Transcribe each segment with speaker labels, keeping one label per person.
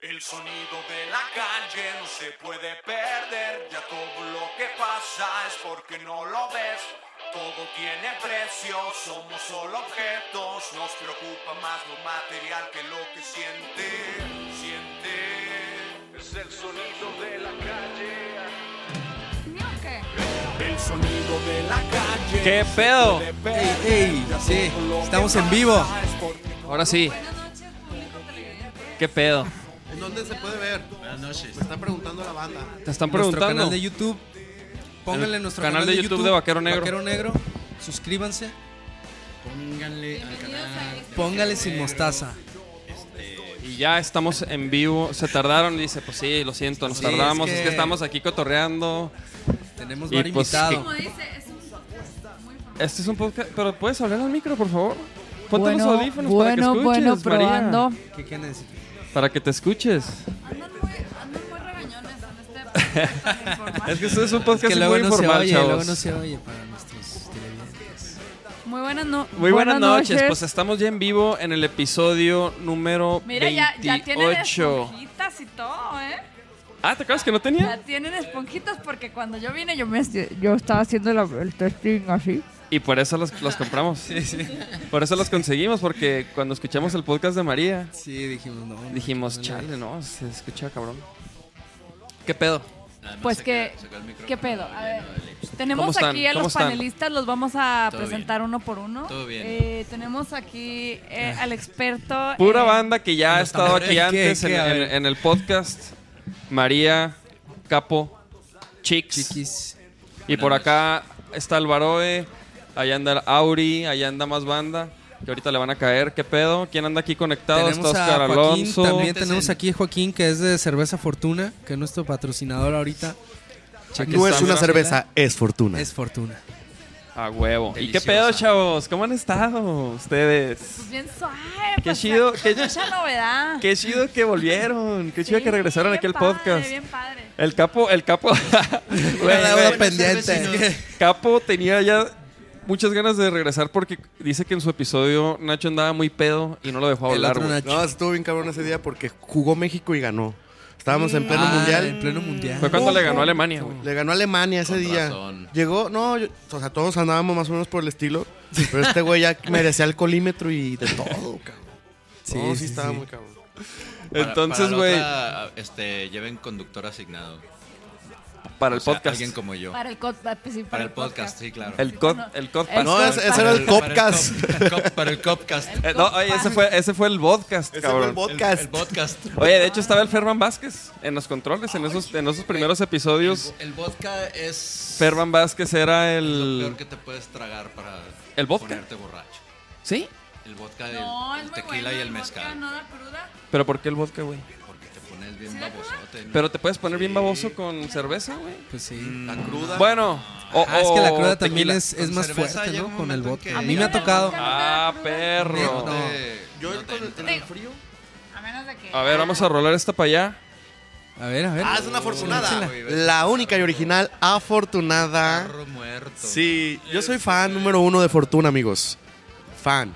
Speaker 1: El sonido de la calle no se puede perder, ya todo lo que pasa es porque no lo ves. Todo tiene precio, somos solo objetos, nos preocupa más lo material que lo que siente, siente. Es el sonido de la calle.
Speaker 2: ¿Ni o qué?
Speaker 1: El sonido de la calle.
Speaker 3: ¿Qué pedo?
Speaker 1: Se puede perder,
Speaker 4: Ey, ey,
Speaker 1: ya
Speaker 4: sí,
Speaker 1: todo lo que
Speaker 4: estamos en
Speaker 1: pasa
Speaker 4: vivo.
Speaker 1: es porque no
Speaker 3: Ahora sí,
Speaker 2: Buenas noches, público televidente.
Speaker 3: ¿qué pedo?
Speaker 5: ¿En dónde se puede ver? Buenas noches. Me está preguntando la banda.
Speaker 3: Te
Speaker 4: Nuestro
Speaker 3: están preguntando.
Speaker 4: canal de YouTube. Pónganle
Speaker 3: El
Speaker 4: nuestro
Speaker 3: canal de YouTube de Vaquero Negro.
Speaker 4: Vaquero Negro. Suscríbanse.
Speaker 5: Pónganle al
Speaker 2: Bienvenidos a este-
Speaker 4: Póngale sin mostaza.
Speaker 3: Y ya estamos en vivo. Se tardaron, dice, pues sí, lo siento, nos
Speaker 4: Sí, es
Speaker 3: tardamos. Es que...
Speaker 4: que-
Speaker 3: estamos aquí cotorreando.
Speaker 4: Tenemos
Speaker 3: Y
Speaker 4: varios
Speaker 3: pues,
Speaker 2: Como
Speaker 4: invitado.
Speaker 2: dice, es un podcast muy formal.
Speaker 3: Este es un podcast, pero puedes hablar al micro, por favor. Ponte
Speaker 6: bueno,
Speaker 3: los audífonos
Speaker 6: bueno,
Speaker 3: para que
Speaker 6: bueno,
Speaker 3: escuches, María.
Speaker 6: probando.
Speaker 4: ¿Qué quieren decir?
Speaker 3: Para que te escuches.
Speaker 2: Andan muy, andan muy regañones en este podcast tan informal.
Speaker 3: Es que este es un podcast
Speaker 4: Que luego
Speaker 3: muy
Speaker 4: no se
Speaker 3: informal,
Speaker 4: oye,
Speaker 3: chavos.
Speaker 4: luego no se oye para nuestros televidentes.
Speaker 6: Muy buenas, no-
Speaker 3: Muy buenas, noches. pues estamos ya en vivo en el episodio número
Speaker 2: Mira,
Speaker 3: 28.
Speaker 2: ya, ya tienen esponjitas y todo, ¿eh?
Speaker 3: ah, ¿te acuerdas que no tenía?
Speaker 2: Ya tienen esponjitas porque cuando yo vine yo me yo estaba haciendo la- el testing así.
Speaker 3: Y por eso las, las compramos. Por eso las conseguimos, porque cuando escuchamos el podcast de María,
Speaker 4: Sí, dijimos no. no,
Speaker 3: dijimos,
Speaker 4: no, no, no.
Speaker 3: chale, no, se escucha cabrón. ¿Qué pedo?
Speaker 2: Pues que, ¿qué pedo? A ver,
Speaker 3: ¿Cómo
Speaker 2: tenemos
Speaker 3: están?
Speaker 2: aquí a
Speaker 3: ¿Cómo
Speaker 2: los
Speaker 3: están?
Speaker 2: panelistas, los vamos a
Speaker 5: Todo
Speaker 2: presentar uno por uno.
Speaker 5: Todo bien.
Speaker 2: Eh, tenemos aquí eh, al experto.
Speaker 3: Pura
Speaker 2: eh,
Speaker 3: banda que ya ha estado
Speaker 4: tambores.
Speaker 3: aquí
Speaker 4: ¿Qué,
Speaker 3: antes
Speaker 4: qué?
Speaker 3: en,
Speaker 4: A
Speaker 3: en-
Speaker 4: ver.
Speaker 3: en el podcast. María, Capo, Chicks.
Speaker 4: Chiquis.
Speaker 3: Y por acá está el Baroe, allá anda el Auri, allá anda más banda. Que ahorita le van a caer. ¿Qué pedo? ¿Quién anda aquí conectado?
Speaker 4: Tenemos
Speaker 3: está Oscar
Speaker 4: a Joaquín,
Speaker 3: Alonso.
Speaker 4: también tenemos aquí a Joaquín que es de Cerveza Fortuna, que es nuestro patrocinador ahorita.
Speaker 3: Aquí
Speaker 5: No es
Speaker 3: está,
Speaker 5: una
Speaker 3: mira.
Speaker 5: cerveza, es fortuna.
Speaker 4: Es Fortuna.
Speaker 3: A huevo. ¿Y qué
Speaker 5: Deliciosa.
Speaker 3: pedo, chavos? ¿Cómo han estado ustedes?
Speaker 2: Pues bien suave.
Speaker 3: Qué
Speaker 2: pues,
Speaker 3: chido,
Speaker 2: con
Speaker 3: qué-
Speaker 2: mucha novedad.
Speaker 3: Qué chido que volvieron. Qué chido
Speaker 2: Sí,
Speaker 3: que regresaron aquí al
Speaker 2: bien
Speaker 3: podcast.
Speaker 2: Padre, bien padre.
Speaker 3: El capo, el capo. Güey,
Speaker 4: Una
Speaker 3: güey.
Speaker 4: deuda pendiente.
Speaker 3: Capo tenía ya muchas ganas de regresar porque dice que en su episodio Nacho andaba muy pedo y no lo dejó
Speaker 4: El
Speaker 3: hablar.
Speaker 4: otro
Speaker 3: güey.
Speaker 4: Nacho.
Speaker 5: No, estuvo bien cabrón ese día porque jugó México y ganó. Estábamos en pleno
Speaker 4: Ah, En
Speaker 5: mundial.
Speaker 4: pleno mundial.
Speaker 3: Fue cuando le ganó a Alemania, güey.
Speaker 5: Le ganó a Alemania ese día. Llegó, no, yo- o sea, todos andábamos más o menos por el estilo. Pero este güey ya merecía alcoholímetro y de todo, cabrón.
Speaker 4: Sí,
Speaker 5: No,
Speaker 4: sí,
Speaker 5: estaba
Speaker 4: sí.
Speaker 5: muy cabrón.
Speaker 7: Para-
Speaker 3: Entonces,
Speaker 7: para la
Speaker 3: güey, para,
Speaker 7: otra, Este, lleven conductor asignado.
Speaker 3: el
Speaker 7: O sea,
Speaker 3: podcast.
Speaker 7: Alguien como yo. Para,
Speaker 2: Para el, co- pa- pues sí, para
Speaker 7: el podcast, sí, claro.
Speaker 3: El cod, el cod
Speaker 2: El
Speaker 5: No, ese, ese era el
Speaker 7: Para
Speaker 5: Copcast.
Speaker 7: cop- cop- Para el Copcast.
Speaker 2: El
Speaker 3: Eh, no, oye, ese fue, ese fue el podcast,
Speaker 5: Ese fue el
Speaker 3: cabrón.
Speaker 7: El,
Speaker 5: podcast.
Speaker 7: el podcast.
Speaker 3: Oye, de hecho estaba el Ferman Vázquez en los controles, en esos, en esos primeros episodios.
Speaker 7: El vodka es
Speaker 3: Ferman Vázquez era
Speaker 7: lo
Speaker 3: el...
Speaker 7: peor que te puedes tragar para
Speaker 3: ¿El vodka?
Speaker 7: ponerte borracho.
Speaker 3: ¿Sí?
Speaker 7: El vodka, el,
Speaker 2: No, es
Speaker 7: el
Speaker 2: muy
Speaker 7: tequila
Speaker 2: bueno,
Speaker 7: y el
Speaker 2: vodka,
Speaker 7: mezcal.
Speaker 2: No da cruda.
Speaker 3: ¿Pero por qué el vodka, güey?
Speaker 7: Porque te pones bien
Speaker 2: ¿Sí da cruda?
Speaker 7: babosote. ¿no?
Speaker 3: ¿Pero te puedes poner bien baboso con cerveza, güey?
Speaker 4: Pues sí.
Speaker 5: Mm.
Speaker 7: la cruda.
Speaker 3: Bueno, o,
Speaker 4: Ah, es que la
Speaker 3: o
Speaker 4: cruda también
Speaker 3: tequila.
Speaker 4: es, es
Speaker 7: Con
Speaker 4: más
Speaker 7: cerveza
Speaker 4: fuerte,
Speaker 7: llega
Speaker 4: ¿no?
Speaker 7: un
Speaker 4: Con el
Speaker 7: momento en
Speaker 4: vodka.
Speaker 7: que-
Speaker 4: A mí me ha tocado.
Speaker 3: Ah, perro.
Speaker 4: No.
Speaker 5: Yo
Speaker 7: Yo
Speaker 5: con el-
Speaker 2: frío. A menos de que.
Speaker 3: A ver, vamos a rolar esta para allá.
Speaker 4: A ver, a ver.
Speaker 5: Ah, es una afortunada.
Speaker 7: Échala.
Speaker 5: La única y original afortunada.
Speaker 7: Perro muerto.
Speaker 5: Sí, yo soy fan número uno de Fortuna, amigos. Fan.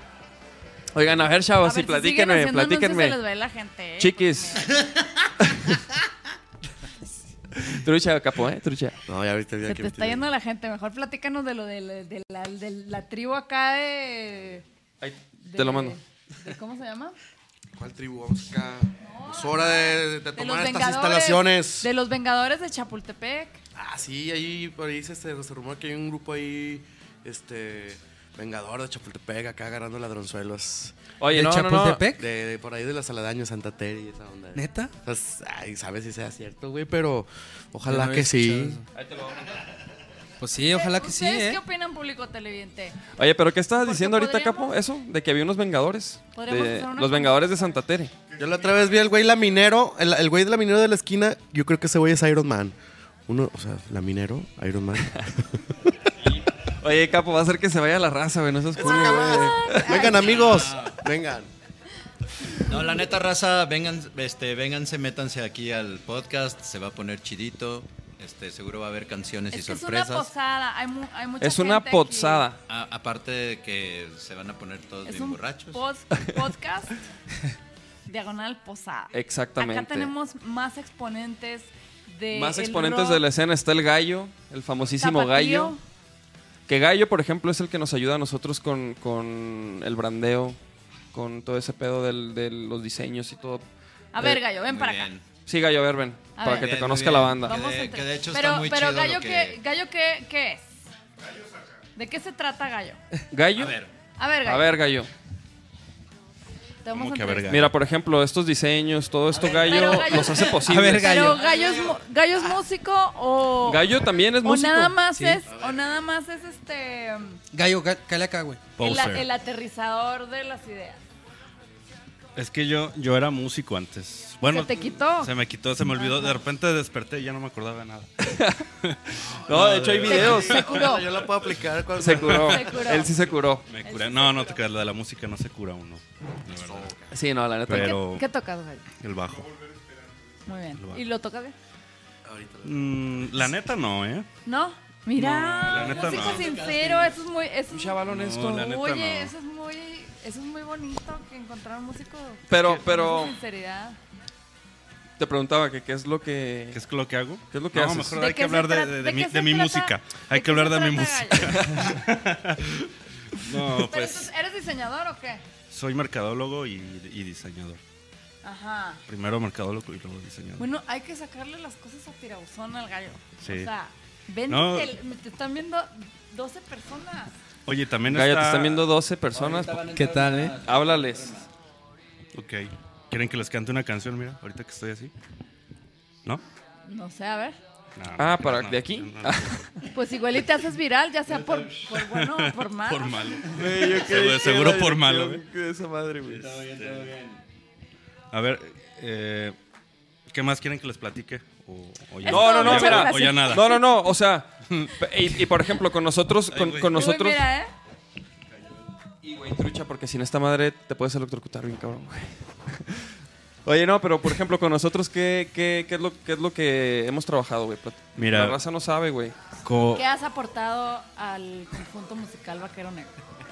Speaker 3: Oigan, a ver,
Speaker 2: A
Speaker 3: chavos,
Speaker 2: ver,
Speaker 3: sí,
Speaker 2: si
Speaker 3: platíquenme,
Speaker 2: siguen haciendo anuncios, Se les
Speaker 3: platíquenme.
Speaker 2: ve la gente. ¿eh?
Speaker 3: Chiquis. trucha, capo, ¿eh? Trucha.
Speaker 5: No, ya ahorita
Speaker 2: Se te está yendo la gente. Mejor platícanos de lo de, la- de la, de la tribu acá de, de-
Speaker 3: Te lo mando.
Speaker 2: de- ¿Cómo se llama?
Speaker 5: ¿Cuál tribu vamos acá? Es hora de, de- de
Speaker 2: De
Speaker 5: tomar estas instalaciones.
Speaker 2: De los Vengadores de Chapultepec.
Speaker 5: Ah, sí, ahí por ahí se, se, se rumora que hay un grupo ahí, este, Vengador de Chapultepec, acá agarrando ladronzuelos.
Speaker 3: Oye,
Speaker 4: ¿De
Speaker 3: no, no, no.
Speaker 4: Chapultepec?
Speaker 5: De, de por ahí de la Saladaño, Santa Tere y esa onda.
Speaker 4: ¿Neta?
Speaker 5: Pues, ay, sabes si sea cierto, güey, pero ojalá
Speaker 4: Yo no había
Speaker 5: que sí.
Speaker 4: escuchado eso. Pues sí, ojalá que sí,
Speaker 2: ¿Ustedes qué
Speaker 4: ¿eh?
Speaker 2: opinan, público televidente?
Speaker 3: Oye, pero ¿qué estabas
Speaker 2: Porque
Speaker 3: diciendo ahorita, capo?
Speaker 2: podríamos-
Speaker 3: Eso, de que había unos vengadores.
Speaker 2: Podríamos
Speaker 3: de-
Speaker 2: hacer una
Speaker 3: los vengadores de Santa Tere.
Speaker 5: Yo la otra vez vi al güey laminero, el, el güey de laminero de la esquina, yo creo que ese güey es Iron Man. Uno, o sea, laminero, Iron Man.
Speaker 3: Oye, capo, va a hacer que se vaya la raza, güey. No seas culo, güey.
Speaker 5: Vengan amigos, vengan.
Speaker 7: No, la neta raza, vengan, este, vénganse, métanse aquí al podcast, se va a poner chidito, este, seguro va a haber canciones y
Speaker 2: Es que es una
Speaker 7: sorpresas.
Speaker 2: posada. Hay, mu- hay mucha
Speaker 3: Es una
Speaker 2: gente aquí.
Speaker 3: pozada.
Speaker 7: A- aparte de que se van a poner todos
Speaker 2: Es
Speaker 7: bien
Speaker 2: un
Speaker 7: borrachos.
Speaker 2: pos- podcast diagonal posada.
Speaker 3: Exactamente.
Speaker 2: Acá tenemos más exponentes de.
Speaker 3: Más
Speaker 2: Eh, el
Speaker 3: exponentes
Speaker 2: rock
Speaker 3: de la escena está el gallo, el famosísimo
Speaker 2: tapatío.
Speaker 3: gallo. Que Gallo, por ejemplo, es el que nos ayuda a nosotros con, con el brandeo, con todo ese pedo del- de los diseños y todo.
Speaker 2: A ver,
Speaker 3: Eh,
Speaker 2: Gallo, ven
Speaker 7: Muy
Speaker 2: para
Speaker 7: bien.
Speaker 2: acá.
Speaker 3: Sí, Gallo, a ver, ven,
Speaker 2: A
Speaker 3: para
Speaker 2: ver.
Speaker 3: que
Speaker 7: Bien,
Speaker 3: te
Speaker 7: muy
Speaker 3: conozca
Speaker 7: bien.
Speaker 3: la banda.
Speaker 7: Vamos.
Speaker 2: a
Speaker 7: de-
Speaker 2: entrar.
Speaker 7: que de hecho
Speaker 2: pero,
Speaker 7: está muy
Speaker 2: pero
Speaker 7: chido
Speaker 2: Gallo,
Speaker 7: lo
Speaker 2: ¿qué,
Speaker 7: que-
Speaker 2: gallo ¿qué, qué es? ¿De qué se trata Gallo?
Speaker 3: Gallo,
Speaker 7: A ver,
Speaker 2: A ver, Gallo.
Speaker 3: a ver, Gallo.
Speaker 2: te vamos
Speaker 7: ¿Cómo
Speaker 2: a
Speaker 7: que a ver,
Speaker 2: entrevistar.
Speaker 3: Mira, por ejemplo, estos diseños, todo esto
Speaker 2: pero
Speaker 3: gallo,
Speaker 2: Gallo-
Speaker 3: los hace
Speaker 2: A
Speaker 3: posible.
Speaker 4: ver,
Speaker 2: Pero
Speaker 4: Gallo.
Speaker 2: Gallo es, mu- gallo es músico o.
Speaker 3: Gallo también es
Speaker 2: o
Speaker 3: músico.
Speaker 2: nada más
Speaker 3: Sí.
Speaker 2: es. O nada más es este.
Speaker 4: Gallo, ca- cale acá, güey.
Speaker 2: El,
Speaker 6: Poser.
Speaker 2: el aterrizador de las ideas.
Speaker 6: Es que yo, yo era músico antes. Bueno,
Speaker 2: ¿Se te quitó?
Speaker 6: Se me quitó, se me olvidó. De repente desperté y ya no me acordaba de nada.
Speaker 3: No, de hecho hay videos.
Speaker 2: Se curó.
Speaker 5: Yo la puedo aplicar cuando...
Speaker 3: Se curó.
Speaker 2: Se curó.
Speaker 3: Él sí se curó.
Speaker 6: Me curé. No, no te creas, la de la música no se cura uno.
Speaker 3: Sí, no, la neta.
Speaker 6: Pero-
Speaker 2: ¿Qué, qué tocas, Gallo?
Speaker 6: El bajo.
Speaker 2: Muy bien. ¿Y lo tocas bien?
Speaker 6: Mm, la neta no, ¿eh?
Speaker 2: ¿No? Mira,
Speaker 6: No, la neta
Speaker 2: músico
Speaker 6: no.
Speaker 2: sincero, eso es muy... Eso es,
Speaker 3: chaval honesto.
Speaker 6: No, la neta
Speaker 2: oye,
Speaker 6: no.
Speaker 2: eso es muy... Eso es muy bonito que encontrar un músico
Speaker 3: Pero-
Speaker 2: con
Speaker 3: pero-
Speaker 2: esa sinceridad.
Speaker 3: Te preguntaba que qué es lo que...
Speaker 6: ¿Qué es lo que hago?
Speaker 3: ¿Qué es lo que
Speaker 6: no,
Speaker 3: haces?
Speaker 6: mejor
Speaker 2: ¿De
Speaker 6: hay
Speaker 2: qué
Speaker 6: que
Speaker 2: se
Speaker 6: hablar de,
Speaker 2: trata-
Speaker 6: de- de
Speaker 2: de
Speaker 6: mi,
Speaker 2: qué
Speaker 6: de
Speaker 2: se
Speaker 6: mi
Speaker 2: trata?
Speaker 6: música.
Speaker 2: ¿De
Speaker 6: Hay que
Speaker 2: qué
Speaker 6: hablar
Speaker 2: se
Speaker 6: de mi
Speaker 2: trata,
Speaker 6: música.
Speaker 2: Gallo?
Speaker 6: No,
Speaker 2: Pero
Speaker 6: pues
Speaker 2: entonces, ¿eres diseñador o qué?
Speaker 6: soy mercadólogo y, y diseñador.
Speaker 2: Ajá.
Speaker 6: Primero mercadólogo y luego diseñador.
Speaker 2: Bueno, hay que sacarle las cosas a tirabuzón al gallo.
Speaker 6: Sí.
Speaker 2: O sea, ven
Speaker 6: No.
Speaker 2: el- te están viendo 12 personas.
Speaker 6: Oye, también
Speaker 3: Gallo,
Speaker 6: está...
Speaker 3: te están viendo 12 personas.
Speaker 4: ¿Qué tal, eh?
Speaker 3: Háblales.
Speaker 6: Ok. ¿Quieren que les cante una canción? Mira, ahorita que estoy así. ¿No?
Speaker 2: No sé, a ver.
Speaker 6: No,
Speaker 3: Ah,
Speaker 6: no,
Speaker 3: ¿para
Speaker 6: no,
Speaker 3: de aquí? Ah.
Speaker 6: no, no.
Speaker 2: Pues igual y te haces viral, ya sea por, por bueno o Ah, por mal.
Speaker 6: Por malo. Seguro, seguro por malo. güey. Este,
Speaker 3: esa madre, güey.
Speaker 6: A ver, eh, ¿qué más quieren que les platique? O, o ya,
Speaker 3: No, no, no,
Speaker 6: o ya-
Speaker 3: mira.
Speaker 6: o ya nada.
Speaker 3: No, no, no, o sea, y, y por ejemplo, con nosotros, con,
Speaker 6: güey.
Speaker 3: con nosotros...
Speaker 2: Uy, mira, ¿eh?
Speaker 3: Y, güey, trucha, porque sin esta madre te puedes electrocutar bien, cabrón, güey. Oye, no, pero por ejemplo, con nosotros, ¿qué, qué, qué es, lo, qué es lo que hemos trabajado, güey? Plat-
Speaker 6: Mira.
Speaker 3: La raza no sabe, güey.
Speaker 6: Co-
Speaker 2: ¿Qué has aportado al conjunto musical Vaquero Negro?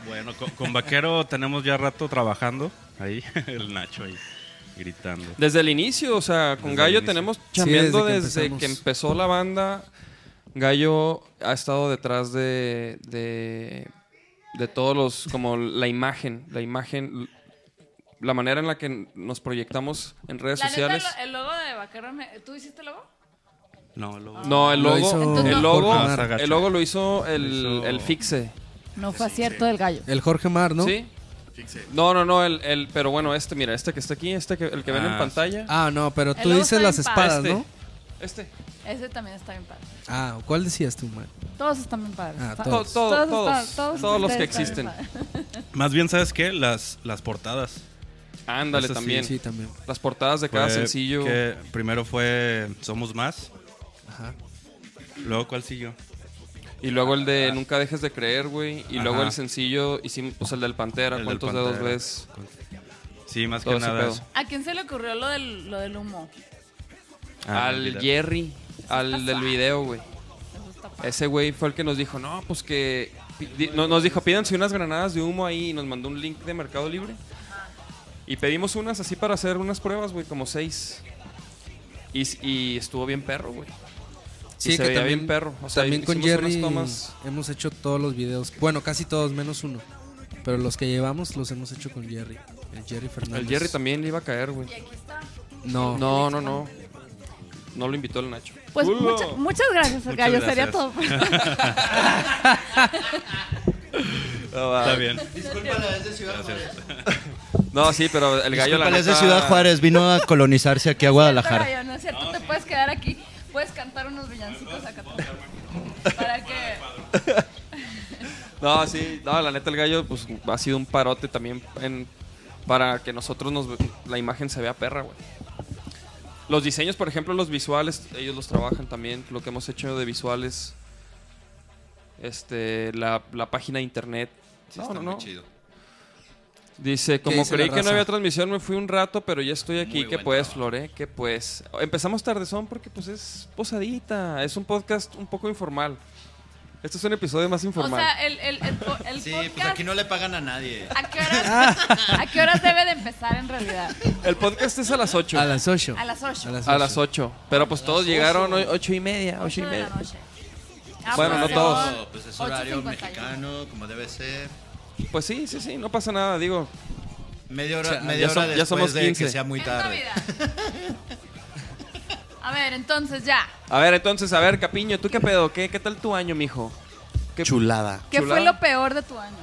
Speaker 6: bueno, con, con Vaquero tenemos ya rato trabajando. Ahí, el Nacho ahí, gritando.
Speaker 3: Desde el inicio, o sea,
Speaker 6: Desde
Speaker 3: con
Speaker 6: el
Speaker 3: Gallo
Speaker 6: inicio.
Speaker 3: tenemos
Speaker 4: Sí, desde
Speaker 3: chambeando
Speaker 4: que
Speaker 3: desde, que,
Speaker 4: empezamos.
Speaker 3: empezó la banda. Gallo ha estado detrás de, de, de todos los, como la imagen, la imagen, la manera en la que nos proyectamos en redes
Speaker 2: La
Speaker 3: sociales.
Speaker 2: neta, lo- el logo de Vaquero Negro, ¿tú hiciste el logo?
Speaker 6: No, luego.
Speaker 3: No, el
Speaker 4: Lo
Speaker 3: logo,
Speaker 4: hizo
Speaker 2: Entonces,
Speaker 3: el,
Speaker 2: no.
Speaker 3: logo
Speaker 6: Jorge Mar.
Speaker 3: el logo lo hizo el,
Speaker 6: Lo hizo-
Speaker 3: el fixe.
Speaker 2: No fue acierto del gallo.
Speaker 4: El Jorge Mar, ¿no?
Speaker 3: ¿Sí? No, no, no, el, el- pero bueno, este, mira, este que está aquí, este que, el que ven
Speaker 6: Ah,
Speaker 3: en pantalla.
Speaker 4: Ah, no, pero
Speaker 2: El
Speaker 4: tú
Speaker 2: lobo
Speaker 4: dices
Speaker 2: está
Speaker 4: las
Speaker 2: bien
Speaker 4: espadas,
Speaker 3: este.
Speaker 4: ¿no?
Speaker 3: Este.
Speaker 2: Ese también está bien padre.
Speaker 4: Ah, ¿cuál decías tú, man?
Speaker 2: Todos están bien padres.
Speaker 4: Ah,
Speaker 2: Está-
Speaker 3: Todo-
Speaker 4: Todos.
Speaker 3: todo-
Speaker 2: están-
Speaker 3: todos, todos los que
Speaker 2: ustedes están
Speaker 3: existen.
Speaker 2: bien padres.
Speaker 6: Más bien, ¿sabes qué? Las, las portadas.
Speaker 3: Ándale
Speaker 6: Eso sí,
Speaker 3: también.
Speaker 4: Sí, también.
Speaker 3: Las portadas de cada
Speaker 6: Fue
Speaker 3: sencillo.
Speaker 6: que primero fue Somos Más.
Speaker 4: Ajá.
Speaker 6: Luego, ¿cuál siguió?
Speaker 3: Y luego el de Nunca dejes de creer, güey. Y luego
Speaker 6: Ajá.
Speaker 3: el sencillo, hicimos pues, el del Pantera.
Speaker 6: El del
Speaker 3: ¿Cuántos dedos
Speaker 6: Pantera.
Speaker 3: ves?
Speaker 6: Sí, más
Speaker 3: Todo
Speaker 6: que
Speaker 3: ese
Speaker 6: nada.
Speaker 3: pedo.
Speaker 6: eso.
Speaker 2: ¿A quién se le ocurrió lo del, lo del humo?
Speaker 6: Ah,
Speaker 3: al
Speaker 6: mira.
Speaker 3: Jerry, al del video, güey.
Speaker 2: Eso está padre.
Speaker 3: Ese güey fue el que nos dijo, no, pues que... pi- di- no- Nos dijo, pídanse unas granadas de humo ahí y nos mandó un link de Mercado Libre. Y pedimos unas así para hacer unas pruebas, güey, como seis. Y, s- y estuvo bien perro, güey.
Speaker 4: Sí,
Speaker 3: se
Speaker 4: que
Speaker 3: veía
Speaker 4: también,
Speaker 3: bien perro. O sea,
Speaker 4: también con
Speaker 3: hicimos unas
Speaker 4: Jerry
Speaker 3: tomas.
Speaker 4: hemos hecho todos los videos. Bueno, casi todos, menos uno. Pero los que llevamos los hemos hecho con Jerry. El Jerry Fernández.
Speaker 3: El Jerry también le iba a caer, güey.
Speaker 2: Y aquí está.
Speaker 4: No.
Speaker 3: No, no, no. No lo invitó el Nacho.
Speaker 2: Pues
Speaker 3: Culo.
Speaker 2: mucha- muchas gracias,
Speaker 6: Muchas
Speaker 2: gallo. Sería
Speaker 6: gracias.
Speaker 2: todo.
Speaker 6: Está bien.
Speaker 7: Disculpa, es de Ciudad Juárez.
Speaker 3: No, sí, pero el gallo la
Speaker 7: Disculpa, es de
Speaker 3: neta-
Speaker 7: Ciudad Juárez. Vino a colonizarse aquí a
Speaker 2: Cierto,
Speaker 7: Guadalajara.
Speaker 2: Gallo, no es cierto, te puedes quedar aquí, puedes cantar unos villancicos acá atrás. Para que
Speaker 3: No, sí, no, la neta el gallo pues ha sido un parote también en- para que nosotros nos ve- la imagen se vea perra, güey. Los diseños, por ejemplo, los visuales, ellos los trabajan también, lo que hemos hecho de visuales este la, la página de internet.
Speaker 7: Sí,
Speaker 3: No,
Speaker 7: está
Speaker 3: no,
Speaker 7: muy
Speaker 3: no.
Speaker 7: chido.
Speaker 3: Dice, como
Speaker 4: dice la
Speaker 3: creí que no
Speaker 4: raza?
Speaker 3: había transmisión, me fui un rato, pero ya estoy aquí.
Speaker 7: Muy
Speaker 3: que
Speaker 7: buen
Speaker 3: pues,
Speaker 7: trabajo.
Speaker 3: Flore? que pues? Empezamos tardezón porque pues es posadita, es un podcast un poco informal. Este es un episodio más
Speaker 2: O
Speaker 3: informal.
Speaker 2: sea, el, el, el, po- el
Speaker 7: Sí,
Speaker 2: podcast.
Speaker 7: pues aquí no le pagan a nadie.
Speaker 2: ¿a, qué
Speaker 6: Ah.
Speaker 2: horas, ¿A qué horas debe de empezar en realidad?
Speaker 3: el podcast es a las 8.
Speaker 4: A las 8.
Speaker 2: A las 8.
Speaker 4: A las
Speaker 3: A las 8. Pero pues todos llegaron hoy 8 y media, 8 y
Speaker 2: de la
Speaker 3: media.
Speaker 2: noche. Ah,
Speaker 3: Bueno,
Speaker 2: pues
Speaker 3: no
Speaker 2: son
Speaker 3: todos.
Speaker 7: Pues es horario
Speaker 2: 8:51.
Speaker 7: mexicano, como debe ser.
Speaker 3: Pues sí, sí, sí, no pasa nada, digo.
Speaker 7: Media hora,
Speaker 3: O sea,
Speaker 7: media
Speaker 3: ya
Speaker 7: hora
Speaker 3: som- ya
Speaker 7: después
Speaker 3: somos
Speaker 7: de
Speaker 3: 15.
Speaker 7: que sea muy
Speaker 2: Es
Speaker 7: tarde.
Speaker 2: Navidad. A ver, entonces ya.
Speaker 3: A ver, entonces, a ver, Capiño, ¿tú qué pedo? ¿Qué, qué tal tu año, mijo? ¿Qué
Speaker 5: Chulada.
Speaker 2: ¿Qué
Speaker 3: Chulada.
Speaker 2: fue lo peor de tu año?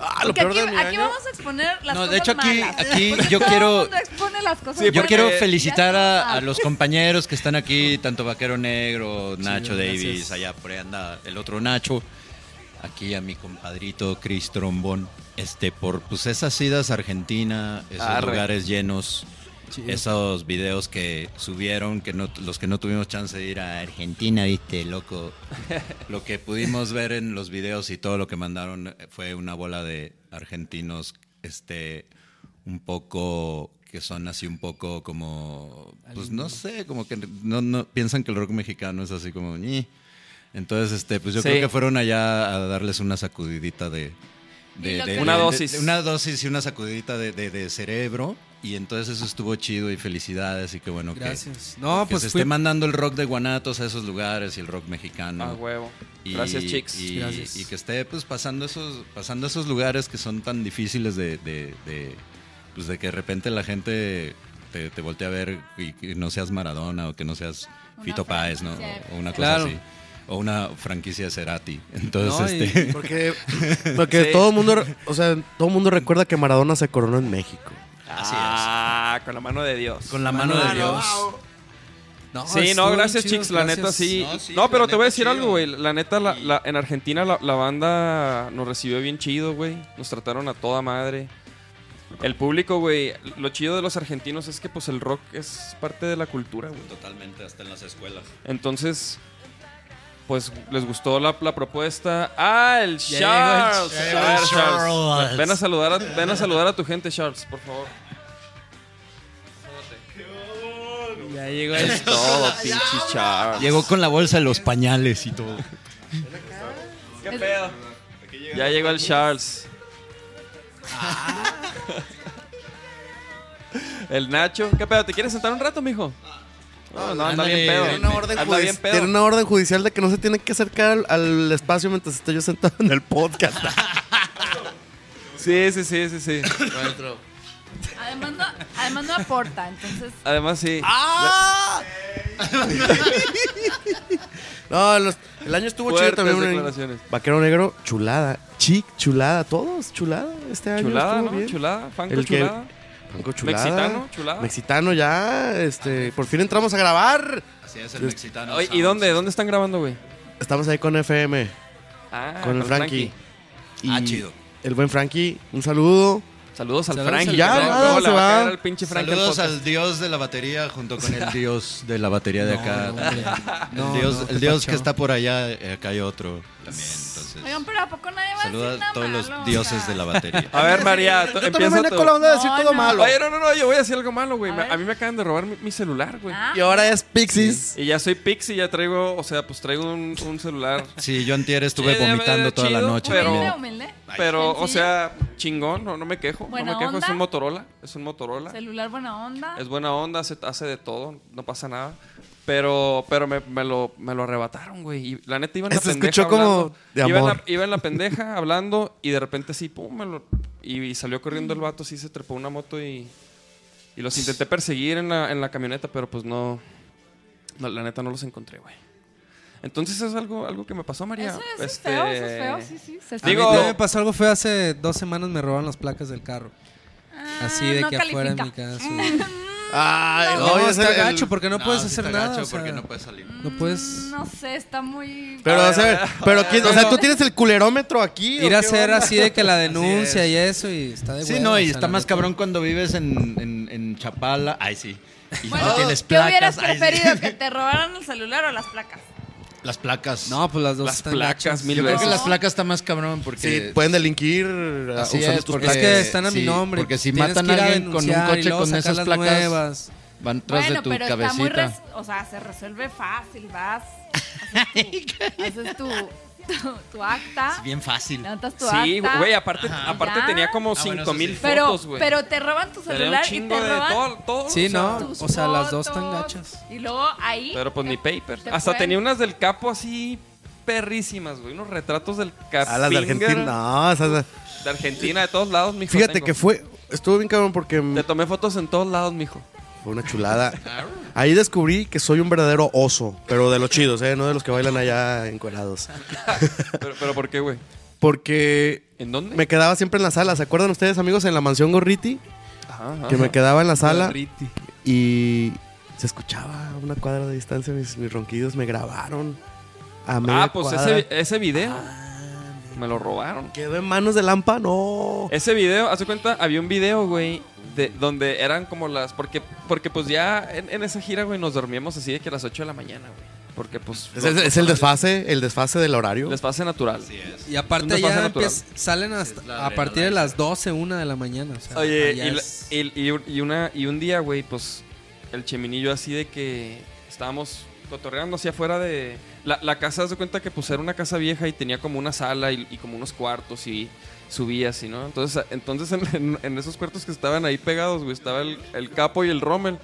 Speaker 5: Ah,
Speaker 2: Porque aquí, aquí vamos a exponer las
Speaker 7: No,
Speaker 2: cosas
Speaker 7: de hecho, aquí-
Speaker 2: malas.
Speaker 7: aquí
Speaker 2: Porque
Speaker 7: yo
Speaker 2: todo
Speaker 7: quiero-
Speaker 2: el mundo expone las cosas
Speaker 3: Sí,
Speaker 7: Yo
Speaker 2: buenas.
Speaker 3: porque-
Speaker 7: quiero
Speaker 2: Ya
Speaker 7: felicitar
Speaker 2: estamos
Speaker 7: a, a
Speaker 2: mal.
Speaker 7: los compañeros que están aquí, tanto Vaquero Negro, Nacho
Speaker 4: gracias.
Speaker 7: Davis, allá por ahí anda el otro Nacho, aquí a mi compadrito Chris Trombón, este, por pues esas idas a Argentina, esos
Speaker 3: Arre.
Speaker 7: lugares llenos,
Speaker 4: Chido.
Speaker 7: esos videos que subieron, que no, los que no tuvimos chance de ir a Argentina, viste, loco, lo que pudimos ver en los videos y todo lo que mandaron eh, fue una bola de argentinos, este, un poco que son así un poco como, pues no sé, como que no, no piensan que el rock mexicano es así como, "Ñe". entonces este, pues yo
Speaker 3: Sí.
Speaker 7: creo que fueron allá a darles una sacudidita de, de-
Speaker 2: Y lo
Speaker 7: de-
Speaker 2: que-
Speaker 3: Una
Speaker 7: de-
Speaker 3: dosis.
Speaker 7: de- una dosis y una sacudidita de, de- de cerebro. Y entonces eso estuvo chido y felicidades y que bueno que-
Speaker 4: Gracias. No,
Speaker 7: que
Speaker 4: pues
Speaker 7: se
Speaker 4: fui-
Speaker 7: esté mandando el rock de Guanatos a esos lugares y el rock mexicano.
Speaker 3: Ah, huevo.
Speaker 7: Y-
Speaker 3: Gracias, chicos.
Speaker 7: Y,
Speaker 4: Gracias.
Speaker 7: y que esté pues pasando esos, pasando esos lugares que son tan difíciles de, de- de, pues, de que de repente la gente te, te voltea a ver y que no seas Maradona o que no seas
Speaker 2: Una
Speaker 7: Fito Páez, ¿no?
Speaker 2: franquicia
Speaker 7: O una cosa
Speaker 4: Claro.
Speaker 7: así. O una franquicia de Cerati. Entonces,
Speaker 4: No, y-
Speaker 7: este.
Speaker 5: Porque, porque
Speaker 3: Sí.
Speaker 5: todo el mundo, o sea, todo el mundo recuerda que Maradona se coronó en México.
Speaker 7: Así es.
Speaker 3: Ah, con la mano de Dios.
Speaker 7: Con la mano de Dios.
Speaker 4: No,
Speaker 3: Sí,
Speaker 4: estuvo
Speaker 3: no,
Speaker 4: bien
Speaker 3: gracias,
Speaker 4: chido,
Speaker 3: chicos. La
Speaker 4: gracias.
Speaker 3: neta, sí. No,
Speaker 7: No, sí,
Speaker 3: pero
Speaker 7: la
Speaker 3: te voy a
Speaker 7: neta,
Speaker 3: decir
Speaker 7: chido.
Speaker 3: algo, güey. La neta, la,
Speaker 7: Y-
Speaker 3: la- en Argentina la, la banda nos recibió bien chido, güey. Nos trataron a toda madre. El público, güey. Lo chido de los argentinos es que, pues, el rock es parte de la cultura, güey.
Speaker 7: Totalmente, hasta en las escuelas.
Speaker 3: Entonces, pues, les gustó la, la propuesta. ¡Ah, el
Speaker 4: Ya
Speaker 3: Charles!
Speaker 4: llegó el
Speaker 3: A ver,
Speaker 7: Charles.
Speaker 3: Charles, Ven a saludar a, ven a saludar a tu gente, Charles, por favor.
Speaker 4: Ya llegó
Speaker 3: Es todo, pinche Charles.
Speaker 7: Llegó con la bolsa de los pañales y todo.
Speaker 3: ¿Qué pedo? Ya llegó el Charles. el Nacho. ¿Qué pedo? ¿Te quieres sentar un rato, mijo? No, no, anda
Speaker 7: ándale.
Speaker 3: bien pedo.
Speaker 5: Tiene una orden,
Speaker 3: Anda
Speaker 5: judi-
Speaker 3: bien
Speaker 5: tiene
Speaker 3: pedo.
Speaker 5: una orden judicial de que no se tiene que acercar al, al espacio mientras estoy yo sentado en el podcast.
Speaker 3: Sí, sí, sí, sí, sí.
Speaker 2: Además no, además no aporta, entonces.
Speaker 3: Además, sí. ¡Ah!
Speaker 5: No, los- el año estuvo
Speaker 3: Fuertes
Speaker 5: chido también.
Speaker 3: declaraciones.
Speaker 5: Vaquero Negro, chulada. Chic, chulada. Todos, chulada. Este año
Speaker 3: Chulada,
Speaker 5: estuvo
Speaker 3: ¿no?
Speaker 5: bien.
Speaker 3: Chulada. Fanco,
Speaker 5: El que-
Speaker 3: chulada.
Speaker 5: Franco, chulada.
Speaker 3: Mexicano, chulada.
Speaker 5: Mexicano ya, este, por fin entramos a grabar.
Speaker 7: Así
Speaker 5: Este,
Speaker 7: es, el mexicano.
Speaker 3: Oye, ¿Y dónde? ¿Dónde están grabando, güey?
Speaker 5: Estamos ahí con FM,
Speaker 3: Ah,
Speaker 5: con el Frankie.
Speaker 7: Ah, chido.
Speaker 5: El buen Frankie, un saludo.
Speaker 3: Saludos al
Speaker 4: Saludos
Speaker 3: Frankie.
Speaker 4: al
Speaker 3: que
Speaker 5: Ya,
Speaker 3: luego-
Speaker 5: nada,
Speaker 3: luego
Speaker 5: se
Speaker 3: le va a
Speaker 5: va.
Speaker 3: caer al pinche Frankie al
Speaker 7: Saludos
Speaker 3: podcast.
Speaker 7: al dios de la batería junto con el dios de la batería de acá. el
Speaker 4: No,
Speaker 7: dios,
Speaker 4: no, qué
Speaker 7: el dios
Speaker 4: pacho.
Speaker 7: que está por allá, eh, acá hay otro también. Entonces,
Speaker 2: Oigan, pero ¿a poco nadie va a decir
Speaker 7: saluda
Speaker 2: nada
Speaker 7: a todos los
Speaker 2: malo? O
Speaker 7: dioses
Speaker 2: sea,
Speaker 7: de la batería.
Speaker 3: A ver, María, tú-
Speaker 5: Yo también
Speaker 3: empieza
Speaker 5: venía
Speaker 3: tú.
Speaker 5: con la onda de decir
Speaker 2: No, no.
Speaker 5: todo malo.
Speaker 3: Oye, no, no, no, yo voy a decir algo malo, güey.
Speaker 2: A
Speaker 3: Me-
Speaker 2: ver.
Speaker 3: A mí me acaban de robar mi, mi celular, güey.
Speaker 2: Ah,
Speaker 5: Y ahora es Pixies.
Speaker 3: Y ya soy Pixie, ya traigo, o sea, pues traigo un, un celular.
Speaker 7: Sí, yo antier estuve
Speaker 3: Sí,
Speaker 7: vomitando
Speaker 3: debe-
Speaker 7: toda la
Speaker 3: chido,
Speaker 7: noche.
Speaker 3: pero-
Speaker 2: humilde,
Speaker 7: también.
Speaker 2: humilde.
Speaker 3: Pero, o
Speaker 2: Sencillo.
Speaker 3: sea, chingón, no, no me quejo.
Speaker 2: Buena
Speaker 3: no me quejo,
Speaker 2: onda.
Speaker 3: es un Motorola. Es un Motorola.
Speaker 2: Celular buena onda.
Speaker 3: Es buena onda, hace, hace de todo, no pasa nada. Pero, pero me, me lo, me lo arrebataron, güey. Y la neta iba en la
Speaker 5: Eh, Se
Speaker 3: pendeja.
Speaker 5: escuchó como
Speaker 3: hablando.
Speaker 5: de
Speaker 3: Iba en la-
Speaker 5: amor.
Speaker 3: Iba, en la, pendeja hablando y de repente sí, pum, me lo. Y, y salió corriendo el vato, sí se trepó una moto y. Y los intenté perseguir en la, en la camioneta, pero pues no, no, La neta no los encontré, güey. Entonces es algo, algo que me pasó, María.
Speaker 2: Eso, eso es
Speaker 3: Este,
Speaker 2: feo, eso es feo, sí, sí. Se
Speaker 4: A mí
Speaker 3: Digo-
Speaker 4: también me pasó algo feo hace dos semanas, me robaron las placas del carro.
Speaker 2: Ah,
Speaker 4: Así de
Speaker 2: no
Speaker 4: que afuera de mi
Speaker 2: califica.
Speaker 4: casa.
Speaker 5: Ay,
Speaker 4: No,
Speaker 5: oye,
Speaker 4: está
Speaker 5: es el- el-
Speaker 4: gacho porque no, puedes
Speaker 7: sí
Speaker 4: hacer
Speaker 7: está
Speaker 4: nada.
Speaker 7: gacho
Speaker 4: o sea,
Speaker 7: porque no puedes salir.
Speaker 4: no puedes
Speaker 2: No sé, está muy.
Speaker 5: Pero,
Speaker 3: A
Speaker 5: o sea,
Speaker 3: ver, a ver.
Speaker 5: pero quién- o sea, tú tienes el culerómetro aquí.
Speaker 4: ir
Speaker 5: ¿o
Speaker 4: a
Speaker 5: qué
Speaker 4: hacer
Speaker 5: onda?
Speaker 4: así de que la denuncia
Speaker 7: es.
Speaker 4: y eso y está de
Speaker 7: Sí,
Speaker 4: hueva,
Speaker 7: no,
Speaker 4: o
Speaker 7: y
Speaker 4: sea,
Speaker 7: está
Speaker 4: la
Speaker 7: más
Speaker 4: neta.
Speaker 7: cabrón cuando vives en, en, en Chapala. Ay, sí. Y
Speaker 2: Bueno,
Speaker 7: no tienes
Speaker 2: ¿Qué hubieras
Speaker 7: placas. Ay, sí.
Speaker 2: preferido? ¿Que te robaran el celular o las placas?
Speaker 7: Las placas.
Speaker 4: No, pues las dos
Speaker 3: Las
Speaker 4: están
Speaker 3: placas,
Speaker 4: gachas.
Speaker 3: mil
Speaker 7: yo creo que
Speaker 3: veces.
Speaker 7: las placas está más cabrón porque. pues,
Speaker 5: Sí, pueden delinquir eh,
Speaker 7: Así
Speaker 5: usando
Speaker 7: es,
Speaker 5: tus
Speaker 7: porque-
Speaker 5: placas.
Speaker 4: Es que están a mi
Speaker 7: sí,
Speaker 4: nombre.
Speaker 7: porque si
Speaker 4: tienes
Speaker 7: matan
Speaker 4: que ir
Speaker 7: a alguien con un
Speaker 4: denunciar y
Speaker 7: coche
Speaker 4: luego
Speaker 7: con
Speaker 4: sacar
Speaker 7: esas
Speaker 4: las
Speaker 7: placas,
Speaker 4: nuevas.
Speaker 7: van tras
Speaker 2: bueno,
Speaker 7: de tu
Speaker 2: pero
Speaker 7: cabecita.
Speaker 2: está muy. res- o sea, se resuelve fácil, vas. Haces tú. tu, tu acta.
Speaker 7: Es bien fácil.
Speaker 2: Levantas tu
Speaker 3: Sí,
Speaker 2: acta.
Speaker 3: güey, aparte, aparte
Speaker 2: Ya.
Speaker 3: tenía como
Speaker 7: Ah, bueno,
Speaker 3: 5000
Speaker 7: eso sí.
Speaker 3: mil
Speaker 2: pero,
Speaker 3: fotos, güey.
Speaker 2: pero te roban tu
Speaker 3: Tenía un
Speaker 2: celular y
Speaker 3: chingo
Speaker 2: te
Speaker 3: de
Speaker 2: roban.
Speaker 3: todo- todo,
Speaker 4: Sí,
Speaker 3: o sea,
Speaker 4: no.
Speaker 2: tus
Speaker 4: o sea, las dos
Speaker 2: fotos,
Speaker 4: tan gachas.
Speaker 2: Y luego ahí.
Speaker 3: Pero pues
Speaker 2: te-
Speaker 3: ni paper.
Speaker 2: te
Speaker 3: Hasta
Speaker 2: pueden-
Speaker 3: tenía unas del capo así perrísimas, güey. Unos retratos del capo.
Speaker 5: A Ah, las de Argentina. No, esas-
Speaker 3: De Argentina, de todos lados, mijo.
Speaker 5: fíjate
Speaker 3: tengo.
Speaker 5: que fue. Estuvo bien cabrón porque
Speaker 3: Te tomé fotos en todos lados, mijo.
Speaker 5: fue una chulada. Ahí descubrí que soy un verdadero oso, pero de los chidos, ¿eh? No de los que bailan allá encuerados.
Speaker 3: Pero, pero ¿por qué, güey?
Speaker 5: Porque
Speaker 3: ¿En dónde?
Speaker 5: me quedaba siempre en la sala. ¿Se acuerdan ustedes, amigos, en la mansión Gorriti? Que me quedaba en la sala
Speaker 4: Riti.
Speaker 5: y se escuchaba a una cuadra de distancia. Mis, mis ronquidos me grabaron. A media
Speaker 3: Ah, pues
Speaker 5: cuadra.
Speaker 3: ese, ese video. Me lo robaron.
Speaker 5: Quedó en manos de Lampa, no.
Speaker 3: Ese video, hace cuenta, había un video, güey, de, donde eran como las. Porque, porque pues ya en, en esa gira, güey, nos dormíamos así de que a las 8 de la mañana, güey. Porque pues.
Speaker 5: Es, es- es el desfase, el desfase del horario.
Speaker 3: Desfase natural.
Speaker 7: Así es.
Speaker 4: Y
Speaker 3: Un
Speaker 4: aparte
Speaker 3: desfase
Speaker 4: ya
Speaker 3: natural.
Speaker 4: empiez- salen hasta,
Speaker 7: la
Speaker 4: a partir de
Speaker 7: adrenalina.
Speaker 4: las 12, 1 de la mañana. o sea,
Speaker 3: Oye,
Speaker 4: allá
Speaker 3: y, la-
Speaker 4: es-
Speaker 3: y- y- y una, y un día, güey, pues el cheminillo así de que estábamos cotorreando hacia afuera de... La, la casa, haz de cuenta que pues era una casa vieja y tenía como una sala y, y como unos cuartos y subías y no. Entonces, a- entonces en, en- en esos cuartos que estaban ahí pegados, güey, estaba el, el capo y el Rommel.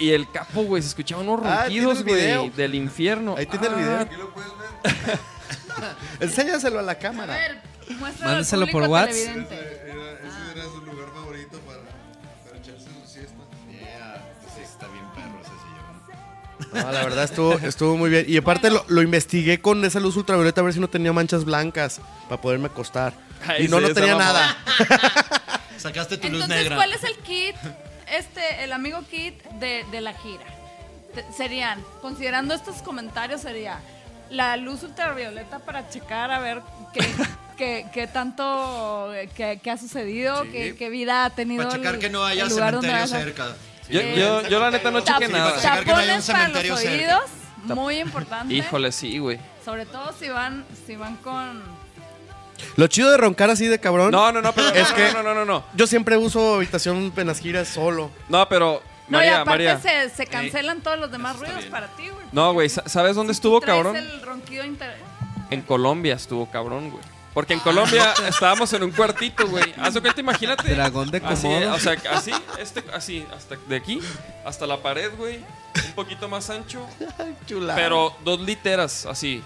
Speaker 3: Y el capo, güey, se escuchaban unos
Speaker 5: Ah, tiene el
Speaker 3: ronquidos, güey,
Speaker 5: video.
Speaker 3: del infierno. Ah.
Speaker 5: Ahí tiene el video. Enséñaselo a la cámara.
Speaker 2: A ver, muéstralo al
Speaker 4: Mándaselo por
Speaker 2: público
Speaker 4: WhatsApp.
Speaker 2: televidente.
Speaker 3: pues
Speaker 7: Sí, está bien perro ese sillón.
Speaker 5: No, la verdad estuvo, estuvo muy bien. Y aparte lo, lo investigué con esa luz ultravioleta a ver si no tenía manchas blancas para poderme acostar.
Speaker 3: Ay,
Speaker 5: y no,
Speaker 3: sí,
Speaker 5: no
Speaker 3: esa
Speaker 5: tenía
Speaker 3: mamada.
Speaker 5: nada.
Speaker 7: Sacaste tu luz
Speaker 2: Entonces,
Speaker 7: negra.
Speaker 2: ¿cuál es el kit, este, el amigo kit de, de la gira? Te- serían, considerando estos comentarios, sería la luz ultravioleta para checar a ver qué, qué, qué tanto, eh, qué, qué ha sucedido, qué, qué vida ha tenido
Speaker 7: Para checar
Speaker 2: el-
Speaker 7: que no haya
Speaker 2: el lugar donde
Speaker 7: cementerio
Speaker 2: vas a-
Speaker 7: cerca.
Speaker 3: Yo, yo, yo la neta no
Speaker 2: Tap-
Speaker 3: chequé
Speaker 7: Sí, para
Speaker 3: nada.
Speaker 7: checar que no haya un
Speaker 2: Tapones para los
Speaker 7: cementerio cerca.
Speaker 2: oídos, muy importante.
Speaker 3: Híjole, sí, güey.
Speaker 2: Sobre todo si van, si van con...
Speaker 5: Lo chido de roncar así de cabrón.
Speaker 3: No, no, no, pero
Speaker 5: Es
Speaker 3: no,
Speaker 5: que-
Speaker 3: no, no, no, no.
Speaker 5: Yo siempre uso habitación en las giras solo.
Speaker 3: No, pero
Speaker 2: No, y
Speaker 3: María,
Speaker 2: aparte
Speaker 3: María.
Speaker 2: Se, se cancelan todos los demás ruidos para ti, güey.
Speaker 3: No, güey, sa- ¿sabes dónde estuvo
Speaker 2: Traes
Speaker 3: cabrón?
Speaker 2: el ronquido inter-
Speaker 3: En Colombia estuvo cabrón, güey. Porque en
Speaker 8: Ah,
Speaker 3: Colombia estábamos en un cuartito, güey. Haz de cuenta, imagínate.
Speaker 4: Dragón de
Speaker 3: Así,
Speaker 4: Komodo.
Speaker 3: o sea, así, este, así, hasta de aquí, hasta la pared, güey. Un poquito más ancho.
Speaker 5: Chula.
Speaker 3: Pero dos literas, así.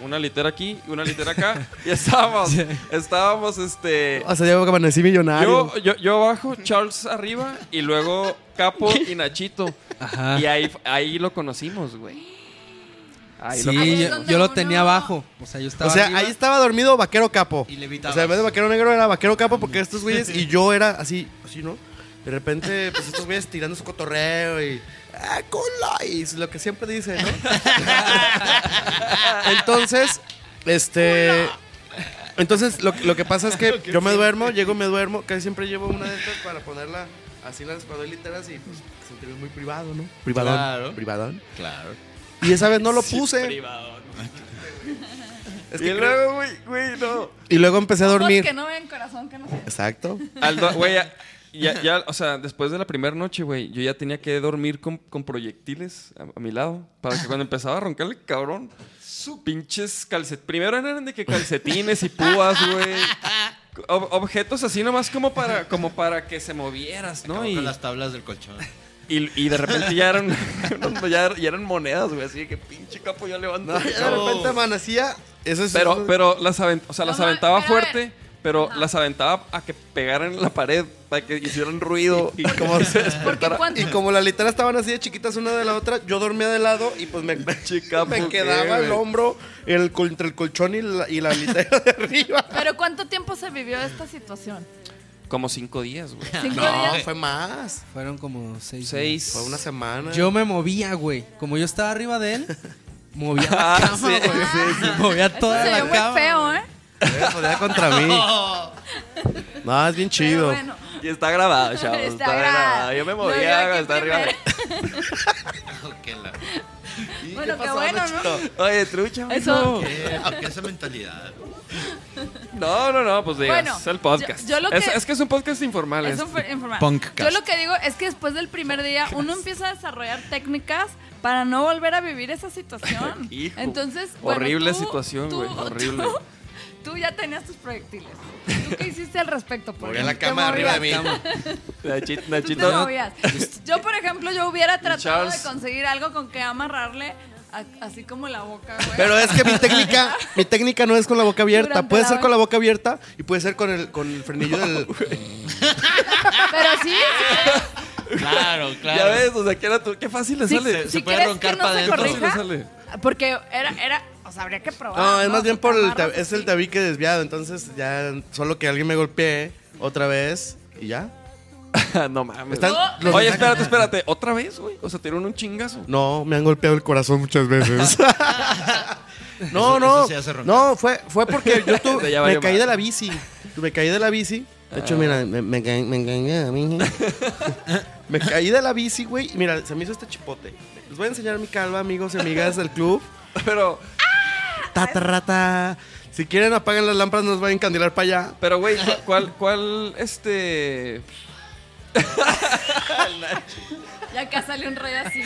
Speaker 3: Una litera aquí y una litera acá. Y estábamos, estábamos, este.
Speaker 5: O sea, yo amanecí millonario.
Speaker 3: Yo, yo, yo abajo, Charles arriba y luego Capo y Nachito.
Speaker 4: Ajá.
Speaker 3: Y ahí, ahí lo conocimos, güey. Ahí
Speaker 5: Ah,
Speaker 3: lo
Speaker 2: Ahí
Speaker 4: Sí,
Speaker 2: es
Speaker 4: yo,
Speaker 2: donde
Speaker 4: yo lo
Speaker 2: uno-
Speaker 4: tenía abajo. O sea, yo estaba.
Speaker 5: o sea,
Speaker 4: arriba.
Speaker 5: ahí estaba dormido vaquero capo.
Speaker 7: Y
Speaker 5: O
Speaker 7: levitabas.
Speaker 5: sea, en vez de vaquero negro era vaquero capo porque estos güeyes y yo era así, así, ¿no? De repente, pues estos güeyes tirando su cotorreo y. ¡Ah, cola! Y es lo que siempre dice, ¿no? entonces, este. Entonces, lo, lo que pasa es que yo me duermo, llego, me duermo. Casi siempre llevo una de estas para ponerla así en las cuando hay literas y pues sentirme muy privado, ¿no? Privadón.
Speaker 7: Claro.
Speaker 5: Privadón.
Speaker 7: Claro.
Speaker 5: Y esa
Speaker 3: Pues
Speaker 5: vez no lo puse. Es que creo- y, luego,
Speaker 3: güey, güey, no.
Speaker 5: empecé a
Speaker 2: Ojos
Speaker 5: dormir.
Speaker 2: que no ven, corazón que no siente.
Speaker 5: Exacto.
Speaker 3: Al do- güey, ya, ya- ya, o sea, después de la primera noche, güey, yo ya tenía que dormir con, con proyectiles a, a mi lado. Para que cuando empezaba a roncarle, cabrón, su pinches calcetines. Primero eran de que calcetines y púas, güey. Ob- objetos así nomás como para, como para que se movieras, ¿no?
Speaker 7: Como
Speaker 3: Y,
Speaker 7: con las tablas del colchón.
Speaker 3: y, y de repente ya eran, ya, ya eran monedas, güey, así de que pinche capo yo Pues levanto.
Speaker 5: de repente amanecía. Eso es.
Speaker 3: Pero, pero las, avent- o sea, las
Speaker 2: No, ma-
Speaker 3: aventaba
Speaker 2: pero a ver.
Speaker 3: fuerte, pero las aventaba a que pegaran en la pared, para que hicieran ruido y como se
Speaker 2: Porque
Speaker 3: despertara.
Speaker 2: cuánto-
Speaker 5: Y como las literas estaban así de chiquitas una de la otra, yo dormía de lado y pues me,
Speaker 3: Chica, ¿por
Speaker 5: me
Speaker 3: qué,
Speaker 5: quedaba
Speaker 3: güey?
Speaker 5: el hombro el, col- entre el colchón y la, y la litera de arriba.
Speaker 2: Pero ¿cuánto tiempo se vivió esta situación?
Speaker 3: Como cinco días, güey.
Speaker 2: ¿Cinco
Speaker 5: No,
Speaker 2: días?
Speaker 5: fue más.
Speaker 4: Fueron como seis.
Speaker 3: Seis.
Speaker 5: Fue una semana.
Speaker 4: Yo me movía, güey. Como yo estaba arriba de él, movía
Speaker 3: Ah,
Speaker 4: la cama,
Speaker 3: sí,
Speaker 4: güey. Movía
Speaker 2: Esto
Speaker 4: toda
Speaker 2: se
Speaker 4: la
Speaker 2: vio muy
Speaker 4: cama.
Speaker 2: feo, ¿eh?
Speaker 5: Eh, podía contra mí. No, es bien
Speaker 2: Pero
Speaker 5: chido.
Speaker 2: bueno,
Speaker 3: Y está grabado, chavos. Está,
Speaker 2: Está
Speaker 3: grabado.
Speaker 2: grabado.
Speaker 3: Yo me
Speaker 2: No,
Speaker 3: movía,
Speaker 2: yo aquí
Speaker 3: está
Speaker 2: primero.
Speaker 3: grabado.
Speaker 7: Qué la-
Speaker 2: bueno, qué bueno, ¿no?
Speaker 3: Oye, trucha,
Speaker 2: Eso-
Speaker 3: mijo.
Speaker 7: qué- qué esa mentalidad.
Speaker 3: No, no, no, pues digas,
Speaker 2: Bueno,
Speaker 3: es el podcast.
Speaker 2: yo- yo lo
Speaker 3: es,
Speaker 2: que-
Speaker 3: es que es un podcast informal.
Speaker 2: Es
Speaker 3: es-
Speaker 2: un fue- informal.
Speaker 7: Punkcast.
Speaker 2: Yo lo que digo es que después del primer día uno empieza a desarrollar técnicas para no volver a vivir esa situación.
Speaker 3: Hijo,
Speaker 2: Entonces, bueno,
Speaker 3: horrible
Speaker 2: tú-
Speaker 3: situación,
Speaker 2: tú-
Speaker 3: güey, horrible.
Speaker 2: Tú, tú ya tenías tus proyectiles. ¿Tú qué hiciste al respecto? Por
Speaker 5: Moví a la cama arriba de mí.
Speaker 3: Nachi-
Speaker 2: Tú te
Speaker 3: Nachito,
Speaker 2: movías. Yo, por ejemplo, yo hubiera tratado
Speaker 3: Charles.
Speaker 2: de conseguir algo con que amarrarle a- así como la boca, güey.
Speaker 5: Pero es que mi técnica, mi técnica no es con la boca abierta.
Speaker 2: Durante
Speaker 5: puede
Speaker 2: la
Speaker 5: ser
Speaker 2: hora.
Speaker 5: con la boca abierta y puede ser con el, con el frenillo del.
Speaker 2: Pero sí,
Speaker 7: Claro, claro.
Speaker 3: Ya ves, o sea, que era tu- qué fácil le
Speaker 2: sí,
Speaker 3: sale.
Speaker 2: sí,
Speaker 7: se
Speaker 2: si
Speaker 7: puede
Speaker 2: crees
Speaker 7: roncar
Speaker 2: que no
Speaker 7: pa'
Speaker 2: se
Speaker 7: dentro.
Speaker 2: corrija,
Speaker 3: Sí, le sale.
Speaker 2: porque era, era, o sea, habría que probar.
Speaker 5: No, es más
Speaker 2: Si
Speaker 5: bien
Speaker 2: te
Speaker 5: por el,
Speaker 2: amarras
Speaker 5: ta- es
Speaker 2: así.
Speaker 5: el tabique desviado. Entonces ya solo que alguien me golpee otra vez y ya.
Speaker 3: no mames.
Speaker 5: Están- los
Speaker 3: Oye,
Speaker 5: mensajes-
Speaker 3: espérate, espérate. ¿Otra vez, güey? O sea, te dieron un chingazo.
Speaker 5: No, me han golpeado el corazón muchas veces. no,
Speaker 7: Eso-
Speaker 5: no.
Speaker 7: eso sí hace roncar.
Speaker 5: no, fue, fue porque yo tu-
Speaker 3: Ya
Speaker 5: me
Speaker 3: valió
Speaker 5: caí
Speaker 3: madre. Ah.
Speaker 5: de la bici. Me caí de la bici. De hecho, mira, me, me caí, me caí a mí. Me caí de la bici, güey. y Mira, se me hizo este chipote. Les voy a enseñar mi calva, amigos y amigas del club.
Speaker 3: Pero,
Speaker 5: Tatarata. Si quieren, apaguen las lámparas, nos van a encandilar para allá.
Speaker 3: pero, güey, ¿cu- ¿cuál, cuál, este.
Speaker 2: Y acá sale un rayo así.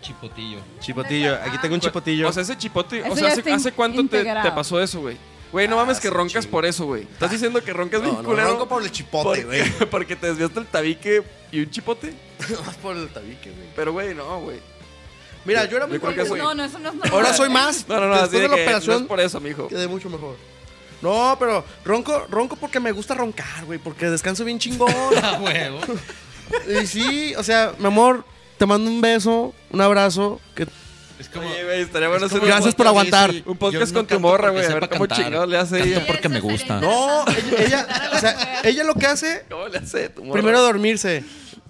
Speaker 7: Chipotillo.
Speaker 5: Chipotillo, aquí tengo un chipotillo.
Speaker 3: Ah, O sea, ese chipote.
Speaker 2: Eso
Speaker 3: o sea,
Speaker 2: ya
Speaker 3: ¿hace,
Speaker 2: está in-
Speaker 3: hace cuánto te,
Speaker 2: integrado.
Speaker 3: te pasó eso, güey? Güey,
Speaker 5: Ah,
Speaker 3: no mames que roncas por eso, güey. Estás diciendo que roncas bien
Speaker 5: no, no,
Speaker 3: culero
Speaker 5: ronco por el chipote,
Speaker 3: porque-
Speaker 5: güey.
Speaker 3: Porque te desviaste el tabique y un chipote.
Speaker 5: Más por el tabique, güey.
Speaker 3: Pero, güey, no, güey.
Speaker 5: Mira, yo era muy
Speaker 3: Yo creo que
Speaker 5: bueno,
Speaker 2: No,
Speaker 5: güey.
Speaker 2: no, eso no es normal.
Speaker 5: Ahora soy más.
Speaker 3: No, no, no,
Speaker 5: Después
Speaker 3: así de
Speaker 5: de la
Speaker 3: que no
Speaker 5: operación
Speaker 3: es por eso, mijo.
Speaker 5: quedé mucho mejor. No, pero ronco, ronco porque me gusta roncar, güey, porque descanso bien chingón.
Speaker 1: Ah,
Speaker 7: A huevo.
Speaker 5: y sí, o sea, mi amor, te mando un beso, un abrazo. Que...
Speaker 7: Es como.
Speaker 3: Oye, güey, estaría bueno hacer un
Speaker 5: Gracias por aguantar.
Speaker 3: Un podcast con tu morra, güey. A ver cómo chingado le hace ella.
Speaker 7: Canto porque me gusta.
Speaker 5: No, ella, ella- o sea, ella lo que hace,
Speaker 3: ¿Cómo le hace tu morra?
Speaker 5: primero dormirse.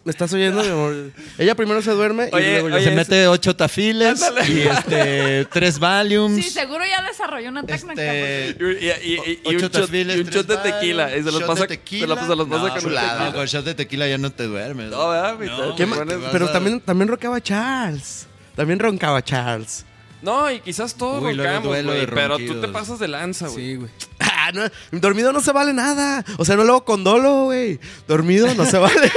Speaker 5: ¿Me estás oyendo, mi amor? Ella primero se duerme y
Speaker 3: Oye,
Speaker 5: luego yo.
Speaker 3: oye,
Speaker 7: Se
Speaker 3: es-
Speaker 7: mete ocho tafiles
Speaker 3: Ándale.
Speaker 7: y este tres Valiums.
Speaker 2: Sí, seguro ya desarrolló una técnica. porque-
Speaker 7: este,
Speaker 3: Y, y- y- y
Speaker 7: Ocho
Speaker 3: un shot,
Speaker 7: tafiles,
Speaker 3: y un
Speaker 7: tres
Speaker 3: shot de
Speaker 7: balas,
Speaker 3: tequila. Y se los
Speaker 7: shot
Speaker 3: pasa,
Speaker 7: de
Speaker 3: se la- se los pasa
Speaker 7: No,
Speaker 3: con un
Speaker 7: chulada.
Speaker 3: tequila.
Speaker 7: No, con shot de tequila ya no te duermes.
Speaker 3: No, ¿verdad, güey? Te-
Speaker 5: ¿Qué
Speaker 3: te
Speaker 5: ma-
Speaker 3: pones-
Speaker 7: vas
Speaker 5: pero
Speaker 7: a-
Speaker 5: también, también roncaba Charles. También roncaba Charles.
Speaker 3: No, y quizás todos
Speaker 7: Uy, luego
Speaker 3: roncamos,
Speaker 7: duelo de
Speaker 3: güey. Pero tú
Speaker 7: ronquidos.
Speaker 3: te pasas de lanza, güey.
Speaker 4: Sí, güey.
Speaker 5: Ah, no, dormido no se vale nada. O sea, no lo hago con dolo, güey. Dormido no se vale.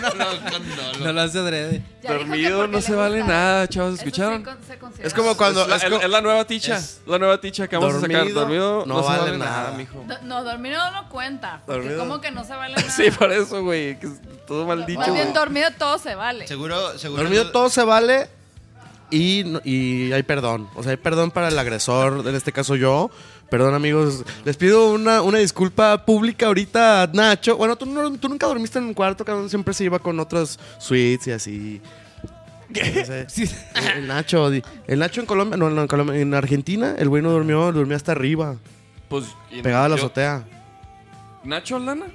Speaker 7: No, no, con dolor.
Speaker 4: No lo hace adrede.
Speaker 2: Ya dijo que
Speaker 3: Dormido
Speaker 2: porque
Speaker 3: no
Speaker 2: le
Speaker 3: se vale
Speaker 2: gusta.
Speaker 3: nada, chavos.
Speaker 2: Eso sí
Speaker 3: ¿Escucharon?
Speaker 2: con- se considera.
Speaker 5: Es como cuando.
Speaker 3: es, la,
Speaker 5: es co-
Speaker 3: es- es la nueva ticha.
Speaker 5: es-
Speaker 3: la nueva ticha que vamos a sacar.
Speaker 5: Dormido
Speaker 3: Dormido
Speaker 5: no
Speaker 3: no, se
Speaker 5: vale
Speaker 3: vale nada,
Speaker 5: nada.
Speaker 3: mijo.
Speaker 2: Do- No, dormido no cuenta. Porque
Speaker 5: Dormido.
Speaker 2: como que no se vale nada.
Speaker 3: Sí, por eso, güey. que es Todo mal dicho,
Speaker 2: Más bien
Speaker 3: güey.
Speaker 2: dormido todo se vale.
Speaker 7: Seguro, seguro.
Speaker 5: Dormido todo se vale y, no- y hay perdón. O sea, hay perdón para el agresor, en este caso yo. Perdón, amigos. Les pido una, una disculpa pública ahorita a Nacho. Bueno, tú, no- tú nunca dormiste en un cuarto, cabrón. Siempre se iba con otras suites y así. No sé. El- El Nacho, di- el Nacho en Colombia, no, no, en Colombia, en Argentina, el güey no durmió, durmió hasta arriba,
Speaker 3: Pues, y-
Speaker 5: pegado a la
Speaker 3: yo-
Speaker 5: azotea.
Speaker 3: Nacho Lana.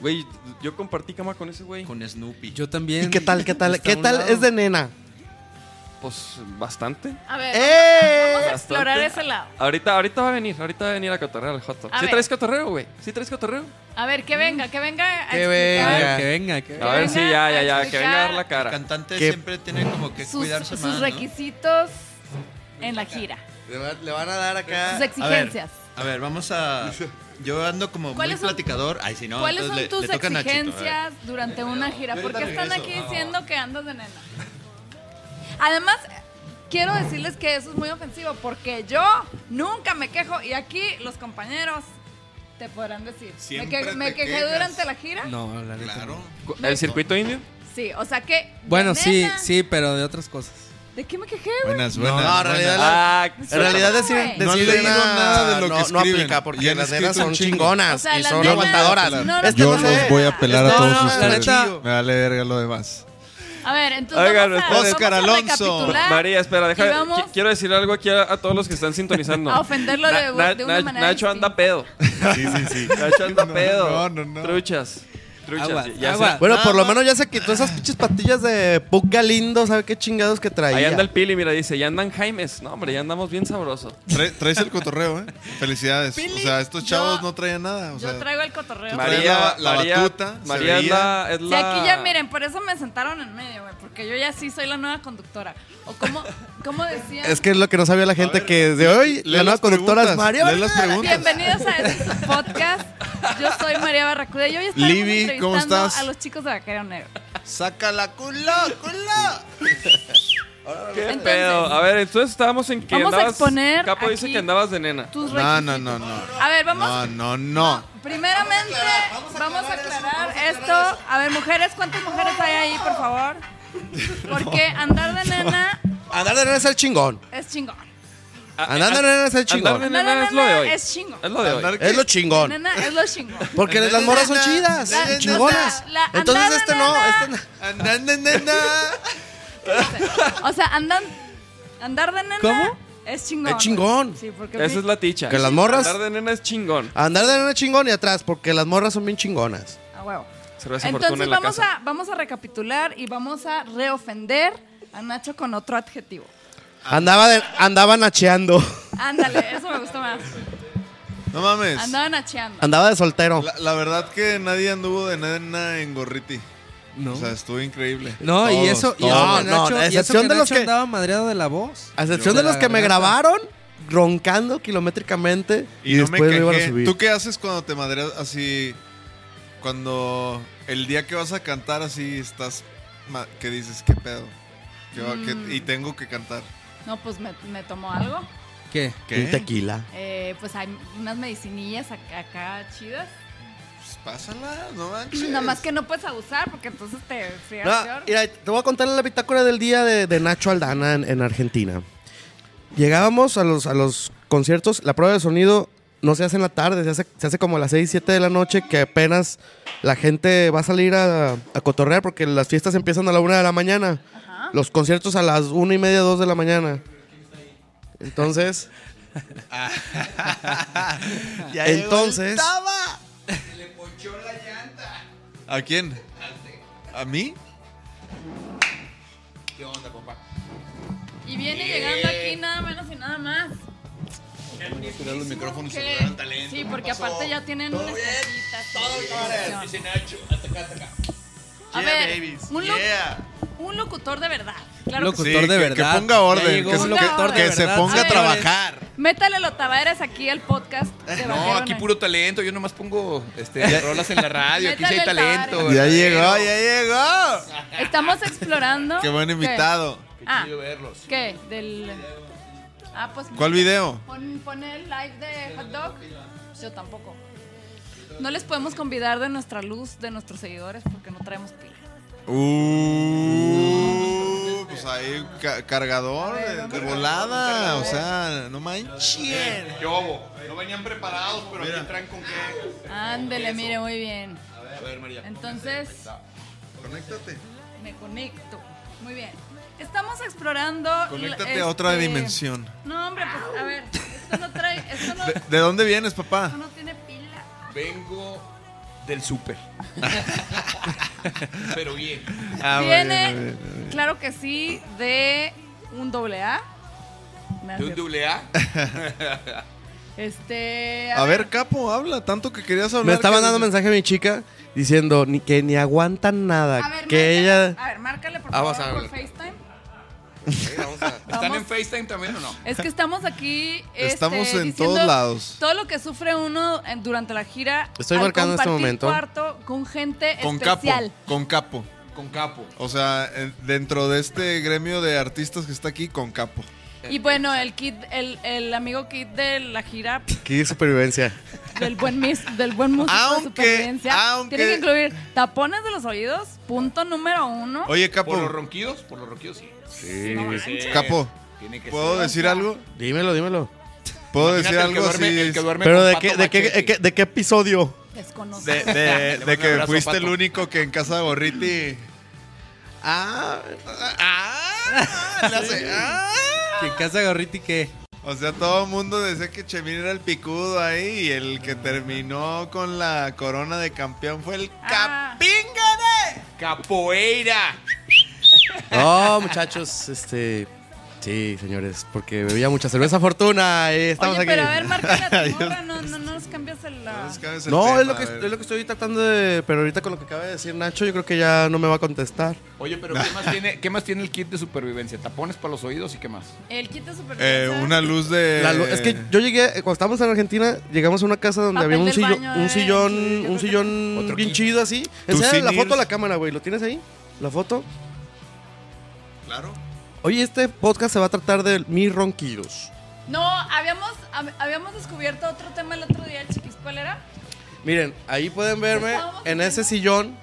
Speaker 3: Güey, yo compartí cama con ese güey.
Speaker 7: Con Snoopy.
Speaker 4: Yo también.
Speaker 5: ¿Y qué tal, qué tal,
Speaker 4: Está
Speaker 5: qué
Speaker 4: a un
Speaker 5: tal
Speaker 4: lado.
Speaker 5: es de nena?
Speaker 3: Pues bastante.
Speaker 2: A ver,
Speaker 5: ¡Eh!
Speaker 2: vamos a explorar
Speaker 3: Bastante.
Speaker 2: ese lado.
Speaker 3: Ahorita, ahorita va a venir, ahorita va a venir a cotorrear al Joto.
Speaker 2: A
Speaker 3: ¿Sí
Speaker 2: ver.
Speaker 3: traes cotorreo, güey? ¿Sí traes cotorreo?
Speaker 2: A ver, que venga, que venga. a
Speaker 5: Que
Speaker 4: A
Speaker 2: explicar
Speaker 5: venga.
Speaker 4: ver, que venga, que
Speaker 3: A ver, sí,
Speaker 2: venga
Speaker 3: ya,
Speaker 2: a
Speaker 3: ya, ya, que venga a dar la
Speaker 7: El
Speaker 3: cara.
Speaker 7: cantante
Speaker 5: ¿Qué?
Speaker 7: siempre tiene como que
Speaker 2: Sus,
Speaker 7: cuidarse
Speaker 2: sus
Speaker 7: más. ¿no?
Speaker 2: requisitos en la gira,
Speaker 5: Le, va- le van a dar acá.
Speaker 2: sus exigencias.
Speaker 7: A ver, vamos a. Yo ando como muy
Speaker 2: ¿Cuáles son-
Speaker 7: platicador. Ay, si no,
Speaker 2: ¿Cuáles son
Speaker 7: entonces
Speaker 2: tus
Speaker 7: le, le toca a Nachito, a ver.
Speaker 2: exigencias durante una gira?
Speaker 7: Yo
Speaker 2: ¿Por qué
Speaker 7: ahorita
Speaker 2: están aquí
Speaker 7: regreso.
Speaker 2: diciendo que andas de nena? Además, quiero decirles que eso es muy ofensivo porque yo nunca me quejo y aquí los compañeros te podrán decir. ¿Me,
Speaker 6: Siempre
Speaker 2: me
Speaker 6: te
Speaker 2: quejé
Speaker 6: quejas.
Speaker 2: durante la gira?
Speaker 4: No, la neta.
Speaker 6: Claro.
Speaker 3: ¿El circuito indio?
Speaker 2: Sí, o sea que.
Speaker 4: Bueno,
Speaker 2: de
Speaker 4: sí,
Speaker 2: nena,
Speaker 4: sí, pero de otras cosas.
Speaker 2: ¿De qué me quejé, güey?
Speaker 7: Buenas, buenas.
Speaker 5: no, en
Speaker 7: buenas.
Speaker 5: realidad la-
Speaker 3: Ah,
Speaker 5: En realidad
Speaker 2: No,
Speaker 5: decir,
Speaker 2: güey.
Speaker 5: decir
Speaker 6: No han leído nada de lo
Speaker 5: no,
Speaker 6: que
Speaker 5: no
Speaker 6: escriben.
Speaker 5: aplica porque
Speaker 6: Y han
Speaker 5: las
Speaker 6: escrito
Speaker 5: nenas son
Speaker 6: un chingo.
Speaker 5: chingonas
Speaker 2: O sea,
Speaker 5: y
Speaker 2: las
Speaker 5: son
Speaker 2: nenas-
Speaker 5: aguantadoras.
Speaker 2: no, no,
Speaker 5: Este
Speaker 2: no,
Speaker 9: Yo
Speaker 5: no
Speaker 2: no,
Speaker 5: se-
Speaker 9: los voy a pelar a
Speaker 5: Está-
Speaker 9: todos
Speaker 5: no, la
Speaker 9: ustedes.
Speaker 5: neta.
Speaker 9: Me vale verga lo demás.
Speaker 2: A ver, entonces.
Speaker 3: Oigan,
Speaker 2: vamos a,
Speaker 3: espera,
Speaker 2: vamos
Speaker 9: Oscar
Speaker 2: a
Speaker 9: Alonso.
Speaker 2: recapitular
Speaker 3: María, espera,
Speaker 2: y
Speaker 3: deja,
Speaker 2: vamos
Speaker 3: qui- quiero decir algo aquí a, a todos los que están sintonizando.
Speaker 2: A ofenderlo de- de una manera
Speaker 3: Nacho anda
Speaker 2: distinta.
Speaker 3: pedo.
Speaker 9: Sí, sí, sí.
Speaker 3: Nacho anda
Speaker 9: No,
Speaker 3: pedo.
Speaker 9: no, no, no.
Speaker 3: Truchas. truchas.
Speaker 4: Agua,
Speaker 3: ya
Speaker 4: agua.
Speaker 3: sea-
Speaker 5: Bueno,
Speaker 4: Nada
Speaker 5: por lo
Speaker 4: más-
Speaker 5: menos ya se quitó esas pinches patillas de Puc Galindo, ¿sabe qué chingados que traía?
Speaker 3: Ahí anda el Pili, mira, dice, ya andan Jaimes. No, hombre, ya andamos bien sabrosos.
Speaker 9: Trae- traes el cotorreo, ¿eh? Felicidades. o
Speaker 2: Pili,
Speaker 9: sea, estos chavos
Speaker 2: yo-
Speaker 9: no traían nada. O
Speaker 2: Yo
Speaker 9: sea,
Speaker 2: traigo el cotorreo.
Speaker 9: María- la- la batuta, se
Speaker 3: María es
Speaker 9: veía.
Speaker 3: la, es
Speaker 2: Si
Speaker 3: la-
Speaker 2: aquí ya, miren, por eso me sentaron en medio, güey, porque yo ya sí soy la nueva conductora. O como, como decían,
Speaker 5: Es que es lo que no sabía la gente, que de
Speaker 9: lee
Speaker 5: hoy la nueva
Speaker 9: las
Speaker 5: conductora es
Speaker 9: preguntas,
Speaker 5: Mario.
Speaker 9: lee las preguntas.
Speaker 2: bienvenidos a este podcast. Yo soy María Barracuda y hoy estamos
Speaker 9: Libby, ¿cómo
Speaker 2: entrevistando
Speaker 9: estás?
Speaker 2: a los chicos de Vaquero Negro.
Speaker 9: Saca la cula, cula.
Speaker 3: ¿Qué
Speaker 2: Entonces-
Speaker 3: pedo? A ver, entonces estábamos en que
Speaker 2: Vamos a
Speaker 3: andabas-
Speaker 2: exponer
Speaker 3: Capo dice
Speaker 2: aquí-
Speaker 3: que andabas de nena.
Speaker 2: Tus
Speaker 9: No,
Speaker 2: requisitos.
Speaker 9: no, no, no.
Speaker 2: A ver, vamos.
Speaker 9: No, no, no.
Speaker 2: Primeramente, vamos a aclarar, esto. A ver, mujeres, ¿cuántas mujeres hay ahí, por favor? Porque andar de nena
Speaker 5: Andar de nena es el chingón.
Speaker 2: es chingón.
Speaker 5: Andar de nena es el
Speaker 3: Andar de
Speaker 5: chingón.
Speaker 2: Andar de
Speaker 3: nena es lo de
Speaker 2: nena
Speaker 3: hoy.
Speaker 2: es chingo.
Speaker 3: Es lo de hoy.
Speaker 9: Andar-
Speaker 5: Es lo chingón.
Speaker 2: Nena es lo chingón.
Speaker 5: Porque
Speaker 9: Andar
Speaker 5: las
Speaker 9: de
Speaker 5: moras son
Speaker 9: nena,
Speaker 5: chidas,
Speaker 9: la- la-
Speaker 5: chingonas.
Speaker 2: la- la- andar de
Speaker 5: Entonces este no,
Speaker 2: nena.
Speaker 5: este no.
Speaker 9: Andando, nena.
Speaker 2: O sea, andan, andar de nena
Speaker 5: ¿Cómo?
Speaker 2: es chingón.
Speaker 5: Es chingón.
Speaker 2: Sí, porque
Speaker 3: Esa es la ticha.
Speaker 5: Que las morras-
Speaker 3: Andar de nena es chingón.
Speaker 5: Andar de nena es chingón y atrás, porque las morras son bien chingonas.
Speaker 2: a huevo.
Speaker 3: Cerveza fortuna
Speaker 2: Entonces
Speaker 3: en la
Speaker 2: vamos
Speaker 3: casa.
Speaker 2: a, vamos a recapitular y vamos a reofender a Nacho con otro adjetivo.
Speaker 5: Andaba de, andaba nacheando.
Speaker 2: Ándale, eso me gustó más.
Speaker 9: No mames.
Speaker 2: Andaban acheando.
Speaker 5: Andaba de soltero.
Speaker 9: La, la verdad que nadie anduvo de nena en Gorriti.
Speaker 4: No.
Speaker 9: O sea, estuvo increíble.
Speaker 4: no, y
Speaker 9: Todos,
Speaker 4: eso, y
Speaker 9: todos.
Speaker 4: eso
Speaker 5: No,
Speaker 4: que
Speaker 5: no,
Speaker 4: Nacho,
Speaker 5: a
Speaker 4: y eso
Speaker 5: excepción
Speaker 4: que
Speaker 5: de los
Speaker 4: Nacho
Speaker 5: que-
Speaker 4: andaba madreado de la voz.
Speaker 5: A excepción
Speaker 4: Yo-
Speaker 5: de los
Speaker 4: la
Speaker 5: que me
Speaker 4: garganta.
Speaker 5: grabaron roncando kilométricamente y,
Speaker 9: Y, no
Speaker 5: después
Speaker 9: me
Speaker 5: me, iban a
Speaker 9: quejé.
Speaker 5: subir.
Speaker 9: ¿Tú qué haces cuando te madreas así? Cuando el día que vas a cantar así estás... ma- Que dices? ¿Qué pedo? ¿Qué va- qué-
Speaker 4: Mm.
Speaker 9: y tengo que cantar.
Speaker 2: No, pues me, me tomó algo.
Speaker 4: ¿Qué?
Speaker 9: ¿Qué?
Speaker 5: Un tequila.
Speaker 2: Eh, pues hay unas medicinillas acá, acá chidas.
Speaker 9: Pues pásala, no manches.
Speaker 2: Nada más que no puedes abusar porque entonces te frías
Speaker 5: No,
Speaker 2: peor.
Speaker 5: mira, te voy a contar la bitácora del día de, de Nacho Aldana en, en Argentina. Llegábamos a los, a los conciertos, la prueba de sonido no se hace en la tarde, se hace, se hace como a las 6, 7 de la noche, que apenas la gente va a salir a, a cotorrear porque las fiestas empiezan a la 1 de la mañana. Los conciertos a las 1 y media, 2 de la mañana. Entonces, entonces,
Speaker 9: ¿A quién? ¿A mí?
Speaker 2: Y viene llegando aquí nada menos y nada más.
Speaker 9: los micrófonos
Speaker 2: Que- sí, porque aparte ya tienen una cajita. Dice Nacho, hasta acá, hasta acá. A ver, un, loc- un locutor de verdad. Claro que sí.
Speaker 4: Locutor
Speaker 9: Sí,
Speaker 4: de
Speaker 9: que-
Speaker 4: verdad.
Speaker 9: que ponga
Speaker 4: Ya
Speaker 9: orden,
Speaker 4: llegó
Speaker 9: que
Speaker 4: un
Speaker 2: se-
Speaker 4: locutor
Speaker 2: que
Speaker 4: de
Speaker 9: se
Speaker 4: verdad,
Speaker 9: ponga a
Speaker 4: señores.
Speaker 9: trabajar.
Speaker 2: Métale los tabares aquí al podcast. de
Speaker 10: No,
Speaker 2: Vaquero
Speaker 10: aquí
Speaker 2: Negro.
Speaker 10: puro talento. Yo nomás pongo este, rolas en la radio. Aquí sí hay
Speaker 2: Métale el
Speaker 10: talento.
Speaker 2: tabaco.
Speaker 9: Ya
Speaker 10: ¿verdad?
Speaker 9: llegó, ya llegó.
Speaker 2: Oh. Estamos explorando.
Speaker 9: Qué buen
Speaker 2: ¿Qué?
Speaker 9: invitado.
Speaker 2: Ah, ¿Qué? Del. Ah, pues.
Speaker 9: ¿Cuál video?
Speaker 2: Pon, pon el live de hot dog. Yo tampoco. No les podemos convidar de nuestra luz, de nuestros seguidores, porque no traemos pila.
Speaker 9: Uh, pues ahí ca- cargador de, de volada, o sea, no manches.
Speaker 10: No venían preparados, pero aquí traen con qué.
Speaker 2: Ándele, mire, muy bien. Entonces,
Speaker 9: Conéctate.
Speaker 2: me conecto. Muy bien. Estamos explorando.
Speaker 9: Conéctate
Speaker 2: este-
Speaker 9: a otra dimensión.
Speaker 2: No, hombre, pues a ver. Esto no trae. Esto no,
Speaker 9: ¿De, de dónde vienes,
Speaker 2: esto
Speaker 9: papá?
Speaker 2: no tiene pila.
Speaker 10: Vengo del súper. pero bien.
Speaker 2: Viene, claro que sí, de un doble A. No, es
Speaker 10: De un
Speaker 2: cierto.
Speaker 10: doble A.
Speaker 2: Este.
Speaker 9: A ver, capo, habla, tanto que querías hablar.
Speaker 5: me está
Speaker 9: que-
Speaker 5: mandando mensaje mi chica diciendo ni, que ni aguantan nada,
Speaker 2: A ver,
Speaker 5: que
Speaker 2: márcale,
Speaker 5: ella...
Speaker 2: a ver, márcale por
Speaker 5: Ah,
Speaker 2: favor
Speaker 5: vas a
Speaker 2: por
Speaker 5: hablar.
Speaker 2: FaceTime.
Speaker 10: ¿Están en FaceTime también o no?
Speaker 2: Es que estamos aquí. este,
Speaker 9: Estamos en
Speaker 2: diciendo
Speaker 9: todos lados.
Speaker 2: Todo lo que sufre uno en- durante la gira.
Speaker 5: Estoy
Speaker 2: al
Speaker 5: marcando en este
Speaker 2: compartir
Speaker 5: momento.
Speaker 2: cuarto con gente
Speaker 9: Con capo,
Speaker 2: especial.
Speaker 9: con capo.
Speaker 10: Con capo.
Speaker 9: O sea, en- dentro de este gremio de artistas que está aquí, con capo. Eh,
Speaker 2: Y bueno, el kit, el, el amigo kit de la gira
Speaker 5: Qué supervivencia.
Speaker 2: del buen mis, del buen músico
Speaker 9: Aunque-
Speaker 2: de supervivencia.
Speaker 9: aunque-
Speaker 2: Tiene que incluir tapones de los oídos, punto número uno.
Speaker 9: Oye,
Speaker 10: Por los
Speaker 9: capo,
Speaker 10: ronquidos, por los ronquidos sí.
Speaker 2: No manches.
Speaker 9: capo,
Speaker 10: Tiene que
Speaker 9: ¿puedo decir algo?
Speaker 5: Dímelo, dímelo.
Speaker 9: ¿Puedo
Speaker 10: Imagínate
Speaker 9: decir
Speaker 10: el que
Speaker 9: algo
Speaker 10: duerme-
Speaker 9: así?
Speaker 10: el que duerme
Speaker 5: Pero
Speaker 10: con
Speaker 5: de
Speaker 10: Pato
Speaker 5: qué, de qué,
Speaker 10: Machete.
Speaker 5: de qué- de qué episodio?
Speaker 2: Desconocido.
Speaker 9: De, de-
Speaker 10: Le
Speaker 9: de
Speaker 10: mando un
Speaker 9: que
Speaker 10: abrazo,
Speaker 9: fuiste el
Speaker 10: Pato.
Speaker 9: único que en casa de Gorriti. Ah, ah, le hace, ah.
Speaker 4: Que en casa Gorriti que
Speaker 9: O sea, todo el mundo decía que Chemín era el picudo ahí y el que terminó con la corona de campeón fue el
Speaker 2: Ah.
Speaker 9: capi.
Speaker 10: Capoeira.
Speaker 5: No, muchachos, este. Sí, señores, porque bebía mucha cerveza fortuna. Y estamos
Speaker 2: Oye,
Speaker 5: aquí.
Speaker 2: pero a ver, márcale a tu morra, no, no, no nos cambias el... la-
Speaker 5: No, es lo, que, es lo que estoy tratando de. Pero ahorita con lo que acaba de decir Nacho, yo creo que ya no me va a contestar.
Speaker 10: Oye, pero ¿qué más, tiene, ¿qué más tiene el kit de supervivencia? ¿Tapones para los oídos y qué más?
Speaker 2: El kit de supervivencia.
Speaker 9: Eh, una luz de.
Speaker 5: La lu- es que yo llegué, eh, cuando estábamos en Argentina, llegamos a una casa donde
Speaker 2: Papel
Speaker 5: había un
Speaker 2: del
Speaker 5: sillón,
Speaker 2: baño, eh,
Speaker 5: un
Speaker 2: sí,
Speaker 5: sillón,
Speaker 2: yo
Speaker 5: un
Speaker 2: creo
Speaker 5: sillón
Speaker 10: Otro
Speaker 5: bien
Speaker 10: kit.
Speaker 5: chido así.
Speaker 9: Tú
Speaker 5: Enseñale
Speaker 9: sí,
Speaker 5: la foto
Speaker 9: Nils.
Speaker 5: a la cámara, güey. ¿Lo tienes ahí? La foto.
Speaker 9: Claro.
Speaker 5: Oye, este podcast se va a tratar de mis ronquidos.
Speaker 2: No, habíamos, hab- habíamos descubierto otro tema el otro día, chiquis. ¿Cuál era?
Speaker 5: Miren, ahí pueden verme
Speaker 2: Estábamos
Speaker 5: en
Speaker 2: haciendo-
Speaker 5: ese sillón.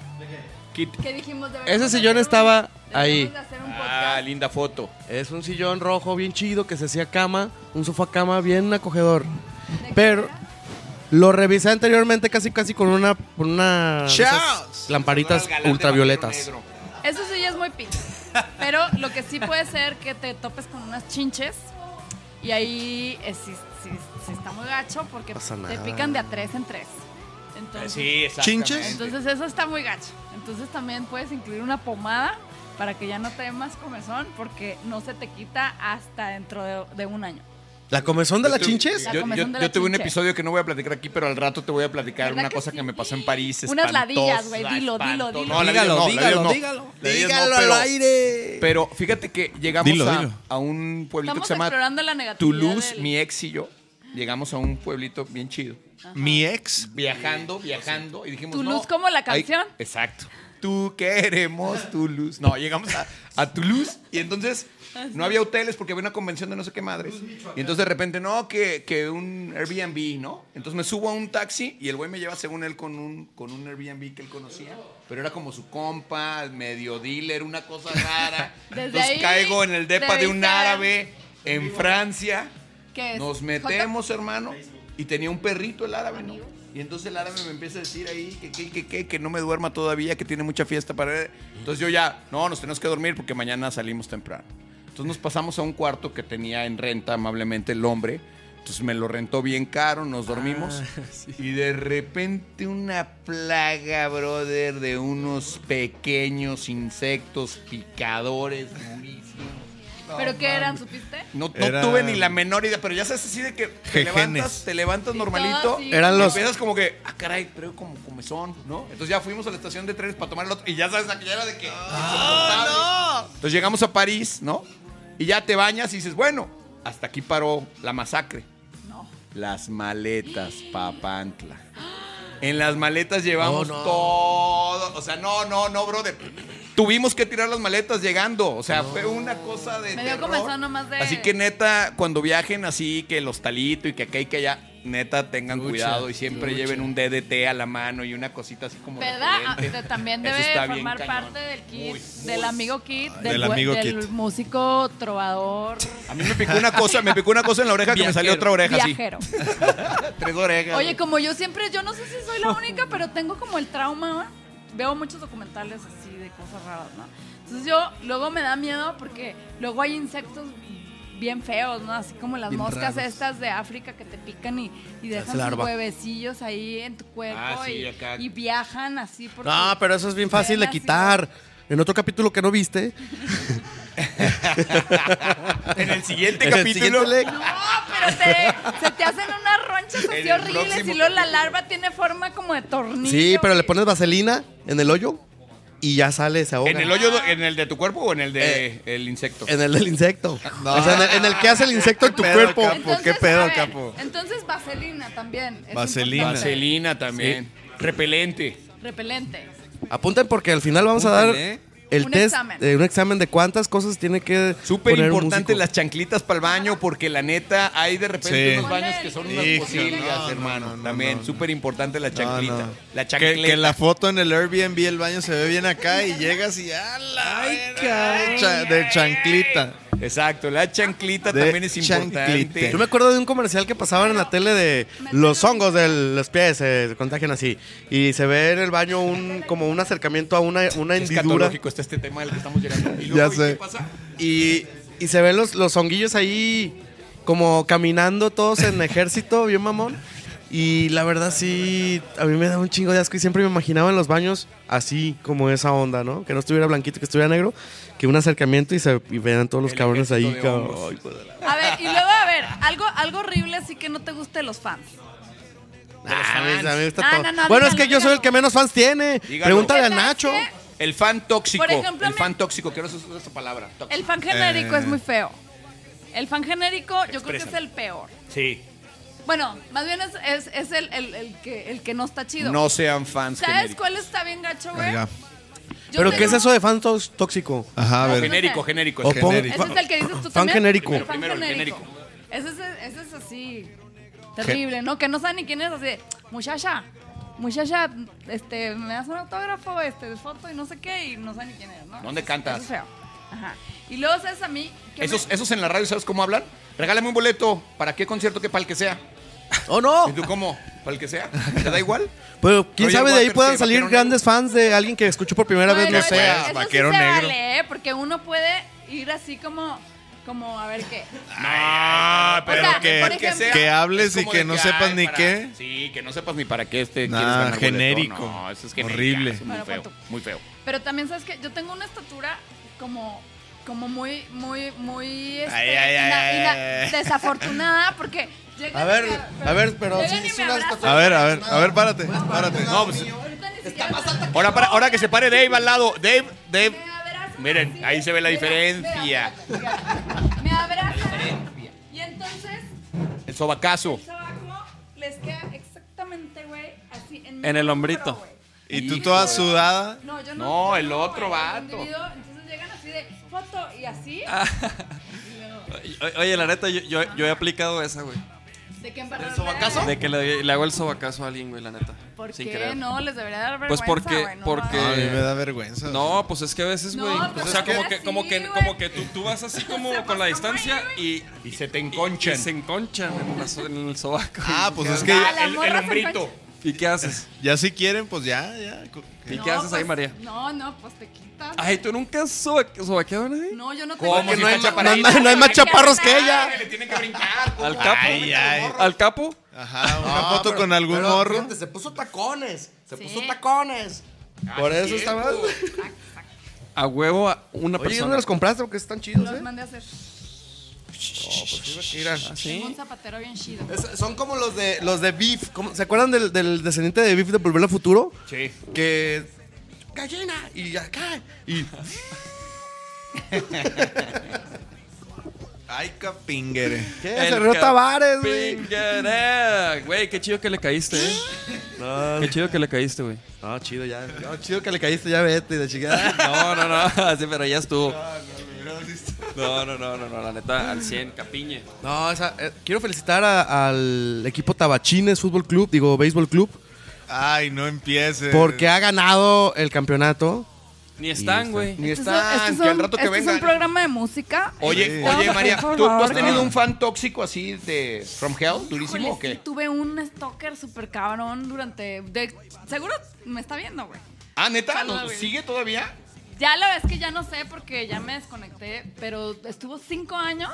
Speaker 2: Que dijimos... deberíamos
Speaker 5: Ese
Speaker 2: de
Speaker 5: sillón
Speaker 2: hacer un-
Speaker 5: estaba
Speaker 2: deberíamos
Speaker 5: ahí.
Speaker 2: de hacer un
Speaker 10: Ah,
Speaker 2: podcast.
Speaker 10: linda foto.
Speaker 5: Es un sillón rojo bien chido que se hacía cama, un sofá cama bien acogedor.
Speaker 2: ¿De qué
Speaker 5: Pero
Speaker 2: era?
Speaker 5: lo revisé anteriormente casi casi con una con una de esas lamparitas ultravioletas.
Speaker 2: Eso sí ya es muy pinche. Pero lo que sí puede ser que te topes con unas chinches. Y ahí eh, sí, sí- sí está muy gacho porque
Speaker 5: Pasa
Speaker 2: te
Speaker 5: nada.
Speaker 2: pican de a tres en tres. Entonces,
Speaker 10: Eh, Sí, exacto.
Speaker 9: ¿Chinches?
Speaker 2: entonces eso está muy gacho. Entonces también puedes incluir una pomada para que ya no te dé más comezón porque no se te quita hasta dentro de, de un año.
Speaker 5: ¿La comezón de las chinches?
Speaker 2: La
Speaker 10: Yo, yo-
Speaker 2: comezón de la
Speaker 10: yo tuve un
Speaker 2: chinche.
Speaker 10: episodio que no voy a platicar aquí, pero al rato te voy a platicar
Speaker 2: ¿Verdad
Speaker 10: una
Speaker 2: que
Speaker 10: cosa
Speaker 2: sí?
Speaker 10: que me pasó en París.
Speaker 2: Unas ladillas, güey,
Speaker 10: espantosa,
Speaker 2: dilo, dilo,
Speaker 10: espantosa.
Speaker 2: dilo.
Speaker 10: No, ladillas no, ladillas no. Ladillas no, pero-
Speaker 5: aire.
Speaker 10: Pero fíjate que llegamos
Speaker 9: Dilo,
Speaker 10: a,
Speaker 9: dilo.
Speaker 10: a un pueblito
Speaker 2: Estamos
Speaker 10: que se llama
Speaker 2: explorando la negatividad.
Speaker 10: Toulouse,
Speaker 2: del-
Speaker 10: mi ex y yo. Llegamos a un pueblito bien chido.
Speaker 9: Mi ex.
Speaker 10: Viajando, viajando. Y dijimos,
Speaker 2: Toulouse
Speaker 10: no,
Speaker 2: como la
Speaker 10: hay-
Speaker 2: canción.
Speaker 10: exacto. Tú queremos Toulouse. No, llegamos a, a Toulouse y entonces no había hoteles porque había una convención de no sé qué madres. Y entonces de repente, no, que, que un Airbnb, ¿no? Entonces me subo a un taxi y el güey me lleva según él con un, con un Airbnb que él conocía. Pero era como su compa, medio dealer, una cosa rara.
Speaker 2: Desde
Speaker 10: entonces
Speaker 2: ahí
Speaker 10: caigo en el depa de un
Speaker 2: debiste-
Speaker 10: árabe en Francia.
Speaker 2: ¿Qué es?
Speaker 10: Nos metemos, hermano. Y tenía un perrito el árabe, ¿no? Y entonces el árabe me empieza a decir ahí que, que, que, que, que no me duerma todavía, que tiene mucha fiesta para... Entonces yo ya, no, nos tenemos que dormir porque mañana salimos temprano. Entonces nos pasamos a un cuarto que tenía en renta amablemente el hombre. Entonces me lo rentó bien caro, nos dormimos. Y de repente una plaga, brother, de unos pequeños insectos picadores durísimos.
Speaker 2: ¿Pero qué eran? ¿Supiste?
Speaker 10: No, no
Speaker 9: Era-
Speaker 10: tuve ni la
Speaker 5: Mm.
Speaker 10: menor idea, pero ya sabes así de que te
Speaker 9: Jejenes.
Speaker 10: levantas, te levantas normalito.
Speaker 2: todo así.
Speaker 5: Eran
Speaker 10: y
Speaker 5: los
Speaker 10: empiezas como que, ah, caray, pero como comezón, ¿no? Entonces ya fuimos a la estación de trenes para tomar el otro. Y ya sabes, aquella era de que. insoportable. Entonces llegamos a París, ¿no? Y ya te bañas y dices, bueno, hasta aquí paró la masacre.
Speaker 2: No.
Speaker 10: Las maletas, papantla. En las maletas llevamos
Speaker 5: No, no.
Speaker 10: todo. O sea, no, no, no, brother. Tuvimos que tirar las maletas llegando. O sea, fue una cosa de.
Speaker 2: Me dio
Speaker 10: terror.
Speaker 2: comezón nomás de-
Speaker 10: Así que neta, cuando viajen así, que el hostalito y que acá y que allá, neta, tengan
Speaker 5: Lucha,
Speaker 10: cuidado y siempre
Speaker 5: lucha.
Speaker 10: lleven un DDT a la mano y una cosita así como.
Speaker 2: ¿Verdad?
Speaker 10: repelente.
Speaker 2: Ah, de- También
Speaker 10: Eso
Speaker 2: debe
Speaker 10: está bien
Speaker 2: formar
Speaker 10: cañón.
Speaker 2: parte del kit,
Speaker 10: Muy,
Speaker 2: del
Speaker 10: muy.
Speaker 2: amigo kit, del,
Speaker 9: Del
Speaker 2: buen-
Speaker 9: amigo
Speaker 2: del
Speaker 9: kit.
Speaker 2: músico trovador,
Speaker 10: A mí me picó una cosa, me picó una cosa en la oreja que me salió otra oreja, sí.
Speaker 2: viajero.
Speaker 10: Tres orejas.
Speaker 2: Oye, como yo siempre, yo no sé si soy la única, pero tengo como el trauma. ¿no? Veo muchos documentales así de cosas raras, ¿no? Entonces yo luego me da miedo porque luego hay insectos bien feos, ¿no? Así como las
Speaker 4: Bien
Speaker 2: moscas
Speaker 4: raros.
Speaker 2: estas de África que te pican y, y dejan sus
Speaker 5: larva.
Speaker 2: huevecillos ahí en tu cuerpo
Speaker 10: Ah, sí,
Speaker 2: y,
Speaker 10: acá. Ah,
Speaker 2: y viajan así por
Speaker 5: No,
Speaker 2: tu-
Speaker 5: pero eso es bien fácil de
Speaker 2: Ven así,
Speaker 5: quitar. En otro capítulo que no viste,
Speaker 10: en el siguiente
Speaker 5: en el
Speaker 10: capítulo.
Speaker 5: siguiente leg,
Speaker 2: No, pero te, se te hacen unas ronchas
Speaker 10: En
Speaker 2: así
Speaker 10: el
Speaker 2: horribles
Speaker 10: próximo
Speaker 2: y luego la larva tiene forma como de tornillo.
Speaker 5: Sí, pero le
Speaker 2: y-
Speaker 5: pones vaselina en el hoyo y ya sale, se ahoga.
Speaker 10: ¿En el hoyo, en el de tu cuerpo o en el de el insecto?
Speaker 5: Eh, En el del insecto. O sea, en el, en el que hace el insecto en tu
Speaker 9: Pedo,
Speaker 5: cuerpo.
Speaker 9: capo. ¿Qué pedo,
Speaker 2: a ver,
Speaker 9: capo?
Speaker 2: Entonces, vaselina también. es
Speaker 9: Vaselina.
Speaker 2: importante.
Speaker 10: Vaselina también. Repelente.
Speaker 2: Repelente.
Speaker 5: Apunten porque al final vamos a dar
Speaker 10: Apunten, ¿eh?
Speaker 5: el
Speaker 2: Un
Speaker 5: test,
Speaker 2: examen.
Speaker 5: eh, un examen de cuántas cosas tiene que
Speaker 10: Súper
Speaker 5: poner un
Speaker 10: importante
Speaker 5: músico.
Speaker 10: las chanclitas para el baño porque la neta hay de repente
Speaker 9: Sí.
Speaker 10: unos baños que son unas
Speaker 9: Hijo,
Speaker 10: pocilgas,
Speaker 9: no, no,
Speaker 10: hermano.
Speaker 9: no, no,
Speaker 10: También
Speaker 9: no.
Speaker 10: súper importante la chanclita.
Speaker 9: No, no.
Speaker 10: La
Speaker 9: Que,
Speaker 10: chancleta.
Speaker 9: que la foto en el Airbnb, el baño se ve bien acá y llegas y ¡ala! de chanclita.
Speaker 10: Exacto, la chanclita
Speaker 9: De
Speaker 10: también es importante.
Speaker 9: chanclita.
Speaker 5: Yo me acuerdo de un comercial que pasaban en la tele de los hongos de los pies se contagian así y se ve en el baño un como un acercamiento a una una
Speaker 10: Es
Speaker 5: hendidura
Speaker 10: escatológico está este tema al que estamos llegando. Y
Speaker 9: Ya
Speaker 10: luego, ¿y
Speaker 9: sé.
Speaker 10: ¿qué pasa?
Speaker 5: y, y se ven los los honguillos ahí como caminando todos en ejército, bien mamón. Y la verdad sí, a mí me da un chingo de asco y siempre me imaginaba en los baños así como esa onda, ¿no? Que no estuviera blanquito, que estuviera negro, que un acercamiento y se y vean todos los cabrones ahí, cabrón. Ay, pues, de la-
Speaker 2: A ver, y luego, a ver, algo, algo horrible así que no te guste de los fans.
Speaker 5: Ah, a mí- a mí me gusta
Speaker 2: Ah,
Speaker 5: todo.
Speaker 2: no, no,
Speaker 5: bueno,
Speaker 2: dígalo,
Speaker 5: es que yo soy
Speaker 2: dígalo.
Speaker 5: el que menos fans tiene.
Speaker 10: Dígalo.
Speaker 5: Pregúntale a
Speaker 2: ¿Sabes
Speaker 5: Nacho.
Speaker 2: qué?
Speaker 10: El fan tóxico.
Speaker 2: Por ejemplo,
Speaker 10: el
Speaker 2: me-
Speaker 10: fan tóxico, que no se usa esa palabra. tóxico.
Speaker 2: El fan genérico
Speaker 9: Eh.
Speaker 2: es muy feo. El fan genérico yo creo que es el peor.
Speaker 11: Sí.
Speaker 2: Bueno, más bien es, es- es el, el- el que, el que no está chido.
Speaker 10: No sean fans
Speaker 2: ¿Sabes
Speaker 10: genéricos.
Speaker 2: cuál está bien gacho, güey?
Speaker 9: Oiga.
Speaker 2: Yo
Speaker 5: ¿Pero qué
Speaker 2: tengo-
Speaker 5: es eso de fan tos- tóxico?
Speaker 9: Ajá, a
Speaker 10: No,
Speaker 9: ver.
Speaker 10: genérico,
Speaker 2: sé.
Speaker 10: genérico.
Speaker 5: O
Speaker 10: es
Speaker 5: pon-
Speaker 9: genérico.
Speaker 2: Ese es el que dices tú
Speaker 5: Fan
Speaker 2: también.
Speaker 5: genérico.
Speaker 2: El fan
Speaker 10: Primero, el
Speaker 2: genérico.
Speaker 10: genérico.
Speaker 2: Ese es, ese es así. Terrible, ¿no? Que no sabe ni quién es así. de, Muchacha, muchacha, este, me das un autógrafo, este, de foto y no sé qué, y no sabe ni quién eres, ¿no?
Speaker 10: ¿Dónde
Speaker 2: Eso-
Speaker 10: cantas?
Speaker 2: Eso es feo. Ajá. Y luego sabes a mí. que
Speaker 10: Esos,
Speaker 2: me-
Speaker 10: esos en la radio, ¿sabes cómo hablan? Regálame un boleto. ¿Para qué concierto? Que para el que sea.
Speaker 5: ¡Oh, no!
Speaker 10: ¿Y tú cómo? ¿Para el que sea? ¿Te da igual?
Speaker 5: Pero Pues, quién
Speaker 10: Roger
Speaker 5: sabe, de ahí
Speaker 10: Waters
Speaker 5: puedan
Speaker 10: que
Speaker 5: salir
Speaker 10: vaquero
Speaker 5: grandes fans de alguien que escuchó por primera vez,
Speaker 2: Bueno,
Speaker 5: no
Speaker 2: eso-
Speaker 5: sé.
Speaker 2: eso sí
Speaker 9: vaquero
Speaker 2: se
Speaker 9: negro.
Speaker 2: vale, ¿eh? Porque uno puede ir así como, como a ver qué.
Speaker 10: Ah,
Speaker 2: pero que-
Speaker 9: que hables
Speaker 10: es como
Speaker 9: y que
Speaker 10: de
Speaker 9: no sepas
Speaker 10: ay,
Speaker 9: ni
Speaker 10: para-
Speaker 9: qué.
Speaker 10: Sí, que no sepas ni para qué este
Speaker 9: Nah,
Speaker 10: quieres ganar
Speaker 9: genérico.
Speaker 10: boleto. No, eso es genérico.
Speaker 9: Horrible.
Speaker 10: eso es muy
Speaker 2: Bueno,
Speaker 10: feo,
Speaker 2: pon tú.
Speaker 10: muy feo.
Speaker 2: Pero también sabes que yo tengo una estatura como como muy muy muy este,
Speaker 10: Ay, ay, ay,
Speaker 2: ina-
Speaker 10: ay,
Speaker 2: ina-
Speaker 10: ay.
Speaker 2: desafortunada porque llegan
Speaker 5: A
Speaker 2: y
Speaker 5: ver,
Speaker 2: me-
Speaker 5: a ver, pero
Speaker 2: llegan
Speaker 5: sí
Speaker 2: y
Speaker 5: es
Speaker 2: me
Speaker 5: una
Speaker 2: abrazan.
Speaker 9: A ver, a ver, a ver, párate, párate.
Speaker 10: No, pues,
Speaker 2: Ahorita ni siquiera me abrazan.
Speaker 10: ahora, para, ahora que se pare Dave al lado. Dave, Dave.
Speaker 2: Me abrazan
Speaker 10: Miren,
Speaker 2: así,
Speaker 10: ahí se ve la
Speaker 2: mira,
Speaker 10: diferencia.
Speaker 2: mira, mira. me abrazan y entonces
Speaker 10: El sobacazo.
Speaker 2: el sobaco les queda exactamente güey así en, mi
Speaker 3: En el
Speaker 2: hombro,
Speaker 3: hombrito.
Speaker 2: güey.
Speaker 9: Y tú toda sudada.
Speaker 2: No, yo no.
Speaker 10: No,
Speaker 2: yo
Speaker 10: el otro
Speaker 2: güey,
Speaker 10: vato.
Speaker 2: individuo, entonces llegan así de foto y así.
Speaker 3: Ah.
Speaker 2: Y luego,
Speaker 3: O- Oye, la neta, yo, yo- yo he aplicado esa, güey.
Speaker 2: ¿De qué embarraron?
Speaker 10: ¿El sobacazo?
Speaker 3: De que le, le hago el sobacazo a alguien, güey, la neta.
Speaker 2: ¿Por
Speaker 3: sin
Speaker 2: qué
Speaker 3: querer.
Speaker 2: no? Les debería dar vergüenza,
Speaker 3: Pues porque-
Speaker 2: güey, no
Speaker 3: porque-
Speaker 9: No,
Speaker 2: mames.
Speaker 9: a mí me da vergüenza.
Speaker 3: No, pues es que a veces,
Speaker 2: No,
Speaker 3: güey.
Speaker 2: pero
Speaker 3: o sea,
Speaker 2: es que
Speaker 3: como
Speaker 2: así,
Speaker 3: que, como que,
Speaker 2: güey.
Speaker 3: como que tú, tú vas así como
Speaker 2: O sea,
Speaker 3: con la
Speaker 2: pues, ¿cómo
Speaker 3: distancia
Speaker 2: ahí,
Speaker 3: y,
Speaker 10: Y se te
Speaker 3: y
Speaker 10: enconchan.
Speaker 3: se enconchan en, la so- en el sobaco.
Speaker 9: Ah, pues es que
Speaker 2: Ah, las
Speaker 10: el,
Speaker 2: morras
Speaker 10: el
Speaker 2: se
Speaker 10: hombrito.
Speaker 2: enganchan.
Speaker 3: ¿Y qué haces?
Speaker 9: ya si quieren, pues
Speaker 3: Ah,
Speaker 9: ya, ya. co-
Speaker 3: ¿Y
Speaker 2: No,
Speaker 3: qué haces ahí,
Speaker 2: pues,
Speaker 3: María?
Speaker 2: No, no, pues te quitas.
Speaker 3: Ay, ¿tú nunca has soba- sobaqueado a nadie?
Speaker 2: No, yo no tengo.
Speaker 10: ¿Cómo
Speaker 2: ningún-
Speaker 10: que no hay
Speaker 2: ningún-
Speaker 10: ma- no hay
Speaker 2: ningún-
Speaker 5: ma- no hay más chaparros que ella?
Speaker 10: Le tienen que brincar. pues.
Speaker 3: ¿Al capo?
Speaker 9: Ay, ay.
Speaker 3: ¿Al capo? Ah,
Speaker 9: Ajá, una foto con algún
Speaker 5: Pero,
Speaker 9: morro.
Speaker 5: fíjate, se puso tacones. Se
Speaker 2: Sí.
Speaker 5: puso tacones. Por eso está mal.
Speaker 3: A huevo a una
Speaker 5: Oye,
Speaker 3: persona.
Speaker 5: ¿dónde los compraste? Porque están chidos,
Speaker 2: Los
Speaker 5: ¿eh?
Speaker 2: mandé a hacer.
Speaker 5: Mira.
Speaker 2: Tengo un zapatero bien chido.
Speaker 5: Es- son como los de los de Beef. ¿Cómo- ¿Se acuerdan del, del descendiente de Beef de Volver al Futuro?
Speaker 10: Sí.
Speaker 5: Que. Gallina y acá. Y.
Speaker 9: Ay, capingere.
Speaker 5: ¿Qué?
Speaker 3: El
Speaker 5: Se rió Tavares, güey.
Speaker 3: Capinguera. Güey, qué chido que le caíste, eh. Qué chido que le caíste, güey.
Speaker 5: No, chido ya. No, chido que le caíste, ya vete, de chingada.
Speaker 3: No, no, no. Sí, pero ya estuvo. No, no, no, no, no, la neta, al 100, capiñe.
Speaker 5: No, o sea, eh, quiero felicitar a- al equipo Tabachines Fútbol Club, digo, Béisbol Club,
Speaker 9: Ay, no empieces.
Speaker 5: porque ha ganado el campeonato.
Speaker 3: Ni están, güey.
Speaker 5: Ni
Speaker 2: Este es un-
Speaker 5: están,
Speaker 2: este es
Speaker 10: que al
Speaker 2: un-
Speaker 10: rato que
Speaker 2: este es
Speaker 10: vengan.
Speaker 2: un programa de música.
Speaker 10: Oye,
Speaker 2: Sí.
Speaker 10: oye, María, ¿tú,
Speaker 2: Por
Speaker 10: tú has
Speaker 2: favor.
Speaker 10: tenido un fan tóxico así de From Hell?
Speaker 2: Híjole,
Speaker 10: ¿Durísimo o
Speaker 2: sí,
Speaker 10: qué?
Speaker 2: tuve un stalker súper cabrón durante. de- seguro me está viendo, güey.
Speaker 10: Ah, neta,
Speaker 2: Saluda,
Speaker 10: ¿Nos
Speaker 2: güey.
Speaker 10: ¿sigue todavía?
Speaker 2: Ya la verdad es que ya no sé porque ya me desconecté, pero estuvo cinco años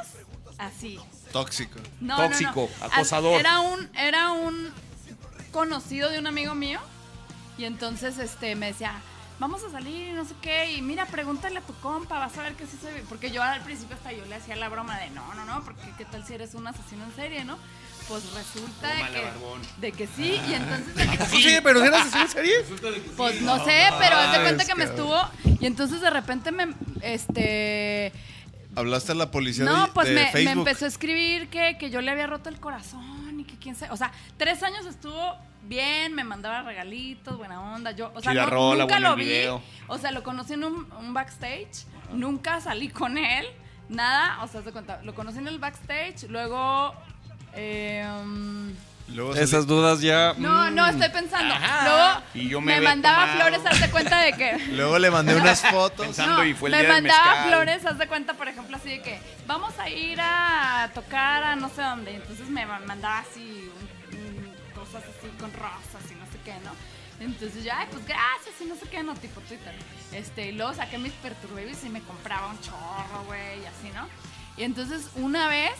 Speaker 2: así.
Speaker 9: Tóxico.
Speaker 2: No,
Speaker 10: Tóxico,
Speaker 2: no, no.
Speaker 10: acosador.
Speaker 2: Era un, era un conocido de un amigo mío y entonces este me decía, vamos a salir y no sé qué, y mira, pregúntale a tu compa, vas a ver que sí soy... Porque yo al principio hasta yo le hacía la broma de, no, no, no, porque qué tal si eres un asesino en serie, ¿no? Pues resulta de que, de que sí, y entonces... de que sí.
Speaker 5: pero si eras así en serie.
Speaker 2: Pues no sé, pero haz de cuenta que me estuvo y entonces de repente me este
Speaker 9: Hablaste a la policía
Speaker 2: no,
Speaker 9: de,
Speaker 2: pues
Speaker 9: de
Speaker 2: me, me
Speaker 9: Facebook.
Speaker 2: empezó a escribir que, que yo le había roto el corazón y que quién sabe. O sea, tres años estuvo bien, me mandaba regalitos, buena onda. Yo, o sea,
Speaker 10: Chida
Speaker 2: no-
Speaker 10: rola,
Speaker 2: nunca
Speaker 10: bueno
Speaker 2: lo
Speaker 10: el
Speaker 2: vi.
Speaker 10: video.
Speaker 2: O sea, lo conocí en un, un backstage, nunca salí con él, nada. O sea, haz de cuenta, lo conocí en el backstage, luego. eh, um,
Speaker 9: Luego salí-
Speaker 3: Esas dudas ya. mm.
Speaker 2: no, no, estoy pensando.
Speaker 10: Ah, mm, Ajá.
Speaker 2: Luego
Speaker 10: Y yo me
Speaker 2: me,
Speaker 10: había
Speaker 2: mandaba
Speaker 10: tomado.
Speaker 2: flores, haz de cuenta de que.
Speaker 9: Luego le mandé unas fotos.
Speaker 10: Pensando y fue el
Speaker 2: me
Speaker 10: día del
Speaker 2: mandaba
Speaker 10: mezcal.
Speaker 2: flores, haz de cuenta, por ejemplo, así de que vamos a ir a tocar a no sé dónde. Entonces me ma- mandaba así un- un- cosas así con rosas y no sé qué, ¿no? Entonces yo, ay, pues gracias y no sé qué, no, tipo Twitter. Este, y luego saqué mis perturbables y me compraba un chorro, güey, y así, ¿no? Y entonces una vez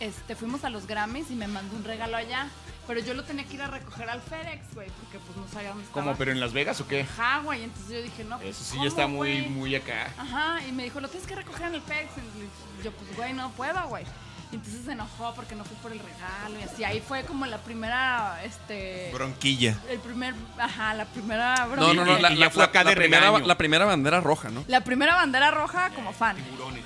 Speaker 2: este, fuimos a los Grammys y me mandó un regalo allá. Pero yo lo tenía que ir a recoger al FedEx, güey, porque pues no sabía dónde estaba.
Speaker 10: ¿Cómo? ¿Pero en Las Vegas o qué?
Speaker 2: Ajá, güey, entonces yo dije, no, pues,
Speaker 10: Eso sí
Speaker 2: ¿cómo,
Speaker 10: ya está muy,
Speaker 2: güey?
Speaker 10: muy acá.
Speaker 2: Ajá, y me dijo, lo tienes que recoger en el FedEx. Y yo, pues, güey, no puedo, güey. Y entonces se enojó porque no fui por el regalo y así. Ahí fue como la primera, este...
Speaker 9: Bronquilla.
Speaker 2: El primer, ajá, la primera broma.
Speaker 3: No, no, no.
Speaker 10: Y-
Speaker 3: La,
Speaker 10: y ya
Speaker 3: la-
Speaker 10: fue acá
Speaker 3: la- la
Speaker 10: de
Speaker 3: primera,
Speaker 10: regaño.
Speaker 3: la primera bandera roja, ¿no?
Speaker 2: La primera bandera roja como fan.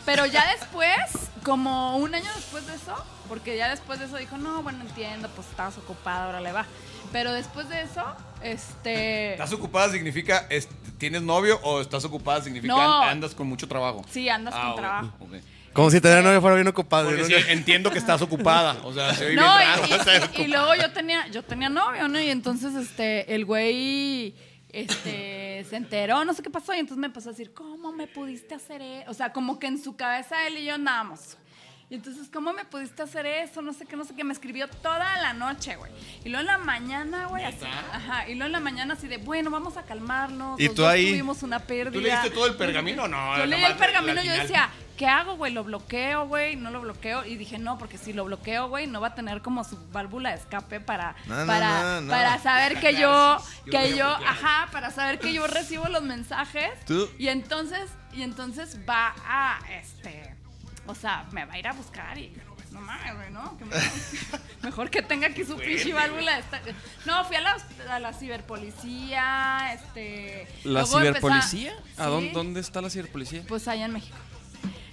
Speaker 2: Pero ya después, como un año después de eso, porque ya después de eso dijo, no, bueno, entiendo, pues estabas ocupada, ahora le va. Pero después de eso, este...
Speaker 10: ¿Estás ocupada significa es- tienes novio o estás ocupada significa
Speaker 2: No.
Speaker 10: an- andas con mucho trabajo?
Speaker 2: Sí, andas
Speaker 10: Ah,
Speaker 2: con
Speaker 10: ok,
Speaker 2: trabajo.
Speaker 10: ok.
Speaker 5: Como si tener novia fuera bien ocupado.
Speaker 10: Porque
Speaker 5: ¿no?
Speaker 10: sí, entiendo que estás ocupada. O sea, se oye
Speaker 2: No,
Speaker 10: bien
Speaker 2: y-
Speaker 10: raro.
Speaker 2: y- y, y luego yo tenía, yo tenía novio, ¿no? Y entonces este, el güey este, se enteró, no sé qué pasó, y entonces me empezó a decir, ¿cómo me pudiste hacer eso? O sea, como que en su cabeza él y yo andábamos. Y entonces, ¿cómo me pudiste hacer eso? No sé qué, no sé qué. Me escribió toda la noche, güey. Y luego en la mañana, güey, así. Ajá. Y luego en la mañana así de, bueno, vamos a calmarnos.
Speaker 9: ¿Y
Speaker 2: los
Speaker 9: tú
Speaker 2: dos
Speaker 9: ahí?
Speaker 2: Tuvimos una pérdida.
Speaker 10: ¿Tú leíste todo el pergamino o no?
Speaker 2: Yo leí
Speaker 10: Nomás
Speaker 2: el pergamino
Speaker 10: la
Speaker 2: y yo
Speaker 10: final.
Speaker 2: decía, ¿qué hago, güey? ¿Lo bloqueo, güey? ¿No lo bloqueo? Y dije, no, porque si lo bloqueo, güey, no va a tener como su válvula de escape para,
Speaker 9: No, no,
Speaker 2: para,
Speaker 9: no, no.
Speaker 2: para saber que yo, que yo, ajá, para saber que yo recibo los mensajes.
Speaker 9: Tú-
Speaker 2: Y entonces, y entonces va a, este, o sea, me va a ir a buscar y... No mames, güey, ¿no? Que me- mejor que tenga aquí su pinche válvula. de esta- No, fui a la, a la ciberpolicía, este...
Speaker 3: ¿La
Speaker 2: luego empezaba-
Speaker 3: ciberpolicía? ¿A dónde,
Speaker 2: Sí.
Speaker 3: dónde está la ciberpolicía?
Speaker 2: Pues allá en México.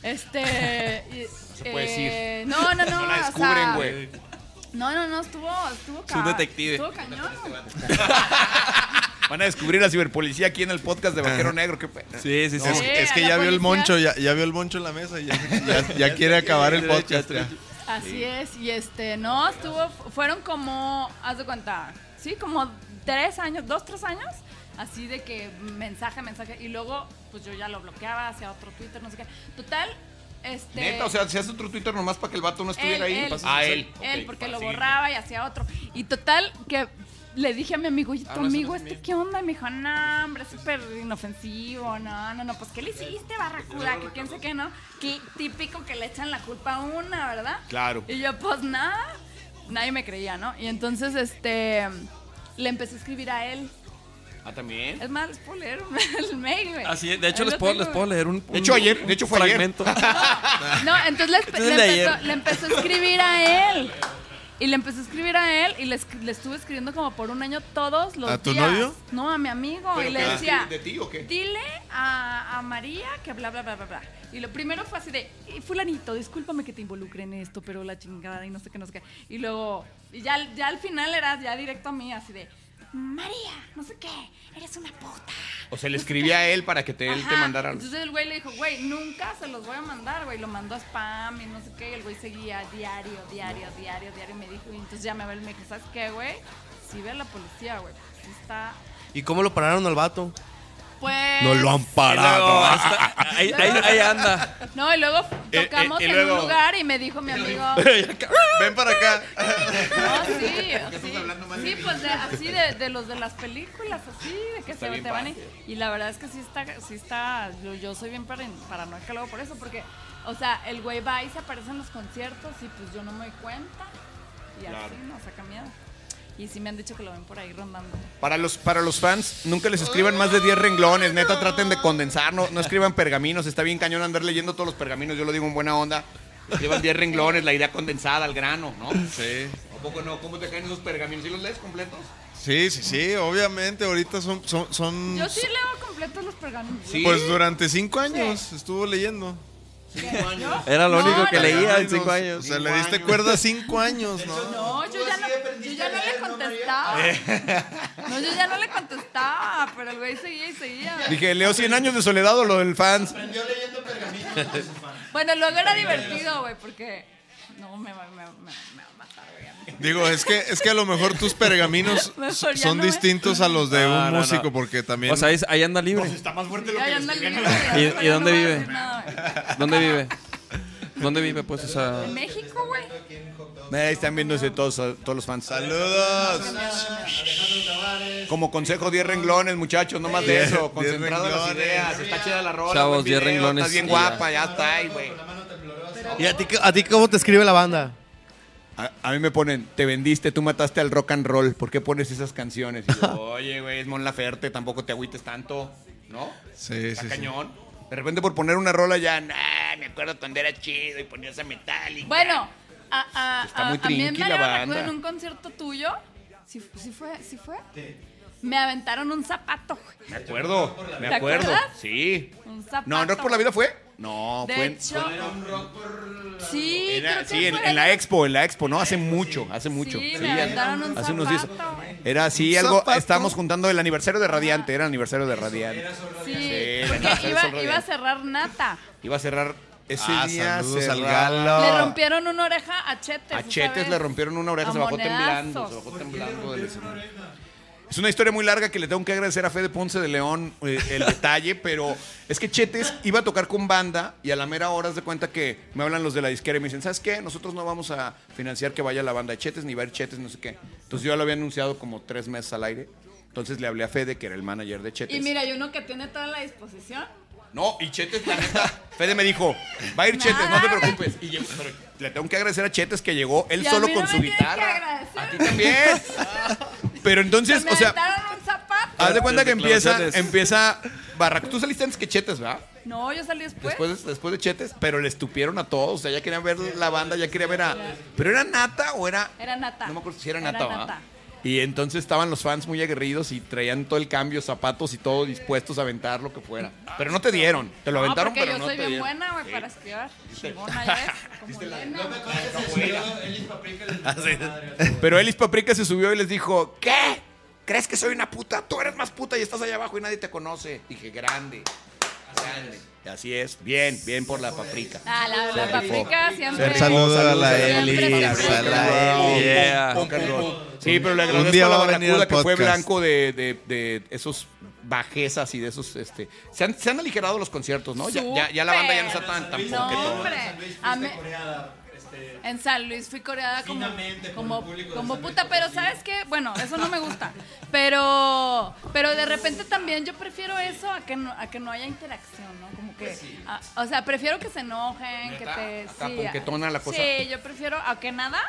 Speaker 2: Este. y-
Speaker 10: se puede
Speaker 2: eh, No, no, no.
Speaker 10: No la
Speaker 2: o
Speaker 10: descubren,
Speaker 2: sea,
Speaker 10: güey.
Speaker 2: No, no, no, estuvo, estuvo
Speaker 3: un detective.
Speaker 2: Estuvo cañón.
Speaker 10: Van a descubrir a ciberpolicía aquí en el podcast de
Speaker 9: Ah.
Speaker 10: Vaquero Negro. ¿Qué pe-
Speaker 3: Sí, sí, sí.
Speaker 9: Es,
Speaker 2: Sí,
Speaker 9: es
Speaker 2: a
Speaker 9: que
Speaker 2: la
Speaker 9: ya vio el
Speaker 2: policía.
Speaker 9: moncho, ya, ya vio el moncho en la mesa y ya, ya- ya quiere acabar el podcast. ya.
Speaker 2: Así es. Y este, no, estuvo. Fueron como. Haz de cuenta. Sí, como tres años, dos, tres años. Así de que mensaje, mensaje. Y luego, pues yo ya lo bloqueaba hacia otro Twitter, no sé qué. Total. Este,
Speaker 10: Neta, o sea, si hace otro Twitter nomás para que el vato no estuviera
Speaker 2: Él,
Speaker 10: ahí.
Speaker 2: él.
Speaker 10: ah, él.
Speaker 2: Él,
Speaker 10: Ok,
Speaker 2: porque
Speaker 10: para
Speaker 2: lo
Speaker 10: seguir.
Speaker 2: borraba y hacía otro. Y total, que le dije a mi amigo,
Speaker 10: Ah,
Speaker 2: oye, tu amigo, este, ¿qué onda? Y me dijo, no, hombre, es súper inofensivo, no, no, no, pues, ¿qué le hiciste, barracuda? Que quién sé qué, ¿no? Que típico que le echan la culpa a una, ¿verdad?
Speaker 10: Claro.
Speaker 2: Y yo, pues, nada, nadie me creía, ¿no? Y entonces, este, le empecé a escribir a él.
Speaker 10: Ah, también.
Speaker 2: Es más, les puedo leer el mail, güey.
Speaker 3: Así es, Ah, de hecho
Speaker 2: Ahí
Speaker 3: les
Speaker 2: lo
Speaker 3: puedo,
Speaker 2: tengo,
Speaker 3: les puedo
Speaker 2: güey.
Speaker 3: leer un,
Speaker 10: De hecho,
Speaker 3: un-
Speaker 10: ayer, de
Speaker 3: un
Speaker 10: hecho, fue ayer.
Speaker 3: fragmento.
Speaker 2: No, entonces le,
Speaker 3: Entonces,
Speaker 2: le
Speaker 3: de
Speaker 2: empezó,
Speaker 3: ayer.
Speaker 2: le empezó a escribir a él. Y le empezó a escribir a él y le, esc- le estuve escribiendo como por un año todos los
Speaker 9: ¿A tu
Speaker 2: días.
Speaker 9: novio?
Speaker 2: No, a mi amigo.
Speaker 10: ¿Pero
Speaker 2: y le
Speaker 10: qué?
Speaker 2: decía,
Speaker 10: ¿De ti o qué?
Speaker 2: dile a, a María que bla, bla, bla, bla, bla. Y lo primero fue así de, "Y fulanito, discúlpame que te involucre en esto, pero la chingada y no sé qué, no sé qué. Y luego, y ya, al- ya al final era ya directo a mí, así de, María, no sé qué, eres una puta.
Speaker 10: O sea, le escribí a él para que te, él te
Speaker 2: Ajá.
Speaker 10: mandara.
Speaker 2: Entonces el güey le dijo, güey, nunca se los voy a mandar, güey. Lo mandó a spam y no sé qué. Y el güey seguía diario, diario, diario, diario. Y me dijo, y entonces ya me habló y me dijo, ¿sabes qué, güey? Si ve a la policía, güey. Sí está.
Speaker 5: ¿Y cómo lo pararon al vato?
Speaker 2: Pues.
Speaker 3: No,
Speaker 5: Ah,
Speaker 3: hasta- Ah, ahí, ahí- ahí anda.
Speaker 2: No, y luego
Speaker 10: Eh,
Speaker 2: tocamos
Speaker 10: eh, y
Speaker 2: en
Speaker 10: luego-
Speaker 2: un lugar y me dijo mi amigo.
Speaker 9: Ven para acá.
Speaker 2: No, Ah, sí, sí, sí, pues de- así de, de los de las películas, así, de que se te van y, y la verdad es que sí está, sí está, yo, yo soy bien paran- paranoica luego por eso, porque, o sea, el güey va y se aparece en los conciertos y pues yo no me doy cuenta y así no saca miedo. Y sí me han dicho que lo ven por ahí rondando.
Speaker 10: Para los, para los fans, nunca les escriban más de 10 renglones. Neta, traten de condensar. No, no escriban pergaminos. Está bien cañón andar leyendo todos los pergaminos. Yo lo digo en buena onda. Escriban 10 renglones, la idea condensada al grano, ¿no?
Speaker 9: Sí.
Speaker 10: ¿A poco no? ¿Cómo te caen esos pergaminos? ¿Sí los lees completos?
Speaker 9: Sí, sí, sí, obviamente ahorita son... son,
Speaker 3: Mm.
Speaker 9: son-
Speaker 2: Yo sí leo completos los pergaminos.
Speaker 10: Sí.
Speaker 9: Pues durante cinco años estuvo leyendo.
Speaker 3: Era lo
Speaker 2: No,
Speaker 3: único que
Speaker 2: no,
Speaker 3: leía
Speaker 9: Menos,
Speaker 3: en cinco años.
Speaker 9: O sea,
Speaker 10: Cinco
Speaker 9: le diste
Speaker 10: años.
Speaker 9: cuerda cinco años, ¿no?
Speaker 2: No, yo ya no, yo ya no le contestaba.
Speaker 10: Eh.
Speaker 2: No, yo ya no le contestaba, pero el güey seguía y seguía.
Speaker 10: Dije, leo 100 años de soledad o lo del fans.
Speaker 2: Bueno, luego era divertido, güey, porque. No, me va, me, me- me va a matar, güey. a mí.
Speaker 9: Digo, es que, es que a lo mejor tus pergaminos
Speaker 2: Mejor ya
Speaker 9: son
Speaker 2: no, ¿eh?
Speaker 9: distintos a los de
Speaker 3: No,
Speaker 9: un
Speaker 3: no,
Speaker 9: músico
Speaker 3: no.
Speaker 9: porque también...
Speaker 3: O sea, ahí, ahí anda libre.
Speaker 2: Ya, ya anda el niño,
Speaker 3: ¿Y-
Speaker 2: güey,
Speaker 3: y
Speaker 2: ya no
Speaker 3: dónde
Speaker 2: voy a
Speaker 3: vive?
Speaker 2: decir nada, güey.
Speaker 3: ¿Dónde vive? ¿Dónde vive, pues? O
Speaker 9: Ah.
Speaker 3: sea,
Speaker 2: En México, güey.
Speaker 10: Ahí están viéndose todos, todos los fans.
Speaker 9: Saludos.
Speaker 10: Como consejo, 10 renglones, muchachos, no más de eso. Concentrado en las
Speaker 9: renglones.
Speaker 10: ideas. Está chida la rola.
Speaker 3: Chavos,
Speaker 10: buen video,
Speaker 3: 10 renglones
Speaker 10: Estás bien
Speaker 3: y
Speaker 10: guapa, ya está ahí, güey.
Speaker 5: ¿Y a ti, a ti cómo te escribe la banda?
Speaker 10: A, a mí me ponen, te vendiste, tú mataste al rock and roll, ¿por qué pones esas canciones? Y yo, oye, güey, es Mon Laferte, tampoco te agüites tanto, ¿no?
Speaker 9: Sí,
Speaker 10: Está
Speaker 9: sí, sí.
Speaker 10: cañón. De repente por poner una rola ya, nah, me acuerdo cuando era chido y ponías a Metallica.
Speaker 2: Bueno, a, a-
Speaker 10: Está
Speaker 2: a-
Speaker 10: muy
Speaker 2: a mí en
Speaker 10: trinqui la
Speaker 2: Mario
Speaker 10: banda.
Speaker 2: Recuerdo en un concierto tuyo, si fue? ¿Sí fue? Me aventaron un zapato, güey.
Speaker 10: Me acuerdo, me
Speaker 2: ¿Te
Speaker 10: acuerdo.
Speaker 2: acuerdas?
Speaker 10: Sí.
Speaker 2: Un zapato.
Speaker 10: No, ¿en Rock por la Vida fue? No,
Speaker 2: De
Speaker 10: fue en,
Speaker 2: hecho, Sí,
Speaker 10: Era-
Speaker 2: creo que
Speaker 10: sí, en,
Speaker 2: fue
Speaker 10: en la expo, en la expo, ¿no? Hace mucho, hace mucho.
Speaker 2: Pues, Sí, me
Speaker 10: hace-
Speaker 2: aventaron un
Speaker 10: hace unos días.
Speaker 2: zapato.
Speaker 10: Era así,
Speaker 9: ¿Un
Speaker 10: algo,
Speaker 9: zapato?
Speaker 10: estábamos juntando el aniversario de Radiante, era el aniversario de Radiante.
Speaker 2: Sí,
Speaker 10: Sí, la
Speaker 2: porque
Speaker 10: Sol
Speaker 2: iba,
Speaker 10: Radiante.
Speaker 2: iba a cerrar Nata.
Speaker 10: Iba a cerrar ese
Speaker 9: Ah,
Speaker 10: día.
Speaker 9: saludos al
Speaker 10: cerraba-
Speaker 9: Galo.
Speaker 2: Le
Speaker 9: Ah.
Speaker 2: rompieron una oreja a Chetes.
Speaker 10: A
Speaker 2: esa
Speaker 10: Chetes
Speaker 2: vez.
Speaker 10: le rompieron una oreja,
Speaker 2: A
Speaker 10: se bajó
Speaker 2: monedazos.
Speaker 10: temblando, se bajó temblando del escenario. Es una historia muy larga que le tengo que agradecer a Fede Ponce de León eh, el detalle, pero es que Chetes iba a tocar con banda y a la mera hora se de cuenta que me hablan los de la disquera y me dicen, ¿sabes qué? Nosotros no vamos a financiar que vaya la banda de Chetes, ni va a ir Chetes, no sé qué. Entonces yo ya lo había anunciado como tres meses al aire. Entonces le hablé a Fede, que era el manager de Chetes.
Speaker 2: Y mira, hay uno que tiene toda la disposición.
Speaker 10: No, y Chetes, la neta, Fede me dijo, va a ir Chetes, no te preocupes. Y llegó- pero le tengo que agradecer a Chetes que llegó él
Speaker 2: Y a
Speaker 10: solo
Speaker 2: mí no
Speaker 10: con
Speaker 2: me
Speaker 10: su
Speaker 2: tienes que
Speaker 10: guitarra.
Speaker 2: agradecer.
Speaker 10: A ti también. Pero entonces,
Speaker 2: me
Speaker 10: o sea,
Speaker 2: aventaron un zapato.
Speaker 10: haz de cuenta que
Speaker 6: Las
Speaker 10: empieza,
Speaker 6: declaraciones.
Speaker 10: empieza Barraca. Tú saliste antes que Chetes, ¿verdad?
Speaker 2: No, yo salí después.
Speaker 10: Después, de- después de Chetes, pero le estupieron a todos. O sea, ya querían ver la banda, ya quería ver a. ¿Pero era Nata o era.?
Speaker 2: Era Nata.
Speaker 10: No me acuerdo si era
Speaker 2: Era
Speaker 10: Nata, ¿verdad?
Speaker 2: Nata.
Speaker 10: Y entonces estaban los fans muy aguerridos y traían todo el cambio, zapatos y todo dispuestos a aventar lo que fuera. Pero no te dieron, te lo
Speaker 2: No,
Speaker 10: aventaron,
Speaker 2: porque
Speaker 10: pero
Speaker 2: yo
Speaker 10: no
Speaker 2: soy
Speaker 10: te
Speaker 2: bien
Speaker 10: dieron.
Speaker 2: buena, güey, para esquivar. Chingona ya es, como Elena.
Speaker 10: Ah, Pero Elis Paprika se subió y les dijo, ¿qué? ¿Crees que soy una puta? Tú eres más puta y estás allá abajo y nadie te conoce. Dije, grande, grande. Y así es, bien, bien por la paprika.
Speaker 2: Ah, la, la paprika siempre.
Speaker 9: Un saludo a la
Speaker 2: Siempre,
Speaker 9: Eli.
Speaker 2: siempre.
Speaker 9: A la Eli.
Speaker 3: Yeah.
Speaker 10: Rock and roll. Sí, pero le agradezco
Speaker 9: Un día
Speaker 10: a la
Speaker 9: va a venir
Speaker 10: barracuda
Speaker 9: al
Speaker 10: que fue
Speaker 9: podcast.
Speaker 10: blanco de, de- de esos bajezas y de esos, este... Se han, se han aligerado los conciertos, ¿no? Ya, ya- ya la banda ya no está tan, tan
Speaker 2: Eh, No,
Speaker 10: ponquetona.
Speaker 2: hombre. A mí- En San Luis fui coreada como, como, como puta, pero ¿sabes qué? Bueno, eso no me gusta. Pero, pero de repente también yo prefiero eso a que no, a que no haya interacción, ¿no? Como que, a- o sea, prefiero que se enojen, que te...
Speaker 10: Acá ponquetona la cosa.
Speaker 2: Sí, yo prefiero a que nada.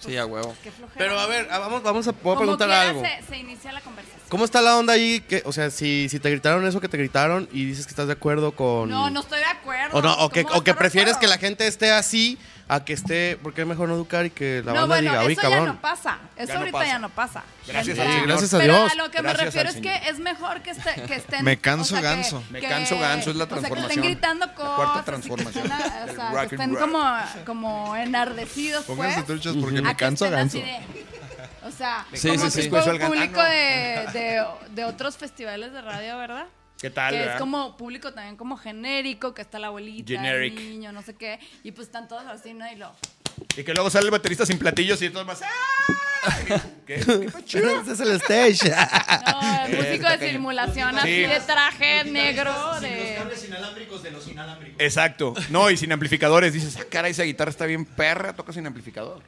Speaker 4: Sí, a huevo.
Speaker 2: Qué flojera.
Speaker 5: Pero a ver, ah, vamos, vamos a, voy a
Speaker 2: Como
Speaker 5: preguntar
Speaker 2: quiera
Speaker 5: algo.
Speaker 2: Se, se inicia la conversación.
Speaker 5: ¿Cómo está la onda ahí? Que, o sea, si, si te gritaron eso que te gritaron y dices que estás de acuerdo con...
Speaker 2: No, no estoy de acuerdo.
Speaker 5: O, no, o que,
Speaker 2: ¿Cómo
Speaker 5: o que
Speaker 2: estar de
Speaker 5: prefieres que
Speaker 2: acuerdo?
Speaker 5: la gente esté así a que esté... Porque es mejor no educar y que la
Speaker 2: no,
Speaker 5: banda
Speaker 2: bueno,
Speaker 5: diga, oye,
Speaker 2: eso ya
Speaker 5: cabrón.
Speaker 2: no pasa. Eso
Speaker 10: no
Speaker 2: ahorita
Speaker 10: pasa.
Speaker 2: ya no pasa.
Speaker 10: Gracias
Speaker 2: Ya.
Speaker 10: al Señor.
Speaker 5: Gracias a
Speaker 2: Pero
Speaker 5: Dios.
Speaker 2: a lo que me
Speaker 10: Gracias
Speaker 2: refiero
Speaker 10: al
Speaker 2: es que es mejor que, esté- que estén.
Speaker 9: Me canso
Speaker 2: que-
Speaker 9: ganso.
Speaker 10: Me
Speaker 2: que-
Speaker 10: canso ganso, es la
Speaker 2: O sea, que
Speaker 10: transformación.
Speaker 2: estén gritando
Speaker 10: La
Speaker 2: cosas.
Speaker 10: cuarta
Speaker 2: y que
Speaker 10: transformación
Speaker 2: estén, ah,
Speaker 10: del
Speaker 2: o sea,
Speaker 10: rock
Speaker 2: que estén
Speaker 10: and
Speaker 2: como, como enardecidos.
Speaker 9: Pónganse
Speaker 2: pues,
Speaker 9: truchas porque me
Speaker 2: a que
Speaker 9: canso
Speaker 2: estén
Speaker 9: ganso.
Speaker 2: así de- O sea,
Speaker 3: Sí,
Speaker 2: como
Speaker 3: sí, sí.
Speaker 2: tipo
Speaker 10: Eso al gan-
Speaker 2: público
Speaker 10: ah, no.
Speaker 2: de, de, de otros festivales de radio, ¿verdad?
Speaker 10: ¿Qué tal,
Speaker 2: Que
Speaker 10: verdad?
Speaker 2: es como público también como genérico, que está la abuelita,
Speaker 10: Generic.
Speaker 2: el niño, no sé qué. Y pues están todos así, ¿no? Y lo...
Speaker 10: Y que luego sale el baterista sin platillos y todo más. ¡ah! ¿Qué? ¿Qué pacho?
Speaker 5: Ese es el stage.
Speaker 2: No, el músico de simulación así
Speaker 10: Sí.
Speaker 2: de traje negro de
Speaker 10: Exacto. No, y sin amplificadores. Dices, ah, cara, esa guitarra está bien perra, toca sin amplificador.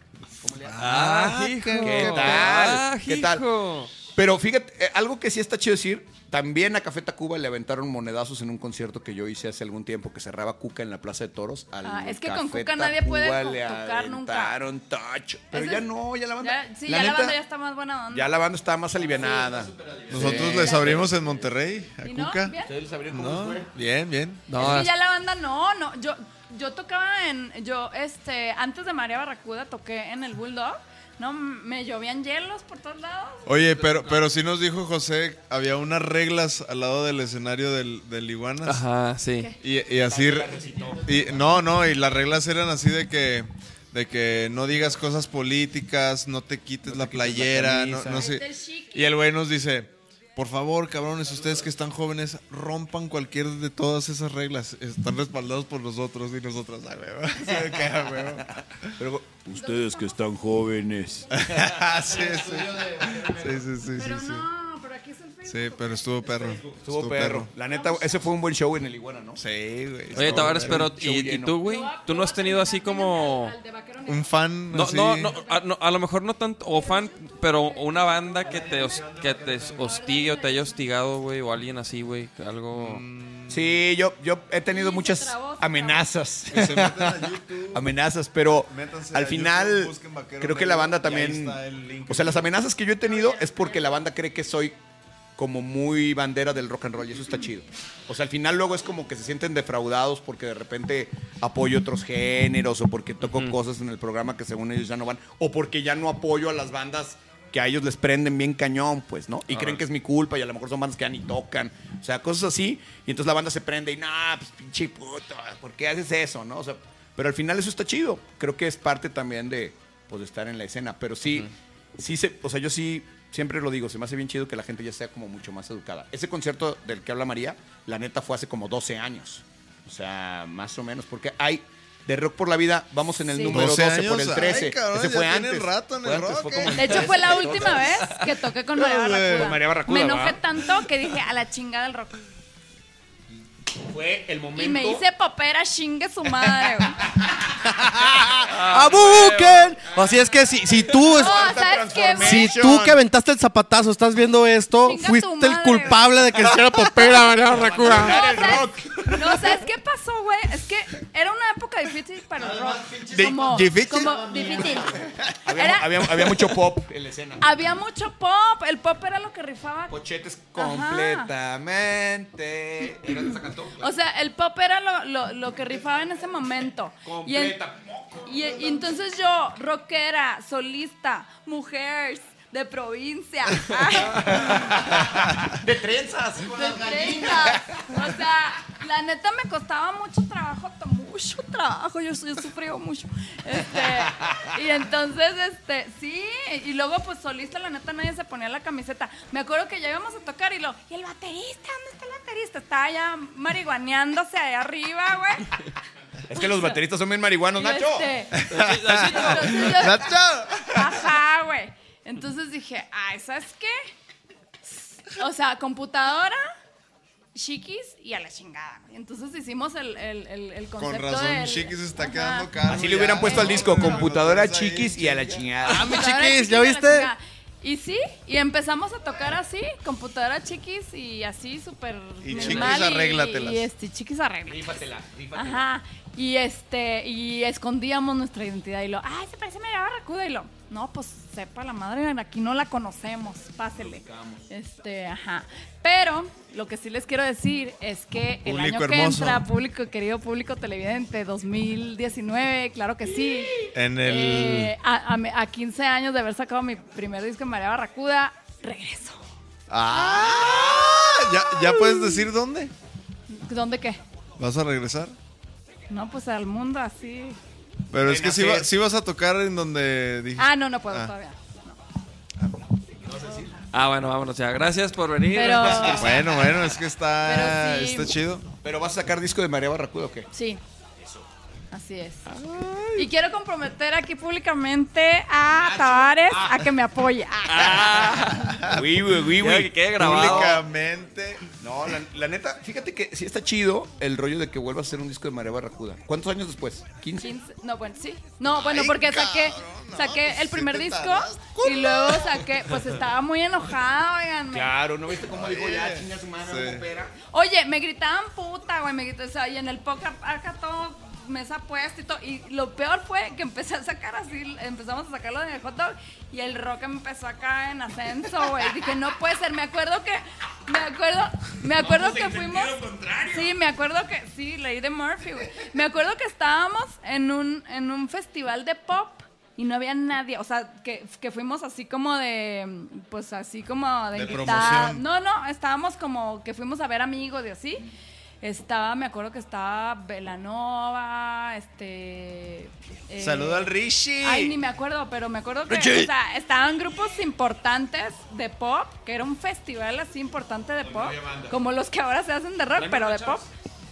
Speaker 3: Ah, hijo.
Speaker 10: ¿Qué tal?
Speaker 3: Ah,
Speaker 10: ¿Qué tal?
Speaker 3: hijo.
Speaker 10: Pero fíjate, eh, algo que sí está chido decir, también a Café Tacuba le aventaron monedazos en un concierto que yo hice hace algún tiempo que cerraba Cuca en la Plaza de Toros. Al
Speaker 2: Ah, es que con
Speaker 10: Café
Speaker 2: Cuca nadie puede
Speaker 10: Tacuba
Speaker 2: co-
Speaker 10: le
Speaker 2: tocar nunca.
Speaker 10: aventaron tacho. Pero
Speaker 2: Ese
Speaker 10: ya
Speaker 2: es-
Speaker 10: no, ya la banda.
Speaker 2: ya, sí, ya la
Speaker 10: neta,
Speaker 2: banda ya está más buena onda.
Speaker 10: ya la banda estaba más alivianada.
Speaker 9: Nosotros les abrimos en Monterrey, a
Speaker 2: ¿Y no?
Speaker 9: Cuca.
Speaker 2: ¿Bien?
Speaker 9: No, bien, bien.
Speaker 4: No,
Speaker 2: Es que ya la banda no, no. Yo, yo tocaba en. Yo, este. Antes de María Barracuda toqué en el Bulldog. No, me llovían hielos por todos lados.
Speaker 9: Oye, pero, pero sí nos dijo José, había unas reglas al lado del escenario del, del Iguanas.
Speaker 3: Ajá, sí.
Speaker 9: Y, y así. Y, no, no, y las reglas eran así de que. De que no digas cosas políticas, no te quites la playera, no- no, sé.
Speaker 2: Ay, está chiqui.
Speaker 9: Y el güey nos dice, por favor, cabrones, ustedes que están jóvenes, rompan cualquier de todas esas reglas. Están respaldados por nosotros y nosotras, "Ah, huevo". Así de que, "Ah, huevo".
Speaker 10: Pero ustedes que están jóvenes.
Speaker 9: Ah, sí, sí. Sí, sí, sí, sí,
Speaker 2: Pero
Speaker 9: sí.
Speaker 2: no, pero aquí es el Facebook.
Speaker 9: Sí, pero estuvo perro.
Speaker 10: Estuvo perro. La neta, ese fue un buen show en el Iguana, ¿no?
Speaker 9: Sí, güey.
Speaker 3: Oye,
Speaker 9: estuvo
Speaker 3: Tavares,
Speaker 9: perro.
Speaker 3: pero
Speaker 10: show
Speaker 3: ¿y, y
Speaker 10: lleno.
Speaker 3: tú, güey? ¿Tú no has tenido así como...
Speaker 2: Al de vaquero negro.
Speaker 9: Un fan.
Speaker 3: No,
Speaker 9: así.
Speaker 3: no, no a, no, a lo mejor no tanto, o fan, pero una
Speaker 9: Mm.
Speaker 3: banda que te, os- que te hostigue o te haya hostigado, güey, o alguien así, güey, algo...
Speaker 10: Sí, yo, yo he tenido
Speaker 2: Sí, se
Speaker 10: muchas
Speaker 2: trabó, se
Speaker 10: amenazas.
Speaker 9: Se meten a YouTube.
Speaker 10: amenazas, pero
Speaker 9: Métanse
Speaker 10: al
Speaker 9: a
Speaker 10: final
Speaker 9: YouTube, busquen Vaquero
Speaker 10: creo que
Speaker 9: Negro,
Speaker 10: la banda
Speaker 9: y ahí
Speaker 10: también...
Speaker 9: está el link.
Speaker 10: O sea, las amenazas que yo he tenido es porque la banda cree que soy como muy bandera del rock and roll y eso está chido. O sea, al final luego es como que se sienten defraudados porque de repente apoyo otros géneros o porque toco cosas en el programa que según ellos ya no van o porque ya no apoyo a las bandas que a ellos les prenden bien cañón, pues, ¿no? Y creen que es mi culpa y a lo mejor son bandas que ya ni tocan. O sea, cosas así. Y entonces la banda se prende y, nah, pues pinche puto, ¿por qué haces eso, no? O sea, pero al final eso está chido. Creo que es parte también de, pues, de estar en la escena. Pero sí, sí se, o sea, yo sí siempre lo digo, se me hace bien chido que la gente ya sea como mucho más educada. Ese concierto del que habla María, la neta fue hace como 12 años. O sea, más o menos, porque hay de Rock por la Vida, vamos en el
Speaker 2: Sí.
Speaker 10: número 12
Speaker 9: 12
Speaker 10: por el
Speaker 9: años,
Speaker 10: 13.
Speaker 9: ay, cabrón,
Speaker 10: Ese
Speaker 9: ya
Speaker 10: fue
Speaker 9: tienen
Speaker 10: antes.
Speaker 9: rato en
Speaker 10: Fue
Speaker 9: el
Speaker 10: antes,
Speaker 9: rock,
Speaker 10: fue como
Speaker 9: eh.
Speaker 10: el
Speaker 2: De hecho,
Speaker 10: 13,
Speaker 2: fue la
Speaker 10: 14.
Speaker 2: última vez que toqué con María
Speaker 9: Con
Speaker 2: Barracuda.
Speaker 9: María
Speaker 2: Me enojé tanto que dije a la chingada del rock.
Speaker 10: Fue el momento.
Speaker 2: Y me hice popera, chingue su madre, güey.
Speaker 4: ¡A Buken! Así es que si, si tú. es-
Speaker 2: No, ¿sabes qué, güey?
Speaker 4: Si tú que aventaste el zapatazo estás viendo esto,
Speaker 2: Chinga tu
Speaker 4: fuiste el
Speaker 2: madre.
Speaker 4: culpable de que se hiciera papel a María Barracuda.
Speaker 2: No, ¿sabes- No, ¿sabes qué pasó, güey? Es que era una época difícil para el rock.
Speaker 10: Di-
Speaker 2: Como,
Speaker 10: ¿difícil?
Speaker 2: Como difícil.
Speaker 10: Había,
Speaker 2: Era-
Speaker 10: había- había mucho pop en la escena.
Speaker 2: había mucho pop. El pop era lo que rifaba.
Speaker 10: Cochetes completamente. ¿Era esa cantó?
Speaker 2: O sea, el pop era lo, lo- lo que rifaba en ese momento. Y, en-
Speaker 10: Completa.
Speaker 2: y- y entonces yo, rockera, solista, mujer, de provincia.
Speaker 10: De trenzas.
Speaker 2: de trenzas. O sea, la neta me costaba mucho trabajo, to- mucho trabajo. Yo, yo sufrí mucho. Este, y entonces, este, sí. Y luego, pues solista, la neta nadie se ponía la camiseta. Me acuerdo que ya íbamos a tocar y lo. ¿Y el baterista? ¿Dónde está el baterista? Estaba ya marihuaneándose allá arriba, güey.
Speaker 10: Es que los bateristas son bien marihuanos,
Speaker 2: Y
Speaker 10: Nacho.
Speaker 2: este, entonces yo-
Speaker 9: ¡Nacho!
Speaker 2: Ajá, güey. Entonces dije, ay, ¿sabes qué? O sea, computadora, chiquis y a la chingada. güey. Entonces hicimos el, el, el, el
Speaker 9: Con
Speaker 2: concepto
Speaker 9: razón,
Speaker 2: del-
Speaker 9: Chiquis está
Speaker 2: Ajá.
Speaker 9: quedando caro.
Speaker 10: Así le hubieran puesto al disco computadora chiquis y a la
Speaker 4: Ah,
Speaker 10: chingada.
Speaker 4: mi
Speaker 2: Computadora
Speaker 4: chiquis, ¿ya
Speaker 2: y a la
Speaker 4: viste?
Speaker 2: chingada. Y sí, y empezamos a tocar así, computadora chiquis y así súper
Speaker 9: Y
Speaker 2: normal
Speaker 9: Ah, chiquis, arréglatelas.
Speaker 2: Y, este, chiquis arréglatelas. Ajá. Y este, y escondíamos nuestra identidad y lo, ay, se parece a María Barracuda y lo, no, pues sepa la madre, aquí no la conocemos, pásele. Este, ajá. Pero lo que sí les quiero decir es que el
Speaker 9: Público
Speaker 2: año que
Speaker 9: hermoso.
Speaker 2: entra, público, querido público televidente, 2019, claro que sí.
Speaker 9: En el.
Speaker 2: Eh, a, a me- a 15 años de haber sacado mi primer disco en María Barracuda, regreso.
Speaker 9: ¡Ah! ¿Ya, ¿Ya puedes decir dónde?
Speaker 2: ¿Dónde qué?
Speaker 9: ¿Vas a regresar?
Speaker 2: No, pues al mundo así.
Speaker 9: Pero es que si,
Speaker 10: Renacer.
Speaker 9: va- si vas a tocar en donde dije.
Speaker 2: Ah, no, no puedo
Speaker 9: Ah.
Speaker 2: todavía.
Speaker 3: Ah, bueno, vámonos ya. Gracias por venir.
Speaker 2: Pero
Speaker 9: Bueno, bueno, es que está,
Speaker 2: Pero sí.
Speaker 9: está chido.
Speaker 10: ¿Pero vas a sacar disco de María Barracuda o qué?
Speaker 2: sí. Así es. Y quiero comprometer aquí públicamente a Tavares a que me apoye. Ah,
Speaker 10: Uy, uy, uy,
Speaker 3: Ya que quede grabado.
Speaker 9: Públicamente.
Speaker 10: No, la, la neta, fíjate que sí está chido el rollo de que vuelvas a hacer un disco de María Barracuda. ¿Cuántos años después? ¿15?
Speaker 2: 15 no, bueno, sí. No, bueno, porque saqué, saqué el primer disco y luego saqué, pues estaba muy enojada, oigan.
Speaker 10: Claro, ¿no viste cómo dijo ya, chinga su madre,
Speaker 9: Sí.
Speaker 10: no opera?
Speaker 2: Oye, me gritaban puta, güey, me gritaban, o sea, y en el poker acá todo mesa puesta y todo. Y lo peor fue que empecé a sacar así, empezamos a sacarlo de hot dog y el rock empezó acá en ascenso, güey. Dije, no puede ser, me acuerdo que, me acuerdo, me acuerdo que fuimos. Sí, me acuerdo que, sí, leí de Murphy, güey. Me acuerdo que estábamos en un, en un festival de pop. Y no había nadie, o sea, que, que fuimos así como de, pues así como de,
Speaker 9: De
Speaker 2: invitados.
Speaker 9: promoción.
Speaker 2: No, no, estábamos como que fuimos a ver amigos y así. Estaba, me acuerdo que estaba Velanova, este... eh,
Speaker 9: Saluda al Rishi.
Speaker 2: Ay, ni me acuerdo, pero me acuerdo que
Speaker 9: Richie.
Speaker 2: o sea, estaban grupos importantes de pop, que era un festival así importante de pop, como los que ahora se hacen de rock, pero de pop.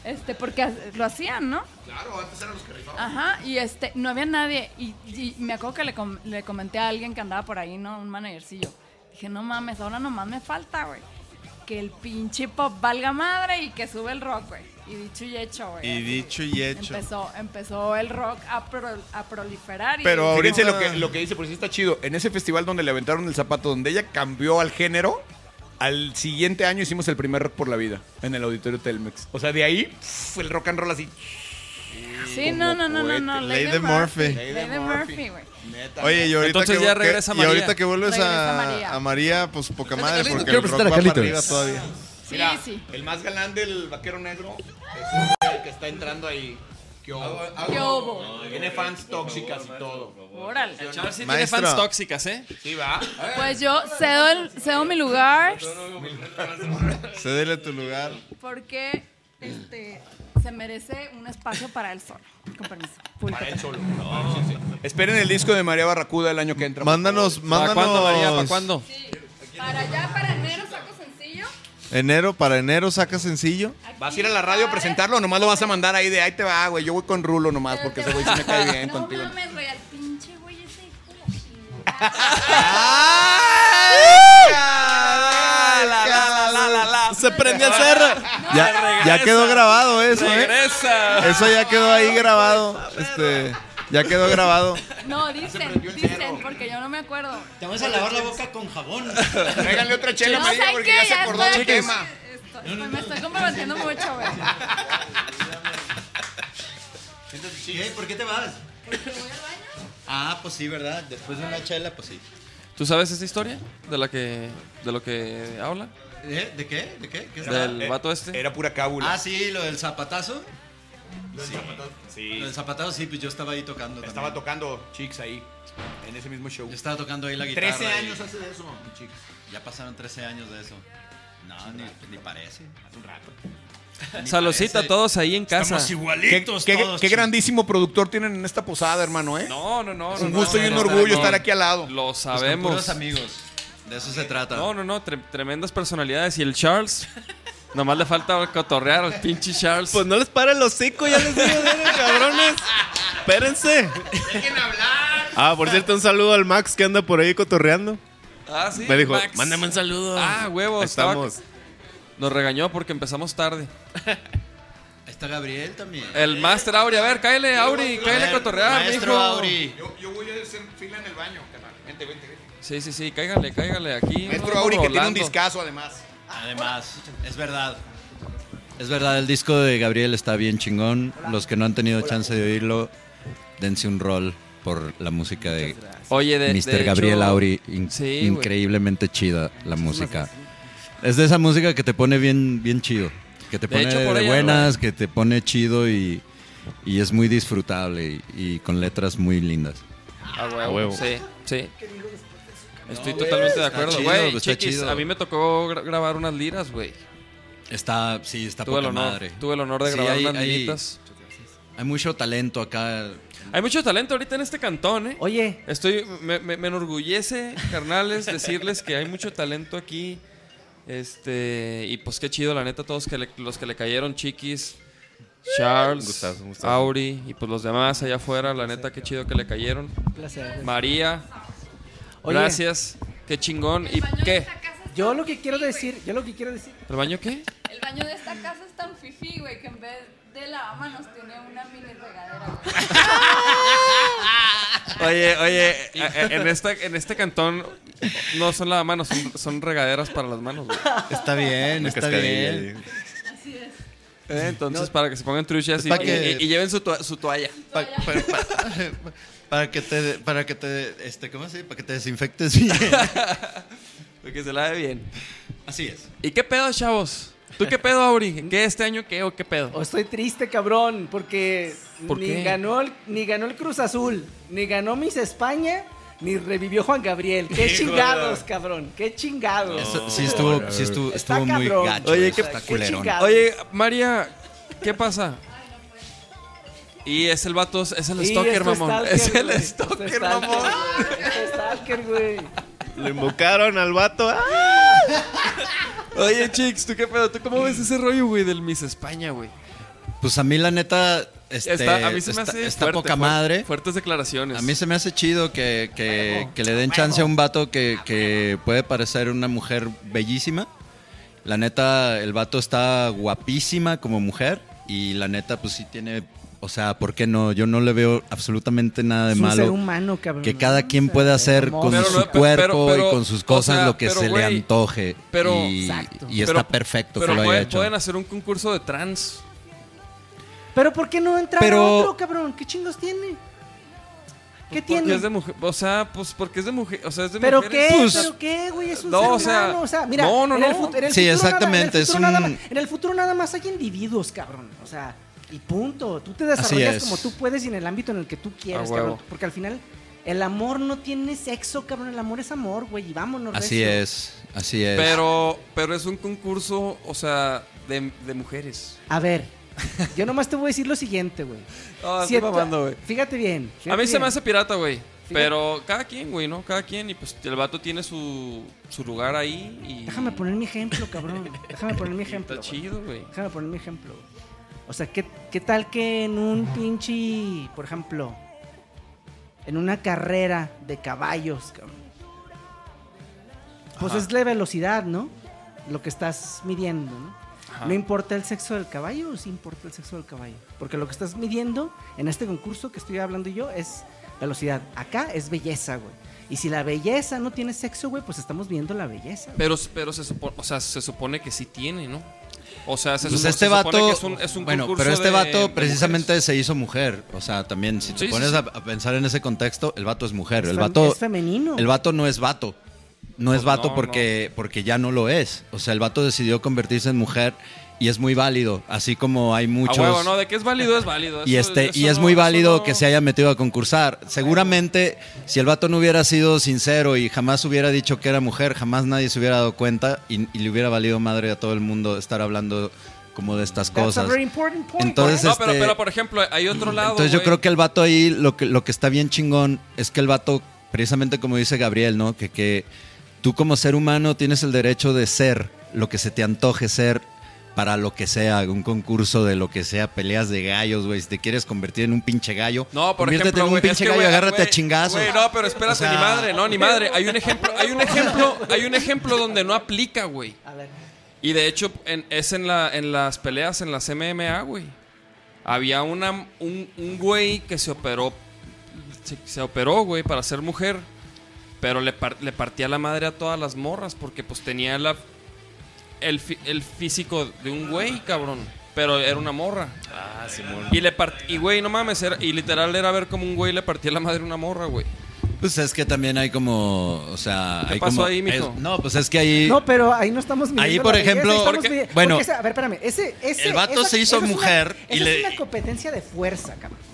Speaker 2: Este, porque ha- lo hacían, ¿no? Claro, antes eran los que Ajá, y este, no había nadie. Y, y me acuerdo que le, com- le comenté a alguien que andaba por ahí, ¿no? Un managercillo. Dije, no mames, ahora nomás me falta, güey. Que el pinche pop valga madre y que sube el rock, güey. Y dicho y hecho, güey.
Speaker 9: Y
Speaker 2: así.
Speaker 9: dicho y hecho.
Speaker 2: Empezó, empezó el rock a, pro- a proliferar. Y
Speaker 9: Pero ahorita-
Speaker 10: Fíjense lo que, lo que dice, por si está chido. En ese festival donde le aventaron el zapato, donde ella cambió al género, Al siguiente año hicimos el primer rock por la vida en el auditorio Telmex. O sea, de ahí pf, el rock and roll así.
Speaker 2: Sí, no, no, no, no, no.
Speaker 9: Ley
Speaker 2: Ley
Speaker 9: de
Speaker 2: de
Speaker 9: Murphy.
Speaker 2: Ley de Murphy, güey.
Speaker 10: Neta.
Speaker 9: Oye, y ahorita
Speaker 3: Entonces
Speaker 9: que,
Speaker 3: ya
Speaker 9: que-
Speaker 3: regresa María.
Speaker 9: Y ahorita que vuelves
Speaker 2: Regresa
Speaker 9: a,
Speaker 2: María.
Speaker 9: a María, pues poca madre,
Speaker 4: Carlitos,
Speaker 9: porque
Speaker 4: quiero
Speaker 9: el rock
Speaker 4: presentar a
Speaker 9: va para arriba
Speaker 4: Carlitos.
Speaker 9: todavía.
Speaker 2: Sí,
Speaker 10: Mira,
Speaker 2: sí.
Speaker 10: el más galán del vaquero negro es el que está entrando ahí. ¿Qué hubo?
Speaker 2: ¿Qué hubo?
Speaker 10: Tiene fans tóxicas y todo.
Speaker 2: Órale.
Speaker 3: Chaval sí tiene
Speaker 9: Maestro.
Speaker 3: fans tóxicas, ¿eh?
Speaker 10: Sí, va.
Speaker 2: Pues yo cedo, el- cedo mi lugar
Speaker 9: Cédele tu lugar.
Speaker 2: porque este, se merece un espacio para el sol. Con permiso. Público.
Speaker 10: Para él solo. Sí, sí. Esperen el disco de María Barracuda el año que entra.
Speaker 9: Mándanos,
Speaker 3: ¿Para
Speaker 9: mándanos.
Speaker 3: cuándo, María? ¿Para cuándo?
Speaker 2: Sí. Para allá, para enero, saco sencillo.
Speaker 9: Enero, para enero saca sencillo.
Speaker 10: ¿Vas a ir a la radio a presentarlo o nomás lo vas a mandar ahí de ahí te va, güey? Yo voy con Rulo nomás porque ese güey se me cae bien
Speaker 2: no
Speaker 10: contigo.
Speaker 2: No mames, güey, al pinche güey ese hijo de la chingada.
Speaker 5: Se prendió el cerro.
Speaker 9: Ya, ya quedó grabado eso, ¿eh?
Speaker 3: Regresa.
Speaker 9: Eso ya quedó ahí grabado. Este, ya quedó grabado.
Speaker 2: No, dicen, dicen, porque yo no me acuerdo.
Speaker 11: Te vas a lavar la boca con jabón.
Speaker 10: Tráiganle otra chela,
Speaker 2: No sé
Speaker 10: María,
Speaker 2: qué,
Speaker 10: porque ya se acordó
Speaker 2: estoy
Speaker 10: del
Speaker 2: aquí.
Speaker 10: tema.
Speaker 2: Estoy- estoy- me estoy comprometiendo mucho, güey.
Speaker 11: Ey, ¿Por qué te vas? Ah, pues sí, ¿verdad? Después de una chela, pues sí.
Speaker 3: ¿Tú sabes esta historia? De la que. de lo que habla.
Speaker 11: ¿Eh? ¿De qué? ¿De qué? ¿Qué es
Speaker 3: Del vato este.
Speaker 10: Era pura cábula.
Speaker 11: Ah, sí, lo del zapatazo. Lo
Speaker 10: Sí.
Speaker 11: del zapatazo, sí, pues yo estaba ahí tocando.
Speaker 10: Estaba
Speaker 11: también.
Speaker 10: tocando Chicks ahí, en ese mismo show.
Speaker 11: Yo estaba tocando ahí la guitarra.
Speaker 10: 13
Speaker 11: y-
Speaker 10: años hace de eso, Chicks.
Speaker 11: Ya pasaron 13 años de eso. No, ni, ni parece.
Speaker 10: Hace un rato.
Speaker 11: Ni
Speaker 3: Saludcita a
Speaker 11: parece.
Speaker 3: todos ahí en casa.
Speaker 6: Estamos
Speaker 10: ¿Qué,
Speaker 6: igualitos
Speaker 10: qué-
Speaker 6: todos.
Speaker 10: qué
Speaker 6: chicos.
Speaker 10: grandísimo productor tienen en esta posada, hermano, ¿eh?
Speaker 3: No, no, no.
Speaker 10: un
Speaker 3: no,
Speaker 10: gusto
Speaker 3: no,
Speaker 10: y un
Speaker 3: no,
Speaker 10: orgullo
Speaker 3: no.
Speaker 10: estar aquí al lado.
Speaker 3: Lo
Speaker 11: Pues con puros
Speaker 3: sabemos.
Speaker 11: amigos. De eso se trata.
Speaker 3: No, no, no. tre- tremendas personalidades. Y el Charles. Nomás le falta cotorrear al pinche Charles.
Speaker 5: Pues no les para el hocico, ya les digo, miren, cabrones. Espérense.
Speaker 10: Dejen hablar.
Speaker 5: Ah, por cierto, un saludo al Max que anda por ahí cotorreando.
Speaker 3: ah, sí.
Speaker 5: Me dijo,
Speaker 3: Max.
Speaker 5: mándame un saludo.
Speaker 3: Ah, huevo.
Speaker 5: Ahí
Speaker 3: estaba-
Speaker 5: Estamos.
Speaker 3: Nos regañó porque empezamos tarde.
Speaker 11: Ahí está Gabriel también.
Speaker 3: El Master Auri. A ver, cáele, Auri.
Speaker 11: A
Speaker 3: Cáele
Speaker 11: ver,
Speaker 3: a cotorrear,
Speaker 11: Maestro
Speaker 3: mijo.
Speaker 11: Auri.
Speaker 10: Yo, yo voy a hacer fila en el baño, carnal. Vente, vente, vente.
Speaker 3: Sí, sí, sí. Cáigale, cáigale. Aquí.
Speaker 10: Maestro
Speaker 3: vamos
Speaker 10: Auri, que tiene un
Speaker 3: rolando.
Speaker 10: discazo además.
Speaker 11: Además, es verdad.
Speaker 7: Es verdad, el disco de Gabriel está bien chingón. Los que no han tenido chance de oírlo, dense un rol por la música de
Speaker 3: Oye, de.
Speaker 7: Mr.
Speaker 3: de
Speaker 7: Gabriel
Speaker 3: hecho-
Speaker 7: Auri. In-
Speaker 3: Sí, güey.
Speaker 7: increíblemente chida la música. Es de esa música que te pone bien, bien chido. Que te
Speaker 3: De
Speaker 7: pone de,
Speaker 3: hecho, por eh. ella,
Speaker 7: buenas, que te pone chido y, y es muy disfrutable y, y con letras muy lindas.
Speaker 3: A huevo.
Speaker 5: huevo.
Speaker 3: Sí, sí. Estoy totalmente de
Speaker 7: está
Speaker 3: acuerdo,
Speaker 7: chido,
Speaker 3: güey.
Speaker 7: está
Speaker 3: Chiquis,
Speaker 7: chido.
Speaker 3: a mí me tocó gra- grabar unas liras, güey.
Speaker 7: Está, sí, está
Speaker 3: Tuve el
Speaker 7: poca
Speaker 3: honor,
Speaker 7: madre.
Speaker 3: tuve el honor de
Speaker 7: Sí,
Speaker 3: grabar
Speaker 7: hay-
Speaker 3: unas
Speaker 7: hay-
Speaker 3: liritas.
Speaker 7: Hay mucho talento acá.
Speaker 3: Hay mucho talento ahorita en este cantón, ¿eh?
Speaker 11: Oye.
Speaker 3: Estoy, me, me- me enorgullece, carnales, decirles que hay mucho talento aquí. Este, y pues qué chido, la neta, todos que le- los que le cayeron, Chiquis, Charles,
Speaker 5: Gustazo, gustazo.
Speaker 3: Auri y pues los demás allá afuera, la neta, qué chido que le cayeron.
Speaker 12: Placer.
Speaker 3: María,
Speaker 12: Oye.
Speaker 3: gracias, qué chingón. ¿Y
Speaker 2: El baño de
Speaker 3: qué?
Speaker 2: esta casa es
Speaker 12: Yo
Speaker 2: tan
Speaker 12: lo que quiero
Speaker 2: fifí, güey.
Speaker 12: decir, yo lo que quiero decir.
Speaker 3: ¿El baño qué?
Speaker 2: El baño de esta casa es tan fifi, güey, que en vez de lavamanos tiene una mini regadera. güey.
Speaker 3: Oye, oye, a- a- eh, en, esta, en este cantón no son lavamanos, son, son regaderas para las manos, güey.
Speaker 7: Está bien, está bien.
Speaker 3: Eh, Entonces, para que se pongan truchas y,
Speaker 7: Pa' que-
Speaker 3: y- y lleven su, toa- su toalla.
Speaker 7: Pa- pa- pa- para que te para que te este cómo se dice? para que te desinfectes bien.
Speaker 3: Porque se lave bien.
Speaker 7: así es
Speaker 3: ¿Y qué pedo, chavos? ¿Tú qué pedo, Auri? ¿Qué este año qué o qué pedo?
Speaker 12: O estoy triste, cabrón, porque
Speaker 3: ¿Por
Speaker 12: ni
Speaker 3: qué?
Speaker 12: ganó el, ni ganó el Cruz Azul, ni ganó Miss España, ni revivió Juan Gabriel. Qué chingados, cabrón, qué chingados.
Speaker 2: Oh.
Speaker 7: Eso- sí estuvo sí estuvo,
Speaker 12: Está
Speaker 7: estuvo muy
Speaker 12: cabrón.
Speaker 7: gacho
Speaker 12: Oye,
Speaker 7: eso,
Speaker 12: qué-
Speaker 7: está
Speaker 12: qué
Speaker 7: culerón.
Speaker 12: chingada.
Speaker 3: Oye, María, ¿qué pasa? Y es el vato, es el
Speaker 12: Sí,
Speaker 3: stalker,
Speaker 12: es tu
Speaker 3: mamón.
Speaker 12: stalker,
Speaker 3: Es el
Speaker 12: güey. Es tu
Speaker 3: stalker,
Speaker 12: stalker,
Speaker 3: mamón.
Speaker 12: güey. Es tu stalker, güey.
Speaker 5: Lo invocaron al vato. ¡Ah!
Speaker 3: Oye, chicks, ¿tú qué pedo? ¿Tú cómo ves ese rollo, güey, del Miss España, güey?
Speaker 7: pues a mí la neta este,
Speaker 3: Está- a mí se me
Speaker 7: está-
Speaker 3: hace
Speaker 7: está
Speaker 3: fuerte,
Speaker 7: poca
Speaker 3: fuer-
Speaker 7: madre
Speaker 3: Fuertes declaraciones.
Speaker 7: a mí se me hace chido que, que- que le den chance a un vato que, que puede parecer una mujer bellísima la neta el vato está guapísima como mujer y la neta pues sí tiene O sea, ¿por qué no? Yo no le veo absolutamente nada de
Speaker 12: Es un
Speaker 7: malo.
Speaker 12: ser humano, cabrón.
Speaker 7: Que cada quien pueda hacer con
Speaker 3: Pero
Speaker 7: su
Speaker 3: no- pero-
Speaker 7: cuerpo
Speaker 3: pero-
Speaker 7: y con sus
Speaker 3: o
Speaker 7: cosas
Speaker 3: sea,
Speaker 7: lo que
Speaker 3: pero,
Speaker 7: se
Speaker 3: güey,
Speaker 7: le antoje.
Speaker 3: Pero,
Speaker 7: y,
Speaker 3: Exacto.
Speaker 7: y está
Speaker 3: Pero-
Speaker 7: perfecto
Speaker 3: pero
Speaker 7: que lo haya
Speaker 3: pueden,
Speaker 7: hecho.
Speaker 3: pueden hacer un concurso de trans.
Speaker 12: Pero ¿por qué no entra
Speaker 3: Pero-
Speaker 12: otro, cabrón? ¿Qué chingos tiene? ¿Qué
Speaker 3: Pues Porque
Speaker 12: tiene?
Speaker 3: es de mujer. O sea, pues porque es de mujer. O sea, es de
Speaker 12: ¿Pero
Speaker 3: mujeres. Pues,
Speaker 12: qué? ¿Pero qué, güey? Es un
Speaker 3: no,
Speaker 12: ser
Speaker 3: o sea,
Speaker 12: humano. O sea, mira,
Speaker 3: no, no,
Speaker 12: en el
Speaker 3: no.
Speaker 12: fut- en el
Speaker 7: Sí,
Speaker 12: futuro nada-
Speaker 7: exactamente,
Speaker 12: en el
Speaker 7: es
Speaker 12: futuro nada
Speaker 7: un-
Speaker 12: más- en el futuro nada más hay individuos, cabrón. O sea, y punto. Tú te
Speaker 7: Así
Speaker 12: desarrollas
Speaker 7: es.
Speaker 12: como tú puedes y en el ámbito en el que tú quieras,
Speaker 7: A huevo.
Speaker 12: cabrón. Porque al final, el amor no tiene sexo, cabrón. El amor es amor, güey. Y vámonos,
Speaker 7: Así
Speaker 12: recio.
Speaker 7: es, así es.
Speaker 3: Pero, pero es un concurso, o sea, de, de mujeres.
Speaker 12: A ver, yo nomás te voy a decir lo siguiente, güey.
Speaker 3: Ah,
Speaker 12: Si
Speaker 3: estoy
Speaker 12: a tu-
Speaker 3: mamando, güey.
Speaker 12: Fíjate bien.
Speaker 3: A
Speaker 12: fíjate
Speaker 3: mí se
Speaker 12: bien.
Speaker 3: me hace pirata, güey. Pero cada quien, güey, ¿no? Cada quien. Y pues el vato tiene su, su lugar ahí. Y
Speaker 12: Déjame poner mi ejemplo, cabrón. Déjame poner mi ejemplo.
Speaker 3: Está
Speaker 12: güey.
Speaker 3: chido, güey.
Speaker 12: Déjame poner mi ejemplo. güey. O sea, ¿qué, ¿qué tal que en un pinche, por ejemplo, en una carrera de caballos, cabrón? Pues
Speaker 13: Ajá.
Speaker 12: es la velocidad, ¿no? Lo que estás midiendo, ¿no?
Speaker 13: Ajá.
Speaker 12: No importa el sexo del caballo, sí importa el sexo del caballo. Porque lo que estás midiendo en este concurso que estoy hablando yo es velocidad. Acá es belleza, güey. Y si la belleza no tiene sexo, güey, pues estamos viendo la belleza.
Speaker 3: Pero, pero se, supone, o sea, se supone que sí tiene, ¿no? O sea, se,
Speaker 7: Pues
Speaker 3: supo-
Speaker 7: este
Speaker 3: se supone
Speaker 7: vato,
Speaker 3: que es un, es un
Speaker 7: bueno,
Speaker 3: concurso
Speaker 7: pero este
Speaker 3: de-
Speaker 7: vato
Speaker 3: de
Speaker 7: precisamente se hizo mujer. O sea, también si te
Speaker 3: Sí, sí,
Speaker 7: pones
Speaker 3: sí.
Speaker 7: A, a pensar en ese contexto, el vato es mujer.
Speaker 12: Es
Speaker 7: el
Speaker 12: fem-
Speaker 7: vato
Speaker 12: es femenino.
Speaker 7: El vato no es vato. No es
Speaker 12: Pues
Speaker 7: vato
Speaker 12: no,
Speaker 7: porque, porque ya no lo es. O sea, el vato decidió convertirse en mujer y es muy válido. Así como hay muchos.
Speaker 3: mujeres. A huevo, ¿no? De que es válido, es válido.
Speaker 7: Y,
Speaker 3: Eso-
Speaker 7: este, y
Speaker 3: eso
Speaker 7: es
Speaker 3: no-
Speaker 7: muy
Speaker 3: eso
Speaker 7: válido
Speaker 3: no-
Speaker 7: que se haya metido a concursar. Seguramente, si el vato no hubiera sido sincero y jamás hubiera dicho que era mujer, jamás nadie se hubiera dado cuenta y, y le hubiera valido madre a todo el mundo estar hablando como de estas
Speaker 12: That's a
Speaker 7: cosas.
Speaker 12: very important point,
Speaker 7: Entonces,
Speaker 3: No,
Speaker 7: este, Mm,
Speaker 3: pero, pero por ejemplo, hay otro lado.
Speaker 7: entonces yo
Speaker 3: güey.
Speaker 7: creo que el vato ahí, lo que, lo que está bien chingón es que el vato, precisamente como dice Gabriel, ¿no? Que, que tú como ser humano tienes el derecho de ser lo que se te antoje ser para lo que sea, un concurso de lo que sea, peleas de gallos, güey. Si te quieres convertir en un pinche gallo,
Speaker 3: No, por
Speaker 7: conviértete
Speaker 3: ejemplo,
Speaker 7: en un
Speaker 3: güey,
Speaker 7: pinche
Speaker 3: es que,
Speaker 7: gallo,
Speaker 3: güey,
Speaker 7: agárrate
Speaker 3: güey,
Speaker 7: a chingazos.
Speaker 3: güey, no, pero espérate,
Speaker 7: O sea-
Speaker 3: ni madre, no, ni madre. Hay un ejemplo, hay un ejemplo, hay un ejemplo donde no aplica, güey. Y de hecho en- es en la en las peleas en las MMA, güey. Había una un, un güey que se operó se, se operó, güey, para ser mujer, pero le par- le partía la madre a todas las morras porque pues tenía la el, fi- el físico de un güey, cabrón. Pero era una morra.
Speaker 11: Ah, Simón.
Speaker 3: Y le part- y güey, no mames, era- y literal era ver como un güey le partía la madre a una morra, güey.
Speaker 7: Pues es que también hay como, o sea,
Speaker 3: ¿Qué
Speaker 7: hay
Speaker 3: pasó
Speaker 7: como-
Speaker 3: ahí, mijo?
Speaker 7: es- no, pues es que ahí
Speaker 12: No, pero ahí no estamos midiendo
Speaker 7: Ahí, por
Speaker 12: la belleza,
Speaker 7: ejemplo,
Speaker 12: estamos
Speaker 7: porque-
Speaker 12: midi-
Speaker 7: bueno,
Speaker 12: porque ese- a ver, espérame, ese, ese-
Speaker 7: el vato se hizo
Speaker 12: es una-
Speaker 7: mujer
Speaker 12: esa
Speaker 7: y le-
Speaker 12: es una competencia de fuerza, cabrón.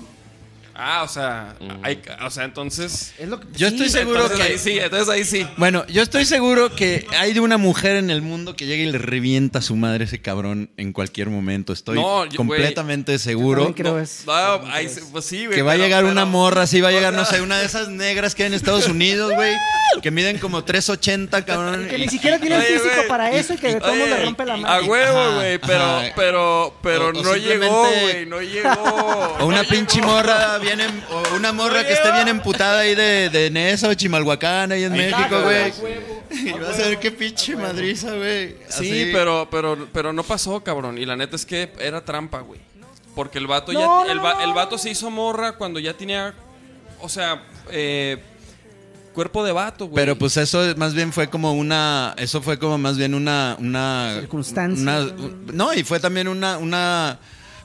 Speaker 3: Ah, o sea, hay- o sea, entonces
Speaker 7: Mm. Yo estoy seguro
Speaker 3: Entonces
Speaker 7: que
Speaker 3: ahí sí, entonces ahí sí.
Speaker 7: Bueno, yo estoy seguro que hay de una mujer en el mundo que llega y le revienta a su madre ese cabrón en cualquier momento. Estoy
Speaker 3: No, yo-
Speaker 7: completamente
Speaker 3: güey.
Speaker 7: seguro.
Speaker 3: No, no, ahí sí, pues sí, güey,
Speaker 7: Que va a
Speaker 3: pero-
Speaker 7: llegar una
Speaker 3: pero-
Speaker 7: morra, sí va a
Speaker 3: o
Speaker 7: llegar,
Speaker 3: sea-
Speaker 7: no sé, una de esas negras que hay en Estados Unidos, güey, que miden como 3.80, cabrón.
Speaker 12: Que ni siquiera tiene el
Speaker 7: Oye,
Speaker 12: físico
Speaker 7: güey,
Speaker 12: para
Speaker 7: y-
Speaker 12: eso y que de todo
Speaker 7: oye,
Speaker 12: mundo le rompe la
Speaker 7: y-
Speaker 12: mano.
Speaker 3: A huevo,
Speaker 7: Ajá,
Speaker 3: güey, pero
Speaker 7: ajá.
Speaker 3: pero pero
Speaker 7: O- o
Speaker 3: no
Speaker 7: simplemente-
Speaker 3: llegó, güey, no llegó.
Speaker 7: O una pinche morra bien em- o una morra que esté bien emputada ahí de, de Nesa o Chimalhuacán ahí en México, güey. Y vas a ver qué pinche madriza, güey.
Speaker 3: Sí,
Speaker 7: Así.
Speaker 3: pero pero pero no pasó, cabrón, y la neta es que era trampa, güey. Porque el vato
Speaker 12: No,
Speaker 3: ya el,
Speaker 12: no,
Speaker 3: va-
Speaker 12: no.
Speaker 3: el vato se hizo morra cuando ya tenía o sea, eh, cuerpo de vato, güey.
Speaker 7: Pero pues eso es- más bien fue como una, eso fue como más bien una, una
Speaker 12: circunstancia.
Speaker 7: no, y fue también una, una,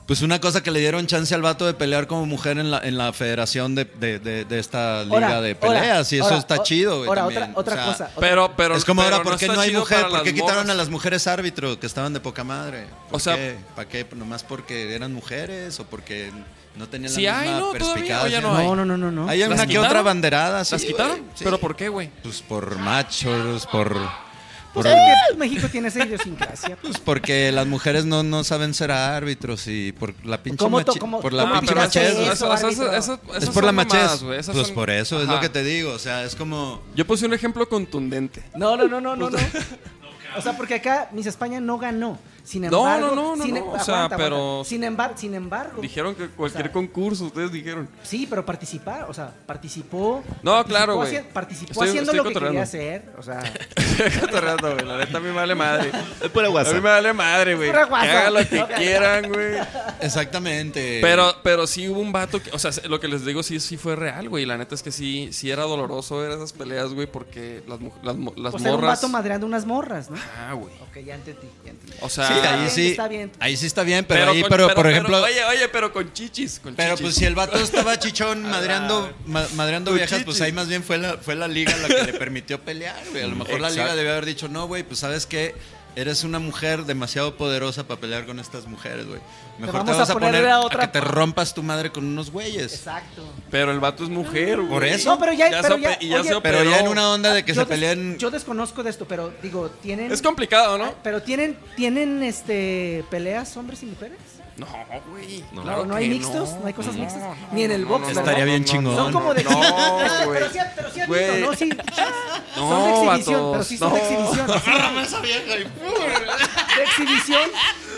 Speaker 7: pues una cosa que le dieron chance al vato de pelear como mujer en la, en la federación de, de- de- de esta liga
Speaker 12: Ahora,
Speaker 7: de peleas y eso
Speaker 12: ahora,
Speaker 7: está
Speaker 12: o-
Speaker 7: chido, güey.
Speaker 12: ahora,
Speaker 7: también.
Speaker 12: otra- otra
Speaker 7: O sea,
Speaker 12: cosa, otra-
Speaker 3: Pero- pero-
Speaker 7: es como ahora
Speaker 3: pero no
Speaker 7: por qué
Speaker 3: está
Speaker 7: no hay
Speaker 3: chido
Speaker 7: mujer,
Speaker 3: para
Speaker 7: por qué
Speaker 3: las
Speaker 7: quitaron
Speaker 3: morras?
Speaker 7: a las mujeres árbitro que estaban de poca madre.
Speaker 3: O sea-
Speaker 7: ¿para qué? Nomás porque eran mujeres o porque no tenían
Speaker 3: Sí
Speaker 7: la
Speaker 3: hay,
Speaker 7: misma
Speaker 3: ¿no? Todavía,
Speaker 7: perspicacia.
Speaker 3: o ya no hay.
Speaker 7: no,
Speaker 12: no, no, no.
Speaker 7: Hay
Speaker 3: ¿Las
Speaker 7: una que
Speaker 3: quitaron?
Speaker 7: otra banderada.
Speaker 3: ¿Las quitaron? ¿Pero por qué, güey?
Speaker 7: Pues por machos, por. por-
Speaker 12: Pues porque México tiene esa idiosincrasia.
Speaker 7: pues porque las mujeres no, no saben ser árbitros y por la pinche
Speaker 12: ¿Cómo to-
Speaker 7: machi-
Speaker 12: cómo-
Speaker 7: por la
Speaker 12: cómo
Speaker 7: pinche
Speaker 12: te hace
Speaker 7: machez,
Speaker 12: eso, Eso,
Speaker 7: güey.
Speaker 12: eso, árbitro? eso,
Speaker 7: es
Speaker 3: esas
Speaker 7: por la
Speaker 3: son
Speaker 7: machez.
Speaker 3: mamadas, güey, esas
Speaker 7: pues
Speaker 3: son-
Speaker 7: por eso, es
Speaker 3: Ajá.
Speaker 7: lo que te digo. O sea, es como.
Speaker 3: Yo puse un ejemplo contundente.
Speaker 12: No, no, no, no, no, no. O sea, porque acá Miss España no ganó. Sin
Speaker 3: No,
Speaker 12: embargo,
Speaker 3: no, no, no,
Speaker 12: sin,
Speaker 3: no,
Speaker 12: em-
Speaker 3: o sea,
Speaker 12: aguanta,
Speaker 3: pero-
Speaker 12: aguanta. Sin, embar- sin embargo,
Speaker 3: Dijeron que cualquier
Speaker 12: O sea,
Speaker 3: concurso, ustedes dijeron.
Speaker 12: sí, pero participar, o sea, participó.
Speaker 3: No,
Speaker 12: participó
Speaker 3: claro, güey.
Speaker 12: haci- Participó
Speaker 3: Estoy-
Speaker 12: haciendo
Speaker 3: estoy
Speaker 12: lo que
Speaker 3: cotorreando.
Speaker 12: quería hacer, o sea.
Speaker 3: Estoy cotorreando, güey. La neta a mí me vale madre.
Speaker 7: Es pura
Speaker 3: A mí me vale madre, güey. Que
Speaker 12: Pura guasa.
Speaker 3: hagan lo que quieran, güey.
Speaker 7: Exactamente.
Speaker 3: Pero, pero sí hubo un vato que, o sea, lo que les digo sí, sí fue real, güey. La neta es que sí, sí era doloroso ver esas peleas, güey, porque las, mu- las, mo- las
Speaker 12: o sea, era un
Speaker 3: morras.
Speaker 12: vato madreando unas morras, ¿no?
Speaker 3: Ah, güey.
Speaker 12: Ok, ya entendí, ya entendí.
Speaker 3: O sea,
Speaker 7: sí, ahí sí.
Speaker 12: Está bien.
Speaker 7: Ahí sí está bien, pero, ahí, pero, por ejemplo.
Speaker 3: oye, oye, pero con chichis. Con
Speaker 7: Pero
Speaker 3: chichis.
Speaker 7: pues si el vato estaba chichón madreando, ma- madreando
Speaker 3: Tu
Speaker 7: viejas, pues
Speaker 3: chichi.
Speaker 7: ahí más bien fue la, fue la liga la que le permitió pelear, güey. A lo mejor la liga
Speaker 3: Exacto.
Speaker 7: debió haber dicho, no, güey, pues sabes que eres una mujer demasiado poderosa para pelear con estas mujeres, güey. Mejor te,
Speaker 12: vamos a
Speaker 7: vas a
Speaker 12: poner
Speaker 7: poner
Speaker 12: a
Speaker 7: a,
Speaker 12: otra-
Speaker 7: que te rompas tu madre con unos güeyes.
Speaker 12: Exacto.
Speaker 3: Pero el vato es mujer, güey.
Speaker 7: Por eso.
Speaker 12: No, pero ya, pero
Speaker 3: se
Speaker 12: ya,
Speaker 3: ope- y ya
Speaker 12: oye, Ah,
Speaker 3: se
Speaker 7: Pero
Speaker 3: operó.
Speaker 7: ya en una onda de que
Speaker 12: yo
Speaker 7: se
Speaker 12: des-
Speaker 7: peleen.
Speaker 12: Yo desconozco de esto, pero digo, tienen.
Speaker 3: Es complicado, ¿no?
Speaker 12: Pero tienen, tienen este peleas hombres y mujeres.
Speaker 3: No, güey.
Speaker 12: No,
Speaker 3: claro
Speaker 12: no hay
Speaker 3: que
Speaker 12: mixtos, no, hay cosas mixtas. Ni en el
Speaker 3: no,
Speaker 12: box.
Speaker 3: no,
Speaker 12: ¿verdad?
Speaker 7: Estaría bien
Speaker 3: no,
Speaker 7: chingón.
Speaker 12: Son como de
Speaker 3: No,
Speaker 12: Este,
Speaker 3: güey.
Speaker 12: pero sí, pero sí han
Speaker 3: Güey.
Speaker 12: visto, ¿no? Sí.
Speaker 3: No,
Speaker 12: son de exhibición, pero sí son de
Speaker 3: vatos,
Speaker 12: exhibición.
Speaker 3: no.
Speaker 12: sí. De exhibición.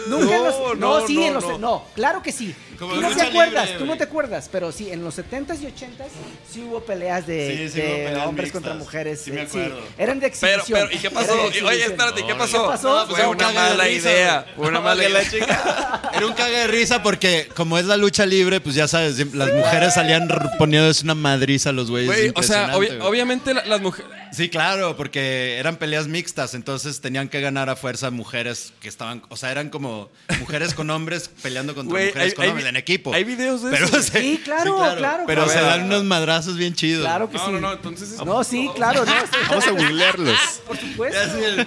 Speaker 12: Nunca
Speaker 3: No,
Speaker 12: en los. No,
Speaker 3: no,
Speaker 12: sí,
Speaker 3: no,
Speaker 12: en los.
Speaker 3: no.
Speaker 12: No, claro que sí.
Speaker 7: Como
Speaker 12: tú no te
Speaker 7: lucha
Speaker 12: acuerdas,
Speaker 7: libre,
Speaker 12: tú no
Speaker 7: güey.
Speaker 12: te acuerdas, pero sí, en los 70s y 80s sí hubo peleas de,
Speaker 7: Sí, sí
Speaker 12: de
Speaker 7: hubo peleas
Speaker 12: hombres
Speaker 7: mixtas.
Speaker 12: contra mujeres.
Speaker 7: Sí me
Speaker 12: eh,
Speaker 7: acuerdo.
Speaker 12: Eran de
Speaker 3: Pero,
Speaker 12: exhibición.
Speaker 3: pero, ¿y qué pasó?
Speaker 12: Eran de
Speaker 3: Y, Oye,
Speaker 12: exhibición.
Speaker 3: espérate, ¿qué
Speaker 7: No,
Speaker 3: pasó?
Speaker 12: ¿Qué pasó?
Speaker 3: Fue una mala idea. Fue una mala idea.
Speaker 7: Era un cague de risa porque, como es la lucha libre, pues ya sabes, las mujeres salían r- poniéndoles una madriza a los güeyes.
Speaker 3: Güey, o sea,
Speaker 7: impresionante,
Speaker 3: obvi-
Speaker 7: güey.
Speaker 3: obviamente la- las mujeres.
Speaker 7: Sí, claro, porque eran peleas mixtas, entonces tenían que ganar a fuerza mujeres que estaban, o sea, eran como mujeres con hombres peleando contra
Speaker 3: Güey,
Speaker 7: mujeres
Speaker 3: hay-
Speaker 7: con
Speaker 3: hay
Speaker 7: hombres
Speaker 3: vi-
Speaker 7: en equipo.
Speaker 3: hay videos de
Speaker 7: Pero
Speaker 3: eso, güey.
Speaker 7: se-
Speaker 12: Sí, claro, claro,
Speaker 7: Pero
Speaker 12: claro.
Speaker 7: se dan unos madrazos bien chidos.
Speaker 12: Claro que
Speaker 3: No,
Speaker 12: sí.
Speaker 3: no, no, entonces. es-
Speaker 12: No, sí, claro, no, sí,
Speaker 11: Vamos a googlearlos.
Speaker 12: por supuesto.
Speaker 7: Ya así el-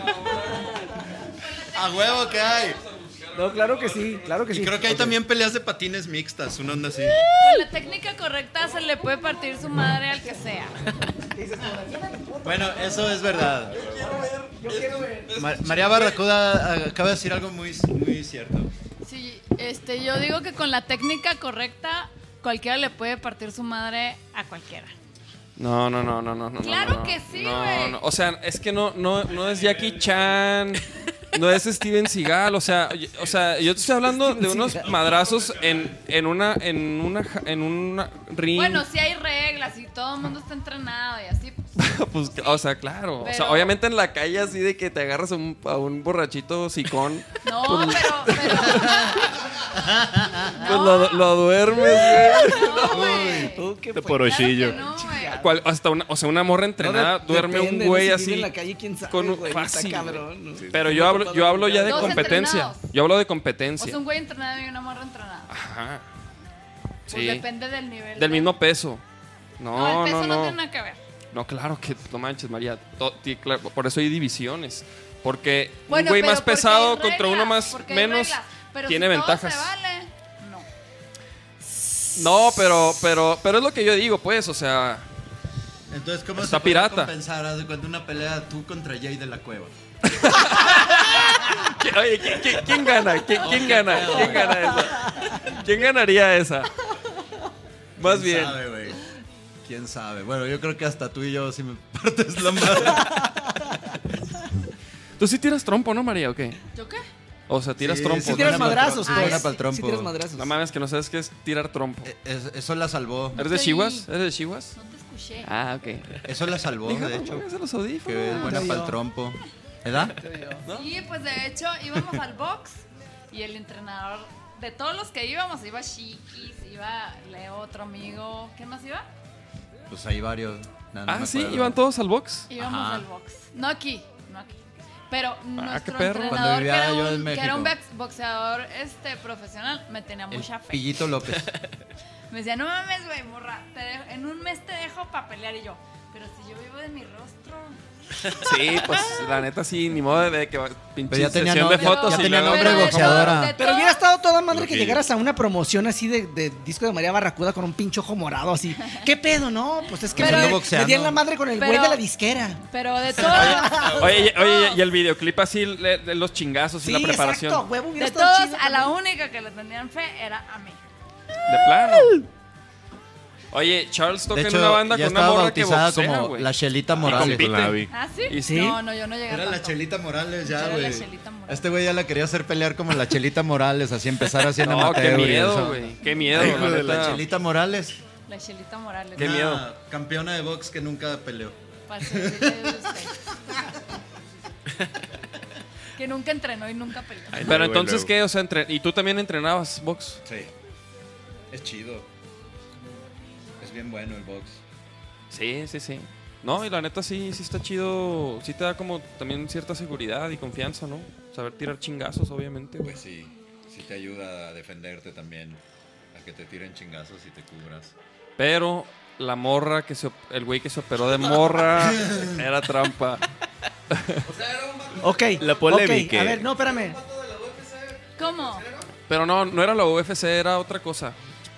Speaker 7: A huevo que hay.
Speaker 12: No, claro que sí, claro que
Speaker 7: Y
Speaker 12: sí.
Speaker 7: creo que hay
Speaker 12: Ok.
Speaker 7: también peleas de patines mixtas, una onda así.
Speaker 2: Con la técnica correcta se le puede partir su madre al que sea.
Speaker 7: Bueno, eso es verdad. Ma- María Barracuda ah, acaba de decir algo muy, muy cierto.
Speaker 2: Sí, este, yo digo que con la técnica correcta cualquiera le puede partir su madre a cualquiera.
Speaker 3: No, no, no, no, no, no.
Speaker 2: Claro
Speaker 3: no, no.
Speaker 2: que sí,
Speaker 3: No,
Speaker 2: güey.
Speaker 3: no. O sea, es que no, no, no es Jackie Chan, no es Steven Seagal. O sea, yo- o sea, yo te estoy hablando de unos madrazos en, en una, en una, ja- en una ring.
Speaker 2: Bueno, si hay reglas y todo el mundo está entrenado y así. pues,
Speaker 3: Pues, o sea, claro. O sea,
Speaker 2: Pero-
Speaker 3: obviamente en la calle así de que te agarras a un, a un borrachito sicón.
Speaker 2: No,
Speaker 3: pues,
Speaker 2: pero, pero
Speaker 3: pues lo, lo duermes, güey.
Speaker 2: no, güey.
Speaker 12: Tú, qué
Speaker 11: Este
Speaker 12: fue-
Speaker 11: porochillo.
Speaker 2: Claro que no, güey.
Speaker 3: Cual- hasta una, o sea, una morra entrenada
Speaker 12: No, de-
Speaker 3: duerme
Speaker 12: depende,
Speaker 3: un güey
Speaker 12: no sé,
Speaker 3: así.
Speaker 12: En la calle, quién sabe,
Speaker 3: con un-
Speaker 12: güey, está
Speaker 3: fácil,
Speaker 12: cabrón, ¿no?
Speaker 3: Pero yo hablo, yo hablo ya de
Speaker 2: Dos
Speaker 3: competencia.
Speaker 2: entrenados.
Speaker 3: Yo hablo de
Speaker 2: O
Speaker 3: competencia.
Speaker 2: sea, un güey entrenado y una morra entrenada.
Speaker 3: Ajá.
Speaker 2: Pues
Speaker 3: Ah, Sí.
Speaker 2: depende del nivel.
Speaker 3: Del mismo peso.
Speaker 2: No,
Speaker 3: No,
Speaker 2: el peso
Speaker 3: no,
Speaker 2: no,
Speaker 3: no.
Speaker 2: tiene nada que ver.
Speaker 3: No, claro que no manches, María. To- ti- claro, por eso hay divisiones. Porque
Speaker 2: Bueno,
Speaker 3: un güey
Speaker 2: pero
Speaker 3: más
Speaker 2: porque hay
Speaker 3: pesado contra
Speaker 2: reglas,
Speaker 3: uno más
Speaker 2: porque hay
Speaker 3: menos
Speaker 2: reglas. Pero
Speaker 3: tiene
Speaker 2: si todo
Speaker 3: ventajas.
Speaker 2: se vale, no.
Speaker 3: No, pero, pero, pero es lo que yo digo, pues, o sea,
Speaker 7: Entonces, ¿cómo
Speaker 3: Está
Speaker 7: se puede
Speaker 3: pirata.
Speaker 7: compensar? Haz de cuenta una pelea tú contra Jay de la Cueva.
Speaker 3: ¿qui- oye, ¿qui- qui- ¿quién, gana? ¿Qui- ¿Quién, gana? ¿Quién gana esa? ¿Quién ganaría esa? Más
Speaker 7: ¿Quién
Speaker 3: bien.
Speaker 7: sabe, güey? ¿Quién sabe? Bueno, yo creo que hasta tú y yo si me partes la madre.
Speaker 3: Tú sí tiras trompo, ¿no, María? ¿O qué?
Speaker 2: ¿Yo qué?
Speaker 3: O sea, tiras
Speaker 7: Sí,
Speaker 3: trompo.
Speaker 7: sí
Speaker 12: Si
Speaker 3: ¿no?
Speaker 12: tiras
Speaker 7: Buena
Speaker 12: madrazos, pues.
Speaker 7: pa'l trompo, buena pa'l
Speaker 12: Si
Speaker 7: trompo.
Speaker 12: tiras madrazos.
Speaker 3: No mames, que no sabes qué es tirar trompo.
Speaker 7: Es- eso la salvó.
Speaker 3: ¿Eres de
Speaker 2: Sí.
Speaker 3: Chihuas? ¿Eres de Chihuas?
Speaker 2: No te escuché.
Speaker 3: Ah, ok.
Speaker 7: Eso la salvó, de hecho.
Speaker 3: pónganse los audífonos.
Speaker 7: Que es buena para el trompo. ¿Edad?
Speaker 2: Sí, pues de hecho íbamos al box y el entrenador de todos los que íbamos iba Chiquis, iba Leo, otro amigo, ¿qué más iba?
Speaker 7: Pues hay varios. No, no
Speaker 3: Ah,
Speaker 7: me
Speaker 3: sí,
Speaker 7: acuerdo.
Speaker 3: iban todos al box.
Speaker 2: Íbamos
Speaker 7: Ajá. Ah,
Speaker 2: al box. No aquí, no aquí. Pero nuestro
Speaker 3: qué perro.
Speaker 7: Cuando
Speaker 2: entrenador, que
Speaker 7: vivía
Speaker 2: era,
Speaker 7: yo en
Speaker 2: un, que era un
Speaker 7: México.
Speaker 2: box- boxeador este, profesional, me tenía
Speaker 7: El
Speaker 2: mucha fe.
Speaker 7: Pillito López.
Speaker 2: Me decía, no mames, güey, morra, te dejo- en un mes te dejo para pelear. Y yo, pero si yo vivo de mi rostro.
Speaker 3: Sí, pues la neta sí, ni modo de que va- pinche
Speaker 7: Pero ya tenía
Speaker 3: sesión de
Speaker 7: novia,
Speaker 3: fotos
Speaker 7: ya
Speaker 3: y
Speaker 7: tenía
Speaker 3: luego-
Speaker 7: nombre,
Speaker 2: de
Speaker 7: boxeadora.
Speaker 2: todo- de
Speaker 12: Pero
Speaker 2: todo-
Speaker 12: hubiera estado toda madre que
Speaker 6: Ok.
Speaker 12: llegaras a una promoción así de, de disco de María Barracuda con un pincho ojo morado así. ¿Qué pedo, no? Pues es que
Speaker 2: Pero-
Speaker 12: me,
Speaker 2: Ando
Speaker 12: me
Speaker 7: boxeando.
Speaker 12: di en la madre con el güey
Speaker 2: Pero-
Speaker 12: de la disquera.
Speaker 2: Pero de todos,
Speaker 3: Oye, y- oye, y el videoclip así, le- de los chingazos y la preparación.
Speaker 12: exacto, huevo, hubiera
Speaker 2: de
Speaker 12: estado
Speaker 2: todos,
Speaker 12: chido
Speaker 2: a la
Speaker 12: también.
Speaker 2: única que le tenían fe era a mí.
Speaker 3: De plano. Oye, Charles toca
Speaker 7: De
Speaker 3: en
Speaker 7: hecho,
Speaker 3: una banda
Speaker 7: ya
Speaker 3: con una
Speaker 7: estaba
Speaker 3: morra que
Speaker 7: bautizada
Speaker 3: boxea,
Speaker 7: como
Speaker 3: güey.
Speaker 7: la Chelita
Speaker 3: Y
Speaker 7: Morales.
Speaker 3: compite.
Speaker 7: La vi.
Speaker 2: ¿Ah, sí?
Speaker 7: ¿Y sí?
Speaker 2: No, no, yo no llegué
Speaker 7: Era
Speaker 2: tanto.
Speaker 7: la Chelita Morales
Speaker 2: Era
Speaker 7: ya,
Speaker 2: la
Speaker 7: güey.
Speaker 2: Chelita Morales.
Speaker 7: Este güey ya la quería hacer pelear como la Chelita Morales, así empezar haciendo
Speaker 3: No, qué
Speaker 7: amateur y
Speaker 3: miedo,
Speaker 7: eso.
Speaker 3: güey, qué miedo,
Speaker 7: Hijo
Speaker 3: la
Speaker 7: de la
Speaker 3: neta.
Speaker 7: Chelita Morales.
Speaker 2: La Chelita Morales. Ah,
Speaker 7: Una Campeona de box que nunca peleó.
Speaker 2: Para servirle a usted. que nunca entrenó y nunca peleó.
Speaker 3: Pero entonces, ¿qué? O sea, entre- ¿y tú también entrenabas box?
Speaker 7: Sí. Es chido. Es bien bueno el box.
Speaker 3: Sí, sí, sí. No, y la neta sí, sí está chido. Sí te da como también cierta seguridad y confianza, ¿no? Saber tirar chingazos, obviamente, güey.
Speaker 7: Pues sí, sí te ayuda a defenderte también, a que te tiren chingazos y te cubras.
Speaker 3: Pero la morra que se... op- El güey que se operó de morra era trampa.
Speaker 12: Ok.
Speaker 3: La
Speaker 12: Ok, a ver, no, espérame.
Speaker 2: ¿Cómo?
Speaker 3: Pero no, no era la UFC, era otra cosa.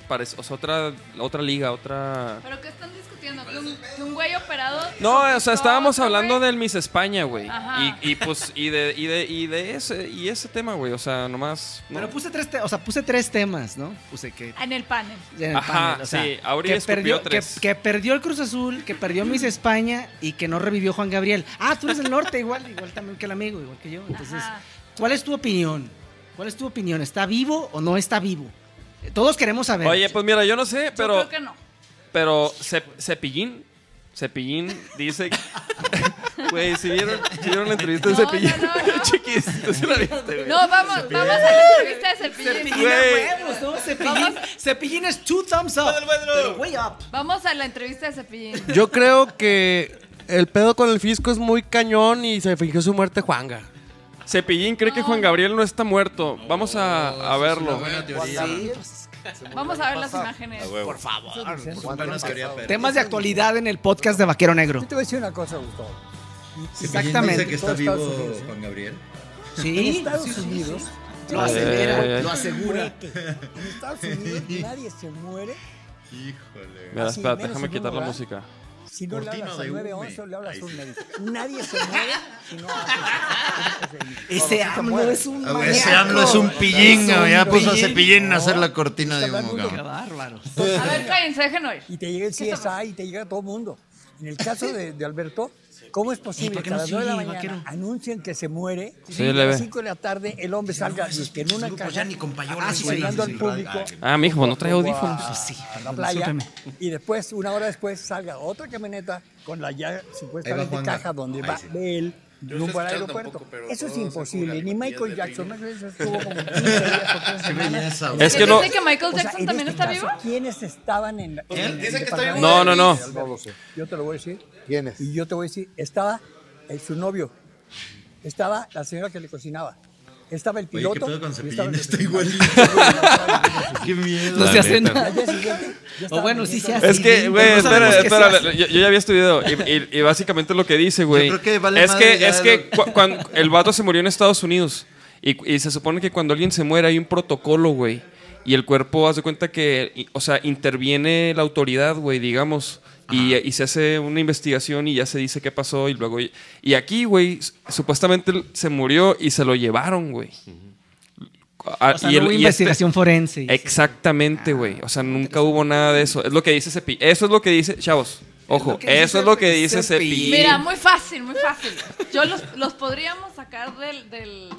Speaker 3: Parece, o sea, otra, otra liga, otra...
Speaker 2: ¿Pero qué están discutiendo? ¿Que un, que un güey operado?
Speaker 3: No, o sea, estábamos hablando del Miss España, güey.
Speaker 2: Ajá.
Speaker 3: Y, y pues, y de, y de, y de ese, y ese tema, güey. O sea, nomás. no.
Speaker 12: Pero puse tres, te- o sea, puse tres temas, ¿no? Puse que
Speaker 2: En el panel.
Speaker 12: en el
Speaker 3: Ajá,
Speaker 12: panel, o sea,
Speaker 3: sí, Auri
Speaker 12: que
Speaker 3: escupió
Speaker 12: perdió, que,
Speaker 3: tres.
Speaker 12: que perdió el Cruz Azul, que perdió Miss España y que no revivió Juan Gabriel. Ah, tú eres del norte, igual, igual también que el amigo, igual que yo. Entonces, ¿cuál es tu opinión? ¿Cuál es tu opinión? ¿Está vivo o no está vivo? Eh, Todos queremos saber.
Speaker 3: Oye, pues mira, yo no sé, pero.
Speaker 2: creo que no.
Speaker 3: Pero Cep- Cepillín. Cepillín dice. Güey, si vieron, si vieron la entrevista de Cepillín. Chiquis, tú sí la viste, güey.
Speaker 2: No, vamos, vamos a la entrevista de Cepillín.
Speaker 12: Cepillín a huevos, ¿no? Cepillín, Cepillín es two thumbs up. Pero way up.
Speaker 2: Vamos a la entrevista de Cepillín.
Speaker 13: Yo creo que el pedo con el fisco es muy cañón y se fingió su muerte Juanga.
Speaker 3: Cepillín cree que Juan Gabriel no está muerto. Vamos a, a verlo.
Speaker 14: Pues
Speaker 2: Vamos a ver las imágenes.
Speaker 3: Por favor.
Speaker 12: Temas de actualidad en el podcast de Vaquero Negro.
Speaker 14: Yo Te voy a decir una cosa, Gustavo.
Speaker 12: Exactamente.
Speaker 7: Dice que está
Speaker 14: Todo Estados
Speaker 7: vivo
Speaker 14: Unidos, ¿eh?
Speaker 7: Juan Gabriel.
Speaker 14: En Estados Unidos.
Speaker 7: Lo asevera,
Speaker 3: Eh.
Speaker 14: Nadie
Speaker 7: lo
Speaker 14: se
Speaker 7: asegura.
Speaker 14: muere. En Estados Unidos nadie se muere.
Speaker 7: Híjole.
Speaker 3: Mira,
Speaker 14: Así,
Speaker 3: espérate,
Speaker 14: menos
Speaker 3: déjame
Speaker 14: en un
Speaker 3: quitar la
Speaker 14: lugar.
Speaker 3: música.
Speaker 14: Si no le
Speaker 7: Cortina
Speaker 14: hablas
Speaker 7: de
Speaker 14: al
Speaker 7: humo.
Speaker 14: 911 o le hablas a un médico. Nadie se muere si no haces
Speaker 12: Ese AMLO es un
Speaker 7: A ver, ese AMLO es un pillín, güey, ya puso a Cepillín a hacer la cortina de humo,
Speaker 14: mundo.
Speaker 7: cabrón.
Speaker 2: A ver, cállense, déjenlo ir.
Speaker 14: Y te llega el CSA y te llega todo el mundo. En el caso de, de Alberto, ¿cómo es posible
Speaker 12: por qué
Speaker 14: que a
Speaker 12: no
Speaker 14: las 9 de la
Speaker 12: sigue,
Speaker 14: mañana
Speaker 12: vaquero?
Speaker 14: anuncien que se muere
Speaker 3: Sí,
Speaker 14: y a
Speaker 3: le ve.
Speaker 14: las 5 de la tarde el hombre salga y que en una casa ya ni
Speaker 12: Ah, sí, sí, sí,
Speaker 14: al
Speaker 12: sí.
Speaker 14: público?
Speaker 3: Ah, mijo, pues no trae
Speaker 14: rumbo
Speaker 3: audífonos.
Speaker 14: a-
Speaker 3: Sí, sí,
Speaker 14: a la
Speaker 3: perdón,
Speaker 14: playa.
Speaker 3: discúlpeme.
Speaker 14: Y después, una hora después, salga otra camioneta con la ya supuestamente
Speaker 3: Juanga.
Speaker 14: caja donde
Speaker 3: Ahí
Speaker 14: va
Speaker 3: sí.
Speaker 14: él
Speaker 3: Yo
Speaker 14: rumbo al
Speaker 3: escuchado
Speaker 14: aeropuerto.
Speaker 3: tampoco, pero
Speaker 14: Eso es
Speaker 3: todos
Speaker 14: imposible. Ni Michael Jackson. Michael Jackson estuvo como 15 días o 15
Speaker 7: Qué
Speaker 14: semanas.
Speaker 7: belleza,
Speaker 3: Es que no-
Speaker 2: ¿Dice que Michael
Speaker 14: O sea,
Speaker 2: Jackson
Speaker 14: en
Speaker 2: también
Speaker 14: este
Speaker 2: está
Speaker 14: caso,
Speaker 2: vivo?
Speaker 14: ¿Quién es estaban en
Speaker 7: ¿Eh?
Speaker 14: la... en el departamento?
Speaker 3: No, no, no.
Speaker 14: ¿Eh? Yo te lo voy a decir. ¿Quién es? Y yo te voy a decir, estaba el- su novio, estaba la señora que le cocinaba, estaba el
Speaker 7: Oye,
Speaker 14: piloto.
Speaker 7: ¿qué pedo con
Speaker 14: y
Speaker 7: Cepillín?
Speaker 14: estaba el
Speaker 7: Está
Speaker 14: cocinador.
Speaker 7: Qué miedo.
Speaker 12: No se hace
Speaker 7: neta.
Speaker 12: nada.
Speaker 14: Al día siguiente, ya
Speaker 12: O bueno, sí se hace.
Speaker 3: Es que,
Speaker 12: sí,
Speaker 3: güey,
Speaker 12: pero no
Speaker 3: espera,
Speaker 12: sabemos qué se
Speaker 3: espera,
Speaker 12: hace.
Speaker 3: yo, yo ya vi este video y, y- y básicamente lo que dice, güey,
Speaker 7: creo que vale
Speaker 3: es
Speaker 7: madre
Speaker 3: que,
Speaker 7: ya
Speaker 3: es
Speaker 7: lo-
Speaker 3: que cu- cuan- el vato se murió en Estados Unidos y, y se supone que cuando alguien se muere hay un protocolo, güey, y el cuerpo hace cuenta que, y- o sea, interviene la autoridad, güey, digamos, y, y se hace una investigación y ya se dice qué pasó y luego... Y, y aquí, güey, s- supuestamente se murió y se lo llevaron, güey. A-
Speaker 12: O sea, no hubo
Speaker 3: este-
Speaker 12: investigación forense. Ah,
Speaker 3: Exactamente, güey. O sea, nunca hubo nada de eso. Es lo que dice Cepi. Eso es lo que dice, chavos. Ojo, eso es lo que dice Cepi.
Speaker 2: Mira, muy fácil, muy fácil. Yo los, los podríamos sacar del, del,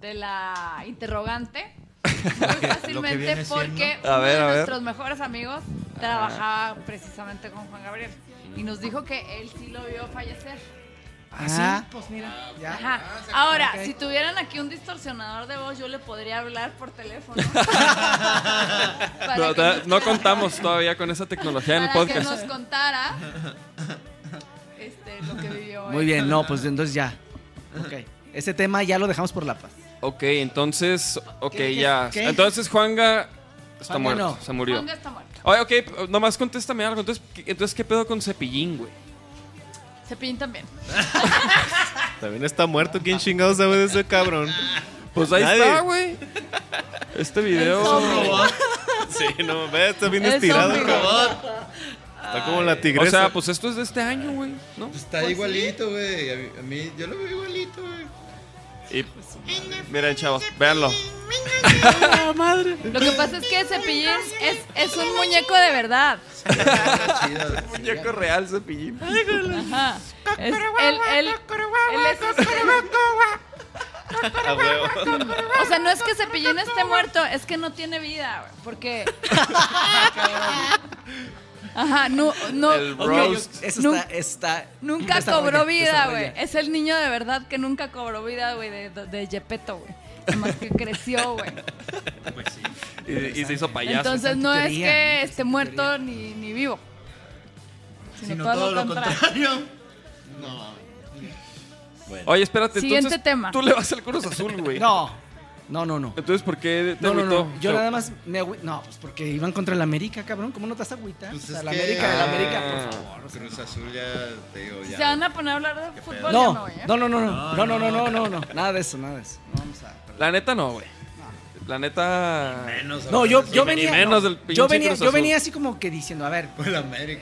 Speaker 2: de la interrogante muy fácilmente
Speaker 7: viene siendo.
Speaker 2: porque
Speaker 3: A ver,
Speaker 2: uno de
Speaker 3: a ver.
Speaker 2: nuestros mejores amigos
Speaker 3: Ah.
Speaker 2: trabajaba precisamente con Juan Gabriel y nos dijo que él sí lo vio fallecer.
Speaker 12: Ah,
Speaker 2: Pues mira, Ah,
Speaker 12: ya.
Speaker 2: Ajá. Ahora, si tuvieran aquí un distorsionador de voz, yo le podría hablar por teléfono. Para
Speaker 3: No,
Speaker 2: que
Speaker 3: ta-
Speaker 2: nos-
Speaker 3: no contamos todavía con esa tecnología en el
Speaker 2: para que nos
Speaker 3: podcast.
Speaker 2: contara este, lo que vivió.
Speaker 12: Muy
Speaker 2: él.
Speaker 12: bien, no, pues entonces ya. Ok. Ese tema ya lo dejamos por la paz.
Speaker 3: Ok, entonces, ok,
Speaker 12: ¿Qué- qué-
Speaker 3: ya.
Speaker 12: qué?
Speaker 3: Entonces Juanga está
Speaker 12: Juanga
Speaker 3: muerto,
Speaker 12: no.
Speaker 3: se murió.
Speaker 2: Juanga está muerto.
Speaker 3: Oye, ok, nomás contéstame algo. Entonces, ¿qué, entonces, ¿qué pedo con Cepillín, güey?
Speaker 2: Cepillín también.
Speaker 5: También está muerto. ¿Quién chingado sabe de ese cabrón?
Speaker 3: Pues ahí
Speaker 5: Nadie.
Speaker 3: está, güey. Este video.
Speaker 5: Sí, no, ve, está bien
Speaker 2: El
Speaker 5: estirado.
Speaker 2: zombie.
Speaker 5: cabrón. Está como la tigresa.
Speaker 3: O sea, pues esto
Speaker 7: Pues
Speaker 2: ¿Oh,
Speaker 3: es de este año, güey. ¿no?
Speaker 7: Está igualito, güey. A mí- A mí, yo lo veo igualito, güey.
Speaker 15: Y miren, chavos, véanlo.
Speaker 2: madre. Lo que pasa es que Cepillín es, es un muñeco de verdad.
Speaker 15: Un muñeco real, cepillín.
Speaker 2: Ajá. Es- él, él- él es-
Speaker 15: A huevo.
Speaker 2: o sea, no es que Cepillín esté muerto, es que no tiene vida, güey, porque... Ajá, no, no,
Speaker 12: El
Speaker 2: Ok,
Speaker 12: roast.
Speaker 2: yo-
Speaker 12: Eso
Speaker 2: nun-
Speaker 12: está- está-
Speaker 2: nunca
Speaker 12: desarrolla,
Speaker 2: cobró vida,
Speaker 12: desarrolla.
Speaker 2: güey. Es el niño de verdad que nunca cobró vida, güey, de, de Gepetto, güey. Nomás que creció, güey.
Speaker 1: Pues
Speaker 3: Y, y se hizo payaso.
Speaker 2: Entonces no es que esté muerto ni, ni vivo. Sino,
Speaker 11: Sino
Speaker 2: todo,
Speaker 11: todo
Speaker 2: lo
Speaker 11: lo
Speaker 2: contrario.
Speaker 11: No mames.
Speaker 3: Oye, espérate,
Speaker 2: Siguiente
Speaker 3: entonces
Speaker 2: tema.
Speaker 3: tú le vas al Cruz Azul, güey.
Speaker 12: No. No, no, no.
Speaker 3: Entonces, ¿por qué te
Speaker 12: No, no,
Speaker 3: agüitó?
Speaker 12: no. Yo nada más me agüi- No, pues porque iban contra el América, cabrón. ¿Cómo no te vas a agüitar?
Speaker 3: Pues
Speaker 12: O sea,
Speaker 11: Es
Speaker 12: la
Speaker 11: que-
Speaker 12: América, la América, por
Speaker 11: Ah,
Speaker 12: favor.
Speaker 11: Cruz Azul ya, te digo,
Speaker 2: Si
Speaker 11: ya.
Speaker 2: se van a poner a hablar de
Speaker 12: No,
Speaker 2: fútbol, ya me voy, ¿eh?
Speaker 12: no, no, no, no, no, no, no, no, no, no. Nada de eso, nada de eso. No, vamos a-
Speaker 3: La neta no, güey. La neta. menos.
Speaker 12: No, yo, yo venía.
Speaker 3: Ni menos
Speaker 12: no,
Speaker 3: del pinche
Speaker 12: yo venía,
Speaker 3: Cruz
Speaker 12: yo
Speaker 3: Azul.
Speaker 12: venía así como que diciendo, a ver,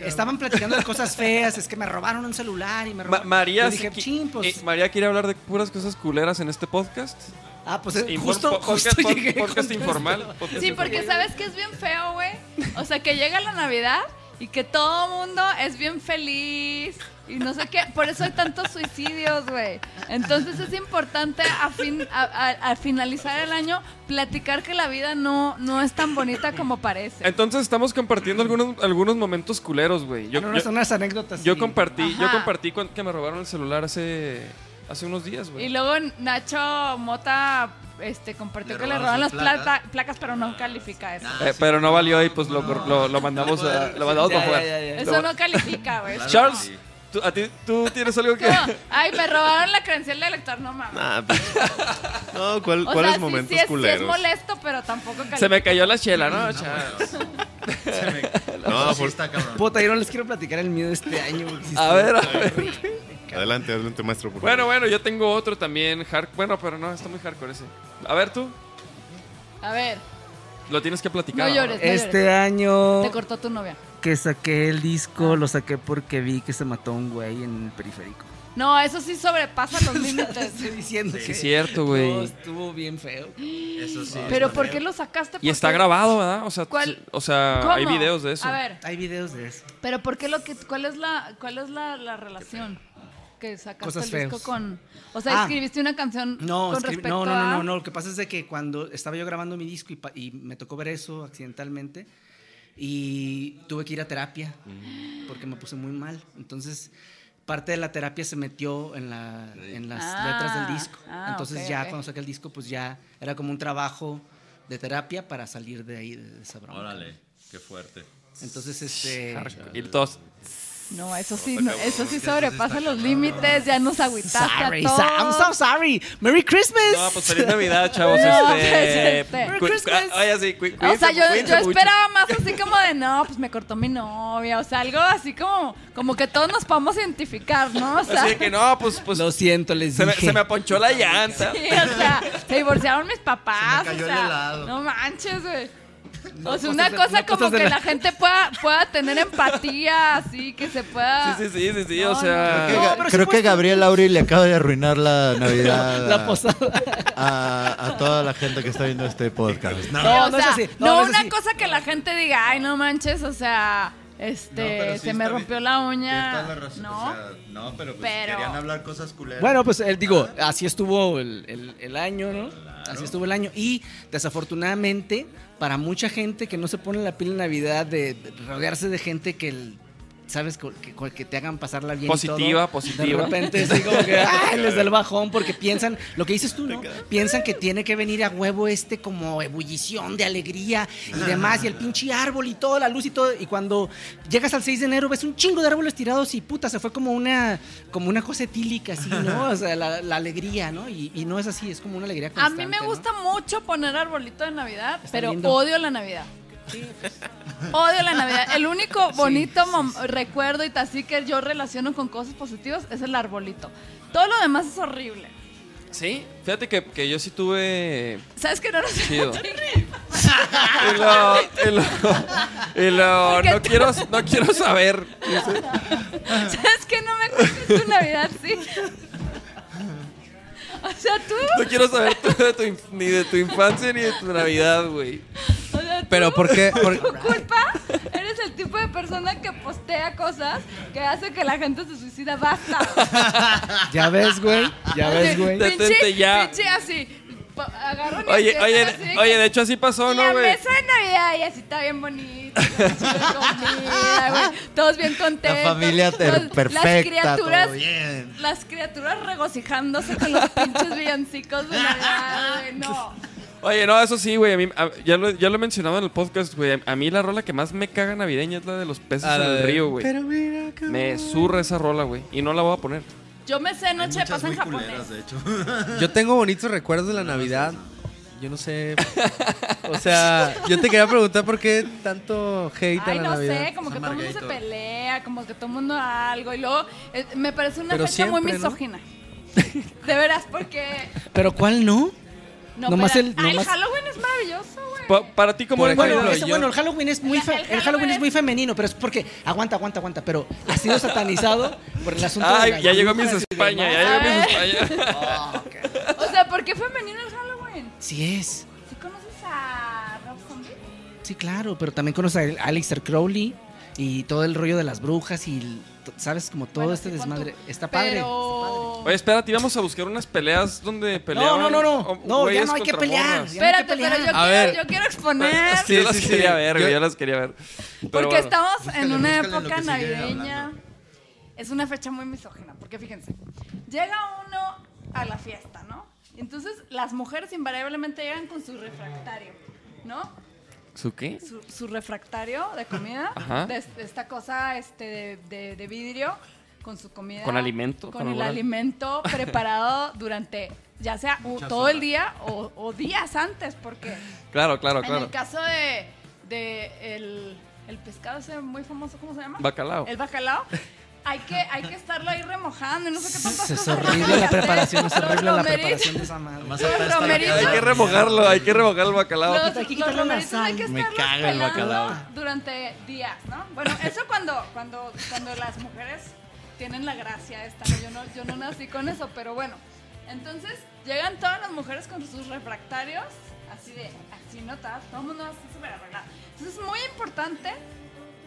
Speaker 12: estaban platicando de cosas feas, es que me robaron un celular y me
Speaker 3: Ma-
Speaker 12: robaron.
Speaker 3: María,
Speaker 12: Yo dije,
Speaker 3: sí qui-
Speaker 12: "Chin, pues,
Speaker 3: eh, María quiere hablar de puras cosas culeras en este podcast.
Speaker 12: Ah, pues, eh,
Speaker 3: Inform-
Speaker 12: justo-
Speaker 3: po-
Speaker 12: justo
Speaker 3: podcast, po-
Speaker 12: llegué
Speaker 3: podcast
Speaker 12: con
Speaker 3: informal.
Speaker 12: esto.
Speaker 3: podcast
Speaker 2: Sí, porque
Speaker 3: informal.
Speaker 2: sabes que es bien feo, güey. O sea, que llega la Navidad y que todo mundo es bien feliz y no sé qué. Por eso hay tantos suicidios, güey. Entonces es importante a fin, a, a- a finalizar el año platicar que la vida no, no es tan bonita como parece.
Speaker 3: Entonces estamos compartiendo algunos, algunos momentos culeros, güey. Yo,
Speaker 12: Ah, no, no,
Speaker 3: yo-
Speaker 12: son unas anécdotas.
Speaker 3: yo
Speaker 12: sí.
Speaker 3: compartí, yo
Speaker 2: Ajá.
Speaker 3: compartí cuan- que me robaron el celular hace, hace unos días, güey.
Speaker 2: Y luego Nacho Mota este, compartió
Speaker 3: Le
Speaker 2: que le robaron
Speaker 3: robaron
Speaker 2: las
Speaker 3: su placa.
Speaker 2: plata- placas, pero no califica eso.
Speaker 3: Eh, pero no valió y pues lo, lo, lo mandamos a, lo mandamos
Speaker 2: Ya,
Speaker 3: para jugar.
Speaker 2: ya, ya, ya.
Speaker 3: Lo-
Speaker 2: Eso no califica, güey. Eso
Speaker 3: Charles, tú, a ti, tú tienes algo que.
Speaker 2: No, ay, me robaron la credencial de elector, no mames.
Speaker 15: Nah, pues. No, ¿cuál,
Speaker 2: O
Speaker 15: ¿cuáles
Speaker 2: sea, sí,
Speaker 15: momentos
Speaker 2: sí es, sí es
Speaker 15: culeros?
Speaker 2: molesto, pero tampoco califica.
Speaker 3: Se me cayó la chela, ¿no, Charles?
Speaker 15: No,
Speaker 12: Eso Pues sí
Speaker 15: por-
Speaker 12: está cabrón. Puta, yo no les quiero platicar el mío de este año. güey, si
Speaker 3: A
Speaker 12: estoy-
Speaker 3: ver, a ver.
Speaker 15: Adelante, adelante, maestro. Por
Speaker 3: Bueno,
Speaker 15: favor.
Speaker 3: bueno, yo tengo otro también. hard- bueno, pero no, está muy hardcore ese. A ver, tú,
Speaker 2: A ver,
Speaker 3: lo tienes que
Speaker 2: no
Speaker 3: platicar.
Speaker 2: llores. no
Speaker 12: Este
Speaker 2: llores.
Speaker 12: año
Speaker 2: Te cortó tu novia.
Speaker 12: que saqué el disco, lo saqué porque vi que se mató un güey en el periférico.
Speaker 2: No, eso sí sobrepasa los límites. Estoy
Speaker 12: diciendo
Speaker 3: Sí, es cierto, güey.
Speaker 12: No, estuvo bien feo. Eso sí.
Speaker 2: Pero ¿por qué lo sacaste?
Speaker 3: Y
Speaker 2: Porque-
Speaker 3: está grabado, ¿verdad? O sea,
Speaker 2: ¿Cuál?
Speaker 3: o sea hay
Speaker 2: ¿Cómo?
Speaker 3: videos de eso.
Speaker 2: A ver.
Speaker 12: Hay videos de eso.
Speaker 2: Pero ¿por qué lo que cuál es la cuál es la, la relación que sacaste
Speaker 12: Cosas
Speaker 2: el disco
Speaker 12: feos.
Speaker 2: con O sea,
Speaker 12: Ah.
Speaker 2: escribiste una canción
Speaker 12: No,
Speaker 2: con
Speaker 12: escribí-
Speaker 2: respecto
Speaker 12: no, no, no,
Speaker 2: a
Speaker 12: no, no, Lo que pasa es de que cuando estaba yo grabando mi disco y, pa- y me tocó ver eso accidentalmente y tuve que ir a terapia
Speaker 7: Mm.
Speaker 12: porque me puse muy mal. Entonces, parte de la terapia se metió en, la- en las
Speaker 11: Ah,
Speaker 12: letras del disco.
Speaker 11: ah,
Speaker 12: Entonces,
Speaker 11: ok,
Speaker 12: ya
Speaker 11: ok.
Speaker 12: cuando saqué el disco, pues ya era como un trabajo de terapia para salir de ahí, de, de esa broma.
Speaker 7: Órale, qué fuerte.
Speaker 12: Entonces, este.
Speaker 3: Y todos.
Speaker 2: No, eso sí, no, eso sí sobrepasa los límites, ya nos agüitaste
Speaker 12: Sorry,
Speaker 2: a todos.
Speaker 12: so- I'm so sorry. Merry Christmas.
Speaker 3: No, pues feliz Navidad, chavos.
Speaker 2: No,
Speaker 3: este,
Speaker 2: pues, este.
Speaker 3: cu- cu- ah, Oye, sí, cu-
Speaker 2: O sea,
Speaker 3: cuídense-
Speaker 2: yo,
Speaker 3: cuídense
Speaker 2: yo
Speaker 3: mucho.
Speaker 2: esperaba más así como de, no, pues me cortó mi novia, o sea, algo así como, como que todos nos podemos identificar, ¿no? O sea,
Speaker 3: Así de que no, pues, pues.
Speaker 12: Lo siento, les
Speaker 3: se me,
Speaker 12: dije.
Speaker 3: se me aponchó la llanta.
Speaker 2: sí, o sea, se divorciaron mis papás,
Speaker 12: Se me cayó
Speaker 2: o
Speaker 12: el
Speaker 2: sea,
Speaker 12: helado.
Speaker 2: no manches, güey. o sea,
Speaker 12: cosas
Speaker 2: una
Speaker 12: de-
Speaker 2: cosa
Speaker 12: no,
Speaker 2: como
Speaker 12: cosas de
Speaker 2: que
Speaker 12: la-
Speaker 2: la gente pueda, pueda tener empatía, así, que se pueda...
Speaker 3: Sí, sí, sí, sí, sí,
Speaker 2: No,
Speaker 3: o sea.
Speaker 2: no, no.
Speaker 7: Creo que Gabriel Auri le acaba de arruinar la Navidad.
Speaker 12: La
Speaker 7: a-
Speaker 12: posada.
Speaker 7: A, a toda la gente que está viendo este podcast.
Speaker 12: No,
Speaker 2: Sí, o
Speaker 12: no es
Speaker 2: sea,
Speaker 12: así, no,
Speaker 2: no,
Speaker 12: no es
Speaker 2: una
Speaker 12: así.
Speaker 2: cosa que la gente diga, ay, no manches, o sea, este,
Speaker 7: pero sí
Speaker 2: se me
Speaker 7: está bien.
Speaker 2: rompió la uña.
Speaker 7: Tienes toda la razón,
Speaker 2: ¿No?
Speaker 7: o sea, no, pero, pues
Speaker 2: Pero-
Speaker 7: querían hablar cosas culeras.
Speaker 12: Bueno, pues él digo, así estuvo el, el- el año, ¿no? Así estuvo el año. Y desafortunadamente, para mucha gente que no se pone la pila en Navidad de rodearse de gente que el- sabes que, que- que te hagan pasarla bien. y
Speaker 3: Positiva,
Speaker 12: todo, De
Speaker 3: positiva.
Speaker 12: repente es así como que ay, les da el bajón porque piensan, lo que dices tú, ¿no? Piensan que tiene que venir a huevo este como ebullición de alegría y demás, y el pinche árbol y toda la luz y todo. Y cuando llegas al 6 de enero ves un chingo de árboles tirados y puta, se fue como una, como una cosa etílica, así, ¿no? O sea, la, la alegría, ¿no? Y, y no es así, es como una alegría
Speaker 2: A
Speaker 12: constante.
Speaker 2: mí me
Speaker 12: ¿no?
Speaker 2: gusta mucho poner arbolito de Navidad, pero
Speaker 12: lindo.
Speaker 2: odio la Navidad. Odio la Navidad. El único bonito mom- recuerdo y t- así que yo relaciono con cosas positivas es el arbolito. Todo lo demás es horrible.
Speaker 3: Sí, fíjate que, que yo sí tuve.
Speaker 2: ¿Sabes que no nos
Speaker 3: Chido. Y lo, y lo- y lo-
Speaker 2: Porque
Speaker 3: no,
Speaker 2: tú-
Speaker 3: quiero, no quiero saber.
Speaker 2: ¿Sabes que no me cuentes tu Navidad, sí? O sea, tú.
Speaker 3: No quiero saber tú de tu inf- ni de tu infancia ni de tu Navidad, güey.
Speaker 2: O sea, tú-
Speaker 3: Pero, ¿por qué? Por-
Speaker 2: tu culpa eres el tipo de persona que postea cosas que hace que la gente se suicida. Basta.
Speaker 12: Ya ves, güey. Ya ves, güey.
Speaker 3: Detente ya.
Speaker 2: Pinche así. pa- Agarran y
Speaker 3: Oye,
Speaker 2: empiezan
Speaker 3: oye,
Speaker 2: así
Speaker 3: de-
Speaker 2: que
Speaker 3: oye, de hecho así pasó, ¿no,
Speaker 2: la
Speaker 3: güey?
Speaker 2: mesa de Navidad y así está bien bonita. con chile, comida, güey, Todos bien contentos.
Speaker 11: La familia ter-
Speaker 2: todos- Las
Speaker 11: perfecta,
Speaker 2: criaturas,
Speaker 11: todo bien.
Speaker 2: las criaturas regocijándose con los pinches villancicos de Navidad. güey, No.
Speaker 3: Oye, no, eso sí, güey. a mí- a- Ya lo, ya lo he mencionado en el podcast, güey. A mí la rola que más me caga navideña es la de los peces
Speaker 7: Ah,
Speaker 3: en
Speaker 7: la
Speaker 3: el
Speaker 7: de-
Speaker 3: río, güey.
Speaker 7: Pero
Speaker 3: Me zurra esa rola, güey. Y no la voy a poner.
Speaker 2: Yo me sé Noche de Paz en japonés.
Speaker 7: de hecho.
Speaker 4: Yo tengo bonitos recuerdos de la Navidad. Yo no sé. O sea, yo te quería preguntar por qué tanto hate
Speaker 2: Ay,
Speaker 4: a la
Speaker 2: no
Speaker 4: Navidad.
Speaker 2: sé, como que todo el mundo se pelea, como que todo el mundo algo. Y luego eh, me parece una
Speaker 4: Pero
Speaker 2: fecha muy
Speaker 4: siempre, ¿no?
Speaker 2: misógina. De veras, porque.
Speaker 12: Pero ¿cuál no?
Speaker 2: No,
Speaker 12: Nomás
Speaker 2: pero-
Speaker 12: el-
Speaker 2: ah,
Speaker 12: nomás-
Speaker 2: Halloween es maravilloso, güey.
Speaker 3: para ti, ¿cómo
Speaker 12: Por
Speaker 3: es,
Speaker 12: ejemplo,
Speaker 3: Manolo?
Speaker 12: eso,
Speaker 3: Yo-
Speaker 12: bueno, el Halloween es muy fe- el Halloween es muy femenino, pero es porque aguanta, aguanta, aguanta, pero ha sido satanizado por el asunto de
Speaker 3: Ay,
Speaker 12: las
Speaker 3: ya llegó
Speaker 12: brujas
Speaker 3: mis
Speaker 12: y
Speaker 3: España,
Speaker 12: demás.
Speaker 3: ya llegó mis España.
Speaker 2: O sea, ¿por qué femenino el Halloween?
Speaker 12: Sí es.
Speaker 2: ¿Sí conoces a Rob Zombie?
Speaker 12: Sí, claro, pero también conoce a Alistair Crowley y todo el rollo de las brujas y el- t- sabes como todo este desmadre está padre.
Speaker 2: Pero.
Speaker 3: Oye, espérate, íbamos a buscar unas peleas donde peleaban.
Speaker 12: no, no, no.
Speaker 3: hom-
Speaker 12: No, ya
Speaker 3: güeyes
Speaker 12: no hay que
Speaker 3: contra
Speaker 12: pelear,
Speaker 3: morras.
Speaker 12: ya no hay
Speaker 2: Espérate, pero yo quiero,
Speaker 3: A ver.
Speaker 2: yo quiero exponer.
Speaker 3: Sí, yo las quería ver, güey. Yo las quería ver. Pero
Speaker 2: Porque
Speaker 3: bueno.
Speaker 2: estamos en una
Speaker 3: búscale lo
Speaker 2: época
Speaker 3: que sigue
Speaker 2: navideña. Es una fecha muy misógina, porque fíjense, llega uno a la fiesta, ¿no? Entonces las mujeres invariablemente llegan con su refractario, ¿no?
Speaker 3: ¿Su qué?
Speaker 2: Su, su refractario de comida,
Speaker 3: Ajá.
Speaker 2: de es- esta cosa este, de, de- de vidrio, con su comida.
Speaker 3: Con
Speaker 2: Con
Speaker 3: alimento, con
Speaker 2: el
Speaker 3: alguna-
Speaker 2: alimento preparado durante, ya sea u-
Speaker 3: Muchas
Speaker 2: todo el
Speaker 3: horas.
Speaker 2: día o, o días antes, porque
Speaker 3: Claro, claro,
Speaker 2: en
Speaker 3: claro.
Speaker 2: el caso de, de el, el pescado ese muy famoso, ¿cómo se llama?
Speaker 3: Bacalao.
Speaker 2: El bacalao. Hay que, hay que estarlo ahí remojando y no sé qué tantas
Speaker 12: Es
Speaker 2: cosas
Speaker 12: horrible
Speaker 2: hay que
Speaker 12: la
Speaker 2: hacer.
Speaker 12: preparación, es
Speaker 2: Los
Speaker 12: horrible la
Speaker 2: romeritos-
Speaker 12: preparación de esa madre.
Speaker 2: Los romeritos-
Speaker 3: Hay que remojarlo, hay que remojar el bacalao.
Speaker 2: los- los romeritos hay que
Speaker 3: Me
Speaker 2: estarlos
Speaker 3: caga el
Speaker 2: pelando
Speaker 3: bacalao.
Speaker 2: durante días, ¿no? Bueno, eso cuando, cuando, cuando las mujeres tienen la gracia esta. ¿no? Yo no, yo no nací con eso, pero bueno. Entonces, llegan todas las mujeres con sus refractarios, así de, así notas, todo el mundo así súper arreglado. Entonces, es muy importante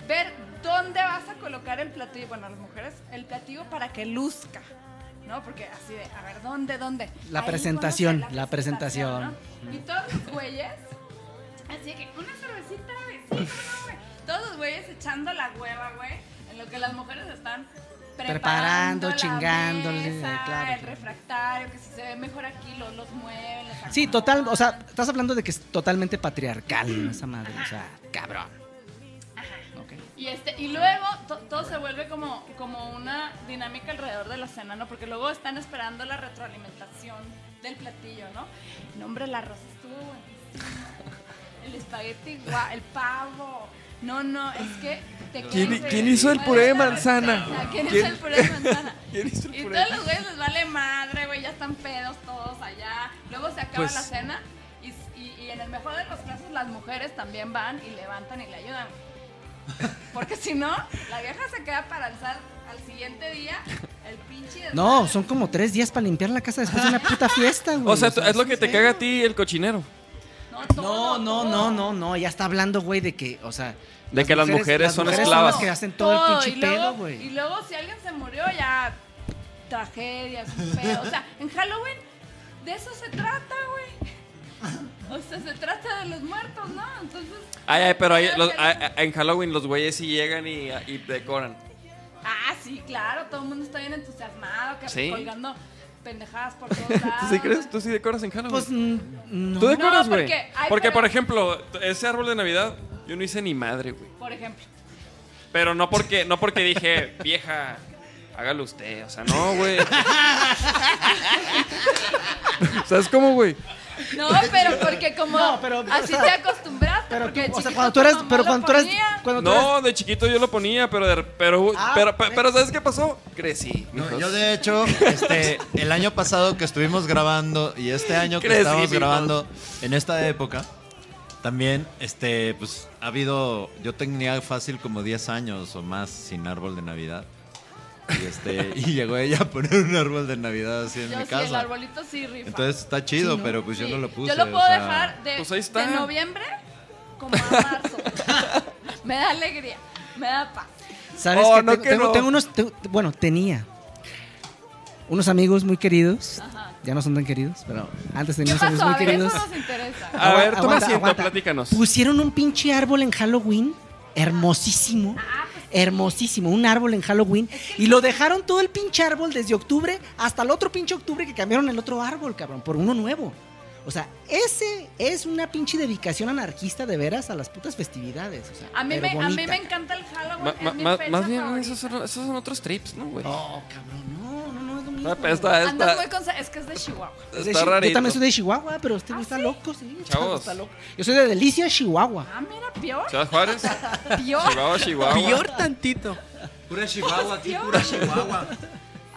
Speaker 2: ver dónde vas a colocar el platillo, bueno, las mujeres, el platillo para que luzca, ¿no? Porque así de, a ver, ¿dónde, dónde?
Speaker 12: La
Speaker 2: Ahí
Speaker 12: presentación,
Speaker 2: conoce
Speaker 12: la presentación.
Speaker 2: ¿no? Y todos los güeyes, así de que una cervecita, güey, sí, cómo no, güey. Todos los güeyes echando la hueva, güey, en lo que las mujeres están preparando,
Speaker 12: Preparando,
Speaker 2: la
Speaker 12: chingándole,
Speaker 2: mesa,
Speaker 12: claro,
Speaker 2: el refractario, que si se ve mejor aquí, los, los mueven, los
Speaker 12: Sí, total, o sea, estás hablando de que es totalmente patriarcal ¿no? esa madre, o sea, cabrón.
Speaker 2: Y, este, y luego to- todo se vuelve como, como una dinámica alrededor de la cena, ¿no? Porque luego están esperando la retroalimentación del platillo, ¿no? No, hombre, el arroz estuvo buenísimo. El espagueti, guau, el pavo. No, no, es que te
Speaker 3: ¿Quién,
Speaker 2: quieres-
Speaker 3: quién hizo el puré de
Speaker 2: O sea,
Speaker 3: manzana?
Speaker 2: ¿Quién hizo el puré de manzana?
Speaker 3: ¿Quién hizo
Speaker 2: Y todos los güeyes les vale madre, güey, ya están pedos todos allá. Luego se acaba
Speaker 3: Pues-
Speaker 2: la cena y, y- y en el mejor de los casos las mujeres también van y levantan y le ayudan. Porque si no, la vieja se queda para alzar al siguiente día el pinche desmadre.
Speaker 12: No, son como tres días para limpiar la casa después de una puta fiesta, güey.
Speaker 3: O sea, tú- es lo que te caga a ti el cochinero.
Speaker 12: No, no, no, no, no, ya está hablando, güey, de que, o sea...
Speaker 3: De que las mujeres son
Speaker 12: las
Speaker 3: esclavas.
Speaker 12: que hacen todo, el
Speaker 2: y
Speaker 12: pinche
Speaker 2: luego,
Speaker 12: pedo, güey.
Speaker 2: Y luego si alguien se murió ya tragedias, un pedo. O sea, en Halloween de eso se trata, güey. O sea, se trata de los muertos, ¿no? Entonces,
Speaker 3: Ay, ay, pero ahí los- ay, ay, en Halloween los güeyes sí llegan y, y decoran.
Speaker 2: ah, sí, claro, todo el mundo está bien entusiasmado, que
Speaker 3: Sí.
Speaker 2: colgando pendejadas por todos
Speaker 3: ¿Tú
Speaker 2: lados.
Speaker 3: sí crees? ¿Tú sí decoras en Halloween?
Speaker 12: Pues, no.
Speaker 3: ¿Tú decoras,
Speaker 2: No,
Speaker 3: güey?
Speaker 2: porque- ay,
Speaker 3: porque,
Speaker 2: pero-
Speaker 3: por ejemplo, ese árbol de Navidad yo no hice ni madre, güey.
Speaker 2: Por ejemplo.
Speaker 3: Pero no porque, no porque dije, vieja, hágalo usted. O sea, no, güey. ¿Sabes cómo, güey?
Speaker 2: No, pero porque como
Speaker 12: No, pero, o
Speaker 2: así
Speaker 12: sea,
Speaker 2: te acostumbraste. porque
Speaker 12: O sea,
Speaker 2: chiquito
Speaker 12: cuando tú
Speaker 2: tu
Speaker 12: eras,
Speaker 2: mamá
Speaker 12: pero
Speaker 2: lo
Speaker 12: cuando tú eras,
Speaker 2: ponía.
Speaker 12: cuando tú Ah, eras-
Speaker 3: No, de chiquito yo lo ponía, pero de- pero, pero, pero, pero ¿sabes qué pasó? Crecí.
Speaker 7: No,
Speaker 3: mijos.
Speaker 7: yo de hecho, este, el año pasado que estuvimos grabando y este año que
Speaker 3: Crecí,
Speaker 7: estamos
Speaker 3: mijos.
Speaker 7: grabando en esta época, también, este, pues ha habido, yo tenía fácil como 10 años o más sin árbol de Navidad. Y, este, y llegó ella a poner un árbol de Navidad así en
Speaker 2: Yo
Speaker 7: mi
Speaker 2: sí,
Speaker 7: casa.
Speaker 2: el arbolito sí rifa.
Speaker 7: Entonces está chido,
Speaker 2: Sí, ¿no?
Speaker 7: pero pues yo
Speaker 2: Sí.
Speaker 7: no lo puse.
Speaker 2: Yo lo
Speaker 7: o
Speaker 2: puedo
Speaker 7: sea,
Speaker 2: dejar de,
Speaker 7: pues ahí está.
Speaker 2: de noviembre como a marzo. me da alegría, me da paz.
Speaker 12: ¿Sabes
Speaker 2: Oh,
Speaker 12: qué?
Speaker 2: no,
Speaker 12: tengo,
Speaker 2: que
Speaker 12: tengo-
Speaker 2: no.
Speaker 12: tengo unos. te- bueno, tenía. Unos amigos muy queridos. Ya no son tan queridos, pero antes tenía
Speaker 2: ¿Qué
Speaker 12: unos amigos
Speaker 2: pasó?
Speaker 12: muy
Speaker 2: A ver,
Speaker 12: queridos.
Speaker 2: eso nos interesa.
Speaker 3: A ver, toma
Speaker 12: aguanta,
Speaker 3: asiento,
Speaker 12: aguanta.
Speaker 3: platícanos.
Speaker 12: Pusieron un pinche árbol en Halloween.
Speaker 2: Ah.
Speaker 12: Hermosísimo.
Speaker 2: pues
Speaker 12: Hermosísimo. Un árbol en Halloween. Y lo dejaron todo el pinche árbol desde octubre hasta el otro pinche octubre que cambiaron el otro árbol, cabrón, por uno nuevo. O sea, ese es una pinche dedicación anarquista de veras a las putas festividades. O sea,
Speaker 2: A mí,
Speaker 12: pero
Speaker 2: me, a mí
Speaker 12: bonita.
Speaker 2: me encanta el Halloween.
Speaker 3: Ma-
Speaker 2: es
Speaker 3: ma-
Speaker 2: mi
Speaker 3: ma-
Speaker 2: fecha
Speaker 3: más bien,
Speaker 2: favorita.
Speaker 3: esos son, esos son otros trips, ¿no, güey?
Speaker 12: No, cabrón, no, no, no es lo mismo.
Speaker 3: Esta, esta,
Speaker 2: Andas muy conce- Es que es de Chihuahua.
Speaker 12: Es de
Speaker 3: Está
Speaker 12: Chi-
Speaker 3: rarito.
Speaker 12: Yo también soy de Chihuahua, pero
Speaker 2: ¿Ah,
Speaker 12: usted no está loco, Pues sí.
Speaker 3: Chavos.
Speaker 12: Está loco. Yo soy de Delicia, Chihuahua.
Speaker 2: Ah, mira, peor.
Speaker 3: ¿Ciudad Juárez?
Speaker 2: Peor.
Speaker 3: Chihuahua, Chihuahua.
Speaker 12: Peor tantito.
Speaker 11: Pura Chihuahua, aquí,
Speaker 2: Dios.
Speaker 11: pura Chihuahua.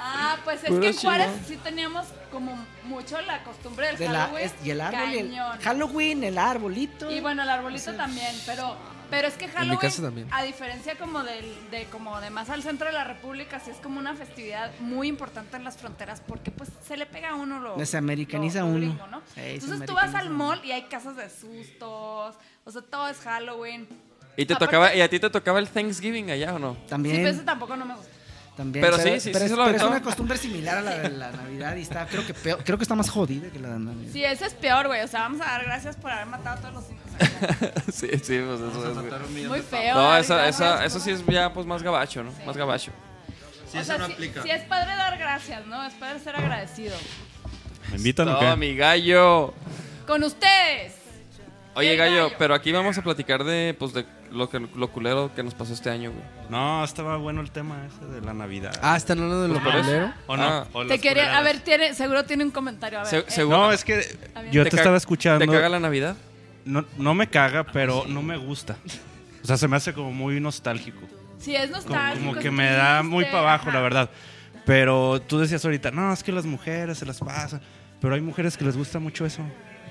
Speaker 2: Ah, pues es
Speaker 12: Puro
Speaker 2: que en Juárez
Speaker 12: Chihuahua.
Speaker 2: sí teníamos como mucho la costumbre del
Speaker 12: De la-
Speaker 2: Halloween.
Speaker 12: es- y el árbol, y el-
Speaker 2: cañón.
Speaker 12: Halloween, el arbolito.
Speaker 2: Y bueno, el arbolito también, pero pero es que Halloween,
Speaker 12: casa también.
Speaker 2: a diferencia como del, de como de más al centro de la República, sí es como una festividad muy importante en las fronteras porque pues se le pega a uno lo
Speaker 12: Desamericaniza
Speaker 2: lo- lo
Speaker 12: uno.
Speaker 2: gringo, ¿no?
Speaker 12: Sí, se
Speaker 2: Entonces tú vas
Speaker 12: americaniza
Speaker 2: al
Speaker 12: uno.
Speaker 2: mall y hay casas de sustos, o sea, todo es Halloween.
Speaker 3: ¿Y, te
Speaker 2: Aparte-
Speaker 3: tocaba, ¿Y a ti te tocaba el Thanksgiving allá o no?
Speaker 2: Sí, pero eso tampoco no me gusta.
Speaker 12: También,
Speaker 3: Pero sí, sí,
Speaker 12: pero
Speaker 3: sí
Speaker 12: es,
Speaker 3: se lo
Speaker 12: pero es
Speaker 3: aventaba.
Speaker 12: una costumbre similar a la de la Navidad y está, creo que peor- creo que está más jodida que la de Navidad.
Speaker 2: Sí, eso es peor, güey. O sea, vamos a dar gracias por haber matado a todos los inocentes.
Speaker 3: sí, sí, pues eso es. güey.
Speaker 2: Muy feo.
Speaker 3: No,
Speaker 2: dar
Speaker 3: esa,
Speaker 2: gracias
Speaker 3: esa,
Speaker 2: por-
Speaker 3: eso sí es ya pues más gabacho, ¿no? Más gabacho.
Speaker 2: o sea, sí- sí es padre dar gracias, ¿no? Es padre ser agradecido.
Speaker 3: ¿Me
Speaker 6: invitan o qué?
Speaker 3: mi gallo.
Speaker 2: Con ustedes.
Speaker 3: Oye, gallo, pero aquí vamos a platicar de, pues, de lo, que, lo culero que nos pasó este año, güey.
Speaker 6: No, estaba bueno el tema ese de la Navidad.
Speaker 3: Ah, ¿están hablando de lo
Speaker 6: Pues por eso.
Speaker 3: culero?
Speaker 6: O no.
Speaker 3: Ah.
Speaker 6: o
Speaker 2: Te
Speaker 6: las
Speaker 2: quería, a
Speaker 6: culeras.
Speaker 2: ver, tiene, seguro tiene un comentario. A ver,
Speaker 6: Se-
Speaker 2: eh,
Speaker 6: seguro. No, es que
Speaker 2: A ver.
Speaker 6: yo te,
Speaker 3: ca-
Speaker 6: estaba escuchando.
Speaker 3: ¿te caga la Navidad?
Speaker 6: No, no me caga, pero no me gusta. O sea, se me hace como muy nostálgico.
Speaker 2: Sí, es
Speaker 6: Como,
Speaker 2: nostálgico.
Speaker 6: como
Speaker 2: es
Speaker 6: que me da
Speaker 2: triste,
Speaker 6: muy para abajo, la
Speaker 2: ajá.
Speaker 6: verdad. Pero tú decías ahorita, no, es que las mujeres se las pasan. Pero hay mujeres que les gusta mucho eso.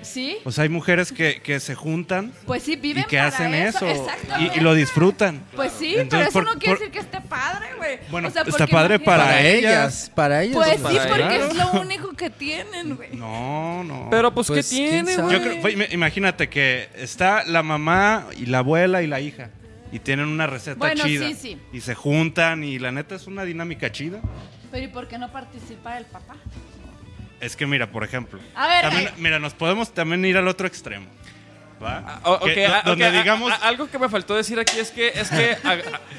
Speaker 2: Sí,
Speaker 6: O sea, hay mujeres que, que se juntan
Speaker 2: pues sí, viven
Speaker 6: Pues y que
Speaker 2: para
Speaker 6: hacen eso. Y,
Speaker 2: exactamente.
Speaker 6: y lo disfrutan.
Speaker 2: Pues sí, pero
Speaker 6: Entonces,
Speaker 2: eso
Speaker 6: por-
Speaker 2: no quiere
Speaker 6: por-
Speaker 2: decir que esté padre, güey.
Speaker 6: Bueno,
Speaker 2: O sea,
Speaker 6: está
Speaker 2: porque
Speaker 6: padre para,
Speaker 2: imagínate-
Speaker 6: ellas.
Speaker 4: Para
Speaker 2: Pues sí,
Speaker 6: Para
Speaker 2: porque
Speaker 6: ellas.
Speaker 2: es lo único que tienen, güey.
Speaker 6: No, no.
Speaker 3: Pero, pues, ¿qué Pues, tiene, quién sabe? güey?
Speaker 6: Yo creo- fue- Imagínate que está la mamá y la abuela y la hija. Y tienen una receta
Speaker 2: Bueno,
Speaker 6: chida.
Speaker 2: sí, sí.
Speaker 6: Y se juntan y la neta es una dinámica chida.
Speaker 2: Pero ¿y por qué no participa el papá?
Speaker 6: Es que mira, por ejemplo.
Speaker 2: A ver,
Speaker 6: también-
Speaker 2: eh.
Speaker 6: mira, nos podemos también ir al otro extremo. ¿Va?
Speaker 3: O- Ah, ok,
Speaker 6: Que- do-
Speaker 3: a-
Speaker 6: donde
Speaker 3: ok, a-
Speaker 6: digamos.
Speaker 3: a- algo que me faltó decir aquí es que, es que a,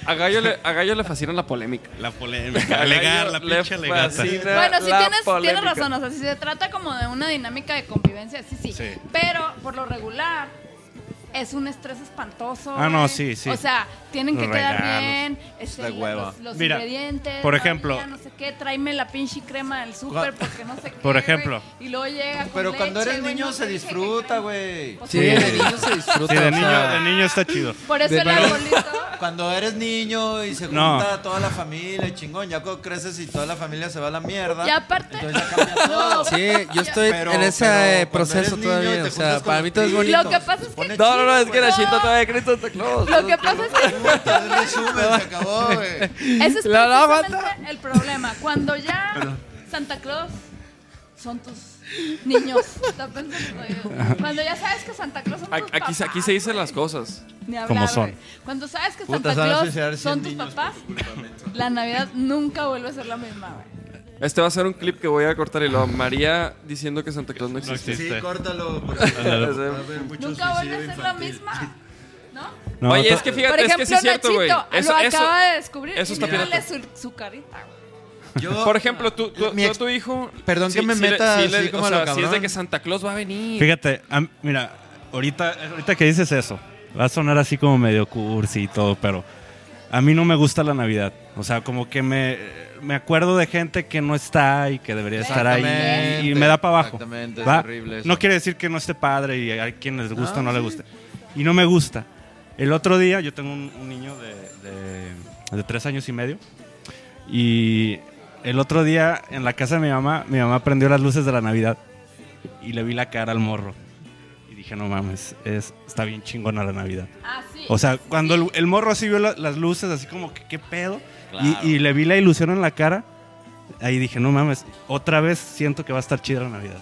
Speaker 3: a- a Gallo le, a Gallo le fascina la polémica.
Speaker 6: La polémica. Alegar, la pinche alegata.
Speaker 2: Bueno, sí tienes, tienes razón, o sea, si se trata como de una dinámica de convivencia, sí, sí.
Speaker 6: Sí.
Speaker 2: Pero por lo regular es un estrés espantoso.
Speaker 6: Ah, no,
Speaker 2: güey.
Speaker 6: sí, sí.
Speaker 2: O sea, tienen que
Speaker 6: Los
Speaker 2: quedar
Speaker 6: regalos.
Speaker 2: bien, este,
Speaker 6: de hueva.
Speaker 2: los, los
Speaker 6: Mira,
Speaker 2: ingredientes,
Speaker 6: por
Speaker 2: la
Speaker 6: ejemplo-
Speaker 2: orilla, no sé qué, tráeme la pinche crema del súper porque no sé qué.
Speaker 6: Por ejemplo.
Speaker 2: güey. Y luego llega con
Speaker 11: Pero cuando
Speaker 2: leche,
Speaker 11: eres
Speaker 2: güey,
Speaker 11: niño
Speaker 2: no
Speaker 11: se
Speaker 2: sé qué.
Speaker 11: disfruta, güey.
Speaker 2: Pues
Speaker 6: Sí. sí, de niño se disfruta, Sí, de o niño- sea. de niño está chido. Por eso De- el arbolito.
Speaker 11: Cuando eres niño y se
Speaker 6: No.
Speaker 11: junta toda la familia, chingón, ya cuando creces y toda la familia se va a la mierda.
Speaker 2: Y aparte-
Speaker 11: Entonces ya cambia todo.
Speaker 4: Sí, yo estoy
Speaker 11: Pero-
Speaker 4: en ese
Speaker 11: pero
Speaker 4: eh,
Speaker 11: cuando
Speaker 4: proceso
Speaker 11: eres niño y
Speaker 4: todavía.
Speaker 11: te
Speaker 4: O sea,
Speaker 11: juntas con
Speaker 4: para mí todo es
Speaker 11: los
Speaker 4: bonito.
Speaker 2: Lo que pasa es que.
Speaker 3: No, no, no, es que la chita todavía grita Santa Claus.
Speaker 2: Lo que pasa es que.
Speaker 11: Entonces resumen, se acabó, güey.
Speaker 2: Ese es
Speaker 3: La lava,
Speaker 2: precisamente el problema. Cuando ya Santa Claus son tus niños. Está pensando yo. Cuando ya sabes que Santa Claus son
Speaker 3: A-
Speaker 2: tus
Speaker 3: Aquí, se- aquí se dicen las cosas.
Speaker 2: ni hablar,
Speaker 3: como
Speaker 2: güey.
Speaker 3: son.
Speaker 2: Cuando sabes que
Speaker 3: Puta,
Speaker 2: Santa
Speaker 3: se van a
Speaker 2: Claus
Speaker 3: suicidar cien
Speaker 2: son tus
Speaker 3: niños
Speaker 2: papás, la Navidad nunca vuelve a ser la misma, güey.
Speaker 3: Este va a ser un clip que voy a cortar y lo María diciendo que Santa Claus no existe.
Speaker 11: Sí, córtalo. porque
Speaker 3: Ándale.
Speaker 11: va a haber mucho
Speaker 2: Nunca vuelve a
Speaker 11: suicidio
Speaker 2: ser la
Speaker 11: infantil.
Speaker 2: misma. ¿No?
Speaker 3: No, Oye, es que fíjate,
Speaker 2: Por ejemplo,
Speaker 3: es que sí es cierto, güey.
Speaker 2: Nachito
Speaker 3: Eso-
Speaker 2: lo
Speaker 3: eso-
Speaker 2: acaba de descubrir. y
Speaker 3: eso está
Speaker 2: mírale
Speaker 3: pirata.
Speaker 2: su, su carita, güey.
Speaker 3: Por ejemplo, tú, tú, tú a tu hijo.
Speaker 11: Perdón
Speaker 3: sí-
Speaker 11: que me
Speaker 3: sí le-
Speaker 11: meta
Speaker 3: sí le-
Speaker 11: así como
Speaker 3: o
Speaker 11: a lo
Speaker 3: sea, sí es de
Speaker 11: cabrón.
Speaker 3: que Santa Claus va a venir.
Speaker 6: Fíjate, am- mira, ahorita, ahorita que dices eso, va a sonar así como medio cursi y todo, pero a mí no me gusta la Navidad. O sea, como que me, me acuerdo de gente que no está y que debería estar ahí y
Speaker 11: Exactamente,
Speaker 6: me da para abajo.
Speaker 11: exactamente, es
Speaker 6: ¿va?
Speaker 11: horrible eso.
Speaker 6: No quiere decir que no esté padre y hay quien les gusta o
Speaker 11: Ah,
Speaker 6: no le
Speaker 11: sí.
Speaker 6: guste. Y no me gusta. El otro día, yo tengo un, un niño de, de- de tres años y medio y el otro día en la casa de mi mamá, mi mamá prendió las luces de la Navidad y le vi la cara al morro. Y dije, no mames, es, está bien chingona la Navidad.
Speaker 2: Ah, sí,
Speaker 6: O sea, cuando el, el morro así vio la- las luces, así como que qué pedo. Y-
Speaker 11: Claro.
Speaker 6: Y, le vi la ilusión en la cara. Ahí dije, no mames, otra vez siento que va a estar chida la Navidad.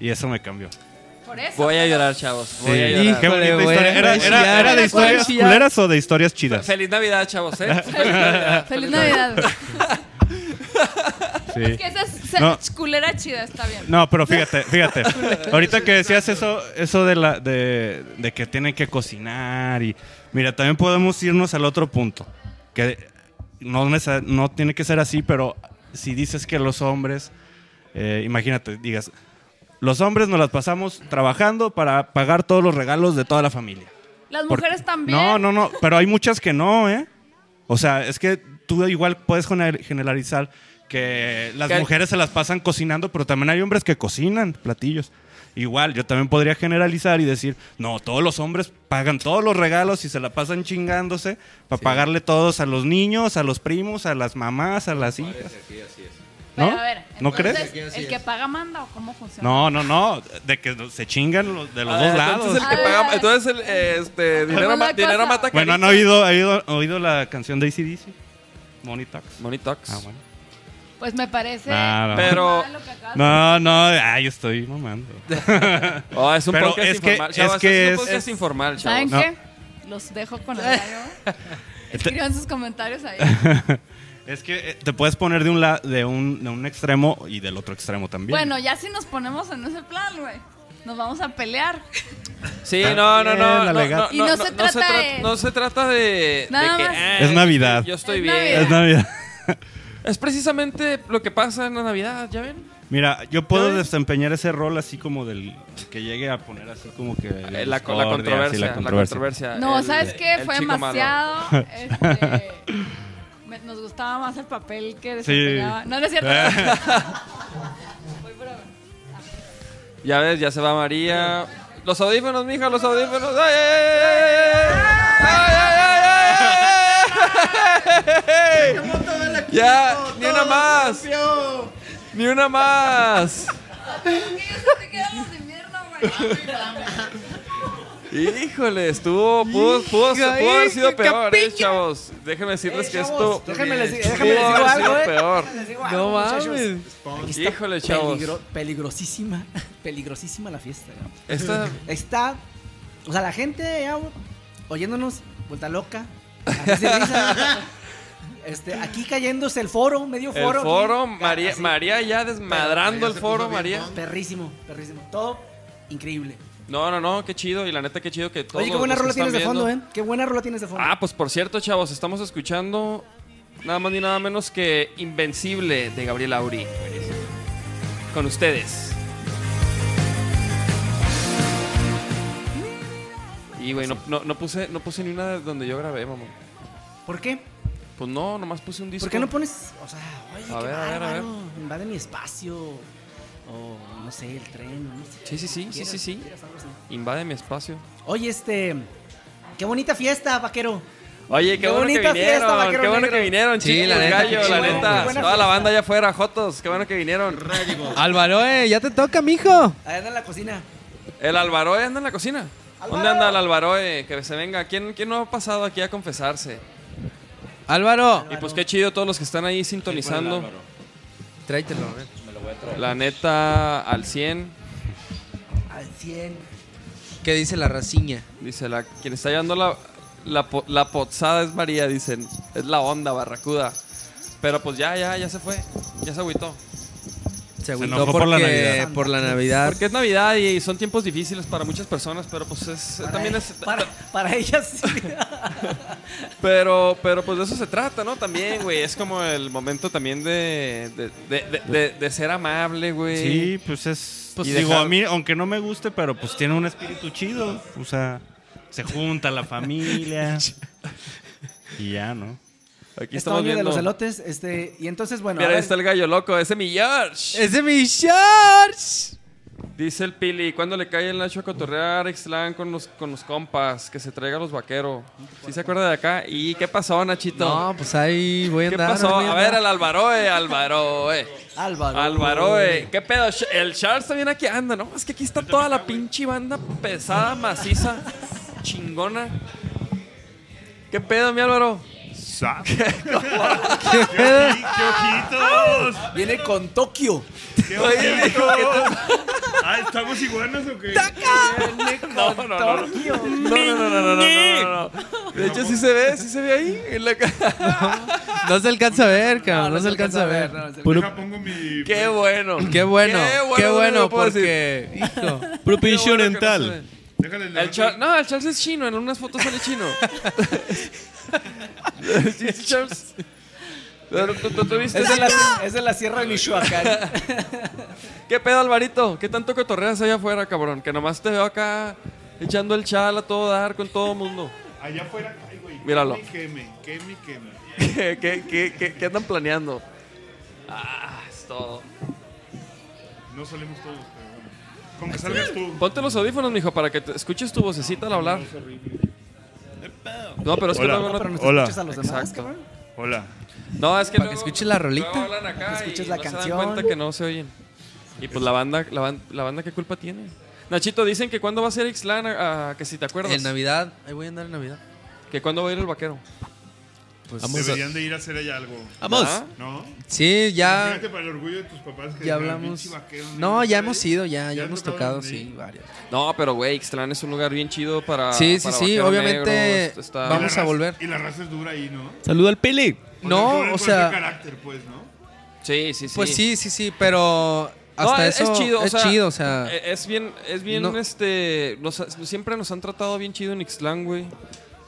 Speaker 6: Y eso me cambió.
Speaker 3: Voy a llorar, chavos. Voy
Speaker 6: Sí.
Speaker 3: a llorar.
Speaker 6: Qué bonita
Speaker 16: este,
Speaker 6: historia. Era, era-
Speaker 3: Voy a
Speaker 6: era de
Speaker 3: chillar.
Speaker 6: historias culeras o de historias chidas.
Speaker 3: Feliz Navidad, chavos, ¿eh?
Speaker 2: Feliz Navidad. Feliz Navidad.
Speaker 6: Sí.
Speaker 2: Es que esa es se-
Speaker 6: No.
Speaker 2: culera chida, está bien.
Speaker 6: No, pero fíjate, fíjate. Ahorita que decías eso, eso de la, de, de que tienen que cocinar y. Mira, también podemos irnos al otro punto. Que no, nece- no tiene que ser así, pero si dices que los hombres, eh, imagínate, digas, los hombres nos las pasamos trabajando para pagar todos los regalos de toda la familia.
Speaker 2: Las
Speaker 6: Por-
Speaker 2: mujeres también.
Speaker 6: No, no, no, pero hay muchas que no, ¿eh? O sea, es que tú igual puedes gener- generalizar que las
Speaker 3: Que-
Speaker 6: mujeres se las pasan cocinando, pero también hay hombres que cocinan platillos. Igual, yo también podría generalizar y decir, no, todos los hombres pagan todos los regalos y se la pasan chingándose para pagarle todos a los niños, a los primos, a las mamás, a las hijas.
Speaker 2: Pero,
Speaker 6: ¿No?
Speaker 2: a ver,
Speaker 6: ¿No
Speaker 2: entonces,
Speaker 6: crees?
Speaker 2: ¿El que paga manda o cómo funciona?
Speaker 6: No, no, no, de que se chingan los- de los
Speaker 3: Ah,
Speaker 6: dos lados.
Speaker 3: entonces el que paga- entonces el, eh, este, dinero,
Speaker 2: es la
Speaker 3: ma- dinero
Speaker 2: cosa?
Speaker 3: mata
Speaker 6: Bueno, ¿han
Speaker 3: carita.
Speaker 6: oído, oído, oído la canción de ACDC? Money Talks.
Speaker 3: Money Talks.
Speaker 6: Ah, bueno.
Speaker 2: Pues me parece.
Speaker 6: Claro.
Speaker 3: Pero-
Speaker 2: mal lo que acabas de
Speaker 6: No, no, ay, yo estoy mamando.
Speaker 3: Oh, es un
Speaker 6: Pero
Speaker 3: podcast
Speaker 6: es que,
Speaker 3: informal, chavos,
Speaker 6: Es que
Speaker 3: es un
Speaker 6: es,
Speaker 3: podcast informal,
Speaker 2: ¿Saben
Speaker 6: No.
Speaker 2: qué? Los dejo con el gallo. Escriban sus comentarios ahí.
Speaker 6: es que eh, te puedes poner de un, la- de, un, de un extremo y del otro extremo también.
Speaker 2: Bueno, ya si nos ponemos en ese plan, güey. Nos vamos a pelear.
Speaker 3: Sí,
Speaker 6: Está
Speaker 3: no, no,
Speaker 6: bien,
Speaker 3: no.
Speaker 6: la
Speaker 3: no,
Speaker 6: legal.
Speaker 3: no,
Speaker 2: Y no
Speaker 3: no,
Speaker 2: se
Speaker 3: no se
Speaker 2: trata
Speaker 3: tra-
Speaker 2: de-
Speaker 3: no se trata de, de
Speaker 2: Nada
Speaker 3: que,
Speaker 2: más.
Speaker 3: ah,
Speaker 6: es Navidad.
Speaker 3: Yo estoy
Speaker 2: Es
Speaker 3: bien.
Speaker 2: Navidad.
Speaker 6: Es Navidad.
Speaker 3: Es precisamente lo que pasa en la Navidad, ¿ya ven?
Speaker 6: Mira, yo puedo desempeñar ese rol así como del que llegue a poner así como que
Speaker 3: Eh, la, co- la
Speaker 6: discordia,
Speaker 3: controversia,
Speaker 6: sí,
Speaker 3: la controversia.
Speaker 2: No,
Speaker 3: el-
Speaker 2: ¿sabes qué?
Speaker 3: el
Speaker 2: Fue
Speaker 3: chico malo.
Speaker 2: demasiado. este, me- nos gustaba más el papel que desempeñaba. No, no es cierto.
Speaker 3: Ya ves, ya se va María. Los audífonos, mija, los audífonos. ¡Ay, ay, ay, ay, ay! ¡Ay, ay, ay, ay, ay! Ya, ni una más. Ni una más. Híjole, estuvo, pudo, pudo-
Speaker 1: Hija,
Speaker 3: pudo haber sido
Speaker 1: hija,
Speaker 3: peor, eh,
Speaker 1: capiña.
Speaker 3: chavos. Déjenme decirles
Speaker 1: Eh,
Speaker 3: que
Speaker 1: chavos,
Speaker 3: esto
Speaker 1: déjenme les-
Speaker 3: pudo
Speaker 1: déjenme les digo
Speaker 3: haber
Speaker 1: algo,
Speaker 3: sido
Speaker 1: eh.
Speaker 3: peor.
Speaker 1: Déjenles digo
Speaker 3: No mames.
Speaker 12: Aquí está
Speaker 3: Híjole, chavos.
Speaker 12: peligro- peligrosísima, peligrosísima la fiesta. ¿no?
Speaker 3: Esta-
Speaker 12: Está, o sea, la gente ya oyéndonos, vuelta loca. así se risa. Este, aquí cayéndose el foro, medio
Speaker 3: El
Speaker 12: foro. aquí.
Speaker 3: foro, María,
Speaker 12: Así.
Speaker 3: María ya desmadrando el foro, María.
Speaker 12: Perrísimo, perrísimo. Todo increíble.
Speaker 3: No, no, no, qué chido. Y la neta, qué chido que todo.
Speaker 12: Oye, qué buena rola tienes de fondo, ¿eh? Qué buena rola tienes de fondo.
Speaker 3: Ah, pues por cierto, chavos, estamos escuchando nada más ni nada menos que Invencible de Gabriel Auri. Con ustedes. Y güey, no, no, no puse, no puse ni una de donde yo grabé, mamón.
Speaker 12: ¿Por qué?
Speaker 3: Pues no, nomás puse un disco.
Speaker 12: ¿Por qué no pones, o sea, oye,
Speaker 3: A
Speaker 12: qué
Speaker 3: ver, a ver, a
Speaker 12: bárbaro, invade mi espacio? O no sé, el tren, no sé.
Speaker 3: Sí, sí, sí, sí,
Speaker 12: Quieras,
Speaker 3: sí, sí.
Speaker 12: quieras algo así.
Speaker 3: Invade mi espacio.
Speaker 12: Oye, este. Qué bonita fiesta, vaquero.
Speaker 3: Oye, qué, bueno que
Speaker 12: bonita
Speaker 3: vinieron,
Speaker 12: fiesta, vaquero
Speaker 3: qué bueno
Speaker 12: negro.
Speaker 3: que vinieron,
Speaker 12: Sí,
Speaker 3: chicos,
Speaker 12: la neta,
Speaker 3: gallo,
Speaker 12: qué
Speaker 3: la
Speaker 12: bueno,
Speaker 3: neta.
Speaker 12: qué buena
Speaker 3: Toda la
Speaker 12: fiesta.
Speaker 3: banda allá afuera, Jotos, qué bueno que vinieron.
Speaker 4: Álvaro, eh, ya te toca, mijo.
Speaker 12: Allá anda en la cocina.
Speaker 3: El Alvaroe anda en la cocina. ¿Dónde anda el Alvaroe? Que se venga. ¿Quién, ¿Quién no ha pasado aquí a confesarse?
Speaker 4: Álvaro.
Speaker 3: Y pues qué chido todos los que están ahí sintonizando.
Speaker 4: Tráetelo.
Speaker 3: La neta al 100,
Speaker 12: Al 100.
Speaker 4: ¿Qué dice la raciña?
Speaker 3: dice la quien está llevando la la, po- la pozada es María, dicen. Es la onda barracuda. Pero pues ya ya ya se fue. Ya se agüitó.
Speaker 4: Se agüitó enojó por la porque- Navidad. por la Navidad.
Speaker 3: Porque es Navidad y son tiempos difíciles para muchas personas, pero pues es, también es
Speaker 12: Para, para ellas. sí.
Speaker 3: Pero, pero pues de eso se trata, ¿no? También, güey. Es como el momento también de, de, de- de- de- de ser amable, güey.
Speaker 6: Sí, pues es.
Speaker 3: Pues
Speaker 6: y digo,
Speaker 3: dejar-
Speaker 6: a mí, aunque no me guste, pero pues tiene un espíritu chido. O sea, se junta la familia. y ya, ¿no?
Speaker 3: Aquí
Speaker 12: Está
Speaker 3: estamos
Speaker 12: Oño de
Speaker 3: viendo.
Speaker 12: los elotes. Este, y entonces, bueno.
Speaker 3: Mira,
Speaker 12: a
Speaker 3: ahí
Speaker 12: ver,
Speaker 3: está el gallo loco. Ese mi George.
Speaker 4: Ese mi George.
Speaker 3: Dice el Pili, ¿cuándo le cae el Nacho a cotorrear Xlan con los, con los compas? Que se traiga a los vaqueros. ¿Sí se acuerda de acá? ¿Y qué pasó, Nachito?
Speaker 4: No, pues ahí voy a
Speaker 3: ¿Qué
Speaker 4: andar.
Speaker 3: pasó?
Speaker 4: voy
Speaker 3: A
Speaker 4: andar.
Speaker 3: ver, el Alvaroe, Alvaroe.
Speaker 12: Álvaro.
Speaker 3: Alvaroe. ¿Qué pedo? Sh- El Charles también aquí anda, ¿no? Es que aquí está toda la pinche banda pesada, maciza, chingona. ¿Qué pedo, mi Álvaro? ¿Qué
Speaker 17: pedo? ¡Qué ojitos!
Speaker 16: Viene con Tokio.
Speaker 17: ¡Qué
Speaker 16: Oye,
Speaker 17: ojitos!
Speaker 16: ¿qué
Speaker 17: ah, ¿estamos iguanos o qué?
Speaker 3: No, no, no, no. No, no, no, no, no, no, no, no. De hecho, sí se ve, sí se ve ahí. en la ca-
Speaker 4: No se alcanza a ver, cabrón. No, se alcanza a ver.
Speaker 3: no, no se
Speaker 4: Puro-
Speaker 3: Qué bueno.
Speaker 4: Qué bueno. Qué bueno,
Speaker 3: no puedo
Speaker 4: porque.
Speaker 3: decir.
Speaker 4: Hijo.
Speaker 3: Qué bueno que no
Speaker 15: oriental.
Speaker 3: se ve. El Char- no, el Charles es chino. En unas fotos sale chino. Sí, sí, Charles. Pero ¿Tú, tú- tú viste?
Speaker 16: Es de la, es de la Sierra de Michoacán.
Speaker 3: ¿Qué pedo, Alvarito? ¿Qué tanto cotorreas allá afuera, cabrón? Que nomás te veo acá echando el chal a todo dar con todo mundo.
Speaker 17: Allá afuera, ay, güey.
Speaker 3: Míralo.
Speaker 17: Queme, queme, queme.
Speaker 3: ¿Qué, qué, qué, qué andan planeando? Ah, es todo.
Speaker 17: No salimos todos, pero bueno. Con que salgas tú.
Speaker 3: Ponte los audífonos, mijo, para que te escuches tu vocecita al hablar. No, pero es que
Speaker 17: Hola.
Speaker 3: luego no
Speaker 17: Pero no te Hola. escuchas a los demás,
Speaker 3: Exacto.
Speaker 17: cabrón. Hola.
Speaker 3: No, es que
Speaker 4: Para que
Speaker 3: luego-
Speaker 4: escuches la rolita.
Speaker 3: luego hablan acá
Speaker 4: Para que
Speaker 3: y
Speaker 4: escuches la
Speaker 3: no se dan
Speaker 4: canción.
Speaker 3: cuenta que no se oyen. Y pues la banda, la, ban- la banda ¿qué culpa tiene? Nachito, dicen que cuándo va a ser Xlan, a- a- que si te acuerdas.
Speaker 4: En Navidad. Ahí voy a andar en Navidad.
Speaker 3: Que cuándo va a ir el vaquero.
Speaker 4: Pues
Speaker 17: Deberían de ir a hacer allá algo.
Speaker 4: Vamos.
Speaker 17: ¿No?
Speaker 4: Sí, ya-
Speaker 17: Imagínate para el orgullo de tus papás que
Speaker 4: Ya
Speaker 17: dijeran,
Speaker 4: hablamos.
Speaker 17: "Pinche vaquero,
Speaker 4: No,
Speaker 17: neta,
Speaker 4: ya hemos ido, ya, ya
Speaker 17: han
Speaker 4: hemos tocado,
Speaker 17: donde
Speaker 4: sí,
Speaker 17: ir".
Speaker 4: varios.
Speaker 3: No, pero güey, Xlan es un lugar bien chido para.
Speaker 4: Sí, sí,
Speaker 3: para
Speaker 4: sí,
Speaker 3: vaquero
Speaker 4: obviamente
Speaker 3: negro,
Speaker 17: Y la
Speaker 4: vamos
Speaker 17: raza-
Speaker 4: a volver.
Speaker 17: Y la raza es dura ahí, ¿no?
Speaker 4: Saluda al Pili.
Speaker 17: sea,
Speaker 4: No,
Speaker 17: tú eres
Speaker 4: o
Speaker 17: por
Speaker 4: sea-
Speaker 17: ese carácter, pues, ¿no?
Speaker 3: Sí, sí, sí.
Speaker 4: Pues sí, sí, sí, pero hasta
Speaker 3: No, es-
Speaker 4: eso
Speaker 3: es chido,
Speaker 4: es
Speaker 3: o sea,
Speaker 4: chido, o sea,
Speaker 3: e- es bien, es bien,
Speaker 4: No.
Speaker 3: este, nos ha- siempre nos han tratado bien chido en Ixtlán, güey.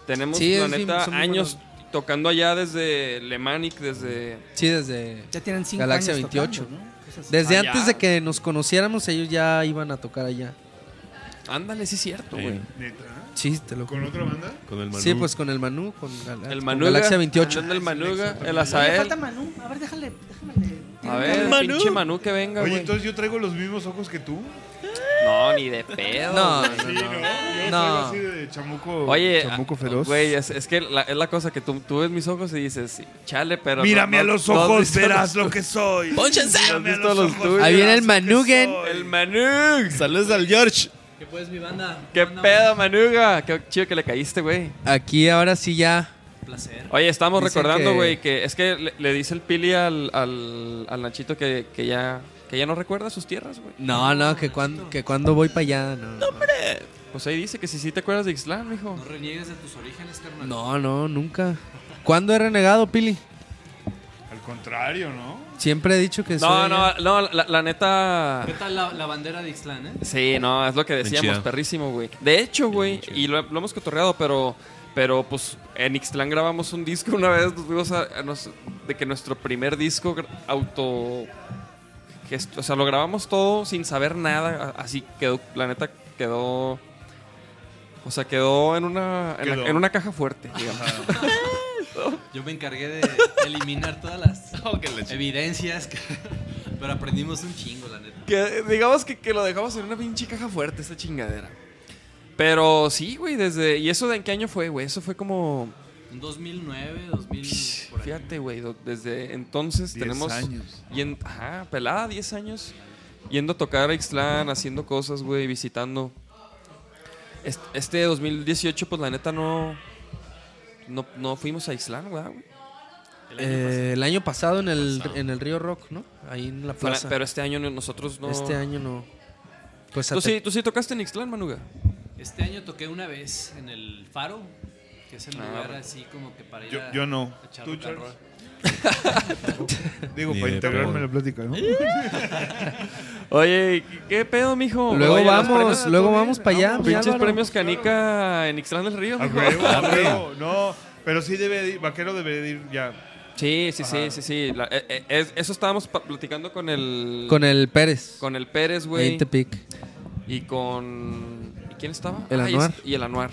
Speaker 3: Tenemos,
Speaker 4: Sí,
Speaker 3: la
Speaker 4: es bien-
Speaker 3: neta,
Speaker 4: son muy
Speaker 3: años tocando allá desde Lemanic, desde...
Speaker 4: sí desde
Speaker 12: Ya tienen cinco
Speaker 4: Galaxia
Speaker 12: años
Speaker 4: 28.
Speaker 12: tocando, ¿no? Cosas así.
Speaker 4: Desde
Speaker 3: Ah,
Speaker 4: antes
Speaker 3: ya.
Speaker 4: de que nos conociéramos ellos ya iban a tocar allá.
Speaker 3: Ándale, sí es cierto, güey.
Speaker 4: Sí, te lo juro.
Speaker 15: Con el Manu.
Speaker 4: Sí, pues con el Manu, con Gal-
Speaker 3: El
Speaker 4: con
Speaker 3: Manuga.
Speaker 4: Galaxia 28.
Speaker 3: Anda el Manuga, el
Speaker 12: Me
Speaker 3: Azael.
Speaker 12: falta Manu. A ver, déjale. déjame le-
Speaker 3: A ver,
Speaker 17: Manu.
Speaker 3: Eh, pinche Manu que venga,
Speaker 17: Oye,
Speaker 3: güey.
Speaker 17: entonces yo traigo los mismos ojos que tú.
Speaker 3: No, ni de pedo.
Speaker 17: No,
Speaker 3: güey.
Speaker 17: no, Sí, no. ¿no? Yo No. traigo así de chamuco-
Speaker 3: Oye,
Speaker 17: chamuco
Speaker 3: ah,
Speaker 17: feroz.
Speaker 3: Güey, es, es que la- es la cosa que tú, tú ves mis ojos y dices, chale, pero.
Speaker 17: Mírame a los ojos, verás lo
Speaker 3: que soy.
Speaker 17: Pónchense. Mírame a los ojos,
Speaker 4: Ahí viene el Manugen.
Speaker 3: El Manug.
Speaker 15: Saludos al George.
Speaker 16: ¿Qué puedes, mi banda?
Speaker 3: ¿Qué pedo, Manuga? Qué chido que le caíste, güey.
Speaker 4: Aquí ahora sí ya.
Speaker 16: Placer.
Speaker 3: Oye, estamos
Speaker 4: Dicen
Speaker 3: recordando,
Speaker 4: que-
Speaker 3: güey, que... es que le, le dice el Pili al, al, al Nachito que, que ya que ya no recuerda sus tierras, güey.
Speaker 4: No, no, que cuando que cuando voy para allá, no.
Speaker 3: Pues ahí dice que si sí te acuerdas de Ixtlán, mijo.
Speaker 16: No reniegues de tus orígenes, carnal.
Speaker 4: No, no, nunca. ¿Cuándo he renegado, Pili?
Speaker 17: Al contrario, ¿no?
Speaker 4: Siempre he dicho que
Speaker 3: No,
Speaker 4: soy
Speaker 3: no, no, la, la neta.
Speaker 16: ¿Qué tal la, la bandera de Ixtlán, eh?
Speaker 3: Sí, no, es lo que decíamos,
Speaker 16: chida.
Speaker 3: perrísimo, güey. De hecho, güey, y lo, lo hemos cotorreado, pero, pero pues en Ixtlán grabamos un disco una vez, nos fuimos a, a nos- de que nuestro primer disco gra- auto... gest- o sea, lo grabamos todo sin saber nada, a- así quedó, la neta quedó... O sea, quedó en una, en, la-
Speaker 16: Quedó.
Speaker 3: en una caja fuerte, digamos.
Speaker 16: Yo me encargué de eliminar todas las evidencias, que- pero aprendimos un chingo, la neta.
Speaker 3: Que, digamos que, que lo dejamos en una pinche caja fuerte, esta chingadera. Pero sí, güey, desde... ¿Y eso de en qué año fue, güey? Eso fue como...
Speaker 16: En 2009, 2000, por ahí.
Speaker 3: Fíjate, güey, do- desde entonces
Speaker 16: Diez
Speaker 3: tenemos.
Speaker 16: años.
Speaker 3: yen- ajá, pelada, 10 años. Yendo a tocar a Ixtlán, haciendo cosas, güey, visitando. Est- Este 2018, pues la neta no. No, no fuimos a Ixtlán, güey. güey.
Speaker 4: Eh, el año pasado en el, en el Río Rock, ¿no? Ahí en la
Speaker 3: Pero,
Speaker 4: plaza.
Speaker 3: pero este año no- nosotros no.
Speaker 4: Este año no. Pues
Speaker 3: ¿Tú
Speaker 4: ate-
Speaker 3: sí, tú sí tocaste en Ixtlán, Manuga.
Speaker 16: Este año toqué una vez en el Faro, que es el
Speaker 3: Ah,
Speaker 16: lugar
Speaker 3: bueno.
Speaker 16: así como que para ir
Speaker 17: Yo-
Speaker 16: a-
Speaker 17: yo no.
Speaker 16: a echar
Speaker 17: ¿Tú,
Speaker 16: rock and roll.
Speaker 17: Digo,
Speaker 16: Ni
Speaker 17: para
Speaker 16: de
Speaker 17: integrarme a
Speaker 16: pedo.
Speaker 17: la plática, ¿no?
Speaker 3: Oye, ¿qué- ¿qué pedo, mijo?
Speaker 4: Luego
Speaker 3: Oye, los
Speaker 4: vamos,
Speaker 3: premios-
Speaker 4: luego vamos pa' allá, mi
Speaker 3: Pinches
Speaker 4: Álvaro.
Speaker 3: premios Canica en Ixtlán del Río,
Speaker 17: A
Speaker 3: mijo.
Speaker 17: huevo, a huevo. No, pero sí debe de ir, vaquero debe de ir ya.
Speaker 3: Sí, sí,
Speaker 17: Ajá.
Speaker 3: sí, sí, sí. La- eh, eh, es- eso estábamos pa- platicando con el...
Speaker 4: Con el Pérez.
Speaker 3: Con el Pérez,
Speaker 4: Ahí
Speaker 3: güey.
Speaker 4: en Tepic.
Speaker 3: Y con... ¿y quién estaba?
Speaker 4: El
Speaker 3: Ah, y
Speaker 4: Anuar.
Speaker 3: es- Y, el Anuar.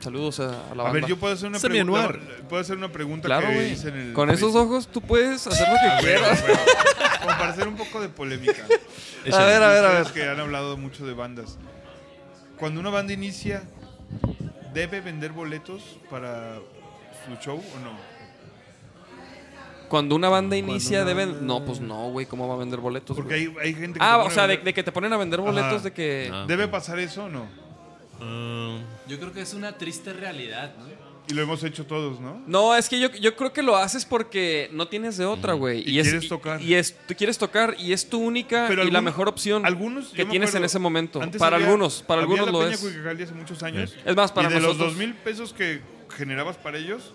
Speaker 3: Saludos a, la
Speaker 17: A
Speaker 3: banda.
Speaker 17: ver, yo puedo hacer una pregunta. Puedo hacer una pregunta
Speaker 3: Claro,
Speaker 17: que
Speaker 3: güey.
Speaker 17: hice en el.
Speaker 3: Con esos ojos tú puedes hacer lo
Speaker 17: A
Speaker 3: que
Speaker 17: ver,
Speaker 3: quieras.
Speaker 17: a ver, Como para hacer un poco de polémica.
Speaker 3: A ver, a ver, a
Speaker 17: Ustedes
Speaker 3: ver.
Speaker 17: que han hablado mucho de bandas. Cuando una banda inicia, ¿debe vender boletos para su show o no?
Speaker 3: Cuando una banda inicia deben... No, pues no, güey. ¿Cómo va a vender boletos?
Speaker 17: Porque
Speaker 3: güey?
Speaker 17: hay, hay gente que.
Speaker 3: Ah,
Speaker 17: se
Speaker 3: o
Speaker 17: pone a
Speaker 3: sea, de,
Speaker 17: vender-
Speaker 3: de que te ponen a vender
Speaker 17: Ajá.
Speaker 3: boletos de que...
Speaker 17: ¿Debe pasar eso o no?
Speaker 16: Yo creo que es una triste realidad, ¿no?
Speaker 17: Y lo hemos hecho todos, ¿no?
Speaker 3: No, es que yo, yo creo que lo haces porque no tienes de otra, güey.
Speaker 17: Y
Speaker 3: es-
Speaker 17: quieres tocar.
Speaker 3: Y, es, tú quieres tocar y es tu única
Speaker 17: Pero
Speaker 3: y la
Speaker 17: algún-
Speaker 3: mejor opción que
Speaker 17: yo me
Speaker 3: tienes en
Speaker 17: acuerdo,
Speaker 3: ese momento.
Speaker 17: antes
Speaker 3: Para
Speaker 17: había-
Speaker 3: algunos, para
Speaker 17: había
Speaker 3: algunos
Speaker 17: la
Speaker 3: lo
Speaker 17: Peña
Speaker 3: es.
Speaker 17: Cuicacaldi hace muchos años.
Speaker 3: Es más, para
Speaker 17: y de
Speaker 3: nosotros-
Speaker 17: los dos mil pesos que generabas para ellos,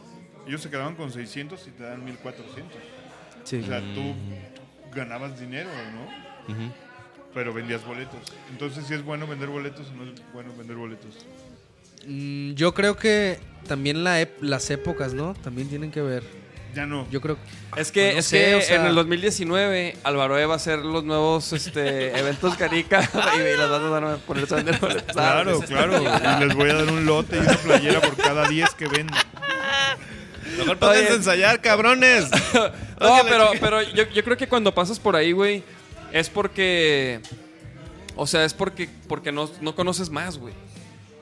Speaker 17: ellos se quedaban con 600 y te dan 1400.
Speaker 4: Sí.
Speaker 17: O sea,
Speaker 4: Mm.
Speaker 17: tú ganabas dinero, ¿no?
Speaker 4: Ujú.
Speaker 17: Pero vendías boletos. Entonces, si es bueno vender boletos o no es bueno vender boletos.
Speaker 4: Mm, Yo creo que también la ep- las épocas, ¿no? También tienen que ver.
Speaker 17: Ya no.
Speaker 4: Yo creo
Speaker 3: Es que,
Speaker 4: No
Speaker 3: es
Speaker 4: sé,
Speaker 3: que
Speaker 4: o sea-
Speaker 3: en el 2019 Álvaro E va a hacer los nuevos este, eventos Carica y las bandas van a ponerse a vender boletos.
Speaker 17: Claro, claro. Y les voy a dar un lote y una playera por cada 10 que vendan.
Speaker 3: Mejor
Speaker 17: pónganse a
Speaker 3: ensayar, cabrones. no, pero, pero yo, yo creo que cuando pasas por ahí, güey, es porque. O sea, es porque, porque no, no conoces más, güey.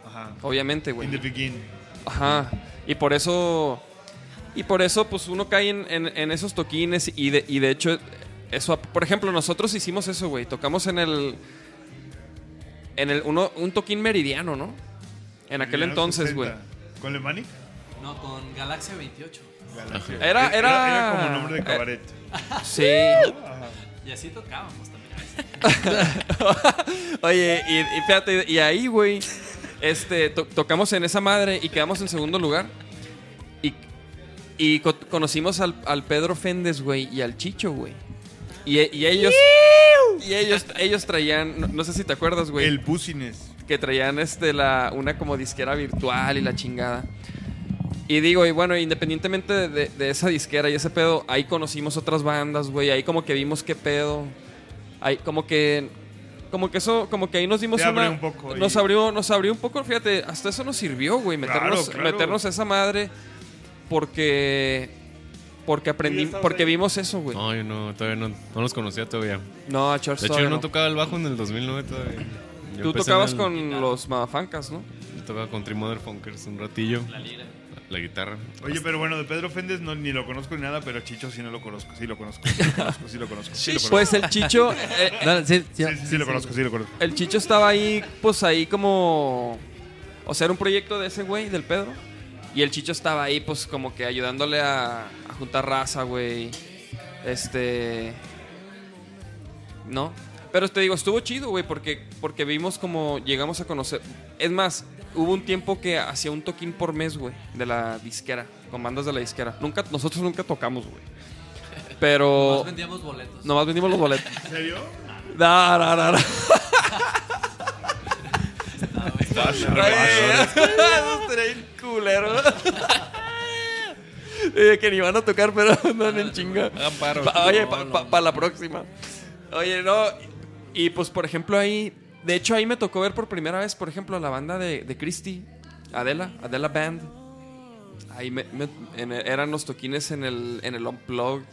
Speaker 17: Ajá.
Speaker 3: Obviamente, güey.
Speaker 17: In the beginning.
Speaker 3: Ajá. Y por eso. Y por eso, pues uno cae en, en- en esos toquines. Y de, y de hecho, eso. Por ejemplo, nosotros hicimos eso, güey. Tocamos en el. En el uno, un toquín meridiano, ¿no? En aquel
Speaker 17: Meridiano
Speaker 3: entonces,
Speaker 17: 60.
Speaker 3: güey.
Speaker 17: ¿Con Lemani?
Speaker 16: No, con Galaxia 28.
Speaker 17: Galaxia.
Speaker 3: Era, era, eh,
Speaker 17: Era- era como nombre de cabaret.
Speaker 3: Sí.
Speaker 16: Y así tocábamos también.
Speaker 3: Oye, y, y fíjate, y ahí, güey, este, to- tocamos en esa madre y quedamos en segundo lugar. Y, y co- conocimos al, al Pedro Féndez, güey, y al Chicho, güey. Y, e- y ellos. Y ellos, ellos traían, no, no sé si te acuerdas, güey. El
Speaker 17: Bucines.
Speaker 3: Que traían este, la, una como disquera virtual y la chingada. Y digo, y bueno, independientemente de, de- de esa disquera y ese pedo, ahí conocimos otras bandas, güey. Ahí como que vimos qué pedo. Ahí como que. Como que eso, como que ahí nos dimos
Speaker 17: Te abre
Speaker 3: una.
Speaker 17: un poco ahí.
Speaker 3: nos abrió, nos abrió un poco, fíjate, hasta eso nos sirvió, güey,
Speaker 17: Claro,
Speaker 3: meternos,
Speaker 17: claro.
Speaker 3: meternos a esa madre. Porque. Porque aprendí, porque vimos eso, güey.
Speaker 15: No, yo no, todavía no, no los conocía todavía.
Speaker 3: No, a Church
Speaker 15: De hecho,
Speaker 3: todavía
Speaker 15: yo no
Speaker 3: no.
Speaker 15: tocaba el bajo en el 2009 todavía. Yo
Speaker 3: Tú
Speaker 15: empecé
Speaker 3: tocabas
Speaker 15: en el-
Speaker 3: con los Madafancas, ¿no?
Speaker 15: Yo tocaba con Three Mother Funkers un ratillo.
Speaker 16: La lira.
Speaker 15: La guitarra.
Speaker 17: Oye, pero bueno, de Pedro Féndez no, ni lo conozco ni nada, pero a Chicho sí no lo conozco. Sí lo conozco. Sí lo conozco. Sí lo conozco. sí lo conozco.
Speaker 3: Pues el Chicho. eh,
Speaker 17: sí, sí lo conozco, sí lo conozco.
Speaker 3: El Chicho estaba ahí, pues ahí como. O sea, era un proyecto de ese güey, del Pedro. Y el Chicho estaba ahí, pues como que ayudándole a, a juntar raza, güey. Este. ¿No? Pero te digo, estuvo chido, güey, porque, porque vimos como llegamos a conocer. Es más, hubo un tiempo que hacía un toquín por mes, güey, de la disquera, con bandas de la disquera. Nunca, nosotros nunca tocamos, güey. Pero.
Speaker 16: Nomás vendíamos boletos.
Speaker 3: Nomás vendimos los boletos.
Speaker 16: ¿En serio?
Speaker 3: No, no, no, no.
Speaker 16: Está
Speaker 3: Güey,
Speaker 16: bárbaro.
Speaker 3: eso estaría bien culero. Eh, que ni van a tocar, pero andan en chinga.
Speaker 15: Hagan paro.
Speaker 3: Pa- oye,
Speaker 15: Ah, No,
Speaker 3: para
Speaker 15: no,
Speaker 3: la próxima. Oye, no. Y pues, por ejemplo, ahí. De hecho, ahí me tocó ver por primera vez, por ejemplo, a la banda de, de Christy, Adela, Adela Band. Ahí me- me- en- eran los toquines en el, en el Unplugged,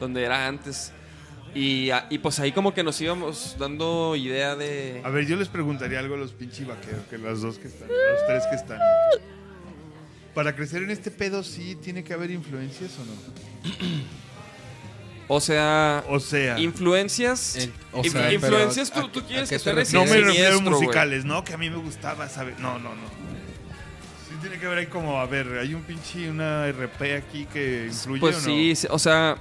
Speaker 3: donde era antes. Y, a- y pues ahí como que nos íbamos dando idea de...
Speaker 17: A ver, yo les preguntaría algo a los pinches vaqueros, que las dos que están, los tres que están. Para crecer en este pedo, sí tiene que haber influencias o no.
Speaker 3: O sea,
Speaker 17: o sea,
Speaker 3: influencias,
Speaker 17: Eh, o
Speaker 3: inf-
Speaker 17: sea,
Speaker 3: influencias
Speaker 17: pero,
Speaker 3: tú,
Speaker 17: ¿a-
Speaker 3: tú
Speaker 17: a
Speaker 3: quieres
Speaker 17: qué
Speaker 3: que
Speaker 17: te
Speaker 3: te
Speaker 17: refieres?
Speaker 3: reciban
Speaker 17: No me refiero a
Speaker 3: siniestro, güey.
Speaker 17: musicales, ¿no? Que a mí me gustaba saber. No, no, no. Sí tiene que haber ahí como, a ver, hay un pinche, una RP aquí que influye
Speaker 3: Pues
Speaker 17: o no.
Speaker 3: sí, sí, o sea,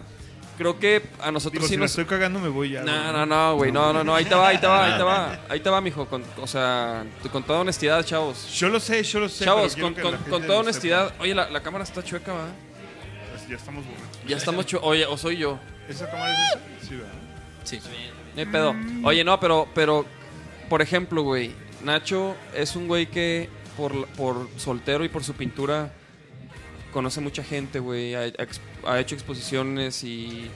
Speaker 3: creo que a nosotros
Speaker 17: Digo,
Speaker 3: sí
Speaker 17: si la
Speaker 3: nos-
Speaker 17: estoy cagando me voy ya.
Speaker 3: No, no, no, güey, no, no, no, ahí te va, ahí te va, ahí te va, ahí te va, mijo, con, o sea, con toda honestidad, chavos.
Speaker 17: Yo lo sé, yo lo sé,
Speaker 3: Chavos,
Speaker 17: pero
Speaker 3: con,
Speaker 17: quiero que la
Speaker 3: con-
Speaker 17: gente
Speaker 3: con toda
Speaker 17: lo
Speaker 3: honestidad, oye, la, la cámara está chueca, ¿va?
Speaker 17: Pues ya estamos borrachos.
Speaker 3: Ya estamos chu- oye, o soy yo.
Speaker 17: ¿Esa cámara es esa? Sí, ¿verdad?
Speaker 3: Sí. No hay pedo. Oye, no, pero, pero, por ejemplo, güey, Nacho es un güey que por, la- por soltero y por su pintura conoce mucha gente, güey, ha, ex- ha hecho exposiciones y...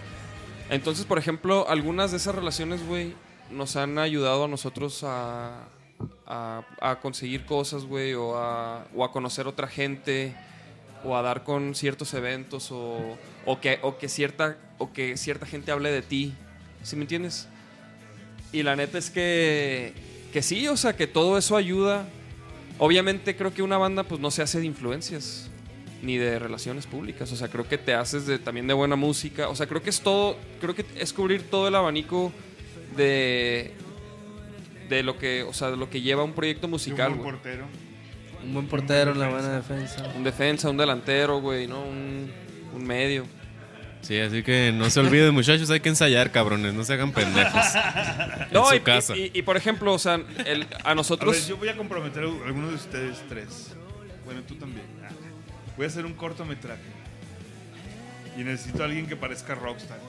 Speaker 3: Entonces, por ejemplo, algunas de esas relaciones, güey, nos han ayudado a nosotros a, a, a conseguir cosas, güey, o a, o a conocer otra gente, o a dar con ciertos eventos, o, o, que, o, que cierta, o que cierta gente hable de ti, ¿sí me entiendes? Y la neta es que, que sí, o sea, que todo eso ayuda. Obviamente creo que una banda pues no se hace de influencias ni de relaciones públicas, o sea, creo que te haces de, también de buena música, o sea, creo que es todo, creo que es cubrir todo el abanico de de lo que, o sea, de lo que lleva un proyecto musical.
Speaker 17: buen
Speaker 3: güey.
Speaker 17: portero.
Speaker 4: Un buen portero, una buena defensa.
Speaker 3: Un defensa, un delantero, güey, ¿no? Un, un medio.
Speaker 15: Sí, así que no se olviden, muchachos, hay que ensayar, cabrones, no se hagan pendejos.
Speaker 3: No,
Speaker 15: en
Speaker 3: y,
Speaker 15: su casa.
Speaker 3: y- y, por ejemplo, o sea, el- a nosotros.
Speaker 17: A ver, yo voy a comprometer a alguno de ustedes tres. Bueno, tú también. Ah, Voy a hacer un cortometraje. Y necesito a alguien que parezca rockstar.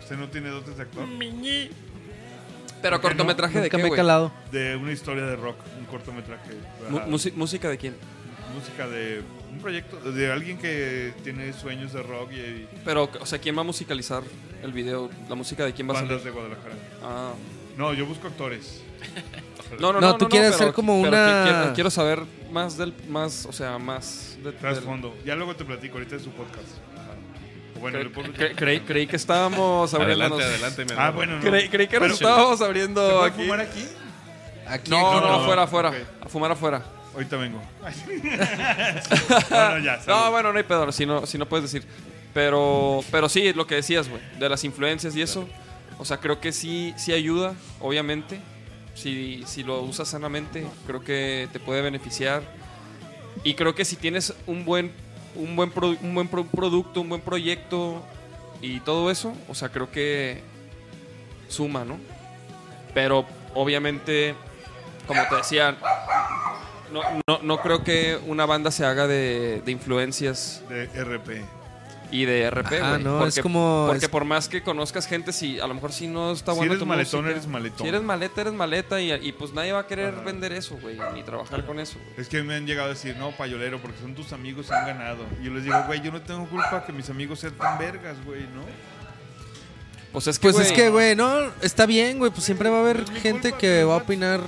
Speaker 17: ¿Usted no tiene dotes de actor?
Speaker 3: Pero
Speaker 17: ¿Por qué no?
Speaker 3: cortometraje de
Speaker 17: Nunca
Speaker 3: qué,
Speaker 17: me he
Speaker 3: güey?
Speaker 17: calado. De una historia de rock, un cortometraje.
Speaker 3: Mu-
Speaker 17: Ajá.
Speaker 3: musi- ¿Música de quién?
Speaker 17: Música de un proyecto, de alguien que tiene sueños de rock y, y
Speaker 3: Pero, o sea, ¿quién va a musicalizar el video? ¿La música de quién va a
Speaker 17: bandas de
Speaker 3: ser?
Speaker 17: Guadalajara.
Speaker 3: Ah.
Speaker 17: No, yo busco actores.
Speaker 3: No, no, no,
Speaker 4: No, tú quieres
Speaker 3: pero-
Speaker 4: ser como
Speaker 3: pero
Speaker 4: una-
Speaker 3: que- Quiero, quiero saber más del. más O sea, más. De,
Speaker 17: Trasfondo. Ya luego te platico, ahorita es su podcast. Ajá. O Bueno,
Speaker 3: Cre-
Speaker 17: le puedo-
Speaker 3: cre- creí, creí que estábamos abriéndonos.
Speaker 15: Adelante, adelante, mi
Speaker 17: Ah, bueno, no.
Speaker 3: Creí, creí que
Speaker 17: Pero-
Speaker 3: nos estábamos
Speaker 17: ¿Se
Speaker 3: abriendo
Speaker 17: puede
Speaker 3: aquí.
Speaker 17: fumar aquí?
Speaker 3: Aquí, no, no, afuera, afuera. A fumar afuera.
Speaker 17: Ahorita vengo.
Speaker 3: no, no, bueno, no hay pedo, si no, si no puedes decir. Pero, pero sí, lo que decías, güey, de las influencias y eso. O sea, creo que sí, sí ayuda, obviamente. Si, si lo usas sanamente, creo que te puede beneficiar. Y creo que si tienes un buen, un buen, pro- un buen pro- producto, un buen proyecto y todo eso, o sea, creo que suma, ¿no? Pero obviamente, como te decía, no, no, no creo que una banda se haga de, de influencias.
Speaker 17: De RP.
Speaker 3: Y de RP,
Speaker 4: Ajá,
Speaker 3: güey.
Speaker 4: no,
Speaker 3: porque,
Speaker 4: es como-
Speaker 3: Porque
Speaker 4: es-
Speaker 3: por más que conozcas gente, si a lo mejor si no está
Speaker 17: Si
Speaker 3: bueno
Speaker 17: eres
Speaker 3: tu
Speaker 17: maletón,
Speaker 3: música,
Speaker 17: eres maletón.
Speaker 3: Si eres maleta, eres maleta. Y, y pues nadie va a querer
Speaker 17: Ajá.
Speaker 3: vender eso, güey. Ni trabajar con eso.
Speaker 17: Es que me han llegado a decir, no, payolero, porque son tus amigos y han ganado. Y yo les digo, güey, yo no tengo culpa que mis amigos sean tan vergas, güey, ¿no?
Speaker 3: Pues es que,
Speaker 4: Pues
Speaker 3: güey,
Speaker 4: es que, güey, no, está bien, güey. Pues siempre va a haber gente que va a opinar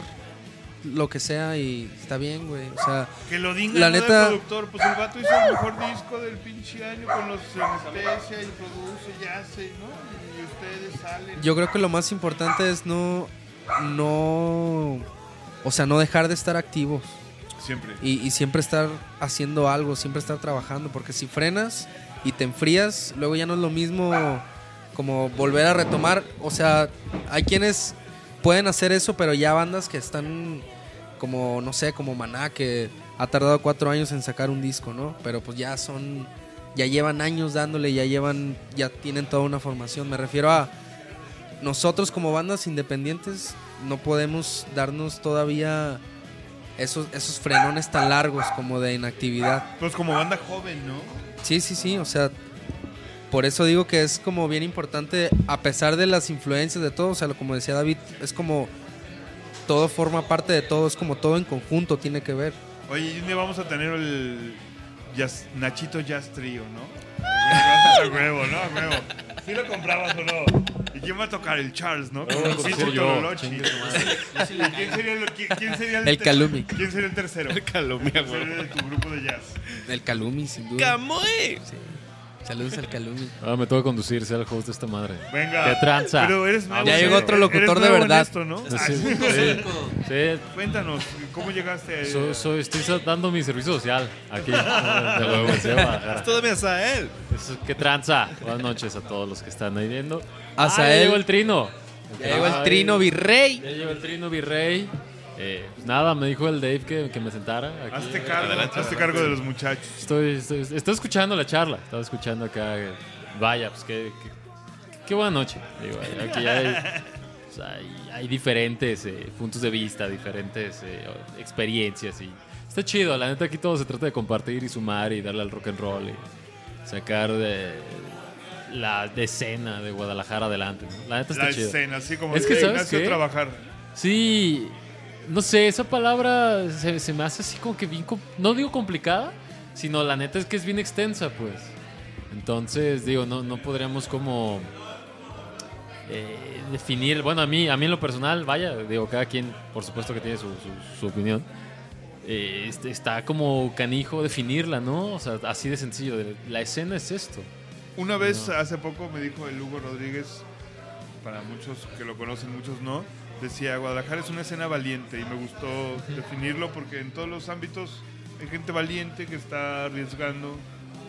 Speaker 4: lo que sea y está bien, güey. O sea,
Speaker 17: Que lo diga
Speaker 4: la
Speaker 17: el
Speaker 4: neta,
Speaker 17: productor, pues el vato hizo el mejor disco del pinche año con los anestesia y produce y hace, ¿no? Y ustedes salen.
Speaker 4: yo creo que lo más importante es no, no, o sea, no dejar de estar activos.
Speaker 17: Siempre.
Speaker 4: Y, y siempre estar haciendo algo, siempre estar trabajando, porque si frenas y te enfrías, luego ya no es lo mismo como volver a retomar. O sea, hay quienes pueden hacer eso, pero ya bandas que están como, no sé, como Maná, que ha tardado cuatro años en sacar un disco, ¿no? Pero pues ya son, ya llevan años dándole, ya llevan, ya tienen toda una formación. Me refiero a nosotros como bandas independientes no podemos darnos todavía esos, esos frenones tan largos como de inactividad.
Speaker 17: Pues como banda joven, ¿no?
Speaker 4: Sí, sí, sí, o sea, por eso digo que es como bien importante, a pesar de las influencias de todo, o sea, lo- como decía David, es como todo forma parte de todo, es como todo en conjunto tiene que ver.
Speaker 17: Oye, y un día vamos a tener el jazz- Nachito Jazz Trio, ¿no? A huevo, ¿no? A huevo. ¿Sí lo comprabas o no? ¿Y quién va a tocar? El Charles, ¿no? Con
Speaker 4: No,
Speaker 17: el
Speaker 4: pues
Speaker 17: pinche
Speaker 4: soy yo,
Speaker 17: Tololochi.
Speaker 4: chingue su madre.
Speaker 17: ¿Y ¿Quién sería el, quién- quién sería
Speaker 4: El
Speaker 17: ter-
Speaker 4: Calumi.
Speaker 17: ¿Quién sería el tercero? El
Speaker 15: Calumi,
Speaker 17: ¿Quién sería de tu grupo de jazz?
Speaker 4: El Calumi, sin duda.
Speaker 17: ¡Camuy!
Speaker 4: Sí. Saludos al Calumi.
Speaker 18: Ahora Ah, me tengo que conducir, sea el host de esta madre.
Speaker 17: Venga.
Speaker 18: ¡Qué tranza!
Speaker 17: Pero eres nuevo,
Speaker 18: Ya
Speaker 17: ¿eh?
Speaker 18: llegó otro
Speaker 17: Eres
Speaker 18: locutor de
Speaker 17: nuevo en
Speaker 18: verdad.
Speaker 17: esto, ¿no?
Speaker 18: Sí,
Speaker 17: Ah,
Speaker 18: sí. Sí.
Speaker 17: Cuéntanos, ¿cómo llegaste a
Speaker 18: Soy, soy- estoy dando mi servicio social aquí. de la Universidad de Guadalajara.
Speaker 17: Esto dame a Azael.
Speaker 18: Eso, ¡Qué tranza! Buenas noches a todos los que están ahí viendo. Ah,
Speaker 4: Azael.
Speaker 18: ya llegó el trino.
Speaker 4: Ya llegó el Trino Virrey.
Speaker 18: Ya llegó el trino virrey. Eh, pues nada, me dijo el Dave que, que me sentara. Aquí.
Speaker 17: Hazte cargo,
Speaker 18: Adelante,
Speaker 17: hazte
Speaker 18: adelante.
Speaker 17: cargo de los muchachos.
Speaker 18: Estoy, estoy, estoy escuchando la charla, estaba escuchando acá. eh, Vaya, pues qué, qué, qué buena noche. Digo, eh, aquí hay, pues, hay- hay diferentes eh, puntos de vista, diferentes eh, experiencias. y Está chido, la neta aquí todo se trata de compartir y sumar y darle al rock and roll y sacar de la escena de Guadalajara adelante. ¿no? La neta está
Speaker 17: La
Speaker 18: chido.
Speaker 17: escena, así como
Speaker 18: es que,
Speaker 17: de
Speaker 18: ¿sabes
Speaker 17: Ignacio
Speaker 18: qué?
Speaker 17: trabajar.
Speaker 18: Sí, no sé, esa palabra se, se me hace así como que bien, com- no digo complicada, sino la neta es que es bien extensa, pues. Entonces, digo, no, no podríamos como eh, definir, bueno, a mí, a mí en lo personal, vaya, digo, cada quien, por supuesto que tiene su, su- su opinión. Eh, este, está como canijo definirla, ¿no? O sea, así de sencillo. de- La escena es esto.
Speaker 17: Una vez hace poco me dijo el Hugo Rodríguez, para muchos que lo conocen, muchos no, decía Guadalajara es una escena valiente y me gustó definirlo porque en todos los ámbitos hay gente valiente que está arriesgando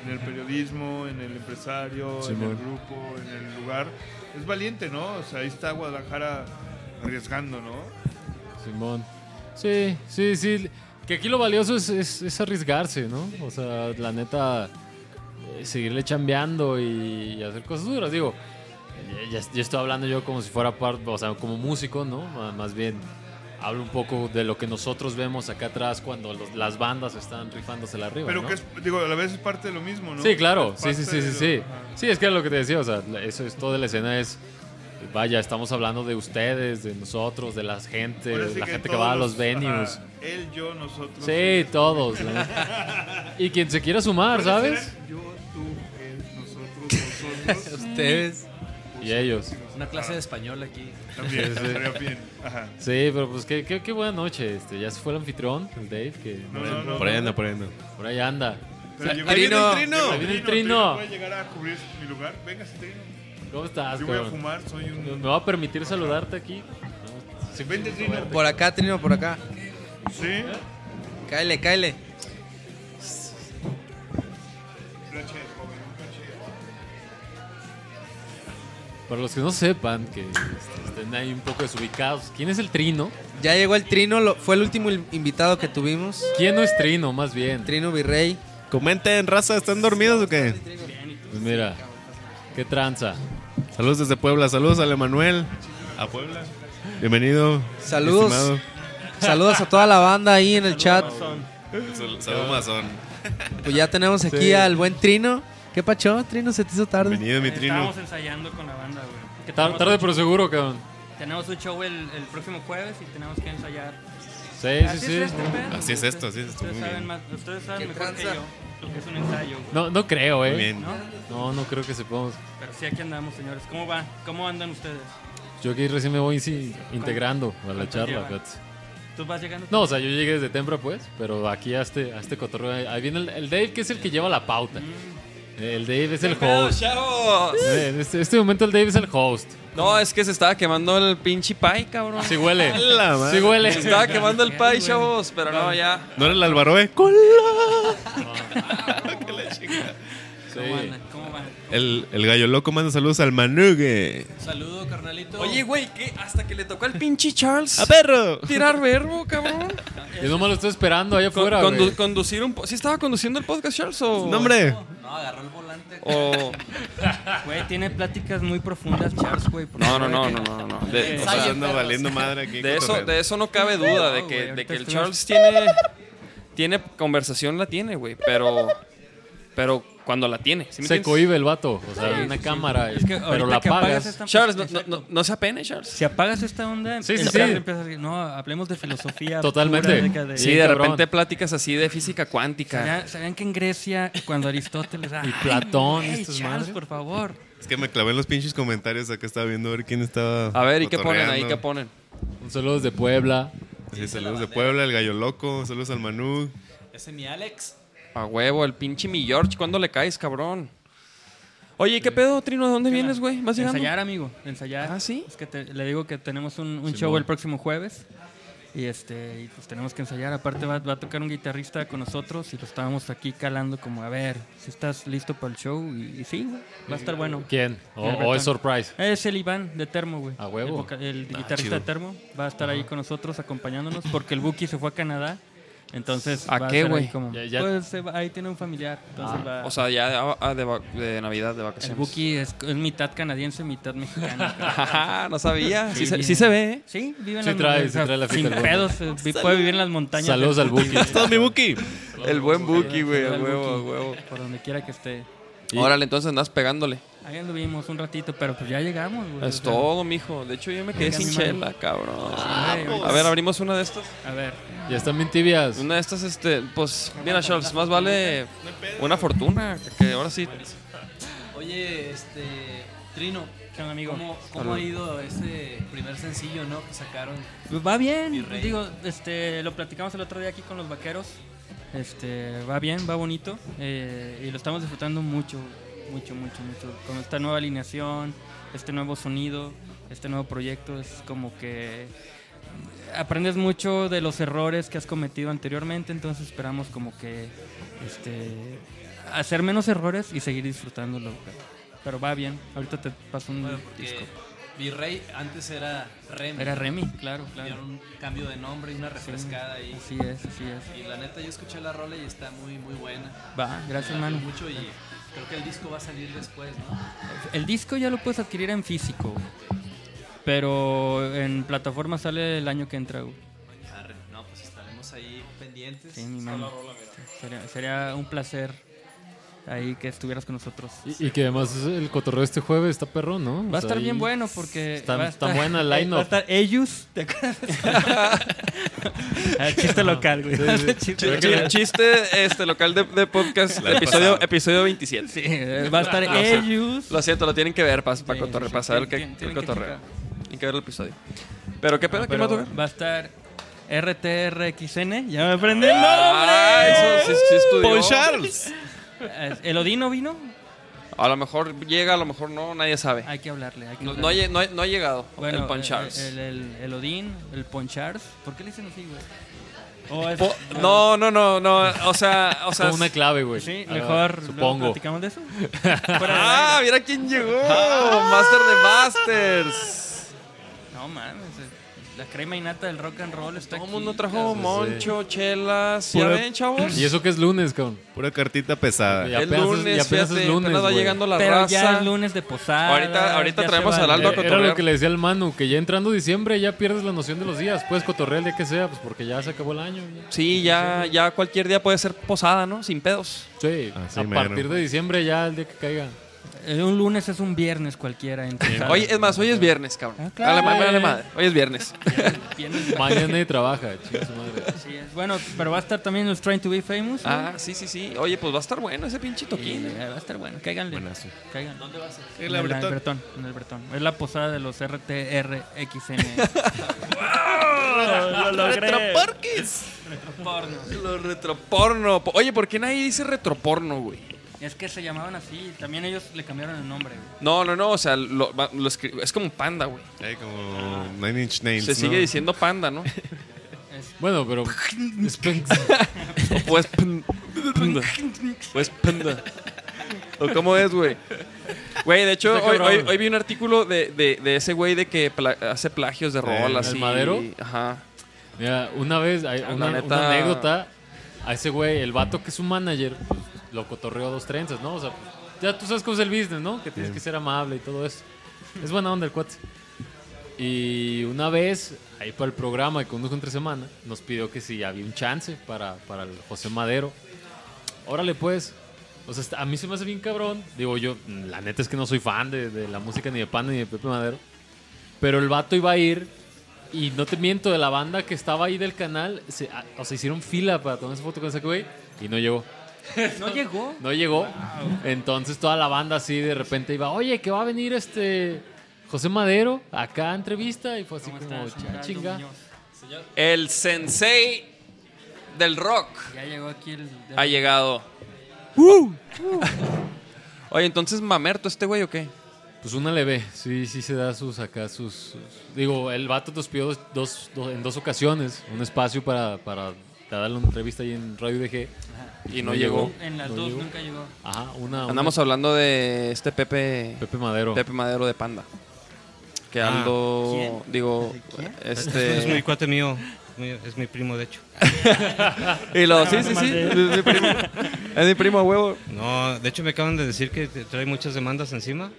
Speaker 17: en el periodismo, en el empresario, en el
Speaker 18: Simón.
Speaker 17: grupo, en el lugar. Es valiente, ¿no? O sea, ahí está Guadalajara arriesgando, ¿no?
Speaker 18: Simón. Sí, sí, sí. Que aquí lo valioso es, es- es arriesgarse, ¿no? O sea, la neta, eh, seguirle chambeando y, y hacer cosas duras. Digo, eh, ya, ya estoy hablando yo como si fuera parte, o sea, como músico, ¿no? Ma- Más bien, hablo un poco de lo que nosotros vemos acá atrás cuando los- las bandas están rifándosela arriba.
Speaker 17: Pero
Speaker 18: ¿no?
Speaker 17: que es, digo, a la vez es parte de lo mismo, ¿no?
Speaker 18: Sí, claro,
Speaker 17: Es
Speaker 18: sí, sí, sí,
Speaker 17: parte
Speaker 18: sí,
Speaker 17: de
Speaker 18: sí.
Speaker 17: lo- ajá.
Speaker 18: Sí, es que lo que te decía, o sea, la- eso es todo de la escena es vaya, estamos hablando de ustedes, de nosotros, de la gente,
Speaker 17: Ahora
Speaker 18: de
Speaker 17: sí
Speaker 18: la
Speaker 17: que
Speaker 18: gente que va a
Speaker 17: todos,
Speaker 18: los venues.
Speaker 17: ajá, él, yo, nosotros.
Speaker 18: Sí, todos. la neta. y quien se quiera sumar,
Speaker 17: Puede ser
Speaker 18: ¿sabes?
Speaker 17: Yo, tú, él, nosotros, vosotros.
Speaker 18: Ustedes.
Speaker 17: ¿eh?
Speaker 18: Y ellos.
Speaker 16: Una clase de español aquí.
Speaker 17: También,
Speaker 18: Sí.
Speaker 17: estaría bien. Ajá.
Speaker 18: Sí, pero pues qué, qué, qué buena noche. Este. Ya se fue el anfitrión, el Dave. Que
Speaker 17: No,
Speaker 18: sé.
Speaker 17: no, no, Por ahí no. anda,
Speaker 18: por ahí anda. Por ahí anda.
Speaker 17: Pero
Speaker 18: Ahí
Speaker 17: yo-
Speaker 18: viene
Speaker 17: Ahí
Speaker 18: el trino. Ahí viene el trino.
Speaker 17: ¿Puede llegar a cubrir mi lugar? Venga, si trino.
Speaker 18: ¿Cómo estás,
Speaker 17: Yo voy a
Speaker 18: cabrón?
Speaker 17: fumar, soy un-
Speaker 18: ¿Me va a permitir saludarte aquí? No,
Speaker 17: Vente,
Speaker 18: sí,
Speaker 17: Trino.
Speaker 4: Por acá, Trino, por acá.
Speaker 17: Sí.
Speaker 18: ¿Eh?
Speaker 4: Cáele, cáele.
Speaker 18: Para los que no sepan, que este, estén ahí un poco desubicados, ¿quién es el Trino?
Speaker 4: Ya llegó el Trino, lo- fue el último il- invitado que tuvimos.
Speaker 18: ¿Quién no es Trino, más bien?
Speaker 4: Trino Virrey.
Speaker 15: Comenten, raza, ¿están dormidos o qué?
Speaker 18: Pues mira, qué tranza.
Speaker 15: Saludos desde Puebla, saludos al Emanuel.
Speaker 17: A Puebla.
Speaker 15: Bienvenido.
Speaker 4: Saludos.
Speaker 15: estimado.
Speaker 4: Saludos a toda la banda ahí en el chat.
Speaker 15: Sal- Saludos, Mazón.
Speaker 4: Pues ya tenemos aquí
Speaker 15: Sí.
Speaker 4: al buen Trino. ¿Qué pacho? Trino, se te hizo tarde.
Speaker 15: Bienvenido, mi
Speaker 8: Estábamos ensayando con la banda, güey. Que
Speaker 18: Tar-
Speaker 8: tenemos
Speaker 18: tarde
Speaker 8: un
Speaker 18: pero
Speaker 8: show-
Speaker 18: seguro, cabrón.
Speaker 8: Tenemos un show el, el próximo jueves y tenemos que ensayar.
Speaker 18: Sí,
Speaker 8: Así
Speaker 18: sí,
Speaker 8: es
Speaker 18: sí.
Speaker 8: este pedo,
Speaker 15: Así es
Speaker 8: ustedes-
Speaker 15: esto, así es esto,
Speaker 8: Ustedes
Speaker 15: muy
Speaker 8: saben,
Speaker 15: bien.
Speaker 8: más, ustedes
Speaker 15: ¿Qué
Speaker 8: saben mejor que
Speaker 15: tranza?
Speaker 8: yo lo que es un ensayo. güey.
Speaker 18: No, no creo, ¿eh?
Speaker 15: Bien.
Speaker 18: No, no creo que sepamos.
Speaker 8: Pero sí, aquí andamos, señores. ¿Cómo va? ¿Cómo andan ustedes?
Speaker 18: Yo aquí recién me voy sí, integrando a la
Speaker 8: ¿Cuánto
Speaker 18: charla,
Speaker 8: llevan?
Speaker 18: fíjate.
Speaker 8: ¿Tú vas llegando?
Speaker 18: No, o sea, yo llegué desde temprano, pues, pero aquí a este, a este cotorreo. Ahí viene el, el Dave, que es el que lleva la pauta. El Dave es el
Speaker 3: ¿Qué pedo,
Speaker 18: host.
Speaker 3: chavos?
Speaker 18: En este, este momento el Dave es el host.
Speaker 3: No, es que se estaba quemando el pinche pie, cabrón.
Speaker 18: Sí huele.
Speaker 3: La madre.
Speaker 18: Sí huele.
Speaker 3: Se estaba quemando el pie, chavos, pero no, ya.
Speaker 15: ¿No era el Álvaro, eh? Cola. Que la chica.
Speaker 8: ¿Cómo andan? ¿Cómo van?
Speaker 15: El, el gallo loco manda saludos al Manugue.
Speaker 16: Saludo, carnalito.
Speaker 3: Oye, güey, ¿qué? Hasta que le tocó al pinche Charles.
Speaker 15: ¡A perro!
Speaker 3: Tirar verbo, cabrón.
Speaker 18: Yo no me lo estoy esperando allá
Speaker 3: Con-
Speaker 18: afuera.
Speaker 3: condu-
Speaker 18: güey.
Speaker 3: conducir un... po- ¿Sí estaba conduciendo el podcast, Charles? O...
Speaker 15: No, hombre.
Speaker 16: No, agarró el volante.
Speaker 3: O...
Speaker 8: Güey, tiene pláticas muy profundas, Charles, güey. porque
Speaker 3: No, no, no,
Speaker 8: sabe
Speaker 3: no,
Speaker 8: que-
Speaker 3: no, no.
Speaker 8: Eh,
Speaker 3: De,
Speaker 8: ensayo, perros.
Speaker 3: De eso, de eso no cabe duda, de
Speaker 8: No,
Speaker 3: que,
Speaker 8: güey,
Speaker 3: de que el
Speaker 8: ahorita
Speaker 3: Charles
Speaker 8: estuvimos-
Speaker 3: tiene, tiene conversación, la tiene, güey, pero, pero cuando la tiene. ¿sí me
Speaker 18: Se
Speaker 3: entiendes?
Speaker 18: cohíbe el vato. O sea,
Speaker 3: Sí,
Speaker 18: hay una
Speaker 3: sí,
Speaker 18: cámara,
Speaker 3: sí. Es que
Speaker 18: pero
Speaker 8: ahorita
Speaker 18: la
Speaker 8: que apagas
Speaker 18: apagas.
Speaker 8: esta-
Speaker 3: Charles, no, no, no, no se apene, Charles.
Speaker 8: Si apagas esta onda,
Speaker 3: Sí, sí,
Speaker 8: empiezas-
Speaker 3: sí.
Speaker 8: empiezas a decir, no, hablemos de filosofía.
Speaker 3: Totalmente.
Speaker 8: pura acerca
Speaker 3: sí, de repente pláticas así de física cuántica.
Speaker 8: ¿Sabían, sabían que en Grecia, cuando Aristóteles...
Speaker 3: Y
Speaker 8: ay,
Speaker 3: Platón,
Speaker 8: güey,
Speaker 3: estas
Speaker 8: Charles,
Speaker 3: madres.
Speaker 8: por favor.
Speaker 15: Es que me clavé en los pinches comentarios acá estaba viendo a ver quién estaba.
Speaker 3: A ver, ¿y qué ponen ahí?
Speaker 15: cotorreando.
Speaker 3: ¿Qué ponen?
Speaker 18: Un saludo desde Puebla.
Speaker 15: Sí, saludos de Puebla, el gallo loco, saludos al Manu.
Speaker 16: Ese mi Alex.
Speaker 3: A huevo, el pinche mi George, ¿cuándo le caes, cabrón? Oye, ¿y qué pedo, Trino? ¿De dónde vienes, güey? ¿Vas llegando?
Speaker 8: Ensayar, amigo, ensayar. ¿Ah, sí? Es que te- le digo que tenemos un, un show
Speaker 3: Simón.
Speaker 8: el próximo jueves y este y pues tenemos que ensayar. Aparte va, va a tocar un guitarrista con nosotros y lo estábamos aquí calando como, a ver, si estás listo para el show y, y sí, güey, va a estar bueno.
Speaker 18: ¿Quién? ¿O-
Speaker 8: El
Speaker 18: o
Speaker 8: Bretón.
Speaker 18: es surprise?
Speaker 8: Es el Iván de Termo, güey.
Speaker 18: A huevo.
Speaker 8: El, voca- el
Speaker 18: Ah,
Speaker 8: guitarrista
Speaker 18: chido.
Speaker 8: de Termo va a estar ahí con nosotros acompañándonos porque el Buki se fue a Canadá. Entonces,
Speaker 3: ¿A
Speaker 8: va
Speaker 3: qué,
Speaker 8: ser ahí
Speaker 3: güey?
Speaker 8: como-
Speaker 3: Ya- ya-
Speaker 8: Pues se va- ahí tiene un familiar. Entonces va-
Speaker 3: Ah, O sea, ya de, ah, de va- de Navidad, de vacaciones.
Speaker 8: el Buki es, es mitad canadiense, mitad mexicano.
Speaker 3: Ajá, no sabía. Sí se-
Speaker 8: vive-
Speaker 3: sí se ve, ¿eh?
Speaker 8: Sí, vive en
Speaker 3: Sí
Speaker 8: las
Speaker 3: trae-
Speaker 8: montañas,
Speaker 3: sí trae la fita
Speaker 8: Sin
Speaker 3: al Buki.
Speaker 8: pedos, eh, vi- puede
Speaker 3: Saludos.
Speaker 8: vivir en las montañas.
Speaker 3: Saludos
Speaker 8: del
Speaker 3: al Buki. Saludos, mi Buki. El buen Buki, güey, a
Speaker 8: Saludos al
Speaker 3: huevo,
Speaker 8: Buki,
Speaker 3: a huevo.
Speaker 8: Por donde quiera que esté.
Speaker 3: Órale, entonces andas pegándole.
Speaker 8: Ahí anduvimos un ratito, pero pues ya llegamos, güey.
Speaker 3: Es todo, mijo. De hecho, yo me quedé
Speaker 8: Venga,
Speaker 3: sin
Speaker 8: mi mano.
Speaker 3: chela, cabrón. Ah,
Speaker 8: Vamos.
Speaker 3: A ver, abrimos una de estas.
Speaker 8: A ver.
Speaker 18: Ya están bien tibias.
Speaker 3: Una de estas, este, pues, mira, Charles, más vale una fortuna que ahora sí.
Speaker 16: Oye, este. Trino.
Speaker 8: amigo?
Speaker 16: ¿Cómo, cómo
Speaker 3: Salud.
Speaker 16: ha ido ese primer sencillo, no? Que sacaron.
Speaker 8: Pues va
Speaker 16: Mi
Speaker 8: bien.
Speaker 16: rey.
Speaker 8: Digo, este, lo platicamos el otro día aquí con los vaqueros. Este, va bien, va bonito. eh, y lo estamos disfrutando mucho, mucho, mucho, mucho. Con esta nueva alineación, este nuevo sonido, este nuevo proyecto, es como que aprendes mucho de los errores que has cometido anteriormente. Entonces esperamos como que este, hacer menos errores y seguir disfrutándolo. Pero va bien. Ahorita te paso un
Speaker 16: Porque
Speaker 8: disco.
Speaker 16: Virrey antes era Remy.
Speaker 8: Era Remy, claro, claro.
Speaker 16: Dieron un cambio de nombre y una refrescada ahí.
Speaker 8: Así es, así es.
Speaker 16: Y la neta, yo escuché la rola y está muy, muy buena.
Speaker 8: Va, gracias,
Speaker 16: Me
Speaker 8: mano.
Speaker 16: latió mucho y creo que el disco va a salir después, ¿no?
Speaker 8: El disco ya lo puedes adquirir en físico, pero en plataforma sale el año que entra. güey.
Speaker 16: Arre, No, pues estaremos ahí pendientes.
Speaker 8: Sí, mi
Speaker 16: Está
Speaker 8: mano.
Speaker 16: la rola, mira.
Speaker 8: Sería, sería un placer ahí que estuvieras con nosotros.
Speaker 18: Y, y que además el cotorreo este jueves está perro, ¿no? O
Speaker 8: Va a
Speaker 18: sea,
Speaker 8: estar bien
Speaker 18: ahí
Speaker 8: bueno porque.
Speaker 18: Está,
Speaker 8: va a
Speaker 18: está
Speaker 8: estar-
Speaker 18: buena el
Speaker 8: va a
Speaker 18: line-up.
Speaker 8: estar ellos. ¿Te acuerdas? Ah, chiste local, güey.
Speaker 3: Chiste, chiste, este, local de, de podcast,
Speaker 8: La vez
Speaker 3: episodio,
Speaker 8: pasada.
Speaker 3: episodio 27.
Speaker 8: Sí, eh, va a estar
Speaker 3: Lo sé-
Speaker 8: ellos.
Speaker 3: Lo siento, lo tienen que ver para, para,
Speaker 8: Sí,
Speaker 3: cotorre-
Speaker 8: sí,
Speaker 3: para saber
Speaker 8: tienen- tienen-
Speaker 3: qué- qué
Speaker 8: tienen que
Speaker 3: cotorreo. Tienen que ver el episodio.
Speaker 8: Pero qué pedo,
Speaker 3: ¿quién va a tocar?
Speaker 8: Va a estar RTRXN. Ya me aprendí el nombre.
Speaker 3: Ah, eso sí- sí estudió. Paul Charles.
Speaker 8: Eh, ¿El Odino vino?
Speaker 3: A lo mejor llega, a lo mejor no, nadie sabe.
Speaker 8: Hay que hablarle. hay que
Speaker 3: No, no
Speaker 8: hablarle.
Speaker 3: ha lle- no ha- no ha llegado
Speaker 8: Bueno, eh,
Speaker 3: el Ponchars.
Speaker 8: El, el- el Odín, el Ponchars. ¿Por qué le dicen así, güey? O es-
Speaker 3: Po- no, no, no, no. O sea, o sea.
Speaker 18: Como una clave, güey.
Speaker 8: Sí,
Speaker 18: Ah,
Speaker 8: mejor.
Speaker 18: supongo.
Speaker 8: luego platicamos de eso?
Speaker 3: ah, mira quién llegó. Master de Masters.
Speaker 8: No mames. eh, La crema innata del rock and roll está Todo el
Speaker 3: mundo trajo Moncho, chelas. ¿Ya
Speaker 18: Pura-
Speaker 3: ven, chavos?
Speaker 18: Y eso que es lunes, cabrón.
Speaker 15: Pura cartita pesada.
Speaker 18: Y apenas es- y apenas es lunes,
Speaker 3: apenas va
Speaker 18: güey.
Speaker 3: llegando la
Speaker 8: Pero
Speaker 3: raza.
Speaker 8: ya es lunes de posada.
Speaker 3: Ahorita- ahorita
Speaker 8: ya
Speaker 3: traemos
Speaker 8: se van.
Speaker 3: al Aldo a
Speaker 18: Eh, Era- Era lo que le decía al Manu, que ya entrando diciembre ya pierdes la noción de los días. Puedes cotorrear el día que sea, pues porque ya se acabó el año. ya.
Speaker 3: Sí, ya, ya cualquier día puede ser posada, ¿no? Sin pedos.
Speaker 18: Sí, a partir de diciembre ya el día que caiga.
Speaker 8: Eh, Un lunes es un viernes cualquiera. en posada.
Speaker 3: Hoy, es más, hoy es viernes, cabrón.
Speaker 8: Ah, claro.
Speaker 3: A la madre, a la madre. Hoy es viernes.
Speaker 8: Viernes.
Speaker 18: Mañana nadie trabaja, chinga su madre.
Speaker 8: Así
Speaker 3: eh.
Speaker 8: es. Bueno, pero va a estar también los Trying to Be Famous. ¿no?
Speaker 3: Ah, sí, sí, sí. Oye, pues va a estar bueno ese pinche toquín.
Speaker 8: eh, va a estar bueno. Cáiganle.
Speaker 3: Buenazo.
Speaker 8: Cáiganle.
Speaker 16: ¿Dónde va a ser?
Speaker 8: En el
Speaker 3: Bretón.
Speaker 8: Bretón, En el Bretón. Es la posada de los RTRXN.
Speaker 3: ¡Wow!
Speaker 8: ¡Lo logré!
Speaker 3: ¡Retroporquis!
Speaker 8: Retroporno.
Speaker 3: Los retroporno. Po- Oye, ¿por qué nadie dice retroporno, güey?
Speaker 8: Es que se llamaban así. También ellos le cambiaron el nombre. güey.
Speaker 3: No, no, no. O sea, lo- va- lo escri- es como panda, güey.
Speaker 15: Eh, como Nine Inch Nails.
Speaker 3: Se
Speaker 15: ¿no?
Speaker 3: sigue diciendo panda, ¿no?
Speaker 18: Bueno, pero.
Speaker 3: O pues pn- panda. Pues panda. ¿O cómo es, güey? Güey, de hecho,
Speaker 18: Está
Speaker 3: hoy,
Speaker 18: cabrón.
Speaker 3: hoy- hoy vi un artículo de, de- de ese güey de que pla- hace plagios de rolas.
Speaker 18: Eh, ¿El
Speaker 3: y-
Speaker 18: madero?
Speaker 3: Ajá.
Speaker 18: Mira, una vez, hay
Speaker 3: La
Speaker 18: una,
Speaker 3: neta-
Speaker 18: una anécdota, a ese güey, el vato que es un manager, pues, lo cotorreó dos trenzas, ¿no? O sea, pues, ya tú sabes cómo es el business, ¿no? Que tienes
Speaker 15: Sí.
Speaker 18: que ser amable y todo eso. Es buena onda el cuate. Y una vez, ahí para el programa que conduzco entre semana, nos pidió que si había un chance para, para el José Madero. Órale, pues. O sea, está- a mí se me hace bien cabrón. Digo, yo, mm, la neta es que no soy fan de, de la música ni de Panda ni de Pepe Madero. Pero el vato iba a ir y no te miento, de la banda que estaba ahí del canal, se, a- o sea, hicieron fila para tomarse foto con ese güey y no llegó.
Speaker 8: ¿No llegó?
Speaker 18: No llegó. Entonces toda la banda así de repente iba, oye, que va a venir este José Madero acá a entrevista y fue así como,
Speaker 8: estás,
Speaker 3: Ah,
Speaker 18: "Chinga,
Speaker 8: Aldo
Speaker 18: chinga.
Speaker 8: Muñoz?
Speaker 3: El sensei del rock
Speaker 8: Ya llegó aquí el.
Speaker 3: ha llegado. Uh. Oye, entonces mamerto este güey o qué?
Speaker 18: Pues una leve, sí, sí se da sus acá, sus... sus- digo, el vato nos pidió dos, dos- dos- en dos ocasiones un espacio para, para darle una entrevista ahí en Radio DG.
Speaker 3: Y no llegó.
Speaker 8: En las dos nunca llegó.
Speaker 18: Ajá, una...
Speaker 3: Andamos
Speaker 18: una-
Speaker 3: hablando de este Pepe.
Speaker 18: Pepe Madero.
Speaker 3: Pepe Madero de Panda. Que
Speaker 6: Ah.
Speaker 3: Aldo. Digo. Este.
Speaker 6: Es, es muy cuate mío. Es mi, es mi primo, de hecho.
Speaker 3: Y lo, sí, sí, sí, es mi primo. Es mi primo, huevo.
Speaker 6: No, de hecho me acaban de decir que te- trae muchas demandas encima.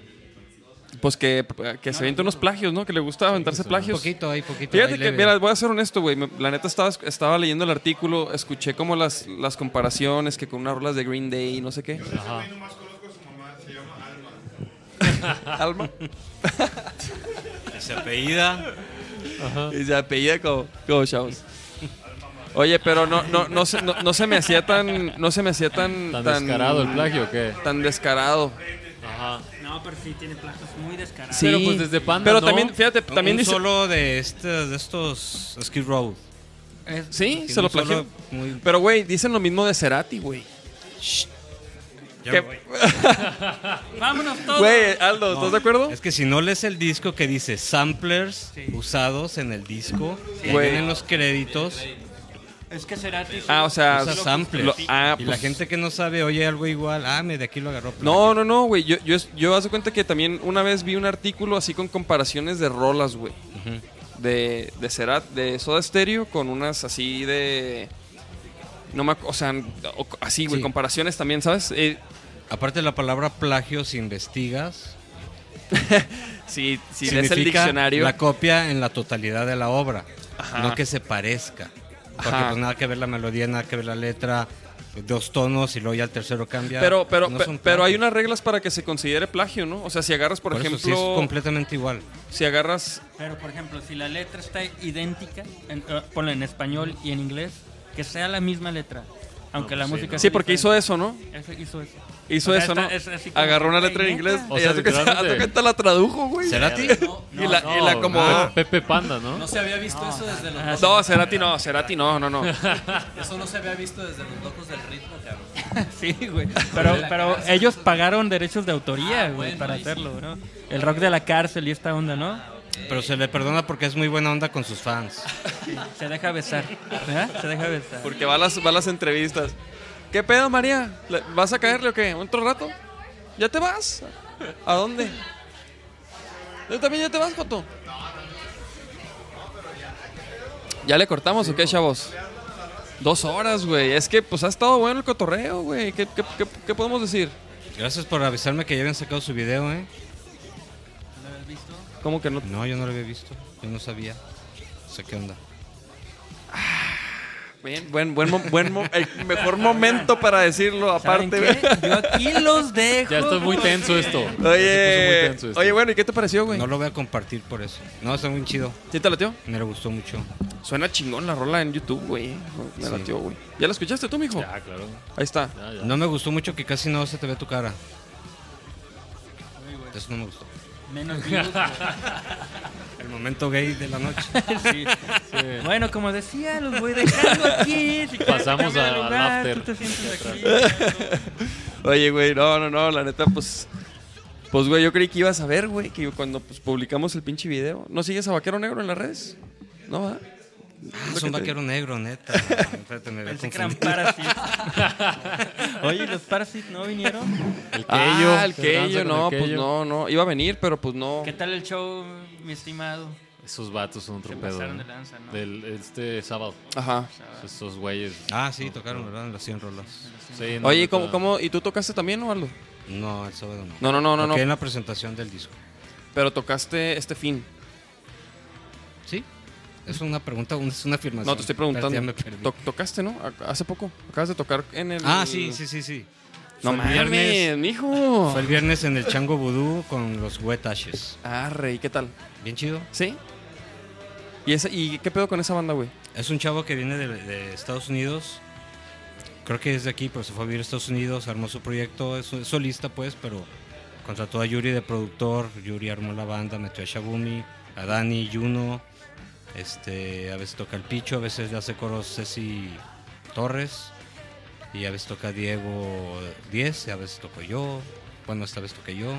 Speaker 3: Pues que, que se avienta unos plagios, ¿no? Que le gusta aventarse
Speaker 6: sí.
Speaker 3: plagios.
Speaker 6: Un poquito, ahí,
Speaker 11: pues
Speaker 6: poquito,
Speaker 3: Fíjate
Speaker 6: ahí
Speaker 3: que,
Speaker 6: leve.
Speaker 3: mira, voy a ser honesto, güey. Me- La neta estaba, estaba leyendo el artículo, escuché como las, las comparaciones que con unas rolas de Green Day y no sé qué.
Speaker 17: Yo nomás conozco a su mamá, se llama Alma.
Speaker 3: Alma.
Speaker 6: Se apellida.
Speaker 3: Y se apellida como, como chavos. Oye, pero no, no, no, se, no, no se me hacía tan. No se me hacía tan.
Speaker 18: ¿Tan descarado el plagio o qué?
Speaker 3: Tan descarado.
Speaker 18: Ajá.
Speaker 8: No, pero sí tiene plazos muy descarados.
Speaker 3: Sí. Pero, pues, desde Panda, Pero ¿no? también, fíjate, también
Speaker 6: un
Speaker 3: dice-
Speaker 6: solo de, estas- de estos Skid Row.
Speaker 3: Sí,
Speaker 6: Tiene
Speaker 3: se lo
Speaker 6: un solo
Speaker 3: plagió.
Speaker 6: muy-
Speaker 3: Pero, güey, dicen lo mismo de Cerati, güey.
Speaker 6: Ya
Speaker 3: Que-
Speaker 6: me voy.
Speaker 8: Vámonos todos.
Speaker 3: Güey, Aldo, ¿estás
Speaker 6: No,
Speaker 3: de acuerdo?
Speaker 6: Es que si no lees el disco que dice samplers usados en el disco, y ahí
Speaker 3: Güey.
Speaker 6: vienen los créditos.
Speaker 8: Es que Cerati.
Speaker 3: Ah, o sea,
Speaker 8: Usa
Speaker 3: lo-
Speaker 8: samples.
Speaker 3: lo- ah,
Speaker 11: y la
Speaker 3: pues-
Speaker 11: gente que no sabe oye algo igual, ah, me de aquí lo agarró.
Speaker 3: No, no, no, güey. Yo, yo, yo hace cuenta que también una vez vi un artículo así con comparaciones de rolas, güey. De, de Cerat, de Soda Stereo con unas así de. No me ac- O sea, o- así, güey.
Speaker 11: Sí.
Speaker 3: Comparaciones también, ¿sabes? Eh,
Speaker 11: Aparte la palabra plagio, si investigas,
Speaker 3: si si lees el
Speaker 11: significa
Speaker 3: diccionario.
Speaker 11: la copia en la totalidad de la obra,
Speaker 3: Ajá.
Speaker 11: no que se parezca. Porque
Speaker 3: Ajá.
Speaker 11: pues nada que ver la melodía, nada que ver la letra, dos tonos y luego ya el tercero cambia.
Speaker 3: Pero, pero,
Speaker 11: No
Speaker 3: pe-
Speaker 11: son
Speaker 3: pero
Speaker 11: plagios.
Speaker 3: hay unas reglas para que se considere plagio, ¿no? O sea, si agarras, por,
Speaker 11: Por eso,
Speaker 3: ejemplo.
Speaker 11: sí, es completamente igual.
Speaker 3: Si agarras.
Speaker 8: Pero, por ejemplo, si la letra está idéntica, en, eh, ponla en español y en inglés, que sea la misma letra. Aunque
Speaker 3: No,
Speaker 8: la
Speaker 3: pues sí,
Speaker 8: música.
Speaker 3: ¿no?
Speaker 8: sea
Speaker 3: Sí, porque hizo
Speaker 8: diferente.
Speaker 3: eso, ¿no?
Speaker 8: Eso- hizo eso.
Speaker 3: Hizo
Speaker 8: O sea,
Speaker 3: eso,
Speaker 8: está-
Speaker 3: ¿no?
Speaker 8: es así como,
Speaker 3: Agarró una
Speaker 8: "Ay,
Speaker 3: letra en
Speaker 8: neta".
Speaker 3: inglés
Speaker 18: O
Speaker 3: y
Speaker 18: sea,
Speaker 3: a tu que
Speaker 18: literalmente.
Speaker 3: la tradujo, güey.
Speaker 18: ¿Cerati?
Speaker 3: y la, y la
Speaker 18: no,
Speaker 3: acomodó.
Speaker 18: no, Ah, Pepe Panda, ¿no?
Speaker 19: No se había visto eso desde los
Speaker 3: Ah,
Speaker 19: locos.
Speaker 3: No, Cerati no, Cerati no, no, no.
Speaker 19: Eso no se había visto desde los locos del ritmo, cabrón.
Speaker 8: sí, güey. Pero, pero ellos pagaron derechos de autoría,
Speaker 19: Ah,
Speaker 8: güey,
Speaker 19: bueno,
Speaker 8: para
Speaker 19: ahí sí.
Speaker 8: hacerlo, ¿no? El rock de la cárcel y esta onda, ¿no?
Speaker 11: Pero se le perdona porque es muy buena onda con sus fans.
Speaker 8: Se deja besar. ¿verdad? Se deja besar.
Speaker 3: Porque va a las, va a las entrevistas. ¿Qué pedo, María? ¿Le- ¿Vas a caerle o qué? ¿Otro rato? ¿Ya te vas? ¿A dónde? ¿Tú también ya te vas, Joto? ¿Ya le cortamos o qué, chavos? Dos horas, güey. Es que pues ha estado bueno el cotorreo, güey. ¿Qué, qué- qué- qué podemos decir?
Speaker 11: Gracias por avisarme que ya habían sacado su video, ¿eh?
Speaker 8: ¿Lo habías visto?
Speaker 3: ¿Cómo que no?
Speaker 11: No, yo no lo había visto. Yo no sabía. O sea, ¿qué onda?
Speaker 3: Bien, buen, buen, mo- buen mo- el mejor momento para decirlo,
Speaker 8: ¿Saben
Speaker 3: aparte.
Speaker 8: qué? Yo aquí los dejo.
Speaker 18: Ya estoy muy tenso esto. Ya se puso muy
Speaker 3: Oye,
Speaker 18: tenso esto.
Speaker 3: oye, bueno, ¿y qué te pareció, güey?
Speaker 11: No lo voy a compartir por eso. No, está muy chido.
Speaker 3: ¿Sí te latió?
Speaker 11: Me gustó mucho.
Speaker 3: Suena chingón la rola en YouTube, güey. Me
Speaker 11: Sí.
Speaker 3: latió, güey. ¿Ya la escuchaste tú, mijo? Ya,
Speaker 11: claro.
Speaker 3: Ahí está.
Speaker 11: No me gustó mucho que casi no se te ve tu cara. Eso no me gustó.
Speaker 8: Menos vivos,
Speaker 11: El momento gay de la noche.
Speaker 8: Sí, sí. Bueno, como decía, los voy dejando aquí. Si quieren,
Speaker 18: Pasamos
Speaker 8: cambian de
Speaker 18: al
Speaker 8: lugar,
Speaker 18: after.
Speaker 8: tú te sientas aquí.
Speaker 3: Oye, güey, no, no, no, la neta, pues. Pues, güey, yo creí que ibas a ver, güey, que cuando pues, publicamos el pinche video. ¿No sigues a Vaquero Negro en las redes? ¿No va?
Speaker 11: Ah, es un vaquero negro, neta. Espérate, me había
Speaker 8: Pensé que eran
Speaker 11: confundido.
Speaker 8: Parasites. Oye, ¿los Parasites no vinieron?
Speaker 3: Ah, el Keyo, no, pues no, no. Iba a venir, pero pues no.
Speaker 8: ¿Qué tal el show, mi estimado?
Speaker 18: Esos vatos son otro
Speaker 8: Se
Speaker 18: pedo.
Speaker 8: pasaron
Speaker 18: ¿no?
Speaker 8: de lanza, ¿no?
Speaker 18: Del, este sábado.
Speaker 3: Ajá.
Speaker 18: Esos güeyes.
Speaker 11: Ah, sí, tocaron, ¿verdad? En las 100 rolas.
Speaker 18: Sí, no,
Speaker 3: Oye,
Speaker 18: neta.
Speaker 3: ¿cómo, cómo? ¿Y tú tocaste también o algo?
Speaker 11: No, el sábado no.
Speaker 3: No, no, no, no,
Speaker 11: Toqué
Speaker 3: no.
Speaker 11: en la presentación del disco.
Speaker 3: Pero tocaste este fin.
Speaker 11: ¿Sí? Es una pregunta, un- es una afirmación.
Speaker 3: No, te estoy preguntando.
Speaker 11: Ya me perdí.
Speaker 3: Toc- ¿Tocaste, no? A- Hace poco. Acabas de tocar en el.
Speaker 11: Ah, sí, sí, sí, sí. Fue
Speaker 3: No
Speaker 11: el
Speaker 3: mames,
Speaker 11: viernes.
Speaker 3: mijo.
Speaker 11: Fue el viernes en el Chango Vudú con los Huetashes.
Speaker 3: Ah, rey, ¿qué tal?
Speaker 11: Bien chido.
Speaker 3: ¿Sí? ¿Y, esa, ¿Y qué pedo con esa banda, güey?
Speaker 11: Es un chavo que viene de, de Estados Unidos. Creo que es de aquí, pero se fue a vivir a Estados Unidos, armó su proyecto, es, es solista pues, pero contrató a Yuri de productor, Yuri armó la banda, metió a Shagumi, a Dani, Juno, este, a veces toca el Picho, a veces le hace coros Ceci Torres, y a veces toca Diego 10, a veces toco yo, bueno, esta vez toqué yo.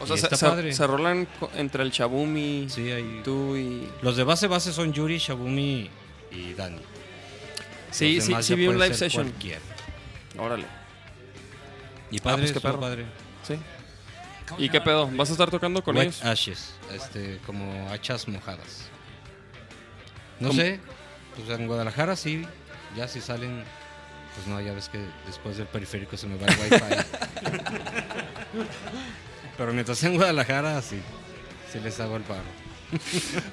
Speaker 3: O
Speaker 11: Y
Speaker 3: sea, se,
Speaker 11: está
Speaker 3: se-
Speaker 11: padre.
Speaker 3: se rolan co- entre el Chabumi, tú y...
Speaker 11: Los de base base son Yuri, Shagumi y Dani.
Speaker 3: Sí,
Speaker 11: Los
Speaker 3: sí,
Speaker 11: demás
Speaker 3: sí
Speaker 11: ya
Speaker 3: vi un
Speaker 11: puede
Speaker 3: live
Speaker 11: ser
Speaker 3: session.
Speaker 11: cualquiera.
Speaker 3: Órale.
Speaker 11: Y padre,
Speaker 3: pues qué
Speaker 11: estuvo
Speaker 3: perro.
Speaker 11: padre.
Speaker 3: Sí. ¿Y qué pedo? ¿Vas a estar tocando con
Speaker 11: Wet
Speaker 3: ellos?
Speaker 11: ashes, este, como hachas mojadas. No
Speaker 3: ¿Cómo?
Speaker 11: sé, pues en Guadalajara sí, ya si salen, pues no, ya ves que después del periférico se me va el wifi. Pero mientras en Guadalajara sí, sí les hago el paro.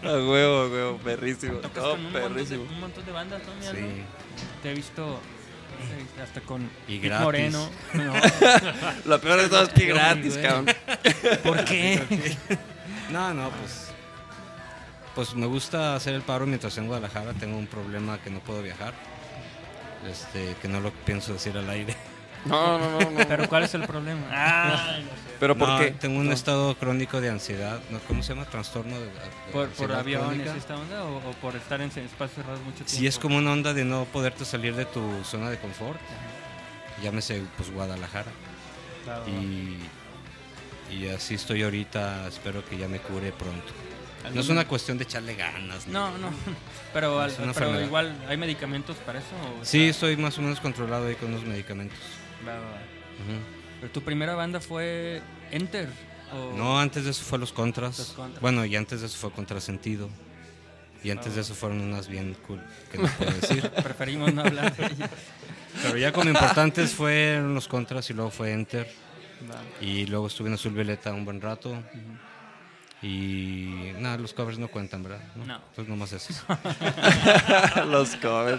Speaker 3: A Ah, huevo, a huevo, perrísimo.
Speaker 8: Tocas
Speaker 3: No,
Speaker 8: con un montón, de,
Speaker 3: perrísimo.
Speaker 8: un montón de bandas, Tommy.
Speaker 11: Sí.
Speaker 8: algo. Te he visto eh, hasta con
Speaker 11: Y
Speaker 8: Pete
Speaker 11: gratis.
Speaker 8: Moreno. No.
Speaker 3: Lo peor de todo es que
Speaker 8: Pero
Speaker 3: gratis,
Speaker 8: muy
Speaker 3: cabrón.
Speaker 8: bueno. eh. ¿Por qué?
Speaker 11: No, no, pues. Pues me gusta hacer el paro mientras en Guadalajara tengo un problema que no puedo viajar. Este, que no lo pienso decir al aire.
Speaker 3: No, no, no, no.
Speaker 8: Pero ¿cuál es el problema? Ah, no sé.
Speaker 3: ¿Pero por
Speaker 11: No,
Speaker 3: qué?
Speaker 11: Tengo un
Speaker 3: No.
Speaker 11: estado crónico de ansiedad. ¿no? ¿Cómo se llama? Trastorno de. de
Speaker 8: ¿Por, por
Speaker 11: ansiedad
Speaker 8: aviones
Speaker 11: crónica.
Speaker 8: esta onda o, o por estar en espacios cerrados mucho tiempo?
Speaker 11: Sí, es como una onda de no poderte salir de tu zona de confort. Llámese, pues, Guadalajara.
Speaker 8: Claro.
Speaker 11: Y, y así estoy ahorita. Espero que ya me cure pronto. No es una cuestión de echarle ganas.
Speaker 8: No, no. Pero, al-
Speaker 11: Es una
Speaker 8: pero
Speaker 11: enfermedad.
Speaker 8: igual, ¿hay medicamentos para eso? O
Speaker 11: Sí, estoy más o menos controlado ahí con los medicamentos.
Speaker 8: Va, va, va.
Speaker 11: Ujú.
Speaker 8: Pero tu primera banda fue Enter. o-
Speaker 11: No, antes de eso fue Los Contras.
Speaker 8: Los Contras.
Speaker 11: Bueno, y antes de eso fue Contrasentido. Y antes de eso fueron unas bien cool, que no puedo decir.
Speaker 8: Ah. Preferimos no hablar de ellas.
Speaker 11: Pero ya como importantes fueron Los Contras y luego fue Enter. Y luego estuve en Azul Violeta un buen rato. Y nada, los covers no cuentan, ¿verdad?
Speaker 8: No.
Speaker 11: Entonces nomás esos.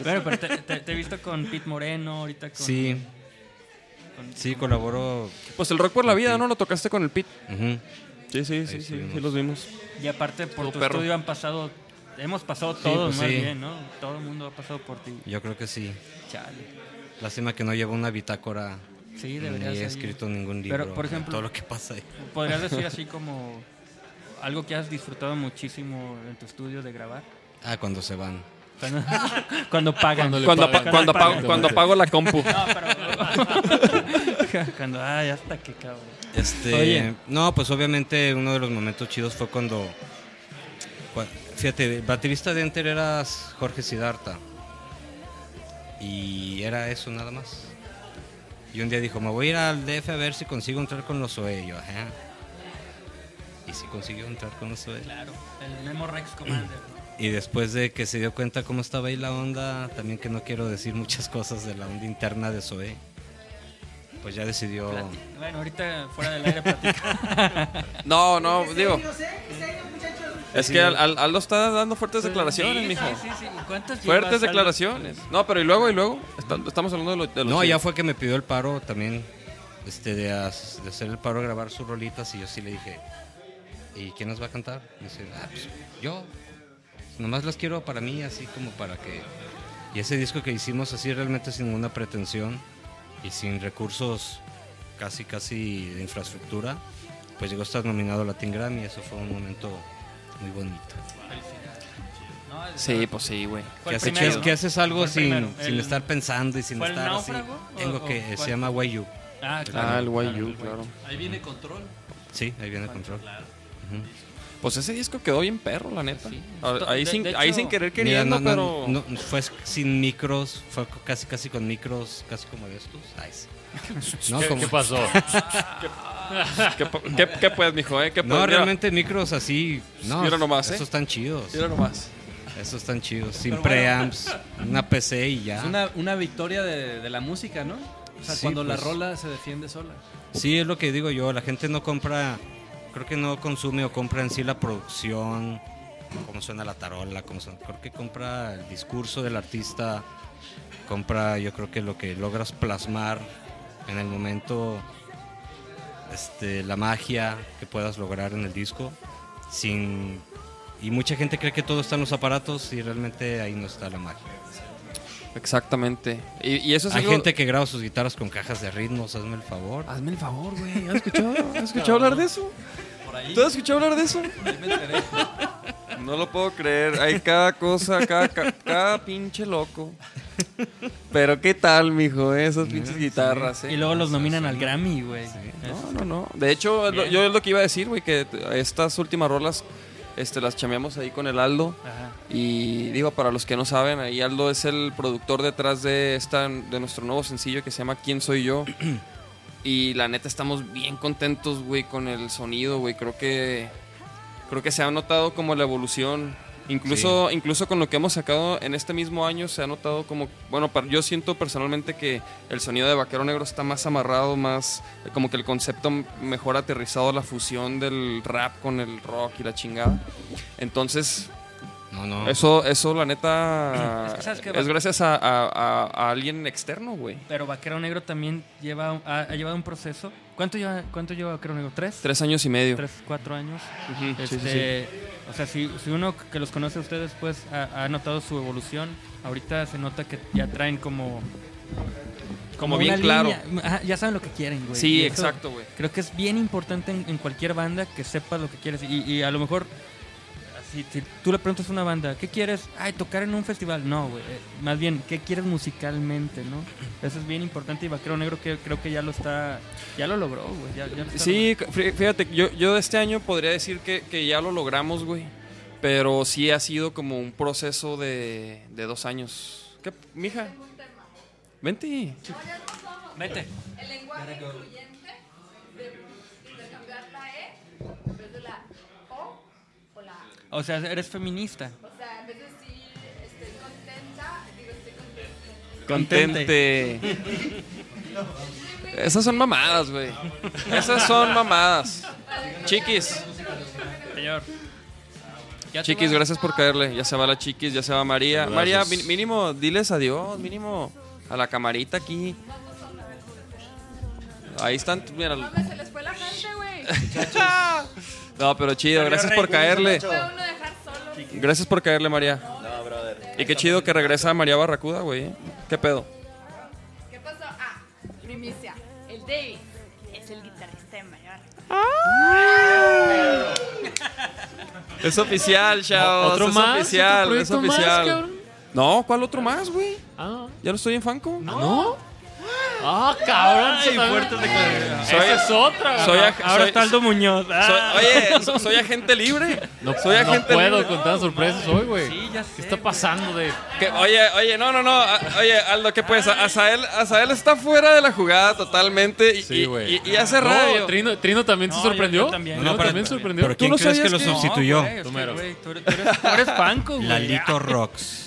Speaker 8: Bueno, pero te, te- te he visto con Pete Moreno, ahorita con.
Speaker 11: Sí. Sí, colaboró.
Speaker 3: Pues el rock por la vida, ¿no? Lo tocaste con el Pit. Sí, sí,
Speaker 11: Ahí
Speaker 3: sí, sí,
Speaker 11: estuvimos.
Speaker 3: sí, los vimos.
Speaker 8: Y aparte, por
Speaker 3: Estuvo
Speaker 8: tu
Speaker 3: perro.
Speaker 8: estudio han pasado. Hemos pasado
Speaker 11: Sí, pues
Speaker 8: todos más
Speaker 11: sí.
Speaker 8: bien, ¿no? Todo el mundo ha pasado por ti.
Speaker 11: Yo creo que sí.
Speaker 8: Chale.
Speaker 11: Lástima que no llevo una bitácora.
Speaker 8: Sí,
Speaker 11: Ni
Speaker 8: deberías.
Speaker 11: he
Speaker 8: ahí-
Speaker 11: escrito ningún libro.
Speaker 8: Pero, por
Speaker 11: de
Speaker 8: ejemplo,
Speaker 11: Todo lo que pasa ahí.
Speaker 8: ¿Podrías decir así como algo que has disfrutado muchísimo en tu estudio de grabar?
Speaker 11: Ah, cuando se van.
Speaker 8: Cuando, cuando pagan.
Speaker 11: Cuando le
Speaker 3: Cuando
Speaker 11: pagan.
Speaker 3: apa- cuando apago-
Speaker 11: pagan.
Speaker 3: cuando apago la compu.
Speaker 8: No, pero- cuando, ay, hasta que cabrón.
Speaker 11: Este,
Speaker 8: Oye.
Speaker 11: no, pues obviamente uno de los momentos chidos fue cuando, cua- fíjate, el baterista de Enter era Jorge Sidarta y era eso nada más. Y un día dijo, me voy a ir al DF a ver si consigo entrar con los OE. Y yo, ajá. Y si consiguió entrar con los OE.
Speaker 8: Claro, el Memo Rex Commander.
Speaker 11: Y después de que se dio cuenta cómo estaba ahí la onda, también que no quiero decir muchas cosas de la onda interna de Zoe, pues ya decidió...
Speaker 8: Plati- Bueno, ahorita fuera del aire platicamos.
Speaker 3: No, no, digo. Es
Speaker 11: Sí.
Speaker 3: que Al- Al- Aldo está dando fuertes
Speaker 8: Sí,
Speaker 3: declaraciones,
Speaker 8: sí,
Speaker 3: mijo.
Speaker 8: sí, sí. ¿Cuántas
Speaker 3: Fuertes
Speaker 8: llevas, Aldo?
Speaker 3: declaraciones. No, pero y luego, y luego. Está- Estamos hablando de los. de los
Speaker 11: No,
Speaker 3: chidos.
Speaker 11: ya fue que me pidió el paro también este, de, as- de hacer el paro a grabar sus rolitas y yo sí le dije, ¿y quién nos va a cantar? Y dice, "Ah, pues, yo. Nomás las quiero para mí, así como para que... Y ese disco que hicimos así realmente sin ninguna pretensión y sin recursos casi, casi de infraestructura, pues llegó a estar nominado a Latin Grammy y eso fue un momento muy bonito.
Speaker 3: Sí, pues sí, güey.
Speaker 11: Que,
Speaker 3: Fue el
Speaker 11: hace-
Speaker 3: primero,
Speaker 11: que-
Speaker 3: ¿no?
Speaker 11: que haces algo
Speaker 3: Fue el
Speaker 11: sin,
Speaker 3: primero.
Speaker 11: sin
Speaker 3: El-
Speaker 11: estar pensando y sin
Speaker 3: ¿Fue el
Speaker 11: estar así.
Speaker 3: náufrago o-
Speaker 11: Tengo
Speaker 3: o
Speaker 11: que,
Speaker 3: cuál?
Speaker 11: se llama Wayu.
Speaker 3: Ah, claro. Ah, el Wayu, claro.
Speaker 16: Ahí viene control.
Speaker 11: Sí, ahí viene el control. Ujú.
Speaker 3: Pues ese disco quedó bien perro, la neta. A-
Speaker 11: To-
Speaker 3: Ahí,
Speaker 11: de-
Speaker 3: sin,
Speaker 11: de
Speaker 3: ahí
Speaker 11: hecho-
Speaker 3: sin querer
Speaker 11: Mira,
Speaker 3: queriendo,
Speaker 11: no,
Speaker 3: pero.
Speaker 11: no, no, fue s- sin micros, fue co- casi casi con micros, casi como de estos. Ay, sí.
Speaker 3: ¿Qué- qué pasó? ¿Qué po- qué- qué pues, mijo, eh? ¿Qué
Speaker 11: no,
Speaker 3: pues? Mira.
Speaker 11: realmente micros así. No,
Speaker 3: Mira nomás, eh.
Speaker 11: Estos están chidos.
Speaker 3: Mira nomás.
Speaker 11: Estos están chidos, sin
Speaker 16: Pero bueno.
Speaker 11: preamps, una PC y ya.
Speaker 16: Es una, una victoria de, de la música, ¿no? O sea,
Speaker 11: Sí,
Speaker 16: cuando la
Speaker 11: pues.
Speaker 16: rola se defiende sola.
Speaker 11: Sí, es lo que digo yo. La gente no compra, creo que no consume o compra en sí la producción, cómo suena la tarola, cómo suena- Creo que compra el discurso del artista, compra, yo creo que lo que logras plasmar en el momento, este, la magia que puedas lograr en el disco, sin. Y mucha gente cree que todo está en los aparatos y realmente ahí no está la magia.
Speaker 3: Exactamente. Y, y eso es
Speaker 11: Hay
Speaker 3: algo-
Speaker 11: gente que graba sus guitarras con cajas de ritmos, hazme el favor.
Speaker 3: Hazme el favor, güey. ¿Has escuchado, has escuchado hablar de eso?
Speaker 16: Por ahí.
Speaker 3: ¿Tú has escuchado hablar de eso?
Speaker 16: Por ahí me enteré.
Speaker 3: No lo puedo creer. Hay cada cosa, cada, ca- cada pinche loco. Pero qué tal, mijo, eh, esas pinches guitarras. eh.
Speaker 8: Y luego los nominan al Grammy, güey.
Speaker 3: No, no, no. De hecho, es lo- yo es lo que iba a decir, güey, que t- estas últimas rolas este, las chameamos ahí con el Aldo.
Speaker 8: Ajá.
Speaker 3: Y digo, para los que no saben, ahí Aldo es el productor detrás de, esta, de nuestro nuevo sencillo que se llama ¿Quién soy yo? y la neta estamos bien contentos, güey, con el sonido, güey. Creo que, creo que se ha notado como la evolución. Incluso, incluso con lo que hemos sacado en este mismo año se ha notado como, bueno, para- yo siento personalmente que el sonido de Vaquero Negro está más amarrado, más eh, como que el concepto m- mejor aterrizado, la fusión del rap con el rock y la chingada. Entonces,
Speaker 11: No, no.
Speaker 3: eso, eso la neta
Speaker 8: Es que,
Speaker 3: es,
Speaker 8: ¿sabes qué, Vac-
Speaker 3: gracias a, a- a- a alguien externo, güey.
Speaker 8: Pero Vaquero Negro también lleva, ha, ha llevado un proceso. ¿Cuánto lleva, cuánto lleva Vaquero Negro? ¿Tres?
Speaker 3: Tres años y medio.
Speaker 8: Tres, cuatro años.
Speaker 3: Ujú, sí, sí,
Speaker 8: Este, O sea, si, si uno que los conoce a ustedes, pues ha, ha notado su evolución. Ahorita se nota que ya traen como.
Speaker 3: Como
Speaker 8: una
Speaker 3: bien claro.
Speaker 8: línea. Ajá, ya saben lo que quieren, güey.
Speaker 3: Sí,
Speaker 8: Y eso
Speaker 3: exacto, güey.
Speaker 8: Creo que es bien importante en, en cualquier banda que sepas lo que quieres. Y, y a lo mejor, si, si tú le preguntas a una banda, ¿qué quieres? Ay, tocar en un festival. No, güey. eh, Más bien, ¿qué quieres musicalmente, no? Eso es bien importante y Vaquero Negro que, creo que ya lo está. Ya lo logró, güey. ya- ya lo está
Speaker 3: Sí, fí- fíjate, yo, yo de este año podría decir que, que ya lo logramos, güey. Pero sí ha sido como un proceso de, de dos años. ¿Qué, mija? Vente.
Speaker 8: Vete.
Speaker 2: El lenguaje incluyente de, de cambiar la E en vez de la O o la A.
Speaker 8: O sea, eres feminista.
Speaker 2: O sea, en vez de decir estoy contenta, digo estoy contenta.
Speaker 3: Contente. Esas son mamadas, güey. Esas son mamadas. Chiquis.
Speaker 8: Señor. Ya te
Speaker 3: Chiquis,
Speaker 8: vas.
Speaker 3: gracias por caerle. Ya se va la chiquis, ya se va María.
Speaker 20: Saludazos.
Speaker 3: María, mi- mínimo, diles adiós, mínimo a la camarita aquí. Ahí están, mira.
Speaker 2: Mames, se les Pues fue la gente, güey.
Speaker 3: No, pero chido, gracias por caerle.
Speaker 2: Fue uno dejar solo.
Speaker 3: Gracias por caerle, María.
Speaker 2: No, brother.
Speaker 3: Y qué chido que regresa María Barracuda, güey. ¿eh? ¿Qué pedo?
Speaker 2: ¿Qué pasó? Ah, primicia. El David es el guitarrista de mayor.
Speaker 3: Es oficial, chavos.
Speaker 18: ¿Otro
Speaker 3: es
Speaker 18: más?
Speaker 3: oficial,
Speaker 18: ¿Otro
Speaker 3: es
Speaker 18: proyecto más,
Speaker 3: oficial.
Speaker 18: cabrón?
Speaker 3: no, ¿cuál otro más, güey? ¿Ya no estoy en Fanco? No.
Speaker 18: Ah, cabrón.
Speaker 3: Ay,
Speaker 18: eso también-
Speaker 3: fuertes declaraciones.
Speaker 18: Esa
Speaker 3: Soy-
Speaker 18: es otra.
Speaker 3: soy
Speaker 18: güey.
Speaker 3: aj- Ahora soy- está Aldo
Speaker 8: Muñoz.
Speaker 3: oye, so- soy agente libre.
Speaker 18: Ah. No,
Speaker 3: soy
Speaker 18: no
Speaker 3: agente
Speaker 18: puedo
Speaker 3: libre.
Speaker 18: contar sorpresas hoy, güey.
Speaker 8: Sí, ya sé.
Speaker 18: ¿Qué está pasando de...?
Speaker 3: Que- oye, oye, no, no, no. a- Oye, Aldo, ¿qué pues? A- Azael, Azael está fuera de la jugada totalmente. Y, y- y- y hace
Speaker 18: No,
Speaker 3: radio.
Speaker 18: Trino, Trino también se
Speaker 3: No,
Speaker 18: sorprendió.
Speaker 3: yo también.
Speaker 18: Trino
Speaker 3: No, pero-
Speaker 18: también se sorprendió.
Speaker 3: pero ¿Tú ¿quién no crees que
Speaker 18: sabías
Speaker 3: lo sustituyó?
Speaker 8: güey, es que,
Speaker 18: Números.
Speaker 8: güey, tú eres- tú eres- tú eres panco, güey.
Speaker 11: Lalito Rocks.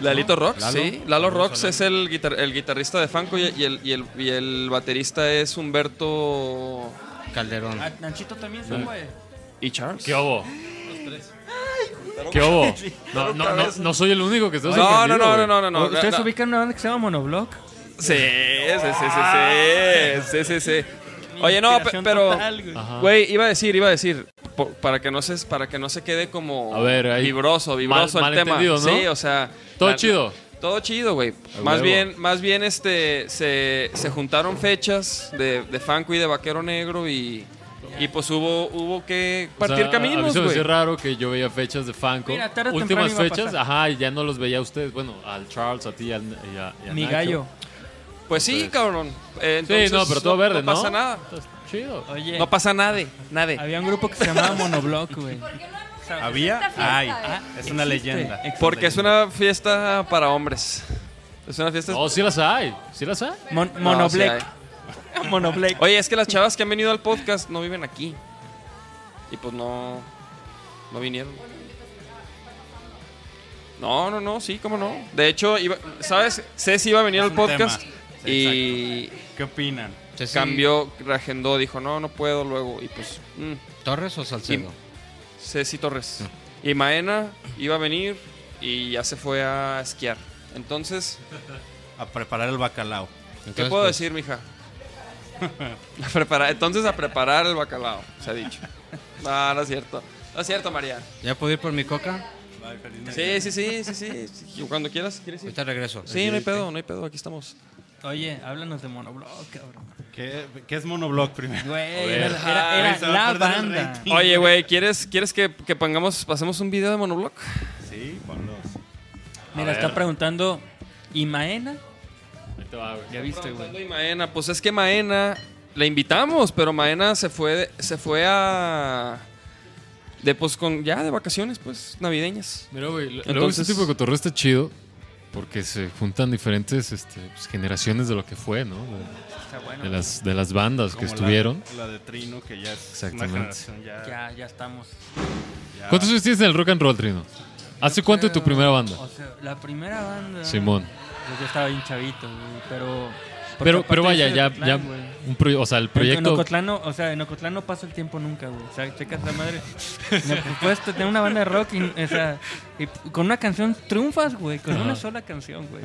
Speaker 3: Lalito Rocks,
Speaker 11: Lalo.
Speaker 3: sí. Lalo
Speaker 11: Vamos a
Speaker 3: Rocks es el, guitar- el guitarrista de Fanco y, y el, y, el, y el baterista es Humberto
Speaker 11: Calderón.
Speaker 8: Ah, Nachito también se fue.
Speaker 3: ¿Y Charles?
Speaker 18: ¿Qué hubo? ¿Qué hubo?
Speaker 8: Sí.
Speaker 18: No, no, no, no soy el único que está
Speaker 3: No,
Speaker 18: sorprendido,
Speaker 3: no, no,
Speaker 18: güey.
Speaker 3: no, no, no,
Speaker 8: ¿Ustedes
Speaker 3: no.
Speaker 8: ubican una banda que se llama Monoblock?
Speaker 3: Sí, sí, sí, sí, sí, sí, sí. Oye, no, pe-
Speaker 8: Inspiración
Speaker 3: pero,
Speaker 8: total, güey. Ajá.
Speaker 3: güey, iba a decir, iba a decir, po- para que no se, para que no se quede como
Speaker 18: A ver, ahí-
Speaker 3: vibroso, vibroso
Speaker 18: Mal-
Speaker 3: el tema.
Speaker 18: malentendido, ¿no?
Speaker 3: Sí, o sea,
Speaker 18: Todo
Speaker 3: la-
Speaker 18: chido.
Speaker 3: Todo chido, güey.
Speaker 18: A
Speaker 3: Más
Speaker 18: huevo.
Speaker 3: bien, más bien, este, se, se juntaron fechas de, de Fanco y de Vaquero Negro y, y pues hubo, hubo que
Speaker 18: O sea,
Speaker 3: partir
Speaker 18: a mí
Speaker 3: caminos,
Speaker 18: se me
Speaker 3: güey.
Speaker 18: hacía raro que yo veía fechas de Fanco.
Speaker 8: Mira, tarde o temprano
Speaker 18: Últimas
Speaker 8: iba a
Speaker 18: fechas,
Speaker 8: pasar.
Speaker 18: ajá, y ya no los veía a ustedes. Bueno, al Charles, a ti y, al- y a, y a
Speaker 8: Mi
Speaker 18: Nacho.
Speaker 8: gallo.
Speaker 3: Pues sí, cabrón. Eh,
Speaker 18: Sí,
Speaker 3: entonces,
Speaker 18: no, pero todo verde,
Speaker 3: No
Speaker 18: ¿no?
Speaker 3: pasa nada.
Speaker 18: Chido.
Speaker 8: Oye.
Speaker 3: No pasa nada, nada.
Speaker 8: Había un grupo que se llamaba Monoblock, güey.
Speaker 11: ¿Había? Ay, es una leyenda.
Speaker 3: Porque es una fiesta para hombres. Es una fiesta.
Speaker 18: No, Oh, sí las hay. Sí las hay.
Speaker 8: Mon-
Speaker 3: No,
Speaker 8: Monoblack.
Speaker 3: sí hay. Oye, es que las chavas que han venido al podcast no viven aquí. Y pues no. No vinieron. No, no, no, sí, cómo no. De hecho, iba- ¿sabes? Ceci iba a venir
Speaker 11: Es
Speaker 3: al
Speaker 11: un
Speaker 3: podcast
Speaker 11: tema.
Speaker 3: y.
Speaker 11: ¿Qué opinan? Ceci-
Speaker 3: Cambió, reagendó, dijo, no, no puedo luego. Y pues. mm.
Speaker 11: ¿Torres o Salcedo?
Speaker 3: Y- Ceci Torres.
Speaker 11: Mm.
Speaker 3: Y Maena iba a venir y ya se fue a esquiar. Entonces,
Speaker 11: A preparar el bacalao. pues,
Speaker 3: ¿Qué puedo decir, mija? A preparar- entonces a preparar el bacalao, se ha dicho. No, no es cierto. No es cierto, María.
Speaker 11: ¿Ya puedo ir por mi coca?
Speaker 3: Sí, sí, sí, sí, sí. sí. Cuando quieras, ¿quieres ir?
Speaker 11: Ahorita regreso.
Speaker 3: Sí, no hay pedo, no hay pedo, aquí estamos.
Speaker 8: Oye, háblanos de Monoblock, cabrón.
Speaker 11: ¿Qué, qué es monoblock primero?
Speaker 8: Güey, era, era- era
Speaker 11: Ay, se va a
Speaker 8: la
Speaker 11: perder el
Speaker 8: banda.
Speaker 11: rating.
Speaker 3: Oye, güey, ¿quieres, ¿quieres que, que pongamos, pasemos un video de monoblock?
Speaker 11: Sí, ponlo.
Speaker 8: Mira,
Speaker 3: A ver.
Speaker 8: está preguntando. ¿Y Maena?
Speaker 18: Ahí te va, güey.
Speaker 8: Ya viste,
Speaker 3: Hablando
Speaker 8: güey.
Speaker 3: de Maena, pues es que Maena la invitamos, pero Maena se fue, se fue a de pues con ya de vacaciones, pues navideñas.
Speaker 18: Mira, güey, L- Luego este tipo de cotorreo está chido porque se juntan diferentes este, pues, generaciones de lo que fue, ¿no? De,
Speaker 8: Está bueno.
Speaker 18: de las, de las bandas que
Speaker 11: Como la-
Speaker 18: estuvieron.
Speaker 11: La, de Trino, que ya es una
Speaker 18: Exactamente.
Speaker 11: generación ya.
Speaker 8: Ya, ya estamos.
Speaker 11: ya-
Speaker 18: ¿Cuántos años tienes en el rock and roll, Trino? ¿Hace cuánto de tu primera banda?
Speaker 8: O sea, la primera banda.
Speaker 18: Simón.
Speaker 8: Pues yo estaba bien chavito, güey, pero. porque
Speaker 18: Pero,
Speaker 8: aparte
Speaker 18: pero vaya,
Speaker 8: yo soy de
Speaker 18: ya,
Speaker 8: Ocotlán,
Speaker 18: ya
Speaker 8: güey.
Speaker 18: un proye- o sea, el
Speaker 8: En
Speaker 18: proyecto...
Speaker 8: Ocotlán no- o sea, en Ocotlán no pasa el tiempo nunca, güey. O sea, checa esa madre. No, pues, puedes tener una banda de rock y, o sea, y p- con una canción triunfas, güey. Con
Speaker 18: Ajá.
Speaker 8: una sola canción, güey.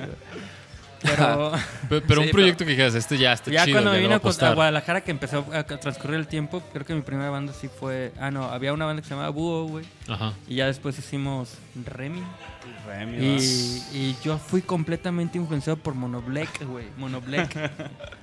Speaker 8: Pero,
Speaker 18: Pe- pero un proyecto que dijeras, este ya está
Speaker 8: ya
Speaker 18: chido, ya
Speaker 8: cuando me
Speaker 18: le
Speaker 8: vine
Speaker 18: voy a
Speaker 8: a, Ocot-
Speaker 18: apostar.
Speaker 8: a Guadalajara que empezó a a transcurrir el tiempo, creo que mi primera banda sí fue... Ah, no, había una banda que se llamaba Búho, güey.
Speaker 18: Ajá.
Speaker 8: Y ya después hicimos Remy.
Speaker 11: Remy,
Speaker 8: y,
Speaker 11: vas.
Speaker 8: y yo fui completamente influenciado por Monoblack, güey. Monoblack.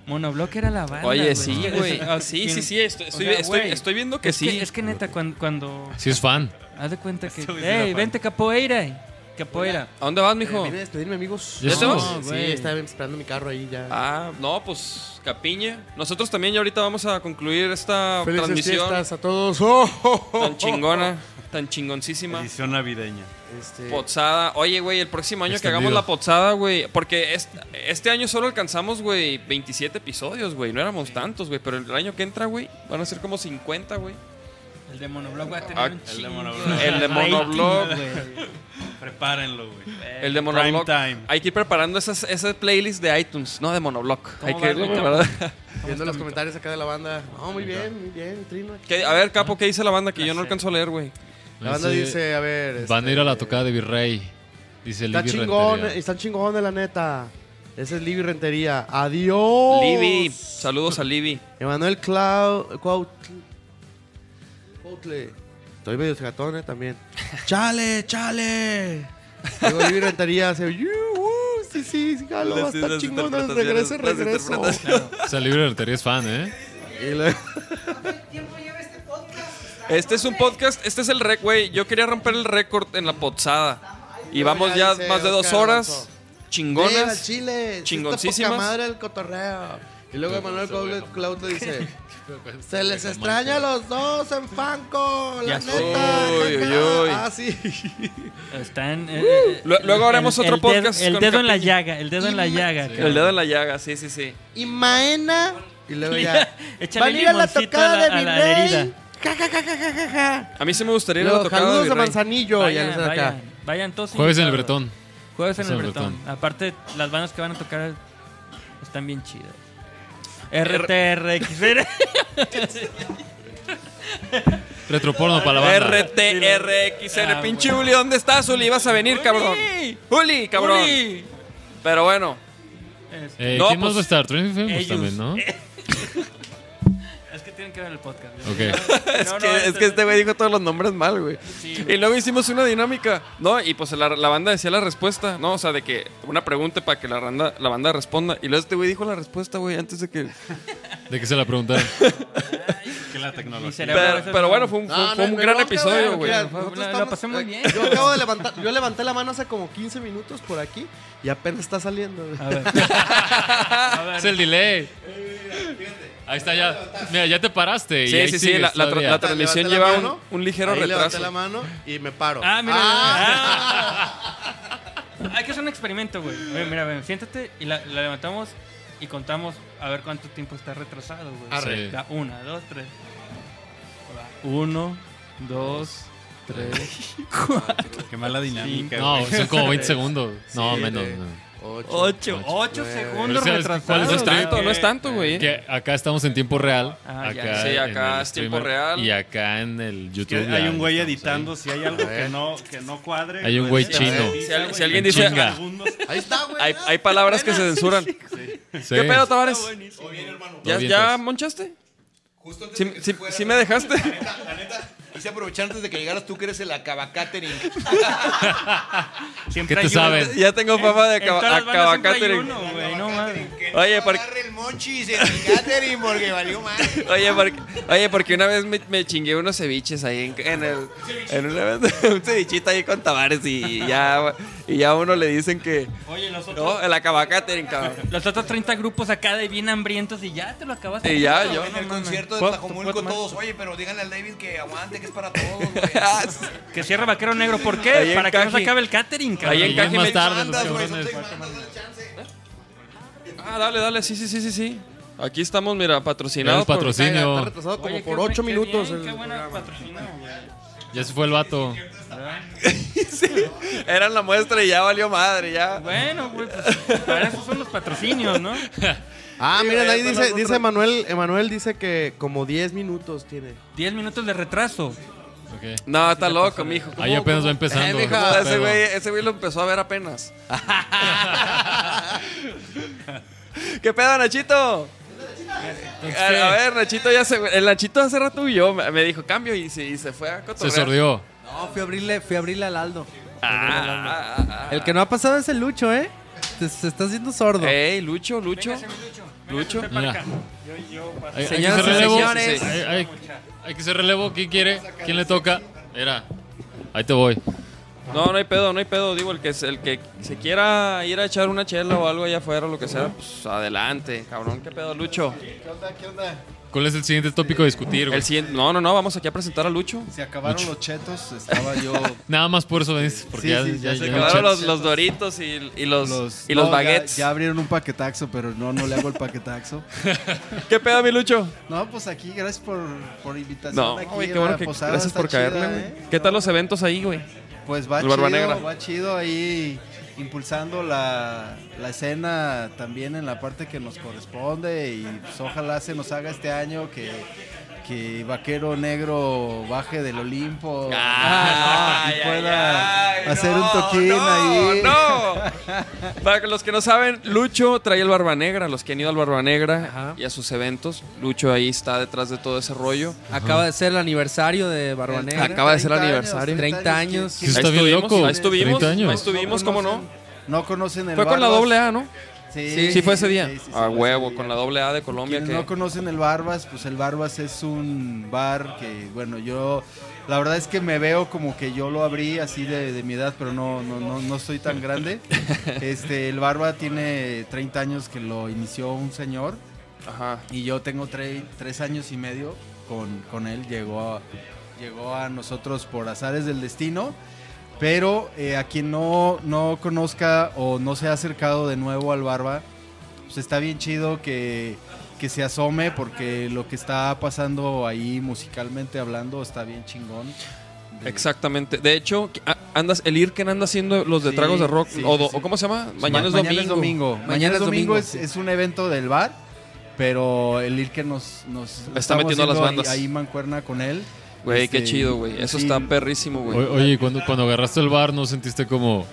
Speaker 8: Monoblack era la banda.
Speaker 3: Oye,
Speaker 8: güey.
Speaker 3: sí, güey. Sí, sí, sí, estoy- estoy- estoy-
Speaker 8: güey,
Speaker 3: estoy viendo que
Speaker 8: es
Speaker 3: sí.
Speaker 8: es que neta, cuando. cuando
Speaker 18: Sí es fan.
Speaker 8: Haz de cuenta que.
Speaker 18: Este güey sí era
Speaker 8: ¡Ey,
Speaker 18: fan.
Speaker 8: vente capoeira! Capoeira.
Speaker 3: ¿A dónde vas, mijo?
Speaker 5: Eh, vine a despedirme, amigos.
Speaker 3: ¿Ya estamos?
Speaker 5: Sí,
Speaker 3: güey.
Speaker 5: estaba esperando mi carro ahí ya.
Speaker 3: Ah, no, pues Capiña. Nosotros también ya ahorita vamos a concluir esta
Speaker 5: Felices
Speaker 3: transmisión
Speaker 5: fiestas a todos. Oh, oh, oh, oh,
Speaker 3: tan chingona.
Speaker 5: oh.
Speaker 3: tan chingoncísima.
Speaker 6: Edición navideña.
Speaker 3: Este- Pozada. Oye, güey, el próximo año que hagamos
Speaker 6: Extendido.
Speaker 3: la pozada, güey. Porque es- este, año solo alcanzamos, güey, 27 episodios, güey. No éramos tantos, güey. Pero el año que entra, güey, van a ser como 50, güey.
Speaker 8: El de Monoblock va a tener
Speaker 3: Ah,
Speaker 8: un
Speaker 3: el de
Speaker 8: chingo
Speaker 3: Monoblock. El de Monoblock.
Speaker 8: rating, güey.
Speaker 6: Prepárenlo, güey.
Speaker 3: El de Monoblock. Hay que ir preparando esas, esas playlists de iTunes, no de Monoblock. Hay que irlo preparando.
Speaker 5: Viendo los comentarios acá de la banda. No, muy bien, muy bien, Trino.
Speaker 3: ¿Qué- A ver, Capo, ¿qué dice la banda? Que yo no alcanzo a leer, güey.
Speaker 5: La banda
Speaker 18: Ese-
Speaker 5: dice, a ver,
Speaker 18: Van a ir
Speaker 5: este-
Speaker 18: a la tocada de Virrey. Dice
Speaker 5: Está
Speaker 18: Libby
Speaker 5: chingón, eh,
Speaker 18: Rentería.
Speaker 5: está chingón de la neta. Ese es Libby Rentería. Adiós.
Speaker 3: Libby, saludos a Libby.
Speaker 5: Emanuel Clau. Cuaut- Cuautle. Estoy medio gatón, eh, también. ¡Chale, chale! Luego Libby Rentería hace. "Yu, uh, sí, sí, sí, jalo,
Speaker 18: Las-
Speaker 5: está
Speaker 18: las
Speaker 5: chingón.
Speaker 18: interpretaciones,
Speaker 5: Regreso,
Speaker 18: las
Speaker 5: regreso.
Speaker 18: interpretaciones.
Speaker 5: eh.
Speaker 18: O sea, Libre Rentería es fan, ¿eh?
Speaker 3: Este es un podcast, este es el rec, güey. Yo quería romper el récord en la pozada. Y vamos ya
Speaker 5: dice
Speaker 3: más de dos
Speaker 5: Oscar
Speaker 3: horas.
Speaker 5: Alonso. Mira,
Speaker 3: Chingonas.
Speaker 5: Chile. Chingoncísimas.
Speaker 3: Chingoncísimas.
Speaker 5: Poca madre el cotorreo. Y luego Emanuel Cuautle- Cuautle dice: Se les
Speaker 18: Mancha.
Speaker 5: extraña a los dos en Fanco, la
Speaker 8: Ya
Speaker 5: neta.
Speaker 8: sé. Uy,
Speaker 5: jaja".
Speaker 8: uy, uy.
Speaker 5: Ah, sí.
Speaker 8: Están. eh, eh,
Speaker 3: Lu- luego haremos
Speaker 8: el-
Speaker 3: otro
Speaker 8: el dedo-
Speaker 3: podcast
Speaker 8: El
Speaker 3: con
Speaker 8: dedo en la
Speaker 3: Capiña.
Speaker 8: llaga, el dedo en la
Speaker 3: Y-
Speaker 8: llaga.
Speaker 3: Sí.
Speaker 8: cabrón.
Speaker 3: El dedo en la llaga, sí, sí, sí.
Speaker 5: Y Maena. Y luego ya.
Speaker 8: Échale
Speaker 5: Van a ir a la
Speaker 8: limoncito
Speaker 5: tocada de
Speaker 8: a
Speaker 5: mi
Speaker 8: la
Speaker 5: rey.
Speaker 8: herida.
Speaker 5: Ja, ja, ja, ja, ja, ja, ja.
Speaker 3: A mí sí me gustaría ir a la
Speaker 5: Luego,
Speaker 3: tocada de
Speaker 5: Saludos de
Speaker 3: Virrey.
Speaker 5: Manzanillo. ya no
Speaker 8: Vayan,
Speaker 5: están acá.
Speaker 8: vayan, vayan todos.
Speaker 18: Jueves en el
Speaker 8: invitados.
Speaker 18: Bretón.
Speaker 8: Jueves en
Speaker 18: Jueves
Speaker 8: el Bretón. Aparte, las bandas que van a tocar están bien chidas. RTRX.
Speaker 18: Retroporno para la banda.
Speaker 3: RTRXN,
Speaker 8: Ah,
Speaker 3: pinche Uli, ¿dónde estás, Uli? Ibas a venir, cabrón. Uli, cabrón.
Speaker 8: Uli. Este.
Speaker 3: Pero bueno.
Speaker 18: Eh,
Speaker 3: No,
Speaker 18: ¿Quién más
Speaker 3: pues,
Speaker 18: va a estar? Trinity Films
Speaker 8: ellos.
Speaker 18: también, ¿no?
Speaker 8: Es que tienen que ver el podcast.
Speaker 18: Ok.
Speaker 3: es,
Speaker 8: No, no,
Speaker 3: que, es
Speaker 8: este-
Speaker 3: que este güey dijo todos los nombres mal, güey.
Speaker 8: Sí, güey.
Speaker 3: y luego hicimos una dinámica, ¿no? Y pues la, la banda decía la respuesta, ¿no? O sea, de que una pregunta para que la banda, la banda responda. Y luego este güey dijo la respuesta, güey, antes de que.
Speaker 18: ¿De qué se la preguntaron?
Speaker 6: Que la tecnología.
Speaker 3: Pero, pero bueno, fue un, fue- fue un gran episodio, güey.
Speaker 5: Nosotros
Speaker 8: Lo- lo pasé muy
Speaker 5: eh,
Speaker 8: bien.
Speaker 5: Yo acabo de levantar, yo levanté la mano hace como 15 minutos por aquí y apenas está saliendo.
Speaker 8: A ver.
Speaker 18: Es el delay. Ahí está ya. Mira, ya te paraste. y
Speaker 3: Sí,
Speaker 18: ahí
Speaker 3: sí, sí,
Speaker 18: sigues
Speaker 3: la- la tra-
Speaker 18: todavía.
Speaker 3: la transmisión Levanté la lleva mano. un- un ligero
Speaker 5: Ahí levanté
Speaker 3: retraso.
Speaker 5: la mano y me paro.
Speaker 8: Ah, mira.
Speaker 5: Ah.
Speaker 8: mira. Hay que hacer un experimento, güey. Mira, mira, ven, siéntate y la, la levantamos y contamos a ver cuánto tiempo está retrasado, güey.
Speaker 18: Arre.
Speaker 8: O sea, Una, dos, tres. Uno, dos, tres, cuatro.
Speaker 6: Qué mala dinámica,
Speaker 18: No,
Speaker 6: güey.
Speaker 18: son como 20 segundos. No,
Speaker 6: Siete,
Speaker 18: menos. no.
Speaker 5: Ocho.
Speaker 8: Ocho. Ocho
Speaker 5: nueve.
Speaker 8: segundos
Speaker 18: Pero ¿sabes cuál es
Speaker 8: retrasados.
Speaker 18: el
Speaker 8: güey.
Speaker 18: trip?
Speaker 3: güey.
Speaker 18: Que acá estamos en tiempo real.
Speaker 8: Ah, ya.
Speaker 18: acá
Speaker 8: Sí,
Speaker 18: en
Speaker 8: acá
Speaker 18: el
Speaker 8: es tiempo
Speaker 18: streamer,
Speaker 8: real.
Speaker 18: Y acá en el
Speaker 6: Que
Speaker 18: YouTube.
Speaker 6: hay
Speaker 18: ya
Speaker 6: un güey
Speaker 18: estamos
Speaker 6: editando, si hay algo que no, que no cuadre. pues,
Speaker 18: Hay un
Speaker 6: lo
Speaker 18: güey
Speaker 6: edita,
Speaker 18: chino.
Speaker 6: güey.
Speaker 18: Si al-
Speaker 3: si alguien dice-
Speaker 6: Chinga. Segundos.
Speaker 5: Ahí está, güey.
Speaker 3: Hay, hay palabras que se censuran.
Speaker 18: Sí.
Speaker 3: ¿Qué pedo, Tavares? ¿Ya,
Speaker 18: Todo bien,
Speaker 3: ya
Speaker 18: pues.
Speaker 3: monchaste? ¿Sí, sí- sí me dejaste?
Speaker 10: La neta, quise aprovechar antes de que llegaras tú que eres el acabacatering.
Speaker 18: ¿Qué te saben?
Speaker 3: Ya tengo fama de
Speaker 10: En- en todas las bandas siempre hay
Speaker 3: acabacatering.
Speaker 10: uno,
Speaker 8: Güey, no mames.
Speaker 3: Oye, porque-
Speaker 10: Agarra el monchis en el catering porque valió mal.
Speaker 3: Oye, porque, oye, porque una vez me, me chingué unos ceviches ahí en, en el. En una vez, un cevichito ahí con Tavares y ya, y ya a uno le dicen que.
Speaker 8: Oye, los otros-
Speaker 3: No, el acabacatering, cabrón.
Speaker 8: Los otros 30 grupos acá de bien hambrientos y ya te lo acabaste.
Speaker 3: Y ya,
Speaker 8: No,
Speaker 3: yo.
Speaker 8: no,
Speaker 3: En
Speaker 10: En el
Speaker 8: no,
Speaker 10: concierto de
Speaker 8: ¿Puedo-
Speaker 10: Tlajomulco
Speaker 8: puedo tomar?
Speaker 10: todos, oye, pues, pero díganle al David que aguante, que es para todos, güey.
Speaker 8: Que cierre Vaquero Negro. ¿Por qué?
Speaker 3: Ahí en
Speaker 8: Para que no se
Speaker 3: Caji.
Speaker 8: acabe el catering, cabrón.
Speaker 3: Ahí en Caji me-
Speaker 18: Andas, güey,
Speaker 10: cabrones.
Speaker 3: Ah, dale, dale, sí, sí, sí, sí, sí. Aquí estamos, mira, patrocinados.
Speaker 18: El patrocinio.
Speaker 3: por-
Speaker 18: Está
Speaker 5: retrasado como
Speaker 8: Oye,
Speaker 5: por
Speaker 8: qué buen-
Speaker 5: 8
Speaker 8: qué
Speaker 5: minutos.
Speaker 8: bien,
Speaker 5: el
Speaker 18: eh.
Speaker 8: qué buena
Speaker 5: programa.
Speaker 8: patrocinada, güey.
Speaker 18: Ya se fue el vato.
Speaker 3: Eran la muestra y ya valió madre, ya.
Speaker 8: Bueno, güey, pues para eso son los patrocinios, ¿no?
Speaker 5: Ah, miren, ahí
Speaker 8: Sí,
Speaker 5: dice,
Speaker 8: nosotros-
Speaker 5: dice Emanuel, Emanuel dice que como 10 minutos tiene.
Speaker 8: 10 minutos de retraso.
Speaker 3: No, está loco, mijo.
Speaker 18: Ahí apenas va empezando.
Speaker 3: Eh, mijo,
Speaker 18: Está
Speaker 3: ese
Speaker 18: pedo.
Speaker 3: güey, ese güey lo empezó a ver apenas. ¿Qué pedo, Nachito? A, a ver, Nachito ya se. El Nachito hace rato y yo me me dijo cambio y se, y se fue a
Speaker 18: Se
Speaker 3: cotorrear.
Speaker 18: sordió.
Speaker 4: No, fui a abrirle, fui a abrirle al Aldo.
Speaker 3: Ah, ah, ah, ah.
Speaker 4: El que no ha pasado es el Lucho, ¿eh? Te- se está haciendo sordo.
Speaker 3: Ey, Lucho, Lucho. Lucho.
Speaker 18: Mira.
Speaker 8: Yo, yo paso.
Speaker 18: Hay, hay que
Speaker 4: Señoras
Speaker 18: hacer
Speaker 4: y
Speaker 18: relevo.
Speaker 4: señores.
Speaker 18: Hay, hay- hay que hacer relevo. ¿Quién quiere? ¿Quién le toca? Mira. Ahí te voy.
Speaker 3: No, no hay pedo, no hay pedo. Digo, el que, el que se quiera ir a echar una chela o algo allá afuera, lo que sea, pues adelante, cabrón. ¿Qué pedo, Lucho?
Speaker 5: ¿Qué onda? ¿Qué onda?
Speaker 18: ¿Cuál es el siguiente tópico a discutir, güey?
Speaker 3: El siguiente- no, no, no, vamos aquí a presentar a Lucho.
Speaker 21: Se acabaron los chetos, estaba yo.
Speaker 18: Nada más por eso veniste, porque
Speaker 21: Sí,
Speaker 18: ya,
Speaker 21: sí,
Speaker 18: ya,
Speaker 21: ya sé
Speaker 18: ya-
Speaker 21: que-
Speaker 3: Claro, los, los doritos y, y los, y
Speaker 21: no,
Speaker 3: los
Speaker 21: ya-
Speaker 3: baguettes.
Speaker 21: Ya, abrieron un paquetaxo, pero no, no le hago el paquetaxo.
Speaker 3: ¿Qué pedo, mi Lucho?
Speaker 21: No, pues aquí, gracias por, por invitación.
Speaker 3: No,
Speaker 21: aquí,
Speaker 3: güey, qué
Speaker 21: la
Speaker 3: bueno que
Speaker 21: posada
Speaker 3: gracias
Speaker 21: está
Speaker 3: por caerle,
Speaker 21: chida,
Speaker 3: güey.
Speaker 21: ¿eh?
Speaker 3: ¿Qué tal los eventos ahí, güey?
Speaker 21: Pues va
Speaker 3: El Barba
Speaker 21: chido,
Speaker 3: Negra.
Speaker 21: va chido ahí impulsando la, la escena también en la parte que nos corresponde y pues, ojalá se nos haga este año que, que Vaquero Negro baje del Olimpo
Speaker 3: Ah,
Speaker 21: y
Speaker 3: ay,
Speaker 21: pueda
Speaker 3: ay, ay,
Speaker 21: hacer
Speaker 3: no,
Speaker 21: un toquín
Speaker 3: no,
Speaker 21: ahí.
Speaker 3: no. Para que los que no saben, Lucho trae el Barba Negra. Los que han ido al Barba Negra y a sus eventos, Lucho ahí está detrás de todo ese rollo.
Speaker 4: Acaba de ser el aniversario de Barba Negra.
Speaker 3: Acaba de ser el aniversario.
Speaker 4: 30 años.
Speaker 3: Ahí estuvimos, Ahí estuvimos, ahí estuvimos, ¿cómo no?
Speaker 21: No conocen el
Speaker 3: Fue con la
Speaker 21: Barbas.
Speaker 3: doble A, ¿no?
Speaker 21: Sí,
Speaker 3: sí fue ese día.
Speaker 21: sí, sí, sí,
Speaker 3: a
Speaker 21: fue
Speaker 3: huevo, con la doble A de Colombia.
Speaker 21: Quienes
Speaker 3: Que...
Speaker 21: no conocen el Barbas, pues el Barbas es un bar que, bueno, yo la verdad es que me veo como que yo lo abrí así de, de mi edad, pero no, no, no, no soy tan grande. Este, el Barba tiene 30 años que lo inició un señor. Y yo tengo 3 años y medio con, con él. Llegó a, llegó a nosotros por azares del destino. Pero eh, a quien no, no conozca o no se ha acercado de nuevo al Barba, pues está bien chido que, que se asome porque lo que está pasando ahí musicalmente hablando está bien chingón.
Speaker 3: Exactamente. De hecho, que- a- andas, el Irken anda haciendo los de
Speaker 21: Sí,
Speaker 3: tragos de rock.
Speaker 21: sí,
Speaker 3: o,
Speaker 21: sí,
Speaker 3: do-
Speaker 21: sí.
Speaker 3: o ¿Cómo se llama?
Speaker 21: Sí,
Speaker 3: Mañana,
Speaker 21: ma-
Speaker 3: es domingo.
Speaker 21: Mañana es domingo es, es un evento del bar, pero el ir que nos, nos
Speaker 3: Está
Speaker 21: estamos
Speaker 3: metiendo a las
Speaker 21: haciendo ahí-
Speaker 3: bandas.
Speaker 21: Ahí, mancuerna con él.
Speaker 3: Güey, qué
Speaker 21: Este,
Speaker 3: chido, güey. Eso
Speaker 21: sí,
Speaker 3: está perrísimo, güey.
Speaker 18: O- Oye, ¿y cuando, cuando agarraste el bar, ¿no sentiste como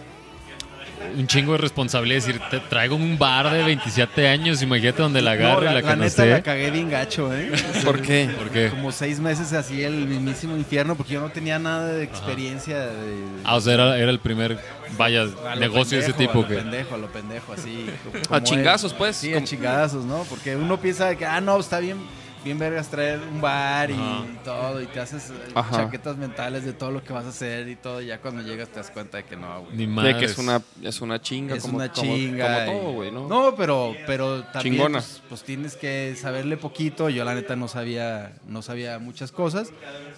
Speaker 18: un chingo de responsabilidad? Es decir, te traigo un bar de 27 años, imagínate donde la agarre,
Speaker 21: No, la,
Speaker 18: la,
Speaker 21: la neta la
Speaker 18: canasté.
Speaker 21: cagué bien gacho, ¿eh?
Speaker 18: ¿Por qué? ¿Por qué?
Speaker 21: Como seis meses así el mismísimo infierno porque yo no tenía nada de experiencia de,
Speaker 18: Ah, o sea, era, era el primer, vaya,
Speaker 21: A lo
Speaker 18: negocio de ese
Speaker 21: pendejo,
Speaker 18: tipo.
Speaker 21: A lo
Speaker 18: que
Speaker 21: pendejo, a lo pendejo, así. como-
Speaker 18: A
Speaker 21: como él.
Speaker 18: chingazos, pues,
Speaker 21: Sí, a
Speaker 18: como-
Speaker 21: chingazos, ¿no? Porque uno piensa que, ah, no, está bien, bien vergas traer un bar y
Speaker 18: Ajá.
Speaker 21: todo, y te haces eh,
Speaker 3: Ajá.
Speaker 21: chaquetas mentales de todo lo que vas a hacer y todo, y ya cuando llegas te das cuenta de que no, güey.
Speaker 3: De que es una, es una chinga,
Speaker 21: Es
Speaker 3: como,
Speaker 21: una
Speaker 3: como-
Speaker 21: chinga.
Speaker 3: como
Speaker 21: y-
Speaker 3: todo, güey, ¿no?
Speaker 21: pero, pero también
Speaker 3: Chingona.
Speaker 21: Pues, pues tienes que saberle poquito. Yo la neta no sabía, no sabía muchas cosas.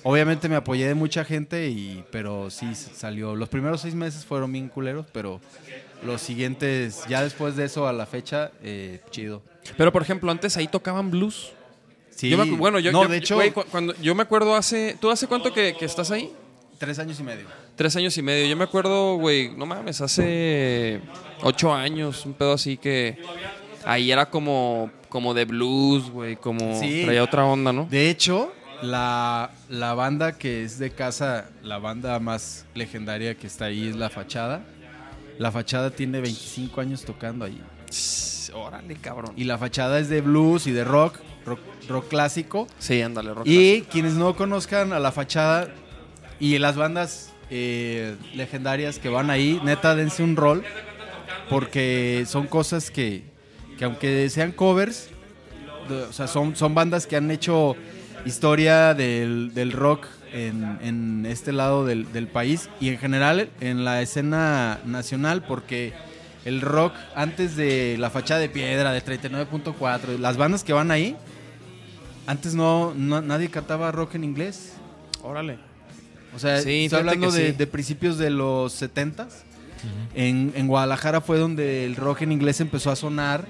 Speaker 21: Obviamente me apoyé de mucha gente y, pero sí s- salió. Los primeros seis meses fueron bien culeros, pero los siguientes, ya después de eso a la fecha, eh, chido.
Speaker 3: Pero por ejemplo, antes ahí tocaban blues.
Speaker 21: Sí.
Speaker 3: Yo me acu- bueno, yo,
Speaker 21: No,
Speaker 3: yo-
Speaker 21: de hecho-
Speaker 3: güey, cu- cuando, yo me acuerdo hace. ¿Tú hace cuánto que, que estás ahí?
Speaker 21: Tres años y medio.
Speaker 3: Tres años y medio. Yo me acuerdo, güey, no mames, hace ocho años, un pedo así que ahí era como, como de blues, güey, como
Speaker 21: Sí.
Speaker 3: traía otra onda, ¿no?
Speaker 21: De hecho, la, la banda que es de casa, la banda más legendaria que está ahí es La Fachada. La Fachada tiene 25 años tocando ahí.
Speaker 3: Órale, cabrón.
Speaker 21: Y La Fachada es de blues y de rock, rock, rock clásico.
Speaker 3: Sí, ándale, rock
Speaker 21: Y quienes no conozcan a La Fachada y las bandas eh, legendarias que van ahí, neta, dense un rol. Porque son cosas que, que aunque sean covers, de- o sea, son, son bandas que han hecho historia del, del rock en, en este lado del, del país y en general en la escena nacional, porque el rock antes de la fachada de piedra, de 39.4, las bandas que van ahí, antes no, no- nadie cantaba rock en inglés.
Speaker 3: Órale.
Speaker 21: O sea, estoy
Speaker 3: Sí, fíjate
Speaker 21: hablando
Speaker 3: que
Speaker 21: de,
Speaker 3: sí.
Speaker 21: de principios de los 70s. en, en Guadalajara fue donde el rock en inglés empezó a sonar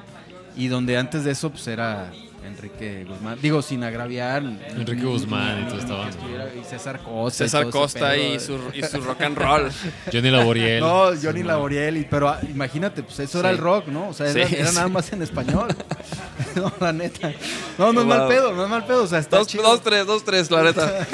Speaker 21: y donde antes de eso pues era Enrique Guzmán. Digo, sin agraviar.
Speaker 18: Enrique Guzmán y este toda esta banda.
Speaker 21: Y César Costa.
Speaker 3: César
Speaker 21: y todo ese
Speaker 3: Costa
Speaker 21: pedo.
Speaker 3: y su, y su rock and roll.
Speaker 18: Johnny Laboriel.
Speaker 21: No, Johnny Laboriel. y- Pero ah, imagínate, pues eso era
Speaker 3: Sí.
Speaker 21: el rock, ¿no? O sea, era,
Speaker 3: Sí,
Speaker 21: era
Speaker 3: sí.
Speaker 21: nada más en español. no, la neta. No, no es
Speaker 3: Wow.
Speaker 21: mal pedo, no es mal pedo. O sea, está
Speaker 3: Dos-
Speaker 21: chido.
Speaker 3: dos, tres, dos, tres, la neta.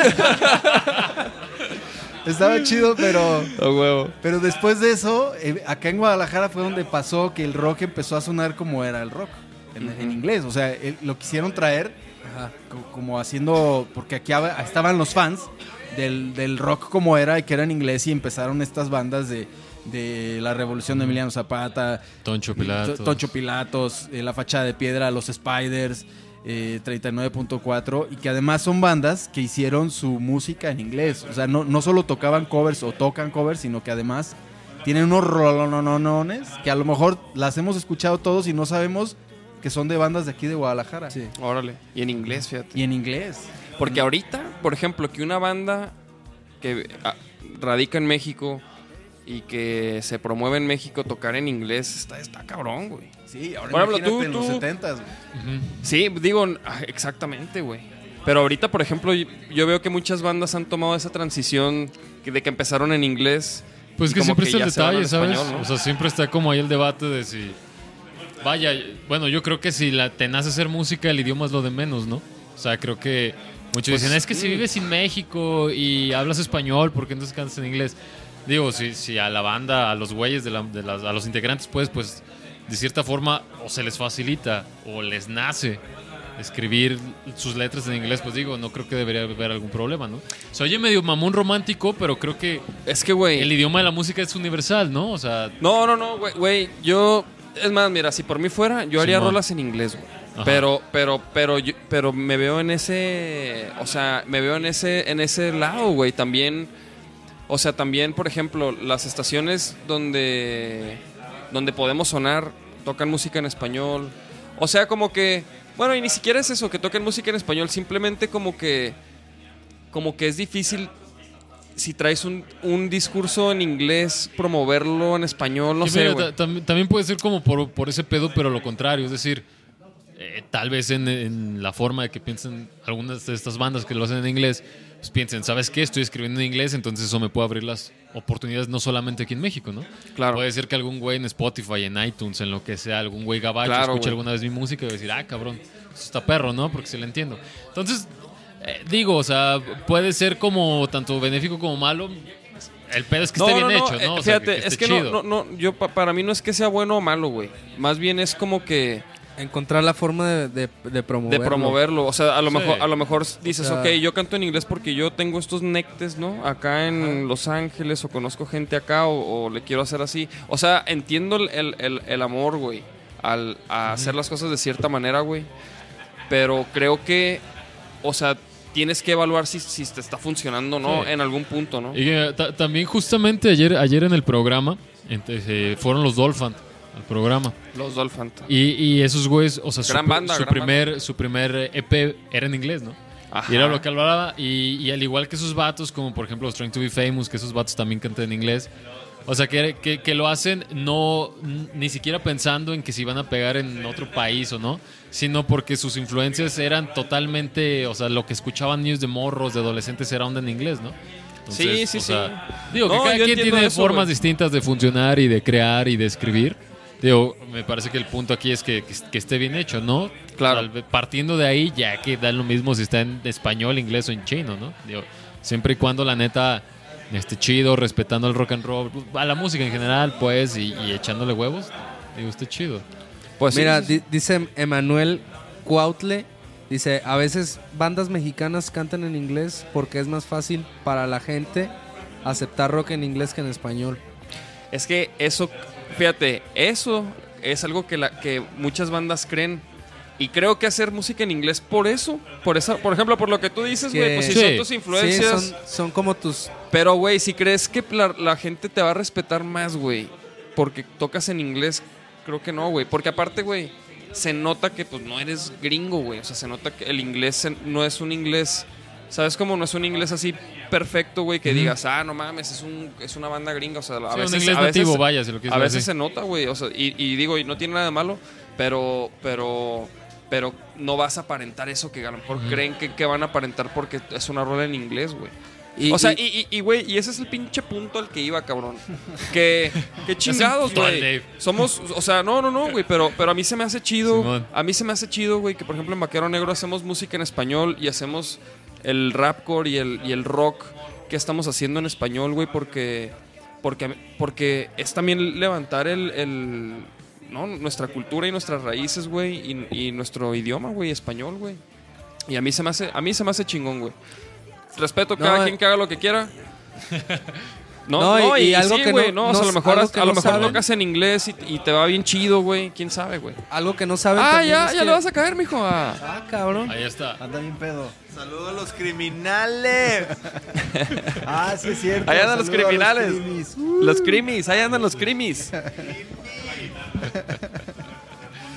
Speaker 21: Estaba chido, pero.
Speaker 3: huevo.
Speaker 21: Pero después de eso, eh, acá en Guadalajara fue donde pasó que el rock empezó a sonar como era el rock, en, en inglés. O sea, el- lo quisieron traer co- como haciendo. Porque aquí hab- estaban los fans del, del rock como era y que era en inglés y empezaron estas bandas de, de la revolución de Emiliano Zapata,
Speaker 18: Toncho Pilatos.
Speaker 21: To- Toncho Pilatos, eh, La Fachada de Piedra, Los Spiders, eh, 39.4, y que además son bandas que hicieron su música en inglés. O sea, no, no solo tocaban covers o tocan covers, sino que además tienen unos rolononones que a lo mejor las hemos escuchado todos y no sabemos que son de bandas de aquí de Guadalajara. Sí.
Speaker 3: Órale. Y en inglés, fíjate.
Speaker 21: Y en inglés.
Speaker 3: Porque ahorita, por ejemplo, que una banda que ah, radica en México y que se promueve en México tocar en inglés está, está cabrón, güey.
Speaker 21: Sí, ahora
Speaker 3: Por ejemplo,
Speaker 21: imagínate en
Speaker 3: tú-
Speaker 21: los
Speaker 3: tú-
Speaker 21: 70s, güey.
Speaker 3: Sí, digo, ah, exactamente, güey. Pero ahorita, por ejemplo, yo- yo veo que muchas bandas han tomado esa transición que- de que empezaron en inglés.
Speaker 18: Pues
Speaker 3: y
Speaker 18: que
Speaker 3: como
Speaker 18: siempre está
Speaker 3: ya
Speaker 18: el
Speaker 3: se van al
Speaker 18: detalle, ¿sabes?
Speaker 3: español, ¿no?
Speaker 18: O sea, siempre está como ahí el debate de si. Vaya, bueno, yo creo que si la, te nace hacer música, el idioma es lo de menos, ¿no? O sea, creo que muchos
Speaker 11: Pues,
Speaker 18: dicen, es que si
Speaker 11: mm.
Speaker 18: vives en México y hablas español, ¿por qué entonces cantas en inglés? Digo, si, si a la banda, a los güeyes, de la- de las- a los integrantes, pues, pues, de cierta forma, o se les facilita, o les nace escribir sus letras en inglés, pues digo, no creo que debería haber algún problema, ¿no? Se oye medio mamón romántico, pero creo que...
Speaker 3: Es que, güey...
Speaker 18: El idioma de la música es universal, ¿no? O sea...
Speaker 3: No, no, no, güey, güey. Yo, es más, mira, si por mí fuera, yo haría
Speaker 18: Simón.
Speaker 3: rolas en inglés, güey.
Speaker 18: Ajá.
Speaker 3: Pero, pero, pero, yo- pero me veo en ese, o sea, me veo en ese, en ese lado, güey. También, o sea, también, por ejemplo, las estaciones donde, donde podemos sonar tocan música en español. O sea, como que, bueno, y ni siquiera es eso, que toquen música en español. Simplemente como que, como que es difícil. Si traes un, un discurso en inglés, promoverlo en español, no
Speaker 18: Sí,
Speaker 3: sé,
Speaker 18: mira,
Speaker 3: güey.
Speaker 18: ta- tam- también puede ser como por, por ese pedo, pero lo contrario. Es decir, eh, tal vez en, en la forma de que piensan algunas de estas bandas que lo hacen en inglés, pues piensen, ¿sabes qué? Estoy escribiendo en inglés, entonces eso me puede abrir las oportunidades no solamente aquí en México, ¿no?
Speaker 3: Claro.
Speaker 18: Puede ser que algún güey en Spotify, en iTunes, en lo que sea, algún güey gabacho
Speaker 3: Claro,
Speaker 18: escuche
Speaker 3: güey.
Speaker 18: alguna vez mi música y va a decir, ah, cabrón, eso está perro, ¿no? Porque se le entiendo. Entonces, eh, digo, o sea, puede ser como tanto benéfico como malo. El pedo es que esté bien hecho, ¿no?
Speaker 3: eh,
Speaker 18: O sea,
Speaker 3: fíjate,
Speaker 18: que- que
Speaker 3: es
Speaker 18: esté
Speaker 3: que no-
Speaker 18: chido.
Speaker 3: no, no, yo pa- para mí no es que sea bueno o malo, güey. Más bien es como que
Speaker 4: Encontrar la forma de, de, de promoverlo.
Speaker 3: de promoverlo. O sea, a lo
Speaker 4: Sí.
Speaker 3: mejor, a lo mejor dices,
Speaker 4: sea-
Speaker 3: ok, yo canto en inglés porque yo tengo estos nectes, ¿no? Acá en Los Ángeles, o conozco gente acá, o, o le quiero hacer así. O sea, entiendo el, el- el- el amor, güey, al a hacer las cosas de cierta manera, güey. Pero creo que, o sea, tienes que evaluar si, si te está funcionando o no
Speaker 18: Sí.
Speaker 3: en algún punto, ¿no?
Speaker 18: Y eh, ta- también justamente ayer, ayer en el programa, ente- eh, fueron los Dolphins al programa.
Speaker 3: Los Dolphins.
Speaker 18: Y, y esos güeyes, o sea, su,
Speaker 3: Gran
Speaker 18: pr-
Speaker 3: banda,
Speaker 18: su
Speaker 3: gran
Speaker 18: primer, su primer EP era en inglés, ¿no?
Speaker 3: Ajá.
Speaker 18: Y era lo que hablaba. Y, y al igual que esos vatos, como por ejemplo los Trying to Be Famous, que esos vatos también cantan en inglés. O sea, que, que, que lo hacen no n- ni siquiera pensando en que si van a pegar en otro país o no, sino porque sus influencias eran totalmente, o sea, lo que escuchaban niños de morros, de adolescentes, era onda en inglés, ¿no?
Speaker 3: Sí, sí,
Speaker 18: o
Speaker 3: sí.
Speaker 18: sea, Digo,
Speaker 3: No,
Speaker 18: que
Speaker 3: yo
Speaker 18: cada quien
Speaker 3: entiendo
Speaker 18: tiene
Speaker 3: eso,
Speaker 18: formas
Speaker 3: güey.
Speaker 18: distintas de funcionar y de crear y de escribir. Digo, me parece que el punto aquí es que, que, que esté bien hecho, ¿no? Claro. partiendo de ahí, ya que da lo mismo si está en español, inglés o en chino, ¿no? Digo, siempre y cuando la neta esté chido, respetando el rock and roll, pues, a la música en general, pues, y, y echándole huevos, digo, esté chido.
Speaker 3: pues
Speaker 4: Mira, di- dice Emanuel Cuautle, dice, a veces bandas mexicanas cantan en inglés porque es más fácil para la gente aceptar rock en inglés que en español.
Speaker 3: Es que eso, fíjate, eso es algo que, la, que muchas bandas creen. Y creo que hacer música en inglés por eso, por esa, por ejemplo, por lo que tú dices, güey,
Speaker 4: Que-
Speaker 3: pues si
Speaker 4: Sí.
Speaker 3: son tus influencias.
Speaker 4: Sí, son- son como tus
Speaker 3: Pero, güey, si crees que la, la gente te va a respetar más, güey, porque tocas en inglés, creo que no, güey. Porque aparte, güey, se nota que pues no eres gringo, güey. O sea, se nota que el inglés se- no es un inglés. ¿Sabes cómo no es un inglés así perfecto, güey? Que
Speaker 18: Ujú.
Speaker 3: digas, ah, no mames, es, un, es una banda gringa. O sea, a
Speaker 18: Sí, un
Speaker 3: veces.
Speaker 18: inglés
Speaker 3: a veces-
Speaker 18: nativo, vaya, si lo quieres
Speaker 3: A
Speaker 18: ver
Speaker 3: veces
Speaker 18: así.
Speaker 3: se nota, güey. O sea, y, y digo, y no tiene nada de malo, pero. pero pero no vas a aparentar eso que a lo mejor
Speaker 18: Ujú.
Speaker 3: creen que, que van a aparentar porque es una rola en inglés, güey.
Speaker 4: Y-
Speaker 3: o sea,
Speaker 4: y-
Speaker 3: y, y, y, güey, y ese es el pinche punto al que iba, cabrón. Que, que chingados,
Speaker 18: Tú al
Speaker 3: güey.
Speaker 18: Dave.
Speaker 3: Somos, o sea, no, no, no, güey, pero, pero a mí se me hace chido.
Speaker 18: Simón.
Speaker 3: A mí se me hace chido, güey, que por ejemplo en Vaquero Negro hacemos música en español y hacemos el rapcore y el, y el rock que estamos haciendo en español, güey, porque, porque, porque es también levantar el, el- ¿no? nuestra cultura y nuestras raíces, güey, y, y nuestro idioma, güey, español, güey. Y a mí se me hace, a mí se me hace chingón, güey. Respeto a
Speaker 4: No,
Speaker 3: cada
Speaker 4: eh.
Speaker 3: quien que haga lo que quiera. No,
Speaker 4: No,
Speaker 3: no,
Speaker 4: y-
Speaker 3: y,
Speaker 4: y algo
Speaker 3: sí,
Speaker 4: que no-
Speaker 3: güey, no, o sea, a
Speaker 4: no-
Speaker 3: lo mejor,
Speaker 4: algo que
Speaker 3: a lo
Speaker 4: no
Speaker 3: mejor
Speaker 4: saben.
Speaker 3: tocas en inglés y, y te va bien chido, güey. ¿Quién sabe, güey?
Speaker 4: Algo que no saben
Speaker 3: Ah,
Speaker 4: también
Speaker 3: ya,
Speaker 4: es
Speaker 3: ya
Speaker 4: que-
Speaker 3: le vas a caer, mijo. Ah.
Speaker 4: Ah, cabrón.
Speaker 18: Ahí está.
Speaker 21: Anda bien pedo.
Speaker 5: Saludos a los criminales.
Speaker 21: Ah, sí es cierto.
Speaker 3: Ahí andan los
Speaker 21: Saludo a
Speaker 3: criminales.
Speaker 21: crimis. Uh.
Speaker 3: Los crimis, ahí andan los crimis.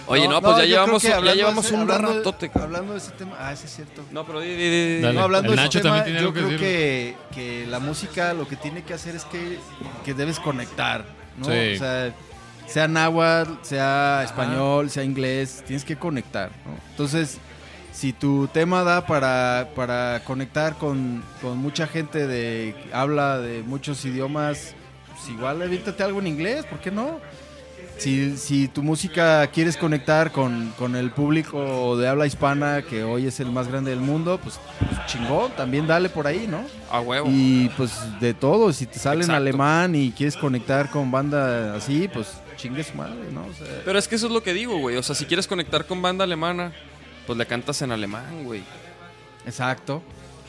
Speaker 3: Oye, no, pues ya
Speaker 21: yo
Speaker 3: llevamos-
Speaker 21: creo que
Speaker 3: ya
Speaker 21: hablando de
Speaker 3: llevamos
Speaker 21: ese-
Speaker 3: un
Speaker 21: hablando-
Speaker 3: ratote,
Speaker 21: Hablando de ese tema. Ah, sí, es cierto.
Speaker 3: No, pero di, di, di, di. Dale,
Speaker 21: No, hablando
Speaker 3: el
Speaker 21: de ese
Speaker 3: Nacho
Speaker 21: tema,
Speaker 3: también tiene
Speaker 21: yo
Speaker 3: algo que
Speaker 21: creo
Speaker 3: decir.
Speaker 21: que, que la música lo que tiene que hacer es que, que debes conectar, ¿no?
Speaker 15: Sí.
Speaker 21: O sea, sea náhuatl, sea español, sea inglés, tienes que conectar, ¿no? Entonces, si tu tema da para, para conectar con, con mucha gente de habla de muchos idiomas, pues igual evítate algo en inglés, ¿por qué no? Si, si tu música quieres conectar con, con el público de habla hispana, que hoy es el más grande del mundo, pues, pues chingón, también dale por ahí, ¿no?
Speaker 3: A huevo.
Speaker 21: Y pues de todo, si te sale en
Speaker 3: Exacto.
Speaker 21: alemán y quieres conectar con banda así, pues chingues madre, ¿no? O sea,
Speaker 3: Pero es que eso es lo que digo, güey. O sea, si quieres conectar con banda alemana, pues le cantas en alemán, güey.
Speaker 21: Exacto.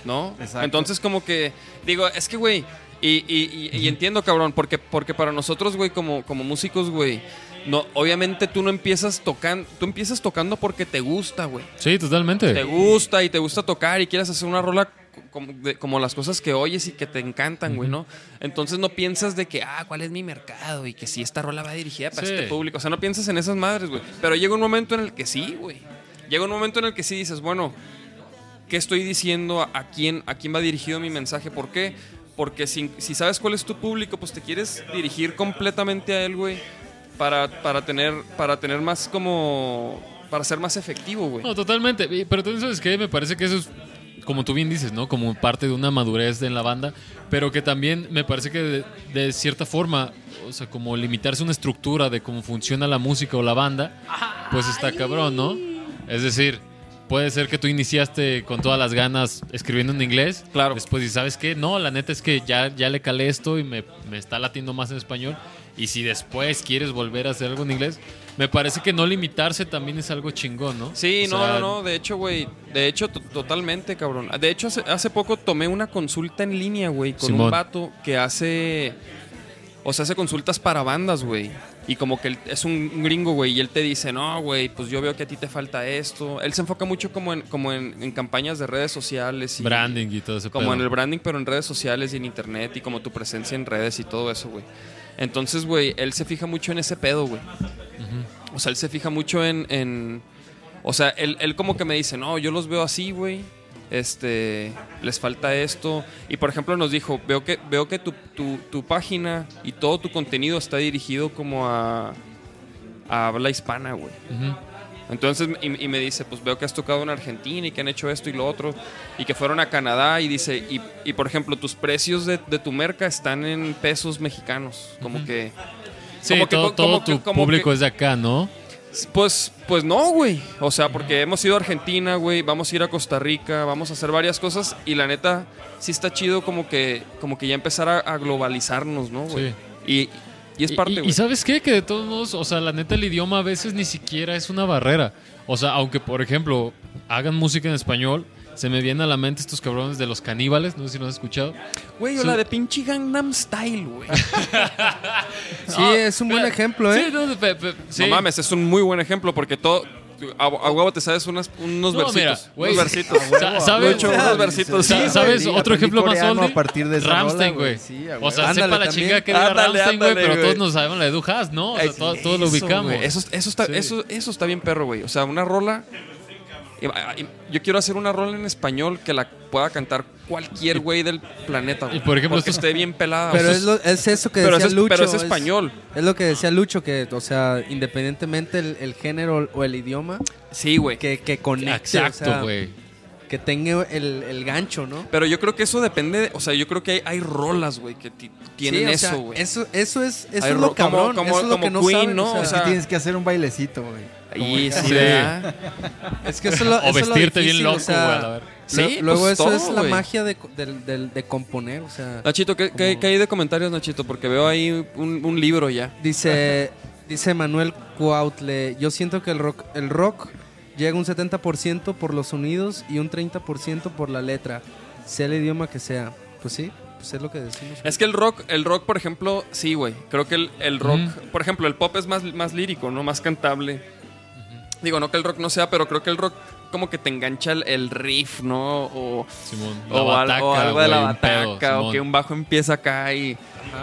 Speaker 3: ¿No? Entonces, como que, digo, es que, güey, y, y- y- y entiendo, cabrón, porque, porque para nosotros, güey, como, como músicos, güey, no, obviamente tú no empiezas tocando, tú empiezas tocando porque te gusta, güey.
Speaker 18: Sí, totalmente.
Speaker 3: Te gusta y te gusta tocar y quieres hacer una rola co- como, de- como las cosas que oyes y que te encantan, güey, ¿no? Entonces no piensas de que, ah, ¿cuál es mi mercado? Y que si esta rola va dirigida para
Speaker 18: Sí.
Speaker 3: este público. O sea, no piensas en esas madres, güey. Pero llega un momento en el que sí, güey. Llega un momento en el que sí dices, bueno, ¿qué estoy diciendo? ¿A- ¿A quién, a quién va dirigido mi mensaje? ¿Por qué? Porque si, si sabes cuál es tu público, pues te quieres dirigir completamente a él, güey, para, para, tener, para tener más como... Para ser más efectivo, güey.
Speaker 18: No, totalmente. Y- Pero tú sabes que me parece que eso es, como tú bien dices, ¿no? Como parte de una madurez en la banda, pero que también me parece que de, de cierta forma, o sea, como limitarse a una estructura de cómo funciona la música o la banda, pues está cabrón, ¿no? Es decir, puede ser que tú iniciaste con todas las ganas escribiendo en inglés. Claro. Después dices, ¿sabes qué? No, la neta es que ya, ya le calé esto y me, me está latiendo más en español. Y si después quieres volver a hacer algo en inglés, me parece que no limitarse también es algo chingón, ¿no?
Speaker 3: Sí,
Speaker 18: O
Speaker 3: no,
Speaker 18: sea,
Speaker 3: no, no, de hecho, güey, de hecho, to- totalmente, cabrón. De hecho, hace, hace poco tomé una consulta en línea, güey, con un
Speaker 18: Simón.
Speaker 3: vato que hace, o sea, hace consultas para bandas, güey. Y como que él es un gringo, güey, y él te dice, no, güey, pues yo veo que a ti te falta esto. Él se enfoca mucho como en, como en, en campañas de redes sociales. Y,
Speaker 18: Branding y todo ese
Speaker 3: Como
Speaker 18: pedo.
Speaker 3: en el branding, pero en redes sociales y en internet y como tu presencia en redes y todo eso, güey. Entonces, güey, él se fija mucho en ese pedo, güey. O sea, él se fija mucho en. en- o sea, él, él como que me dice, no, yo los veo así, güey. Este, les falta esto. Y por ejemplo, nos dijo, veo que, veo que tu, tu- tu página y todo tu contenido está dirigido como a, a habla hispana, güey.
Speaker 18: Ujú.
Speaker 3: Entonces, y, y me dice, pues veo que has tocado en Argentina y que han hecho esto y lo otro, y que fueron a Canadá, y dice, y, y, por ejemplo, tus precios de, de tu merca están en pesos mexicanos, como
Speaker 18: Ujú.
Speaker 3: que...
Speaker 18: Sí,
Speaker 3: como que-
Speaker 18: todo,
Speaker 3: como
Speaker 18: todo
Speaker 3: que-
Speaker 18: tu
Speaker 3: como
Speaker 18: público
Speaker 3: que-
Speaker 18: es de acá, ¿no?
Speaker 3: pues, pues no, güey. O sea, porque hemos ido a Argentina, güey. Vamos a ir a Costa Rica, vamos a hacer varias cosas. Y la neta, sí está chido como que, como que ya empezar a, a globalizarnos, ¿no, güey?
Speaker 18: Sí.
Speaker 3: Y, y es
Speaker 18: Y-
Speaker 3: parte,
Speaker 18: y,
Speaker 3: güey.
Speaker 18: y sabes qué? Que de todos modos, o sea, la neta, el idioma a veces ni siquiera es una barrera. O sea, aunque, por ejemplo, hagan música en español, se me vienen a la mente estos cabrones de los caníbales, no sé si lo has escuchado.
Speaker 3: Güey, o
Speaker 18: Son-
Speaker 3: la de pinche Gangnam Style, güey.
Speaker 4: Sí, es un buen ejemplo, ¿eh?
Speaker 18: Sí, no, pe- pe- sí.
Speaker 3: No mames, es un muy buen ejemplo porque todo. A, a huevo te sabes unas- unos
Speaker 18: No,
Speaker 3: versitos.
Speaker 18: mira, güey,
Speaker 3: unos versitos.
Speaker 18: sa- ¿sabes?
Speaker 3: Lo he hecho, unos
Speaker 18: Sí,
Speaker 3: versitos.
Speaker 18: sí, ¿Sabes? Otro ejemplo más
Speaker 21: coreano
Speaker 18: oldie.
Speaker 21: a partir de esa rola,
Speaker 18: Rammstein,
Speaker 21: güey.
Speaker 18: güey.
Speaker 21: Sí, a
Speaker 18: o sea,
Speaker 21: huevo.
Speaker 18: sepa
Speaker 21: Ándale,
Speaker 18: la chingada
Speaker 21: también.
Speaker 18: que era
Speaker 21: Ándale,
Speaker 18: Rammstein, güey,
Speaker 21: ándale,
Speaker 18: pero todos
Speaker 21: güey.
Speaker 18: nos sabemos la de Dujas, ¿no? O sea, todos, todos lo
Speaker 3: Eso,
Speaker 18: ubicamos.
Speaker 3: güey. Eso, eso, está,
Speaker 18: Sí.
Speaker 3: eso, eso está bien perro, güey. O sea, una rola... eh, eh, Yo quiero hacer una rola en español que la pueda cantar cualquier güey del planeta. güey.
Speaker 4: y por ejemplo,
Speaker 3: Porque
Speaker 4: esto-
Speaker 3: esté bien pelada.
Speaker 4: Pero
Speaker 3: O sea,
Speaker 4: es, lo- es eso que
Speaker 3: pero
Speaker 4: decía
Speaker 3: es,
Speaker 4: Lucho.
Speaker 3: Pero es español.
Speaker 4: Es, lo que decía Lucho, que, o sea, independientemente el, el género o el idioma.
Speaker 3: Sí, güey.
Speaker 4: Que, que conecte.
Speaker 3: Exacto,
Speaker 4: o sea,
Speaker 3: güey.
Speaker 4: Que tenga el, el gancho, ¿no?
Speaker 3: Pero yo creo que eso depende... de- o sea, yo creo que hay, hay rolas, güey, que ti- tienen
Speaker 4: Sí, o sea,
Speaker 3: eso, güey.
Speaker 4: Eso, eso es, eso
Speaker 3: Hay
Speaker 4: es
Speaker 3: ro-
Speaker 4: lo
Speaker 3: como-
Speaker 4: cabrón.
Speaker 3: como-
Speaker 4: eso es lo
Speaker 3: como
Speaker 4: que no
Speaker 3: Queen,
Speaker 4: saben,
Speaker 3: ¿no?
Speaker 4: o sea,
Speaker 3: O
Speaker 21: Es que
Speaker 3: sea-
Speaker 21: tienes que hacer un bailecito, güey.
Speaker 3: Y
Speaker 21: Como-
Speaker 3: sí, ¿verdad?
Speaker 4: Es que eso es lo,
Speaker 21: O
Speaker 4: eso es lo
Speaker 21: vestirte bien
Speaker 4: difícil,
Speaker 21: loco,
Speaker 4: o sea,
Speaker 21: güey, a la ver.
Speaker 4: lo-
Speaker 3: Sí,
Speaker 4: luego
Speaker 3: pues
Speaker 4: eso
Speaker 3: todo,
Speaker 4: es la
Speaker 3: güey.
Speaker 4: magia de, co- del- del- de componer, o sea.
Speaker 3: Nachito, ¿qué, qué- qué hay de comentarios, Nachito? Porque veo ahí un, un libro ya.
Speaker 4: Dice, dice Manuel Cuautle, yo siento que el rock, el rock llega un 70% por los sonidos y un 30% por la letra, sea el idioma que sea. Pues sí, pues es lo que decimos.
Speaker 3: Es que el rock, el rock, por ejemplo, sí, güey. Creo que el, el rock,
Speaker 4: Mm.
Speaker 3: por ejemplo, el pop es más, más lírico, ¿no? Más cantable. Digo, no que el rock no sea, pero creo que el rock como que te engancha el, el riff, ¿no? O,
Speaker 18: Simón, la
Speaker 3: o, al- o
Speaker 18: bataca,
Speaker 3: algo de la
Speaker 18: güey, un pedo,
Speaker 3: bataca, o
Speaker 18: Simón.
Speaker 3: que un bajo empieza acá y,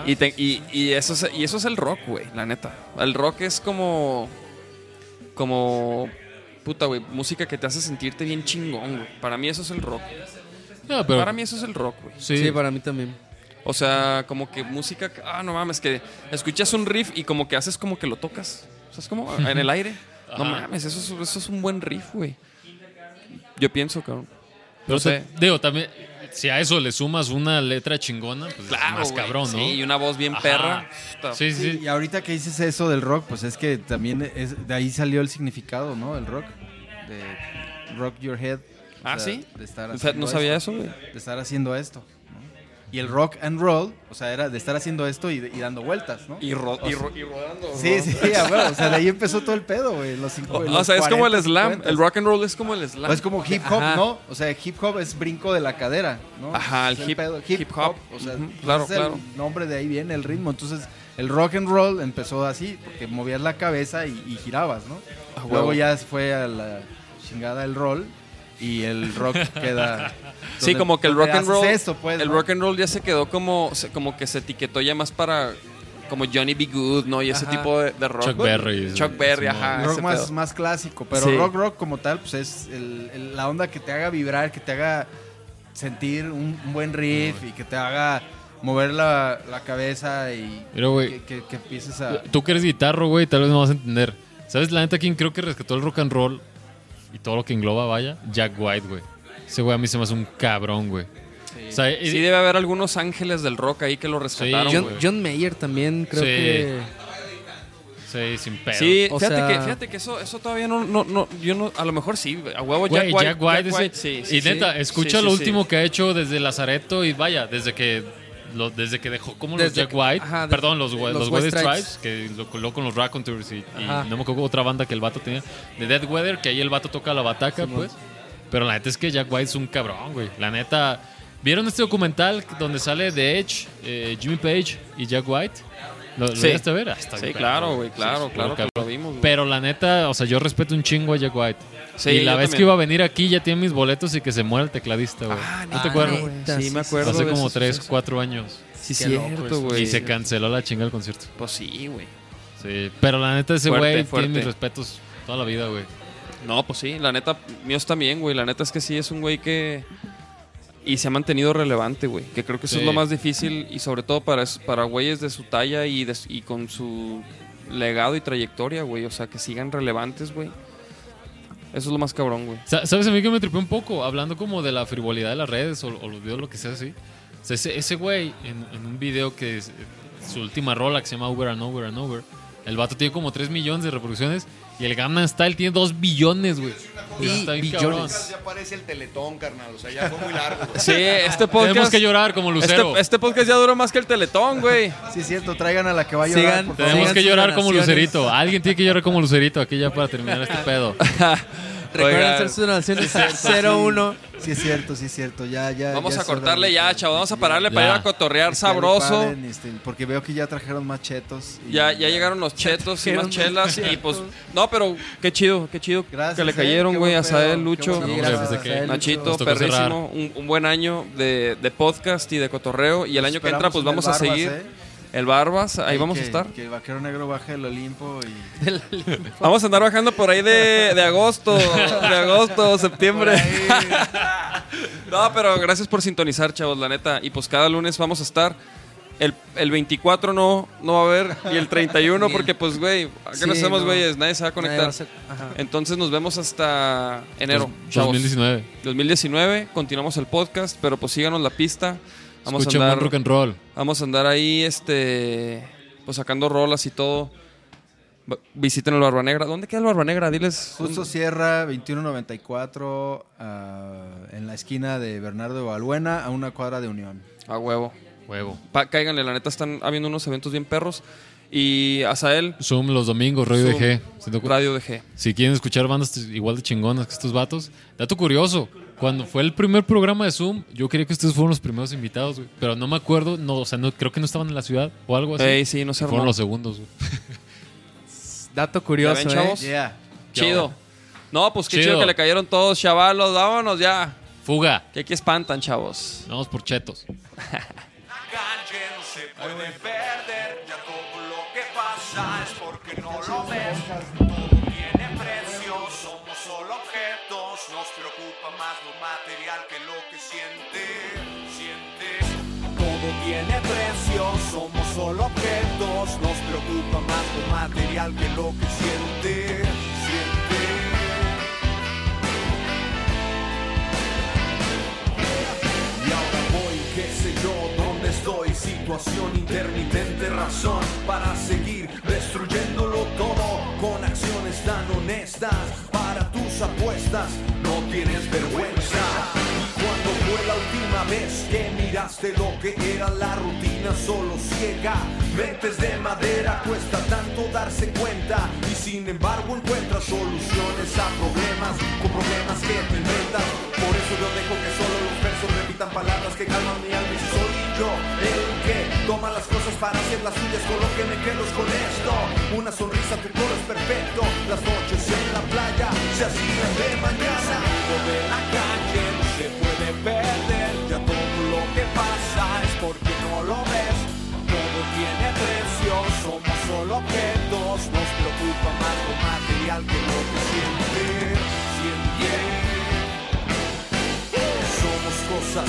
Speaker 3: y, te- y- y eso, es, y eso es el rock, güey, la neta. El rock es como... como, puta, güey, música que te hace sentirte bien chingón, güey. Para mí eso es el rock.
Speaker 4: No, pero-
Speaker 3: Para mí eso es el rock, güey.
Speaker 4: Sí. Sí, para mí también.
Speaker 3: O sea, como que música, que- ah, no mames, que escuchas un riff y como que haces como que lo tocas. O sea, es como en el aire. No
Speaker 18: Ajá.
Speaker 3: mames, eso es, eso es un buen riff, güey. Yo pienso, cabrón.
Speaker 18: Pero
Speaker 3: No sé.
Speaker 18: te- digo, también, si a eso le sumas una letra chingona, pues es más
Speaker 3: güey.
Speaker 18: cabrón, ¿no?
Speaker 3: Sí, y una voz bien perra. Está-
Speaker 18: Sí, sí, sí.
Speaker 21: Y ahorita que dices eso del rock, pues es que también es, de ahí salió el significado, ¿no? El rock. De rock your head. O
Speaker 3: Ah, ¿sí?
Speaker 21: De estar
Speaker 3: No
Speaker 21: haciendo
Speaker 3: sabía
Speaker 21: esto,
Speaker 3: eso, güey.
Speaker 21: De estar haciendo esto. ¿no? Y el rock and roll, o sea, era de estar haciendo esto y, y dando vueltas, ¿no?
Speaker 3: Y ro-
Speaker 21: O
Speaker 3: y
Speaker 21: sea-
Speaker 3: ro- y rodando,
Speaker 21: Sí,
Speaker 3: ¿no?
Speaker 21: sí, a huevo, o sea, de ahí empezó todo el pedo, güey. Los cinco,
Speaker 3: O, o
Speaker 21: los
Speaker 3: sea, es como el
Speaker 21: 40,
Speaker 3: slam.
Speaker 21: 50.
Speaker 3: El rock and roll es como el slam.
Speaker 21: O es como hip hop,
Speaker 3: Ajá.
Speaker 21: ¿no? O sea, hip hop es brinco de la cadera, ¿no?
Speaker 3: Ajá, el
Speaker 21: Es
Speaker 3: hip-
Speaker 21: pedo,
Speaker 3: hip hop.
Speaker 21: O sea,
Speaker 3: Ujú, claro,
Speaker 21: ese es
Speaker 3: claro.
Speaker 21: El nombre de ahí viene el ritmo. Entonces, el rock and roll empezó así, porque movías la cabeza y, y girabas, ¿no?
Speaker 3: Ah, huevo.
Speaker 21: Luego ya fue a la chingada el roll y el rock queda.
Speaker 3: Sí,
Speaker 21: donde-
Speaker 3: como que el
Speaker 21: donde
Speaker 3: rock and
Speaker 21: haces
Speaker 3: roll.
Speaker 21: esto, pues,
Speaker 3: el
Speaker 21: ¿no?
Speaker 3: rock and roll ya se quedó como, se- como que se etiquetó ya más para como Johnny B. Good, ¿no? Y ese
Speaker 21: Ajá.
Speaker 3: tipo de, de rock.
Speaker 18: Chuck Berry,
Speaker 3: Chuck
Speaker 18: sí, sí,
Speaker 3: Berry, ajá.
Speaker 21: rock
Speaker 3: ese
Speaker 21: más,
Speaker 3: pedo.
Speaker 21: más clásico, pero
Speaker 3: Sí.
Speaker 21: rock rock como tal, pues es el- el- la onda que te haga vibrar, que te haga sentir un, un buen riff y que te haga mover la, la cabeza y
Speaker 18: Mira, güey.
Speaker 21: que, que- que empieces a...
Speaker 18: Tú que eres guitarro, güey, tal vez no vas a entender. ¿Sabes la neta quién creo que rescató el rock and roll y todo lo que engloba, vaya? Jack White, güey. Ese güey a mí se me hace un cabrón, güey. O sea, y-
Speaker 3: Sí, debe haber algunos ángeles del rock ahí que lo rescataron.
Speaker 18: John-
Speaker 3: güey.
Speaker 4: John Mayer también creo
Speaker 18: Sí.
Speaker 4: que...
Speaker 18: Sí, sin pedo.
Speaker 3: Sí,
Speaker 4: O
Speaker 3: fíjate,
Speaker 4: sea-
Speaker 3: que, fíjate que eso, eso todavía no, no, no, yo no, a lo mejor sí, a huevo Jack
Speaker 18: Güey,
Speaker 3: White.
Speaker 18: Jack White, ese-
Speaker 3: sí, sí,
Speaker 18: y
Speaker 3: sí.
Speaker 18: neta,
Speaker 3: Sí,
Speaker 18: escucha
Speaker 3: sí,
Speaker 18: lo
Speaker 3: sí.
Speaker 18: último que ha hecho desde Lazareto y vaya, desde que lo- desde que dejó como los
Speaker 4: Desde
Speaker 18: Jack
Speaker 4: que-
Speaker 18: White,
Speaker 4: ajá, desde-
Speaker 18: perdón, los,
Speaker 4: los
Speaker 18: we- los
Speaker 4: White
Speaker 18: Weather
Speaker 4: Stripes.
Speaker 18: Stripes, que lo coló con los Raconteurs y, y
Speaker 4: Ajá.
Speaker 18: no me acuerdo otra banda que el vato tenía, de Dead Weather, que ahí el vato toca la bataca,
Speaker 4: Simón.
Speaker 18: pues. Pero la neta es que Jack White es un cabrón, güey. La neta, ¿vieron este documental donde sale The Edge, eh, Jimmy Page y Jack White? ¿Lo, lo
Speaker 3: Sí.
Speaker 18: llegaste a ver? Ah, está
Speaker 3: Sí,
Speaker 18: bien,
Speaker 3: claro,
Speaker 18: cabrón,
Speaker 3: güey,
Speaker 18: sí,
Speaker 3: claro,
Speaker 18: sí,
Speaker 3: claro que
Speaker 18: cabrón.
Speaker 3: lo vimos, güey.
Speaker 18: Pero la neta, o sea, yo respeto un chingo a Jack White.
Speaker 3: Sí,
Speaker 18: y la
Speaker 3: yo
Speaker 18: vez
Speaker 3: también.
Speaker 18: que iba a venir aquí ya tiene mis boletos y que se muera el tecladista, güey. ¿No te
Speaker 3: Ah, neta,
Speaker 18: acuerdas?
Speaker 3: güey. Sí, me acuerdo
Speaker 18: Hace
Speaker 3: de
Speaker 18: como
Speaker 3: ese
Speaker 18: 3,
Speaker 3: suceso.
Speaker 18: 4 años.
Speaker 3: Sí,
Speaker 18: Qué
Speaker 3: cierto,
Speaker 18: loco eso.
Speaker 3: güey.
Speaker 18: Y se canceló la chingada del concierto.
Speaker 3: Pues sí, güey.
Speaker 18: Sí, pero la neta ese
Speaker 3: Fuerte,
Speaker 18: güey
Speaker 3: fuerte.
Speaker 18: tiene mis respetos toda la vida, güey.
Speaker 3: No, pues sí, la neta, míos también, güey. La neta es que sí, es un güey que. Y se ha mantenido relevante, güey. Que creo que eso
Speaker 18: Sí.
Speaker 3: es lo más difícil y sobre todo para, es- para güeyes de su talla y, de su- y con su legado y trayectoria, güey. O sea, que sigan relevantes, güey. Eso es lo más cabrón, güey.
Speaker 18: Sa- ¿Sabes a mí que me tripé un poco? Hablando como de la frivolidad de las redes o, o los videos, lo que sea así. O sea, ese, ese güey, en, en un video que es eh, su última rola que se llama Over and Over and Over, el vato tiene como 3 millones de reproducciones y el Gangnam Style tiene 2 billones, güey. O sea, está bien cabrón.
Speaker 10: Ya aparece el teletón, carnal. O sea, ya fue muy largo. güey.
Speaker 3: Sí, este podcast.
Speaker 18: Tenemos que llorar como Lucero.
Speaker 3: Este, este podcast ya duró más que el Teletón, güey.
Speaker 21: Sí, es cierto, traigan a la que va a llorar,
Speaker 3: Sigan-
Speaker 21: por favor.
Speaker 18: Tenemos
Speaker 3: Sigan
Speaker 18: que
Speaker 3: sus
Speaker 18: llorar como
Speaker 3: donaciones.
Speaker 18: Lucerito. Alguien tiene que llorar como Lucerito aquí ya para terminar este pedo.
Speaker 4: Recuerden hacer sus donaciones
Speaker 21: Sí, es cierto,
Speaker 4: 01.
Speaker 21: Sí. Sí, es cierto, sí es cierto. Ya, ya,
Speaker 3: Vamos
Speaker 21: ya
Speaker 3: a
Speaker 21: es hora
Speaker 3: cortarle
Speaker 21: de-
Speaker 3: ya, chavo. Vamos a pararle
Speaker 21: Ya.
Speaker 3: para ir a cotorrear
Speaker 21: Este,
Speaker 3: sabroso.
Speaker 21: paren, este, porque veo que ya trajeron más chetos. y-
Speaker 3: Ya, ya llegaron los chetos y
Speaker 21: trajeron
Speaker 3: más
Speaker 21: los
Speaker 3: chelas y
Speaker 21: chetos.
Speaker 3: pues no, pero qué chido, qué chido que le
Speaker 21: eh,
Speaker 3: cayeron,
Speaker 21: qué
Speaker 3: güey,
Speaker 21: buen
Speaker 3: a Sael,
Speaker 21: pedo, qué
Speaker 3: Lucho,
Speaker 21: buen pedo. Sí, eh, gracias, Desde que Sael,
Speaker 3: Nachito,
Speaker 21: Lucho. Nos tocó cerrar.
Speaker 3: perrísimo, un, un buen año de, de podcast y de cotorreo y el año que
Speaker 21: esperamos
Speaker 3: entra pues
Speaker 21: en
Speaker 3: vamos
Speaker 21: el
Speaker 3: a
Speaker 21: Barbas,
Speaker 3: seguir
Speaker 21: ¿eh?
Speaker 3: el Barbas, ahí
Speaker 21: Y
Speaker 3: vamos
Speaker 21: que-
Speaker 3: a estar.
Speaker 21: Que el vaquero negro baje del Olimpo y.
Speaker 3: Vamos a andar bajando por ahí de, de agosto, de agosto, septiembre. no, pero gracias por sintonizar, chavos, la neta. Y pues cada lunes vamos a estar. El, el 24 no, no va a haber, y el 31,
Speaker 4: Bien.
Speaker 3: porque pues, güey, ¿a qué
Speaker 4: Sí,
Speaker 3: nos hacemos,
Speaker 4: no.
Speaker 3: güeyes? Nadie se va a
Speaker 4: Nadie
Speaker 3: conectar.
Speaker 4: va a ser- ajá.
Speaker 3: Entonces nos vemos hasta enero,
Speaker 18: Dos-
Speaker 3: chavos.
Speaker 18: 2019.
Speaker 3: 2019, continuamos el podcast, pero pues síganos la pista. Vamos
Speaker 18: Escuchen
Speaker 3: a andar
Speaker 18: buen rock and roll.
Speaker 3: Vamos a andar ahí, este, pues sacando rolas y todo. Va- Visiten el Barba Negra. ¿Dónde queda el Barba Negra? Diles.
Speaker 21: Justo cierra 2194 ah, en la esquina de Bernardo de Balbuena a una cuadra de Unión.
Speaker 3: A huevo.
Speaker 18: Huevo.
Speaker 3: Pa- cáiganle, la neta están habiendo unos eventos bien perros. Y Azael,
Speaker 21: Eh,
Speaker 18: Zoom los domingos, Radio
Speaker 3: Zoom,
Speaker 18: DG. Siento cu-
Speaker 3: Radio DG.
Speaker 18: Si quieren escuchar bandas t- igual de chingonas que estos vatos. Dato curioso, cuando fue el primer programa de Zoom, yo creía que ustedes fueron los primeros invitados, güey. Pero no me acuerdo, no, o sea, no, creo que no estaban en la ciudad o algo así.
Speaker 3: Ey, sí, no
Speaker 18: Y
Speaker 3: se
Speaker 18: Fueron
Speaker 3: armó.
Speaker 18: los segundos, güey.
Speaker 4: Dato
Speaker 3: ¿ya
Speaker 4: curioso,
Speaker 3: ven,
Speaker 4: ¿eh?
Speaker 3: chavos?
Speaker 21: Yeah.
Speaker 3: Chido. No, pues qué chido.
Speaker 18: Chido.
Speaker 3: que le cayeron todos, chavalos. Vámonos ya.
Speaker 18: Fuga.
Speaker 3: Que aquí espantan, chavos.
Speaker 18: Vamos por chetos.
Speaker 1: calle no se puede perder. Ya todo lo que pasa es porque no lo ves. Todo tiene precio. nos preocupa más lo material que lo que siente. Siente. Todo tiene precio, somos solo objetos, nos preocupa más lo material que lo que siente. Siente. Y ahora voy, qué sé yo, dónde estoy. Situación intermitente, razón para seguir destruyéndolo todo con acciones tan honestas. Para tus apuestas no tienes vergüenza. Y Cuando fue la última vez que miraste lo que era la rutina solo ciega, mentes de madera cuesta tanto darse cuenta y sin embargo encuentras soluciones a problemas con problemas que te inventas. Por eso yo dejo que solo los versos repitan palabras que calman mi alma y soy yo el que toma las cosas para hacer las suyas con lo que me quedo es con esto. Una sonrisa, tu coro es perfecto. Las noches en la playa se hacían de mañana. Lo de la calle no se puede perder. Ya todo lo que pasa es porque no lo ves. Todo tiene precio, somos solo objetos. Nos preocupa más lo material que lo que siente. Siente. Somos cosas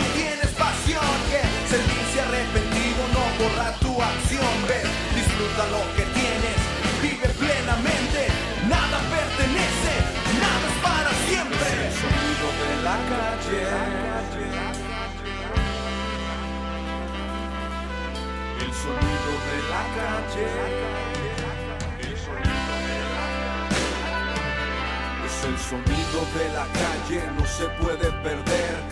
Speaker 1: tienes pasión que sentirse arrepentido no borra tu acción ves disfruta lo que tienes vive plenamente nada pertenece nada es para siempre el sonido de la calle el sonido de la calle el sonido de la calle es el sonido de la calle no se puede perder